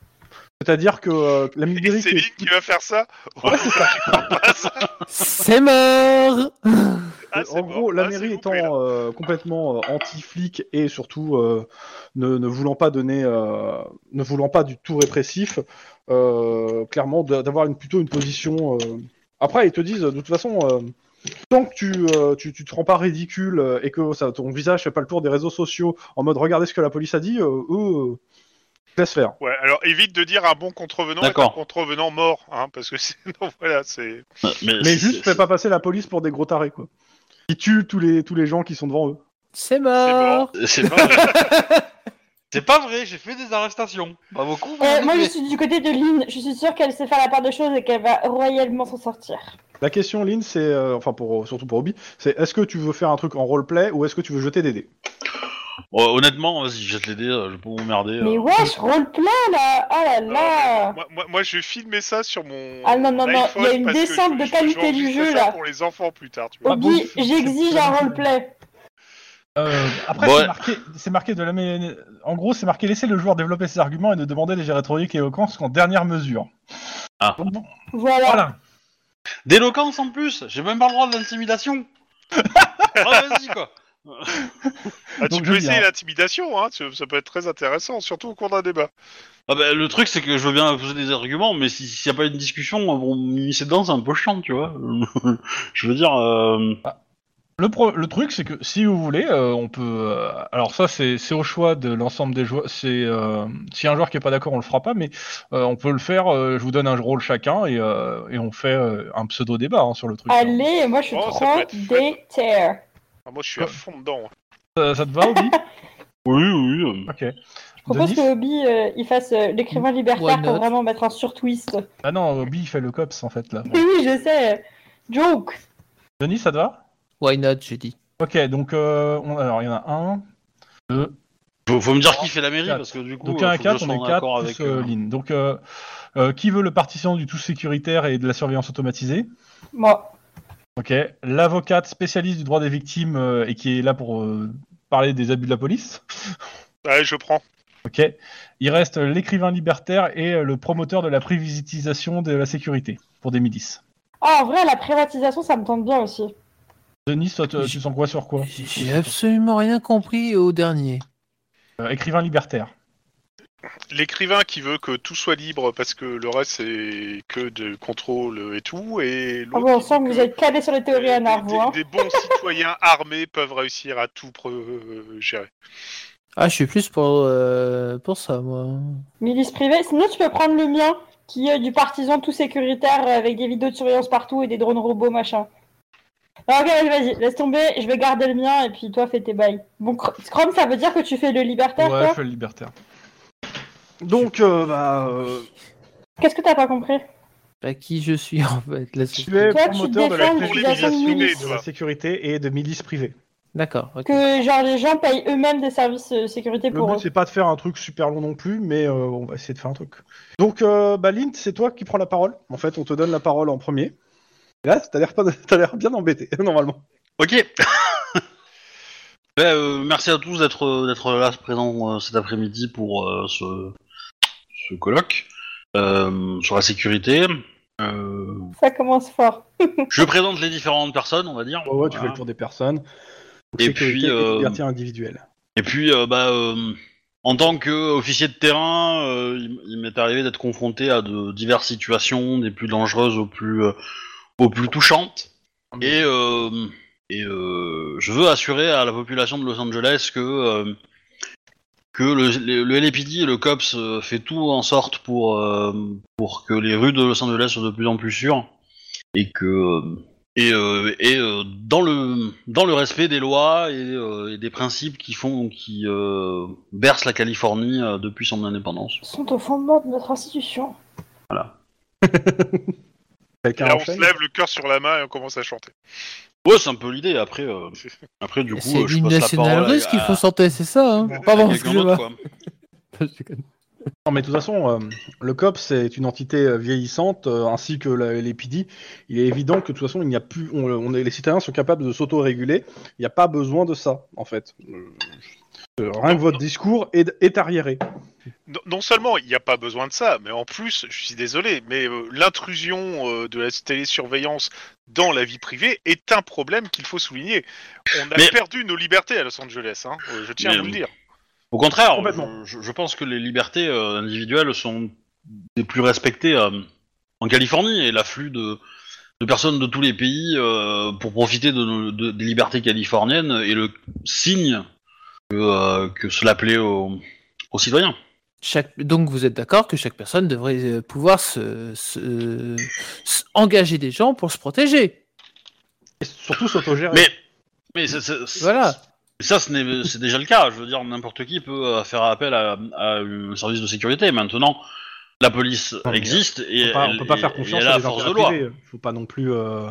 [SPEAKER 2] C'est-à-dire que euh, la
[SPEAKER 4] Et
[SPEAKER 2] mairie,
[SPEAKER 4] c'est
[SPEAKER 2] qui est-
[SPEAKER 4] Lynn qui va faire ça
[SPEAKER 2] Ouais, c'est ça.
[SPEAKER 5] C'est mort
[SPEAKER 4] Ah, c'est
[SPEAKER 2] en
[SPEAKER 4] bon.
[SPEAKER 2] gros, la
[SPEAKER 4] Ah, c'est
[SPEAKER 2] mairie
[SPEAKER 4] bon,
[SPEAKER 2] étant
[SPEAKER 4] puis là.
[SPEAKER 2] euh, complètement euh, anti-flic et surtout euh, ne, ne voulant pas donner, euh, ne voulant pas du tout répressif, euh, clairement d'a- d'avoir une, plutôt une position. euh, Après, ils te disent de toute façon, euh, tant que tu, euh, tu, tu te rends pas ridicule euh, et que ça, ton visage fait pas le tour des réseaux sociaux en mode regardez ce que la police a dit, euh, eux, euh, ils te laissent faire.
[SPEAKER 4] Ouais, alors évite de dire un bon contrevenant est un
[SPEAKER 3] D'accord.
[SPEAKER 4] contrevenant mort, hein, parce que sinon voilà, c'est.
[SPEAKER 2] Mais
[SPEAKER 3] euh, c'est-
[SPEAKER 2] juste, fais pas passer la police pour des gros tarés quoi. Ils tuent tous les tous les gens qui sont devant eux.
[SPEAKER 5] C'est mort
[SPEAKER 3] c'est- C'est pas vrai. C'est pas vrai, j'ai fait des arrestations. Pas beaucoup.
[SPEAKER 6] Euh,
[SPEAKER 3] mais-
[SPEAKER 6] moi, je suis du côté de Lynn. Je suis sûre qu'elle sait faire la part des choses et qu'elle va royalement s'en sortir.
[SPEAKER 2] La question, Lynn, c'est, euh, enfin pour, surtout pour Obi, c'est est-ce que tu veux faire un truc en roleplay ou est-ce que tu veux jeter des dés
[SPEAKER 3] Bon, honnêtement, vas-y, jette les dés, euh, je peux m'emmerder. euh.
[SPEAKER 6] Mais wesh, roleplay là Oh là
[SPEAKER 4] euh,
[SPEAKER 6] là
[SPEAKER 4] Ah, Moi, moi- moi, je vais filmer ça sur mon.
[SPEAKER 6] Ah non, non, non,
[SPEAKER 4] iPhone
[SPEAKER 6] il y a une
[SPEAKER 4] parce que
[SPEAKER 6] descente
[SPEAKER 4] je-
[SPEAKER 6] de
[SPEAKER 4] je-
[SPEAKER 6] qualité
[SPEAKER 4] je
[SPEAKER 6] du
[SPEAKER 4] enregistre
[SPEAKER 6] jeu,
[SPEAKER 4] ça
[SPEAKER 6] là.
[SPEAKER 4] pour les enfants plus tard, tu vois.
[SPEAKER 6] Obi,
[SPEAKER 2] bouffe.
[SPEAKER 6] j'exige un roleplay.
[SPEAKER 2] Euh, après,
[SPEAKER 3] Bon.
[SPEAKER 2] c'est marqué, c'est marqué de la. mé- En gros, c'est marqué laisser le joueur développer ses arguments et ne demander les rhétoriques et éloquence qu'en dernière mesure.
[SPEAKER 3] Ah.
[SPEAKER 2] Bon,
[SPEAKER 6] Voilà.
[SPEAKER 2] Voilà.
[SPEAKER 3] D'éloquence en plus J'ai même pas le droit d'intimidation Ah, vas-y, quoi
[SPEAKER 4] Ah, tu
[SPEAKER 2] Donc,
[SPEAKER 4] peux
[SPEAKER 2] je
[SPEAKER 4] essayer
[SPEAKER 2] viens.
[SPEAKER 4] l'intimidation, hein, ça ça peut être très intéressant, surtout au cours d'un débat.
[SPEAKER 3] Ah bah, le truc, c'est que je veux bien poser des arguments, mais si- s'il n'y a pas une discussion, euh, bon, m'immiscer dedans, c'est un peu chiant, tu vois. je veux dire... euh,
[SPEAKER 2] Le, pro- le truc, c'est que si vous voulez, euh, on peut. euh, Alors ça, c'est c'est au choix de l'ensemble des joueurs. C'est euh, si un joueur qui est pas d'accord, on le fera pas, mais euh, on peut le faire. euh, je vous donne un rôle chacun et, euh, et on fait euh, un pseudo débat sur le truc. hein.
[SPEAKER 6] Allez, moi je suis
[SPEAKER 4] Oh, ça
[SPEAKER 6] trop
[SPEAKER 4] peut être fun.
[SPEAKER 6] déter.
[SPEAKER 4] Ah, moi, je suis à fond dedans. hein.
[SPEAKER 2] Ça, ça te va, Obi
[SPEAKER 3] Oui, oui, euh,
[SPEAKER 2] Ok.
[SPEAKER 6] Je propose
[SPEAKER 2] Denis
[SPEAKER 6] que Obi euh, il fasse euh, l'écrivain
[SPEAKER 5] Why
[SPEAKER 6] libertaire
[SPEAKER 5] not
[SPEAKER 6] pour vraiment mettre un surtwist.
[SPEAKER 2] Ah non, Obi il fait le cops en fait là.
[SPEAKER 6] Mais oui, je sais. Joke.
[SPEAKER 2] Denis, ça te va
[SPEAKER 5] Why not, j'ai dit.
[SPEAKER 2] Ok, donc euh, on- alors il y en a un, deux,
[SPEAKER 3] Faut, faut me dire qui fait la mairie,
[SPEAKER 2] Quatre.
[SPEAKER 3] parce que du coup,
[SPEAKER 2] donc
[SPEAKER 3] euh,
[SPEAKER 2] un à
[SPEAKER 3] faut que je
[SPEAKER 2] quatre,
[SPEAKER 3] sois
[SPEAKER 2] on
[SPEAKER 3] en
[SPEAKER 2] est quatre
[SPEAKER 3] accord
[SPEAKER 2] plus
[SPEAKER 3] avec...
[SPEAKER 2] euh,
[SPEAKER 3] euh,
[SPEAKER 2] Lynn. Donc euh, euh, qui veut le partisan du tout sécuritaire et de la surveillance automatisée
[SPEAKER 6] Moi.
[SPEAKER 2] Ok, l'avocate spécialiste du droit des victimes euh, et qui est là pour euh, parler des abus de la police.
[SPEAKER 4] hein. Allez, je prends.
[SPEAKER 2] Ok, il reste l'écrivain libertaire et euh, le promoteur de la privatisation de la sécurité pour des milices.
[SPEAKER 6] Ah, en vrai, la privatisation, ça me tente bien aussi.
[SPEAKER 2] Denis, toi, tu-
[SPEAKER 5] J'ai-
[SPEAKER 2] tu sens quoi sur quoi
[SPEAKER 5] J'ai j'ai absolument rien compris au dernier.
[SPEAKER 2] Euh, Écrivain libertaire.
[SPEAKER 4] L'écrivain qui veut que tout soit libre parce que le reste, c'est que de contrôle et tout. Et
[SPEAKER 6] Ah
[SPEAKER 4] l'autre
[SPEAKER 6] bon, on
[SPEAKER 4] qui
[SPEAKER 6] sent
[SPEAKER 4] dit
[SPEAKER 6] que vous
[SPEAKER 4] que
[SPEAKER 6] êtes calé sur les
[SPEAKER 4] des-
[SPEAKER 6] théories
[SPEAKER 2] Euh,
[SPEAKER 6] à
[SPEAKER 4] des,
[SPEAKER 6] Narvo. hein.
[SPEAKER 4] des bons citoyens armés peuvent réussir à tout pre- euh, gérer.
[SPEAKER 5] Ah, je suis plus pour, euh, pour ça, moi.
[SPEAKER 6] Milice privée. Sinon, tu peux prendre le mien qui est du partisan tout sécuritaire euh, avec des vidéos de surveillance partout et des drones robots, machin. Ah, ok, vas-y, vas-y, laisse tomber, je vais garder le mien et puis toi, fais tes bails. Bon, Chr- Scrum, ça veut dire que tu fais le libertaire,
[SPEAKER 2] ouais, je
[SPEAKER 6] toi
[SPEAKER 2] fais le libertaire.
[SPEAKER 1] Donc, euh, bah, euh,
[SPEAKER 6] Qu'est-ce que t'as pas compris
[SPEAKER 5] Bah, qui je suis, en fait là, c'est-
[SPEAKER 1] tu es
[SPEAKER 6] Toi, tu
[SPEAKER 1] promoteur de la
[SPEAKER 6] défends
[SPEAKER 4] l'utilisation de
[SPEAKER 1] privatisation
[SPEAKER 4] milices.
[SPEAKER 1] de la sécurité et de milices privées.
[SPEAKER 5] D'accord, ok.
[SPEAKER 6] Que genre les gens payent eux-mêmes des services euh, sécurité
[SPEAKER 1] Le
[SPEAKER 6] pour
[SPEAKER 1] but,
[SPEAKER 6] eux.
[SPEAKER 1] c'est pas de faire un truc super long non plus, mais euh, on va essayer de faire un truc. Donc, euh, bah, Lint, c'est toi qui prends la parole. En fait, on te donne la parole en premier. Et là, t'as l'air, pas de- t'as l'air bien embêté, normalement.
[SPEAKER 3] Ok. Ben, euh, merci à tous d'être euh, d'être là présent euh, cet après-midi pour euh, ce, ce colloque euh, sur la sécurité. Euh,
[SPEAKER 6] Ça commence fort.
[SPEAKER 3] je présente les différentes personnes, on va dire.
[SPEAKER 1] Ouais, ouais, tu fais
[SPEAKER 3] Voilà.
[SPEAKER 1] le tour des personnes.
[SPEAKER 3] Et
[SPEAKER 1] Sécurité
[SPEAKER 3] puis, euh,
[SPEAKER 1] liberté individuelle.
[SPEAKER 3] Et puis, euh, bah, euh, en tant qu'officier de terrain, euh, il, il m'est arrivé d'être confronté à de diverses situations, des plus dangereuses aux plus, euh, aux plus touchantes. Et, euh, et euh, je veux assurer à la population de Los Angeles que, euh, que le, le, le LAPD et le COPS euh, fait tout en sorte pour, euh, pour que les rues de Los Angeles soient de plus en plus sûres et que euh, et, euh, et, euh, dans le dans le respect des lois et, euh, et des principes qui font qui euh, bercent la Californie euh, depuis son indépendance.
[SPEAKER 6] Ils sont au fondement de notre institution.
[SPEAKER 1] Quelqu'un
[SPEAKER 4] Là, on se
[SPEAKER 1] enchaîne
[SPEAKER 4] lève le cœur sur la main et on commence à chanter.
[SPEAKER 3] Ouais, c'est un peu l'idée. Après, euh, après du coup,
[SPEAKER 5] C'est
[SPEAKER 3] euh, je
[SPEAKER 5] l'hymne
[SPEAKER 3] passe la
[SPEAKER 5] national
[SPEAKER 3] parole
[SPEAKER 5] russe
[SPEAKER 3] à-
[SPEAKER 5] qu'il faut
[SPEAKER 3] à
[SPEAKER 5] chanter, c'est ça hein Pardon,
[SPEAKER 3] quelqu'un
[SPEAKER 5] excusez-moi.
[SPEAKER 3] d'autre. quoi.
[SPEAKER 5] Je déconne.
[SPEAKER 1] Non, mais de toute façon, euh, le COPS est une entité euh, vieillissante, euh, ainsi que la- l'épidie. Il est évident que de toute façon, il n'y a plus, on, on est- les citoyens sont capables de s'auto-réguler. Il n'y a pas besoin de ça, en fait. Euh, euh, rien que votre discours est, est arriéré.
[SPEAKER 4] Non, non seulement il n'y a pas besoin de ça, mais en plus, je suis désolé, mais euh, l'intrusion euh, de la télésurveillance dans la vie privée est un problème qu'il faut souligner. On a
[SPEAKER 3] Mais-
[SPEAKER 4] perdu nos libertés à Los Angeles, hein, euh, je tiens
[SPEAKER 3] Mais-
[SPEAKER 4] à vous le dire.
[SPEAKER 3] Au contraire,
[SPEAKER 1] Complètement.
[SPEAKER 3] je, je- je pense que les libertés euh, individuelles sont des plus respectées euh, en Californie et l'afflux de, de personnes de tous les pays euh, pour profiter de, nos- de- des libertés californiennes est le signe que, euh, que cela plaît aux, aux citoyens.
[SPEAKER 5] Chaque- Donc vous êtes d'accord que chaque personne devrait euh, pouvoir se, se- se- engager des gens pour se protéger.
[SPEAKER 1] Et surtout s'auto-gérer.
[SPEAKER 3] Mais, mais c'est- c'est- c'est-
[SPEAKER 5] Voilà.
[SPEAKER 3] ça, ce n'est- c'est déjà le cas. Je veux dire, n'importe qui peut euh, faire appel à, à un service de sécurité. Maintenant, la police
[SPEAKER 1] mais euh,
[SPEAKER 3] existe et
[SPEAKER 1] on peut pas, on
[SPEAKER 3] elle-
[SPEAKER 1] peut pas
[SPEAKER 3] et-
[SPEAKER 1] faire
[SPEAKER 3] et
[SPEAKER 1] confiance
[SPEAKER 3] elle a
[SPEAKER 1] à
[SPEAKER 3] la
[SPEAKER 1] des
[SPEAKER 3] force
[SPEAKER 1] intérêts
[SPEAKER 3] de loi.
[SPEAKER 1] privés. faut pas non plus. euh,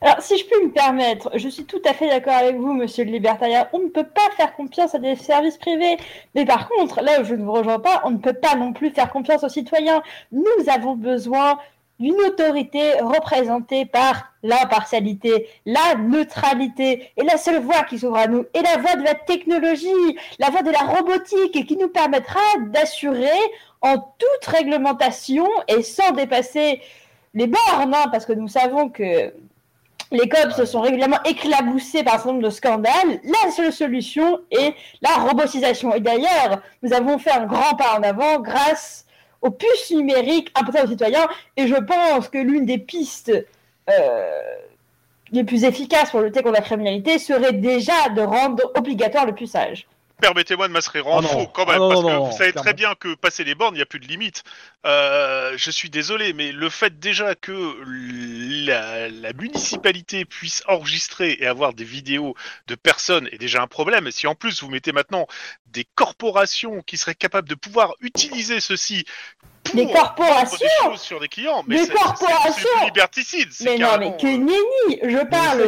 [SPEAKER 6] Alors, si je puis me permettre, je suis tout à fait d'accord avec vous, monsieur le libertariat. On ne peut pas faire confiance à des services privés. Mais par contre, là où je ne vous rejoins pas, on ne peut pas non plus faire confiance aux citoyens. Nous avons besoin d'une autorité représentée par l'impartialité, la neutralité. Et la seule voie qui s'ouvre à nous est la voie de la technologie, la voie de la robotique, et qui nous permettra d'assurer en toute réglementation et sans dépasser les bornes, hein, parce que nous savons que les cops se sont régulièrement éclaboussés par un certain nombre de scandales. La seule solution est la robotisation. Et d'ailleurs, nous avons fait un grand pas en avant grâce aux puces numériques apportées aux citoyens. Et je pense que l'une des pistes euh, les plus efficaces pour lutter contre la criminalité serait déjà de rendre obligatoire le puçage.
[SPEAKER 4] Permettez-moi de m'inscrire en
[SPEAKER 1] Ah non.
[SPEAKER 4] faux quand même,
[SPEAKER 1] Ah non,
[SPEAKER 4] parce
[SPEAKER 1] non,
[SPEAKER 4] que
[SPEAKER 1] non,
[SPEAKER 4] vous savez
[SPEAKER 1] clairement.
[SPEAKER 4] très bien que passer les bornes, il n'y a plus de limite. Euh, je suis désolé, mais le fait déjà que la, la municipalité puisse enregistrer et avoir des vidéos de personnes est déjà un problème. Et si en plus vous mettez maintenant des corporations qui seraient capables de pouvoir utiliser ceci pour
[SPEAKER 6] Des corporations
[SPEAKER 4] vendre des choses sur des clients, mais
[SPEAKER 6] Des
[SPEAKER 4] c'est- c'est- c'est-
[SPEAKER 6] corporations
[SPEAKER 4] c'est du liberticide. c'est
[SPEAKER 6] Mais non, mais
[SPEAKER 4] carrément- euh,
[SPEAKER 6] que nenni Je parle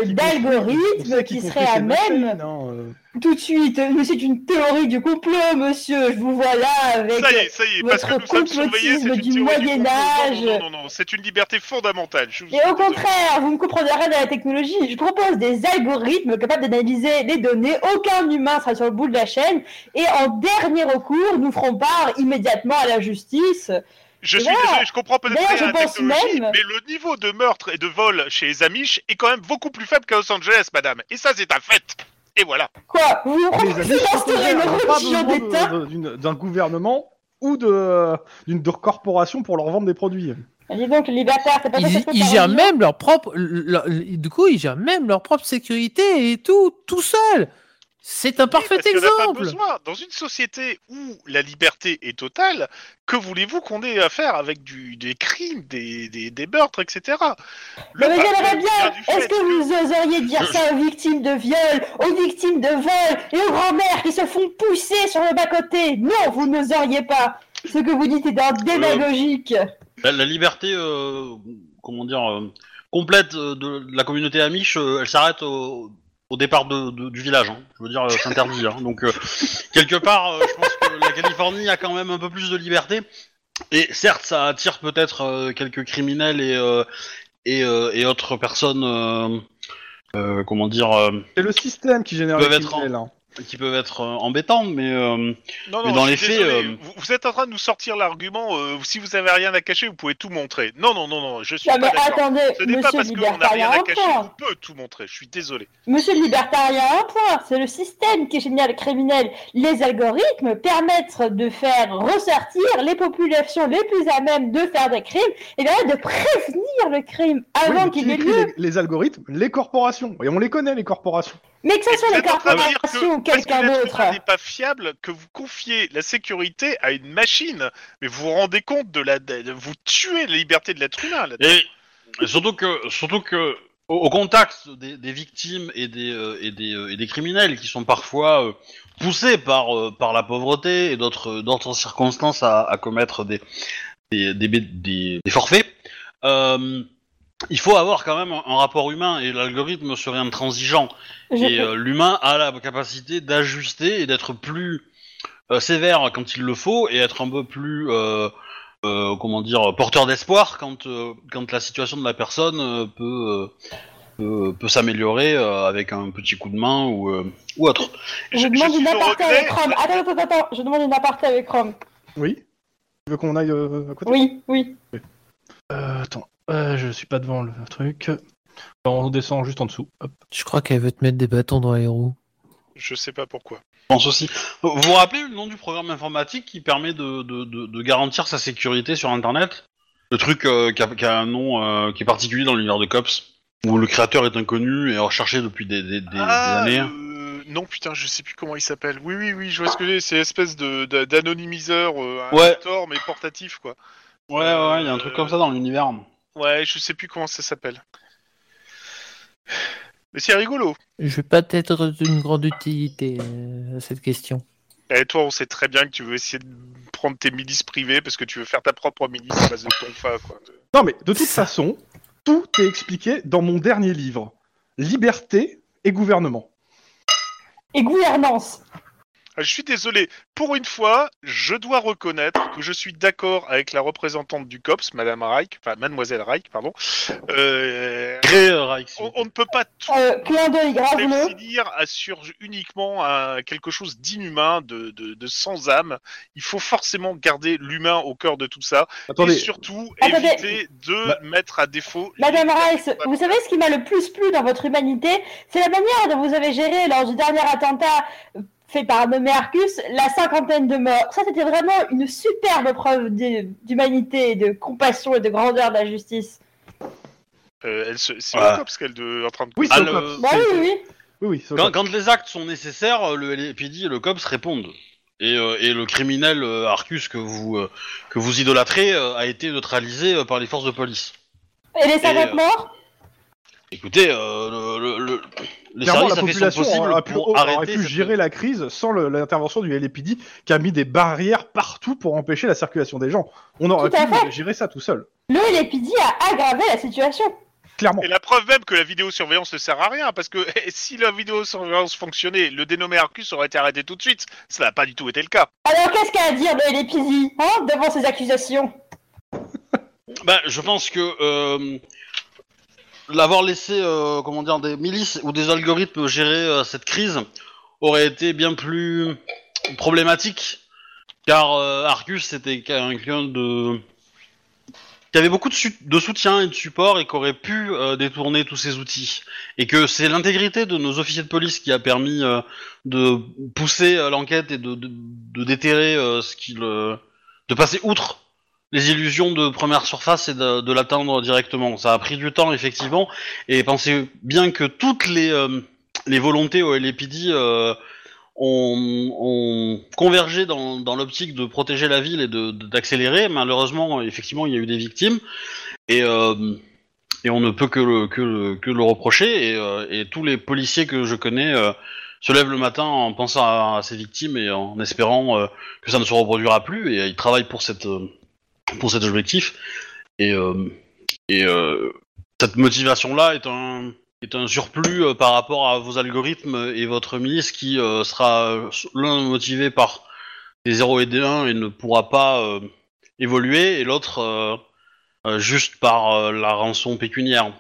[SPEAKER 6] d'algorithmes qui seraient à
[SPEAKER 1] hein,
[SPEAKER 6] même
[SPEAKER 1] euh,
[SPEAKER 6] tout de suite. Mais c'est une théorie du complot, monsieur. Je vous vois là avec.
[SPEAKER 4] Ça y est, ça y est,
[SPEAKER 6] votre
[SPEAKER 4] parce que nous sommes surveillés, c'est une
[SPEAKER 6] complotisme du
[SPEAKER 4] théorie du complot.
[SPEAKER 6] Moyen-Âge.
[SPEAKER 4] Non, non, non, non, non, c'est une liberté fondamentale. Je vous
[SPEAKER 6] Et au contraire, vous ne comprenez rien à la technologie. Je propose des algorithmes capables d'analyser les données. Aucun humain sera sur le bout de la chaîne. Et en dernier recours, nous ferons part immédiatement à la justice.
[SPEAKER 4] Je suis
[SPEAKER 6] D'ailleurs-
[SPEAKER 4] désolé, je comprends peut-être
[SPEAKER 6] d'ailleurs,
[SPEAKER 4] rien à
[SPEAKER 6] je
[SPEAKER 4] la
[SPEAKER 6] pense
[SPEAKER 4] technologie,
[SPEAKER 6] même-
[SPEAKER 4] mais le niveau de meurtre et de vol chez les Amish est quand même beaucoup plus faible qu'à Los Angeles, madame. Et ça, c'est un fait. Et voilà.
[SPEAKER 6] Quoi Vous
[SPEAKER 1] Ah, Les amis, je pense
[SPEAKER 6] instaurez une
[SPEAKER 1] qu'on n'a pas
[SPEAKER 6] religion
[SPEAKER 1] besoin de-
[SPEAKER 6] d'État
[SPEAKER 1] de- d'une- d'un gouvernement ou de- d'une de corporation pour leur vendre des produits.
[SPEAKER 6] Ah, Dis donc, les bâtards, c'est pas ça Bah, que
[SPEAKER 5] Ils,
[SPEAKER 6] ça
[SPEAKER 5] ils
[SPEAKER 6] fait
[SPEAKER 5] gèrent
[SPEAKER 6] par
[SPEAKER 5] même leur propre. leur- du coup, ils gèrent même leur propre sécurité et tout, tout seul. C'est un parfait
[SPEAKER 4] Parce qu'il y en a pas
[SPEAKER 5] exemple.
[SPEAKER 4] besoin. Dans une société où la liberté est totale, que voulez-vous qu'on ait à faire avec du, des crimes, des, des, des meurtres, etc.
[SPEAKER 6] Non, mais
[SPEAKER 4] parti vient
[SPEAKER 6] j'aimerais
[SPEAKER 4] du
[SPEAKER 6] bien. Est-ce
[SPEAKER 4] fait
[SPEAKER 6] que vous oseriez dire ça aux victimes de viol, aux victimes de vol et aux grand-mères qui se font pousser sur le bas-côté Non, vous n'oseriez pas. Ce que vous dites est d'un démagogique.
[SPEAKER 3] La, la liberté, euh, comment dire, euh, complète euh, de, de la communauté Amish, euh, elle s'arrête au, au départ de- de- du village. hein. Je veux dire, euh, c'est interdit. hein. Donc, euh, quelque part, euh, je pense que la Californie a quand même un peu plus de liberté. Et certes, ça attire peut-être euh, quelques criminels et, euh, et, euh, et autres personnes, euh, euh, comment dire, euh,
[SPEAKER 1] C'est le système qui génère
[SPEAKER 3] Peuvent
[SPEAKER 1] les
[SPEAKER 3] être en-
[SPEAKER 1] criminels, hein.
[SPEAKER 3] qui peuvent être euh, embêtants, mais... euh,
[SPEAKER 4] Non,
[SPEAKER 3] Mais
[SPEAKER 4] non,
[SPEAKER 3] dans
[SPEAKER 4] je
[SPEAKER 3] les
[SPEAKER 4] suis
[SPEAKER 3] faits,
[SPEAKER 4] désolé.
[SPEAKER 3] euh,
[SPEAKER 4] Vous, vous êtes en train de nous sortir l'argument euh, si vous avez rien à cacher, vous pouvez tout montrer. Non, non, non, non, je suis
[SPEAKER 6] Non, Ah, mais
[SPEAKER 4] pas d'accord.
[SPEAKER 6] attendez,
[SPEAKER 4] Ce n'est pas
[SPEAKER 6] monsieur
[SPEAKER 4] parce
[SPEAKER 6] le
[SPEAKER 4] qu'on n'a rien
[SPEAKER 6] libertarien a
[SPEAKER 4] à
[SPEAKER 6] un
[SPEAKER 4] cacher
[SPEAKER 6] point.
[SPEAKER 4] qu'on peut tout montrer. Je suis désolé.
[SPEAKER 6] Monsieur le libertarien a un point. C'est le système qui est génial et criminel. Les algorithmes permettent de faire ressortir les populations les plus à même de faire des crimes et permettent de prévenir le crime
[SPEAKER 1] Oui,
[SPEAKER 6] avant
[SPEAKER 1] mais
[SPEAKER 6] qu'il
[SPEAKER 1] qui
[SPEAKER 6] n'ait
[SPEAKER 1] écrit
[SPEAKER 6] lieu.
[SPEAKER 1] les, les algorithmes, les corporations. Et on les connaît, les corporations.
[SPEAKER 6] Mais que ce
[SPEAKER 4] Et
[SPEAKER 6] soit
[SPEAKER 4] vous
[SPEAKER 6] les
[SPEAKER 4] êtes en train de dire que
[SPEAKER 6] corporations ou quelqu'un
[SPEAKER 4] parce que
[SPEAKER 6] d'autre.
[SPEAKER 4] l'être humain n'est pas fiable que vous confiez la sécurité à une machine. Mais vous vous rendez compte de la. de- de- vous tuez la liberté de l'être humain. là.
[SPEAKER 3] Et surtout que, surtout que au, au contact des, des victimes et des, euh, et, des, euh, et des criminels qui sont parfois euh, poussés par, euh, par la pauvreté et d'autres euh, d'autres circonstances à, à commettre des, des, des, bé- des- des forfaits, euh, il faut avoir quand même un, un rapport humain et l'algorithme serait intransigeant.
[SPEAKER 6] Je-
[SPEAKER 3] Et euh, l'humain a la capacité d'ajuster et d'être plus euh, sévère quand il le faut et être un peu plus, euh, euh, comment dire, porteur d'espoir quand, euh, quand la situation de la personne euh, peut, euh, peut, peut s'améliorer euh, avec un petit coup de main ou, euh, ou autre.
[SPEAKER 6] Je,
[SPEAKER 4] je-
[SPEAKER 6] demande
[SPEAKER 4] je
[SPEAKER 6] une
[SPEAKER 4] suis au
[SPEAKER 6] aparté
[SPEAKER 4] regret.
[SPEAKER 6] avec Rome. Attends, attends, attends, attends. Je demande une aparté avec Rome.
[SPEAKER 1] Oui. Tu veux qu'on aille euh, à côté
[SPEAKER 6] Oui, oui.
[SPEAKER 2] Euh, attends, euh, je suis pas devant le truc. On descend juste en dessous. Hop.
[SPEAKER 5] Je crois qu'elle veut te mettre des bâtons dans les roues.
[SPEAKER 4] Je sais pas pourquoi.
[SPEAKER 3] Je pense aussi. Vous vous rappelez le nom du programme informatique qui permet de, de, de, de garantir sa sécurité sur Internet Le truc euh, qui, a, qui a un nom euh, qui est particulier dans l'univers de Cops, où le créateur est inconnu et recherché depuis des, des, des- des
[SPEAKER 4] Ah,
[SPEAKER 3] années.
[SPEAKER 4] euh, non, putain, je sais plus comment il s'appelle. Oui, oui, oui, je vois ce que j'ai. C'est l'espèce de, de- d'anonymiseur, euh, un
[SPEAKER 3] Ouais.
[SPEAKER 4] Tor, mais portatif, quoi. Euh,
[SPEAKER 3] Ouais, ouais, il y a un truc comme ça dans l'univers.
[SPEAKER 4] Ouais, je sais plus comment ça s'appelle. Mais c'est rigolo.
[SPEAKER 5] Je vais pas être d'une grande utilité euh, à cette question.
[SPEAKER 4] Et toi, on sait très bien que tu veux essayer de prendre tes milices privées parce que tu veux faire ta propre milice à base de ton fa, quoi.
[SPEAKER 1] Non, mais de toute
[SPEAKER 5] Ça.
[SPEAKER 1] façon, Tout est expliqué dans mon dernier livre, Liberté et gouvernement.
[SPEAKER 6] Et gouvernance.
[SPEAKER 4] Ah, Je suis désolé, pour une fois, je dois reconnaître que je suis d'accord avec la représentante du COPS, Madame Reich, enfin Mademoiselle Reich, pardon. Euh,
[SPEAKER 3] Gré, euh, Reich, s'il vous
[SPEAKER 4] on,
[SPEAKER 3] plaît.
[SPEAKER 4] on ne peut pas tout
[SPEAKER 6] Euh, clin d'œil grave
[SPEAKER 4] dire assure uniquement à quelque chose d'inhumain, de, de- de sans âme. Il faut forcément garder l'humain au cœur de tout ça.
[SPEAKER 1] Attendez,
[SPEAKER 4] Et surtout,
[SPEAKER 6] Attendez.
[SPEAKER 4] éviter de
[SPEAKER 1] Bah-
[SPEAKER 4] mettre à défaut.
[SPEAKER 6] Madame Rice, vous savez ce qui m'a le plus plu dans votre humanité C'est la manière dont vous avez géré lors du dernier attentat fait par nommé Arcus la cinquantaine de morts. Ça, c'était vraiment une superbe preuve d'hu- d'humanité, de compassion et de grandeur de la justice.
[SPEAKER 4] Euh, elle se- C'est
[SPEAKER 3] Ouais.
[SPEAKER 4] le COPS qu'elle de- est en train de.
[SPEAKER 1] Oui,
[SPEAKER 3] Ah,
[SPEAKER 1] c'est au
[SPEAKER 3] le-
[SPEAKER 1] COPS.
[SPEAKER 6] Bah oui, oui.
[SPEAKER 1] Oui, oui, c'est au
[SPEAKER 3] Quand,
[SPEAKER 1] COPS.
[SPEAKER 3] quand les actes sont nécessaires, le LAPD et le COPS répondent. Et, euh, et le criminel euh, Arcus que vous, euh, que vous idolâtrez euh, a été neutralisé euh, par les forces de police.
[SPEAKER 6] Et les 50
[SPEAKER 3] euh,
[SPEAKER 6] morts
[SPEAKER 3] Écoutez, euh, le, le- le- les
[SPEAKER 1] Clairement,
[SPEAKER 3] services
[SPEAKER 1] la
[SPEAKER 3] ont fait son
[SPEAKER 1] population
[SPEAKER 3] possible
[SPEAKER 1] aurait pu,
[SPEAKER 3] pour
[SPEAKER 1] aurait
[SPEAKER 3] arrêter
[SPEAKER 1] pu
[SPEAKER 3] cette-
[SPEAKER 1] gérer la crise sans le- l'intervention du LAPD qui a mis des barrières partout pour empêcher la circulation des gens. On aurait
[SPEAKER 6] Tout à
[SPEAKER 1] pu gérer ça tout seul,
[SPEAKER 6] Le LAPD a aggravé la situation.
[SPEAKER 1] clairement.
[SPEAKER 4] Et la preuve même que la vidéosurveillance ne sert à rien, parce que eh, si la vidéosurveillance fonctionnait, le dénommé Arcus aurait été arrêté tout de suite. Ça n'a pas du tout été le cas.
[SPEAKER 6] Alors qu'est-ce qu'a à dire le LAPD hein, devant ces accusations
[SPEAKER 3] Bah, je pense que euh, l'avoir laissé, euh, comment dire, des milices ou des algorithmes gérer euh, cette crise aurait été bien plus problématique, car euh, Arcus c'était quelqu'un de qui avait beaucoup de, su- de soutien et de support et qui aurait pu euh, détourner tous ces outils. Et que c'est l'intégrité de nos officiers de police qui a permis euh, de pousser euh, l'enquête et de, de, de déterrer euh, ce qu'il... euh, de passer outre les illusions de première surface et de, de l'atteindre directement. Ça a pris du temps, effectivement, et pensez bien que toutes les, euh, les volontés au LAPD euh, ont, ont convergé dans, dans l'optique de protéger la ville et de- de- d'accélérer. Malheureusement, effectivement, il y a eu des victimes, et, euh, et on ne peut que le, que le, que le reprocher, et, euh, et tous les policiers que je connais... euh, se lèvent le matin en pensant à, à ces victimes et en espérant euh, que ça ne se reproduira plus et euh, ils travaillent pour cette euh, pour cet objectif. Et, euh, et euh, cette motivation-là est un, est un surplus euh, par rapport à vos algorithmes et votre milice qui euh, sera euh, l'un motivé par des 0 et des 1 et ne pourra pas euh, évoluer, et l'autre euh, euh, juste par euh, la rançon pécuniaire.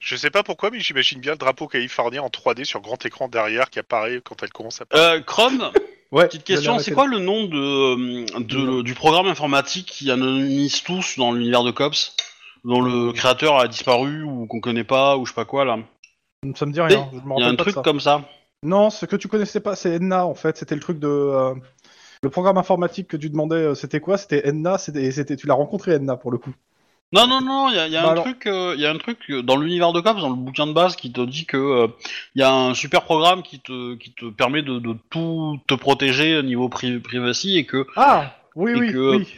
[SPEAKER 4] Je sais pas pourquoi, mais j'imagine bien le drapeau californien en 3D sur grand écran derrière qui apparaît quand elle commence à.
[SPEAKER 3] Euh, Chrome,
[SPEAKER 1] Ouais,
[SPEAKER 3] petite question, c'est quoi le nom de, euh, de- du programme informatique qui anonymise tous dans l'univers de Cops dont le créateur a disparu ou qu'on connaît pas ou je sais pas quoi là.
[SPEAKER 1] Ça me dit rien. Je me
[SPEAKER 3] Il y
[SPEAKER 1] rappelle
[SPEAKER 3] a un
[SPEAKER 1] pas de
[SPEAKER 3] truc
[SPEAKER 1] ça.
[SPEAKER 3] comme ça.
[SPEAKER 1] Non, ce que tu connaissais pas, c'est Enna en fait. C'était le truc de euh, le programme informatique que tu demandais. euh, C'était quoi C'était Enna. C'était, et c'était tu l'as rencontré Enna pour le coup.
[SPEAKER 3] Non, non, non, il y a, il y a
[SPEAKER 1] Bah
[SPEAKER 3] un
[SPEAKER 1] alors.
[SPEAKER 3] truc, euh, il y a un truc euh, dans l'univers de Cops, dans le bouquin de base, qui te dit que euh, il y a un super programme qui te, qui te permet de, de tout te protéger au niveau pri- privacy et que
[SPEAKER 1] Ah oui
[SPEAKER 3] Et
[SPEAKER 1] oui
[SPEAKER 3] que-
[SPEAKER 1] oui.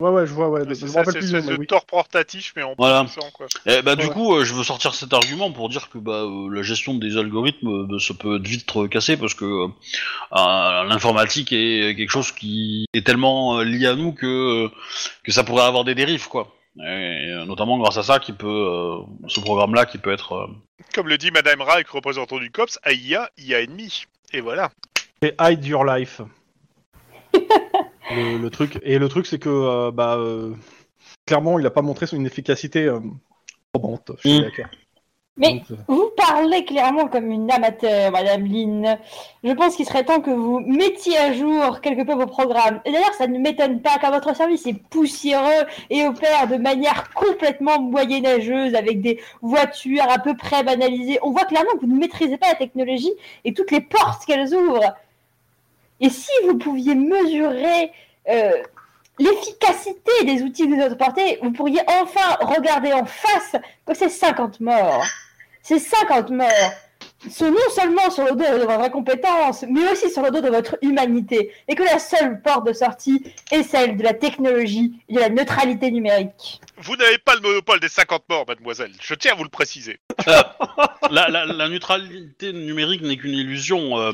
[SPEAKER 1] Ouais ouais je vois ouais. je
[SPEAKER 4] C'est
[SPEAKER 1] me
[SPEAKER 4] ça,
[SPEAKER 1] rappelle
[SPEAKER 4] cette
[SPEAKER 1] plus. du
[SPEAKER 4] espèce
[SPEAKER 1] nom,
[SPEAKER 4] de
[SPEAKER 1] mais oui.
[SPEAKER 4] tort portatif, mais en
[SPEAKER 3] Voilà.
[SPEAKER 4] poussant, quoi.
[SPEAKER 3] Eh bah, du
[SPEAKER 1] Ouais.
[SPEAKER 3] coup, euh, je veux sortir cet argument pour dire que bah, euh, la gestion des algorithmes, euh, ça peut être vite euh, cassé parce que euh, euh, l'informatique est quelque chose qui est tellement euh, lié à nous que, euh, que ça pourrait avoir des dérives, quoi. Et, euh, notamment grâce à ça, qui peut, euh, ce programme-là qui peut être. euh,
[SPEAKER 4] Comme le dit Madame Reich, représentant du COPS, ah, AIA, IA ennemi. Et voilà.
[SPEAKER 2] C'est Hide Your Life. le, le truc.
[SPEAKER 1] Et le truc c'est que euh, bah euh, clairement il a pas montré son efficacité euh, probante chez
[SPEAKER 3] Mm.
[SPEAKER 1] les hackers.
[SPEAKER 6] Mais-
[SPEAKER 1] Donc, euh,
[SPEAKER 6] Vous parlez clairement comme une amateur, Madame Lynn. Je pense qu'il serait temps que vous mettiez à jour quelque peu vos programmes. Et d'ailleurs, ça ne m'étonne pas car votre service est poussiéreux et opère de manière complètement moyenâgeuse avec des voitures à peu près banalisées. On voit clairement que vous ne maîtrisez pas la technologie et toutes les portes qu'elles ouvrent. Et si vous pouviez mesurer euh, l'efficacité des outils que vous avez portés, vous pourriez enfin regarder en face que c'est 50 morts. Ces 50 morts sont non seulement sur le dos de votre incompétence, mais aussi sur le dos de votre humanité, et que la seule porte de sortie est celle de la technologie et de la neutralité numérique.
[SPEAKER 4] Vous n'avez pas le monopole des 50 morts, mademoiselle. Je tiens à vous le préciser.
[SPEAKER 3] la, la- la neutralité numérique n'est qu'une illusion. euh,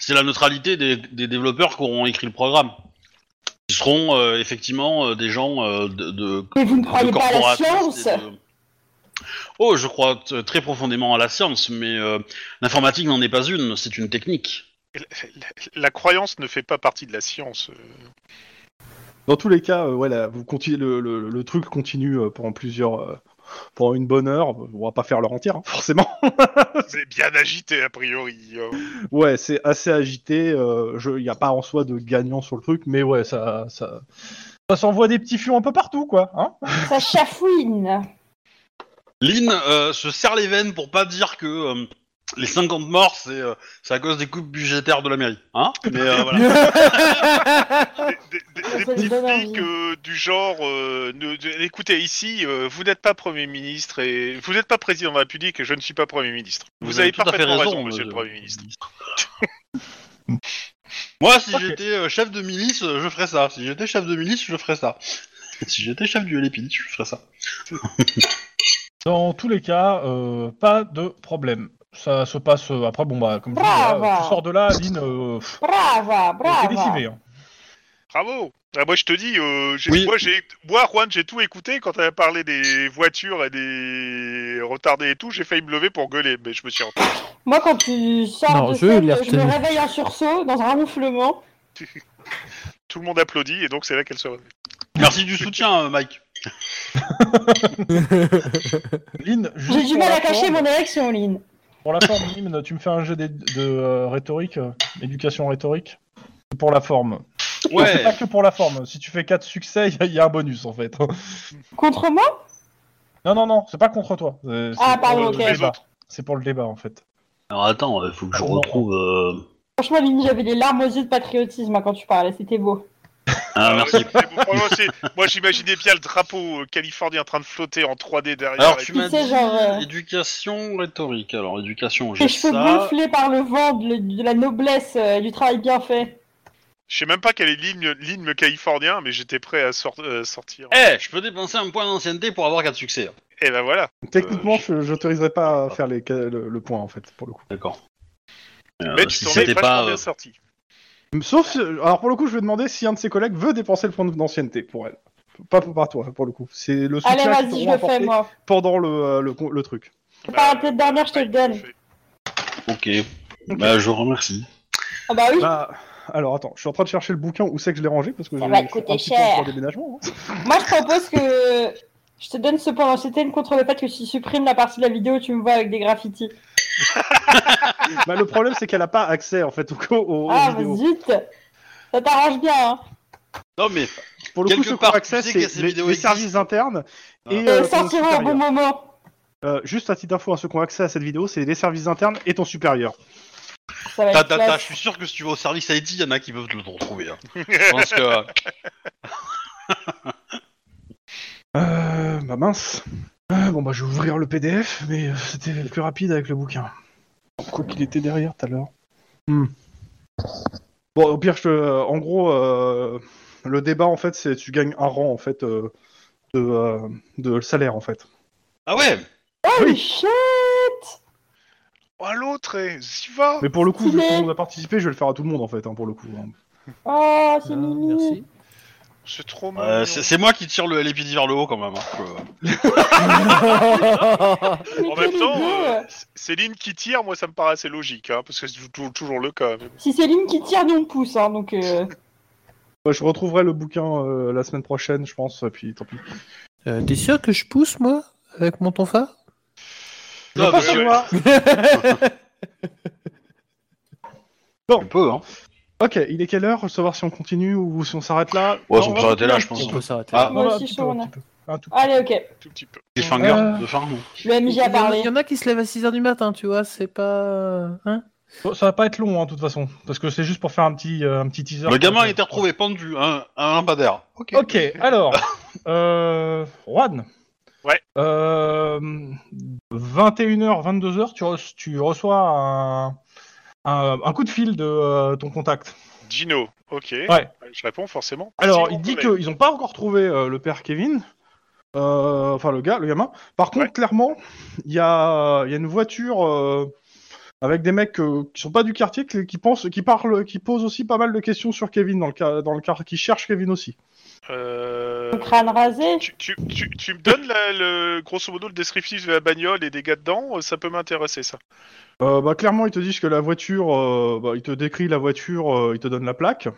[SPEAKER 3] c'est la neutralité des, des développeurs qui auront écrit le programme. Qui seront euh, effectivement euh, des gens euh, de, de,
[SPEAKER 6] Mais vous ne croyez
[SPEAKER 3] de
[SPEAKER 6] pas à la
[SPEAKER 3] corporatistes
[SPEAKER 6] science
[SPEAKER 3] et de- Oh, je crois t- très profondément à la science, mais euh, l'informatique n'en est pas une, c'est une technique.
[SPEAKER 4] La, la- la croyance ne fait pas partie de la science. euh.
[SPEAKER 2] Dans tous les cas, euh, ouais, là, vous continuez, le, le- le truc continue euh, pendant plusieurs, euh, pendant une bonne heure. On va pas faire l'heure entière, hein, forcément.
[SPEAKER 4] C'est bien agité, a priori. euh.
[SPEAKER 2] Ouais, c'est assez agité. euh, je- Il n'y a pas en soi de gagnant sur le truc, mais ouais, ça, ça,
[SPEAKER 9] Ça s'envoie des petits fions un peu partout, quoi. Hein
[SPEAKER 6] Ça chafouine.
[SPEAKER 3] Lynn euh, se serre les veines pour pas dire que euh, les 50 morts, c'est euh, c'est à cause des coupes budgétaires de la mairie. Hein mais euh, voilà.
[SPEAKER 4] Des, des-
[SPEAKER 6] Ça
[SPEAKER 1] Ah,
[SPEAKER 4] des
[SPEAKER 6] donne
[SPEAKER 4] petites
[SPEAKER 6] envie.
[SPEAKER 4] piques euh, du genre, euh, ne- de- écoutez, ici, euh, vous n'êtes pas Premier ministre et vous n'êtes pas Président de la République et je ne suis pas Premier ministre. Vous, avez,
[SPEAKER 3] tout à fait
[SPEAKER 4] parfaitement raison,
[SPEAKER 3] raison, euh,
[SPEAKER 4] Monsieur le Premier ministre.
[SPEAKER 3] Moi, si
[SPEAKER 9] Ok.
[SPEAKER 3] j'étais euh, chef de milice, euh, je ferais ça. Si j'étais chef de milice, je ferais ça. si j'étais chef du LPD, je ferais ça.
[SPEAKER 9] Dans tous les cas, euh, pas de problème. Ça se passe euh, après, bon bah, comme je dis,
[SPEAKER 6] Bravo.
[SPEAKER 9] voilà, tu sors de là, Lynn, euh, pff,
[SPEAKER 6] Brava,
[SPEAKER 9] t'es
[SPEAKER 6] brava.
[SPEAKER 9] lessivé. hein.
[SPEAKER 4] Bravo Ah, Moi, je te dis, euh, j'ai-
[SPEAKER 3] Oui.
[SPEAKER 4] moi, j'ai, moi, Juan, j'ai tout écouté quand elle a parlé des voitures et des retardés et tout. J'ai failli me lever pour gueuler, mais je me suis rendu.
[SPEAKER 6] Moi, quand tu sors
[SPEAKER 5] Non,
[SPEAKER 6] de
[SPEAKER 5] je
[SPEAKER 6] scène,
[SPEAKER 5] l'ai
[SPEAKER 6] je me
[SPEAKER 5] retenu.
[SPEAKER 6] réveille en sursaut dans un ronflement.
[SPEAKER 4] Tout le monde applaudit et donc c'est là qu'elle se réveille.
[SPEAKER 3] Merci du soutien, euh, Mike.
[SPEAKER 5] Ah,
[SPEAKER 9] Lynn,
[SPEAKER 6] J'ai
[SPEAKER 9] juste
[SPEAKER 6] du
[SPEAKER 9] pour
[SPEAKER 6] mal
[SPEAKER 9] la
[SPEAKER 6] à cacher
[SPEAKER 9] forme-
[SPEAKER 6] mon érection, Lynn.
[SPEAKER 9] Pour la forme, Lynn, tu me fais un jeu d'é- de, euh, rhétorique, euh, éducation rhétorique pour la forme. Non, C'est
[SPEAKER 3] Ouais.
[SPEAKER 9] pas que pour la forme. Si tu fais 4 succès, il y, a un bonus en fait.
[SPEAKER 6] Contre moi
[SPEAKER 9] Non, non, non, c'est pas contre toi. C'est-
[SPEAKER 6] Ah,
[SPEAKER 9] c'est
[SPEAKER 6] pardon,
[SPEAKER 9] pour le
[SPEAKER 6] ok.
[SPEAKER 9] débat.
[SPEAKER 4] Les autres.
[SPEAKER 9] C'est pour le débat en fait.
[SPEAKER 3] Alors attends, il faut que je
[SPEAKER 9] Pardon.
[SPEAKER 3] retrouve. euh,
[SPEAKER 6] Franchement, Lynn, j'avais des larmes aux yeux de patriotisme hein, quand tu parlais, c'était beau.
[SPEAKER 3] Ah,
[SPEAKER 4] Ah,
[SPEAKER 3] merci.
[SPEAKER 4] ouais, c'est- vous prononcez. moi, j'imaginais bien le drapeau euh, californien en train de flotter en 3D derrière.
[SPEAKER 3] Alors
[SPEAKER 4] et
[SPEAKER 3] tu
[SPEAKER 4] tout.
[SPEAKER 3] m'as
[SPEAKER 6] sais,
[SPEAKER 3] dit
[SPEAKER 6] genre, euh,
[SPEAKER 3] éducation rhétorique. Alors éducation, j'ai
[SPEAKER 6] Tes cheveux
[SPEAKER 3] ça.
[SPEAKER 6] gonflés par le vent, de, de la noblesse, euh, du travail bien fait.
[SPEAKER 4] Je sais même pas quel est l'hymne, l'hymne californien, mais j'étais prêt à sor- euh, sortir.
[SPEAKER 3] Eh, je peux dépenser un point d'ancienneté pour avoir 4 succès.
[SPEAKER 4] Et ben voilà.
[SPEAKER 2] techniquement, je j'autoriserais pas à faire les, ca- le, le point en fait pour le coup.
[SPEAKER 3] D'accord. Euh,
[SPEAKER 4] mais tu
[SPEAKER 3] si
[SPEAKER 4] t'en es
[SPEAKER 3] c'était
[SPEAKER 4] pas
[SPEAKER 3] pas.
[SPEAKER 4] bien
[SPEAKER 3] euh,
[SPEAKER 4] sorti.
[SPEAKER 2] Sauf, si- alors pour le coup, je vais demander si un de ses collègues veut dépenser le point d'ancienneté pour elle. Pas pour pas toi pour le coup. C'est le soutien
[SPEAKER 6] Allez,
[SPEAKER 2] qu'ils
[SPEAKER 6] vas-y, je
[SPEAKER 2] t'auront
[SPEAKER 6] le fais,
[SPEAKER 2] apporté
[SPEAKER 6] moi.
[SPEAKER 2] pendant le, euh, le, con- le truc.
[SPEAKER 6] C'est
[SPEAKER 4] Bah,
[SPEAKER 6] pas Ah, la tête dernière, je te le donne.
[SPEAKER 3] euh, Ok. Bah je remercie.
[SPEAKER 6] Ah bah oui,
[SPEAKER 2] Bah, alors attends, je suis en train de chercher le bouquin où c'est que je l'ai rangé parce que
[SPEAKER 6] Ça
[SPEAKER 2] j'ai-
[SPEAKER 6] va
[SPEAKER 2] je
[SPEAKER 6] te
[SPEAKER 2] suis un
[SPEAKER 6] coûter
[SPEAKER 2] petit peu en
[SPEAKER 6] cher.
[SPEAKER 2] déménagement. hein.
[SPEAKER 6] moi je propose que je te donne ce point d'ancienneté contre le fait que si tu supprimes la partie de la vidéo, tu me vois avec des graffitis.
[SPEAKER 2] bah, le problème c'est qu'elle a pas accès en fait au au- aux
[SPEAKER 6] Ah, bah
[SPEAKER 2] Oh, vidéos.
[SPEAKER 6] zut Ça t'arrange bien, hein.
[SPEAKER 3] Non mais
[SPEAKER 2] Pour le coup,
[SPEAKER 3] Quelque
[SPEAKER 2] ceux qui ont
[SPEAKER 3] part, tu
[SPEAKER 2] accès,
[SPEAKER 3] sais
[SPEAKER 2] c'est
[SPEAKER 3] que ces
[SPEAKER 2] les,
[SPEAKER 3] vidéos
[SPEAKER 2] les
[SPEAKER 3] existent.
[SPEAKER 2] services internes
[SPEAKER 3] Ah.
[SPEAKER 2] et
[SPEAKER 6] Et
[SPEAKER 2] euh,
[SPEAKER 6] elle
[SPEAKER 2] ton
[SPEAKER 6] sortira au
[SPEAKER 2] supérieur.
[SPEAKER 6] bon moment.
[SPEAKER 2] Euh, juste à titre d'info, à ceux qui ont accès à cette vidéo, c'est les services internes et ton supérieur.
[SPEAKER 6] Ça va
[SPEAKER 3] t'as-
[SPEAKER 6] être
[SPEAKER 3] t'as- t'as- je
[SPEAKER 6] classe.
[SPEAKER 3] suis sûr que si tu vas au service IT, il y en a qui peuvent te le retrouver. hein. je pense que.
[SPEAKER 2] Euh, bah mince. Euh, bon bah je vais ouvrir le PDF, mais euh, c'était plus rapide avec le bouquin. Quoi qu'il était derrière tout à l'heure. Hmm. Bon au pire, je te- euh, en gros, euh, le débat en fait, c'est tu gagnes un rang en fait euh, de, euh, de salaire en fait.
[SPEAKER 3] Ah ouais.
[SPEAKER 6] Holy shit
[SPEAKER 4] Oh, l'autre, eh, j'y va.
[SPEAKER 2] Mais pour le coup, vu
[SPEAKER 6] Stylé.
[SPEAKER 2] que tout le monde a participé, je vais le faire à tout le monde en fait, hein, pour le coup. hein.
[SPEAKER 6] Oh, c'est
[SPEAKER 5] Ah,
[SPEAKER 6] mimi.
[SPEAKER 5] Merci.
[SPEAKER 4] C'est trop mignon.
[SPEAKER 3] Euh, c'est c'est moi qui tire le LPD vers le haut quand même. hein, que-
[SPEAKER 6] Mais
[SPEAKER 4] En
[SPEAKER 6] quel
[SPEAKER 4] même temps,
[SPEAKER 6] idiot.
[SPEAKER 4] euh, Céline qui tire, moi ça me paraît assez logique, hein, parce que c'est tou- toujours le cas. mais bon.
[SPEAKER 6] Si c'est Lynn qui tire, nous on pousse, hein, donc... euh,
[SPEAKER 2] Ouais, je retrouverai le bouquin euh, la semaine prochaine, je pense, et puis tant pis.
[SPEAKER 5] Euh, T'es sûr que je pousse, moi, avec mon tonfa
[SPEAKER 2] Je
[SPEAKER 3] Non,
[SPEAKER 2] passe
[SPEAKER 3] mais
[SPEAKER 2] chez
[SPEAKER 3] ouais.
[SPEAKER 2] moi.
[SPEAKER 3] On peut, hein.
[SPEAKER 2] Ok, il est quelle heure Savoir si on continue ou si on s'arrête là
[SPEAKER 3] Ouais,
[SPEAKER 2] Non,
[SPEAKER 3] on peut
[SPEAKER 2] va
[SPEAKER 3] s'arrêter là,
[SPEAKER 2] continuer.
[SPEAKER 3] je pense.
[SPEAKER 5] On peut s'arrêter.
[SPEAKER 3] Ah.
[SPEAKER 6] Moi
[SPEAKER 9] Voilà,
[SPEAKER 6] aussi,
[SPEAKER 9] un petit
[SPEAKER 6] je
[SPEAKER 9] peu,
[SPEAKER 6] suis
[SPEAKER 9] un petit peu. Un tout petit
[SPEAKER 6] Allez, ok.
[SPEAKER 4] Tout petit peu.
[SPEAKER 3] Cliffhanger
[SPEAKER 9] Euh.
[SPEAKER 3] de fin. non
[SPEAKER 6] Le MJ a
[SPEAKER 5] Il y en a- il
[SPEAKER 6] parlé.
[SPEAKER 5] y en a qui se lèvent à 6h du matin, tu vois, c'est pas... Hein
[SPEAKER 9] peu. Ça va pas être long hein, de toute façon, parce que c'est juste pour faire un petit, euh, un petit teaser.
[SPEAKER 3] Le gamin a été retrouvé pendu à un, à un lampadaire. Ok.
[SPEAKER 9] Ok, alors, euh, Juan.
[SPEAKER 4] Ouais.
[SPEAKER 9] Euh, 21h, 22h, tu, re- tu reçois un, un, un coup de fil de euh, ton contact.
[SPEAKER 4] Gino, ok. Euh, Je réponds forcément.
[SPEAKER 9] Alors,
[SPEAKER 4] Si,
[SPEAKER 9] il
[SPEAKER 4] on
[SPEAKER 9] dit
[SPEAKER 4] peut
[SPEAKER 9] que-
[SPEAKER 2] Ils n'ont pas encore trouvé euh, le père Kevin, Euh, enfin le gars, le gamin. Par contre,
[SPEAKER 4] Ouais.
[SPEAKER 2] clairement, il y a, il y a une voiture euh, avec des mecs euh, qui sont pas du quartier, qui, qui pensent, qui parlent, qui posent aussi pas mal de questions sur Kevin dans le cas, dans le cas, qui cherchent Kevin aussi.
[SPEAKER 4] Euh,
[SPEAKER 6] Le crâne rasé.
[SPEAKER 4] tu, tu- tu- tu me donnes la- le, grosso modo le descriptif de la bagnole et des gars dedans, euh, ça peut m'intéresser ça.
[SPEAKER 2] Euh, bah, clairement, ils te disent que la voiture, euh, bah, ils te décrit la voiture, euh, ils te donnent la plaque.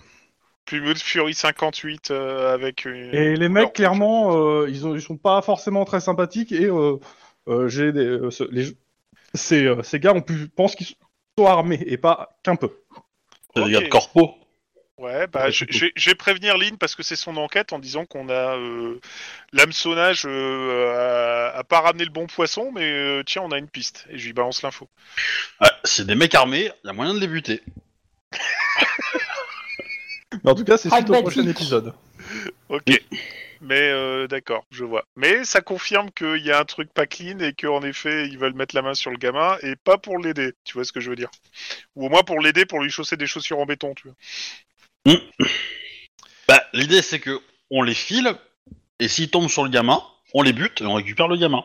[SPEAKER 4] Plymouth Fury 58 euh, avec une...
[SPEAKER 2] Et les
[SPEAKER 4] Alors,
[SPEAKER 2] mecs, clairement, euh, ils, ont, ils sont pas forcément très sympathiques et euh, euh, j'ai des, euh, ce- les- ces, euh, ces gars ont pu, pensent qu'ils sont armés et pas qu'un peu.
[SPEAKER 3] C'est des gars de
[SPEAKER 4] Ok.
[SPEAKER 3] corpo.
[SPEAKER 4] Ouais, bah, je, je vais, je vais prévenir Lynn parce que c'est son enquête en disant qu'on a euh, l'hameçonnage euh, à, à pas ramener le bon poisson, mais euh, tiens, on a une piste. Et je lui balance l'info.
[SPEAKER 3] Ah, c'est des mecs armés, il y a moyen de les buter.
[SPEAKER 2] Mais en tout cas, c'est suite au
[SPEAKER 6] Pragmatique.
[SPEAKER 2] prochain épisode.
[SPEAKER 4] Ok. Mais euh, d'accord, je vois. Mais ça confirme qu'il y a un truc pas clean et qu'en effet, ils veulent mettre la main sur le gamin et pas pour l'aider. Tu vois ce que je veux dire Ou au moins pour l'aider pour lui chausser des chaussures en béton, tu vois.
[SPEAKER 3] Bah, l'idée c'est que on les file, et s'ils tombent sur le gamin, on les bute et on récupère le gamin.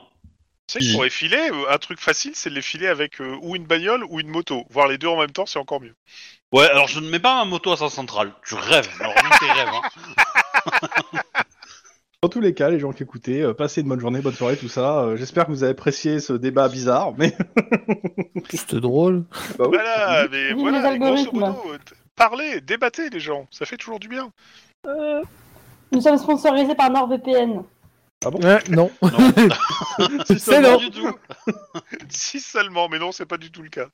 [SPEAKER 4] Tu sais qu'ils pourraient filer, euh, un truc facile, c'est de les filer avec euh, ou une bagnole ou une moto. Voir les deux en même temps, c'est encore mieux.
[SPEAKER 3] Ouais, alors je ne mets pas ma moto à Saint Central, tu rêves, alors dis tes rêves. hein.
[SPEAKER 2] Dans tous les cas, les gens qui écoutaient, euh, passez une bonne journée, bonne soirée, tout ça. Euh, J'espère que vous avez apprécié ce débat bizarre, mais
[SPEAKER 5] C'était drôle.
[SPEAKER 2] bah oui.
[SPEAKER 4] Voilà, mais
[SPEAKER 6] Vive
[SPEAKER 4] voilà, mais
[SPEAKER 6] les
[SPEAKER 4] grosso
[SPEAKER 6] algorithmes.
[SPEAKER 4] modo, euh, t- parlez, débattez les gens, ça fait toujours du bien.
[SPEAKER 6] Nous sommes sponsorisés par NordVPN.
[SPEAKER 5] Ouais, non.
[SPEAKER 3] Si
[SPEAKER 5] C'est
[SPEAKER 3] seulement
[SPEAKER 5] long.
[SPEAKER 3] du tout.
[SPEAKER 4] Si seulement, mais non, c'est pas du tout le cas.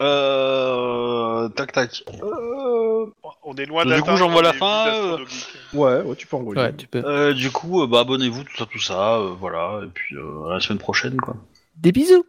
[SPEAKER 3] Euh... Tac tac.
[SPEAKER 4] On est loin
[SPEAKER 3] Du
[SPEAKER 4] d'atteindre
[SPEAKER 3] coup, j'envoie la
[SPEAKER 4] les
[SPEAKER 3] fin,
[SPEAKER 4] vies astronomiques.
[SPEAKER 2] Ouais, ouais, tu peux envoyer.
[SPEAKER 5] Ouais, tu peux.
[SPEAKER 3] Euh, du coup, euh, bah abonnez-vous, tout ça, tout ça, euh, voilà, et puis euh, à la semaine prochaine quoi.
[SPEAKER 5] Des bisous.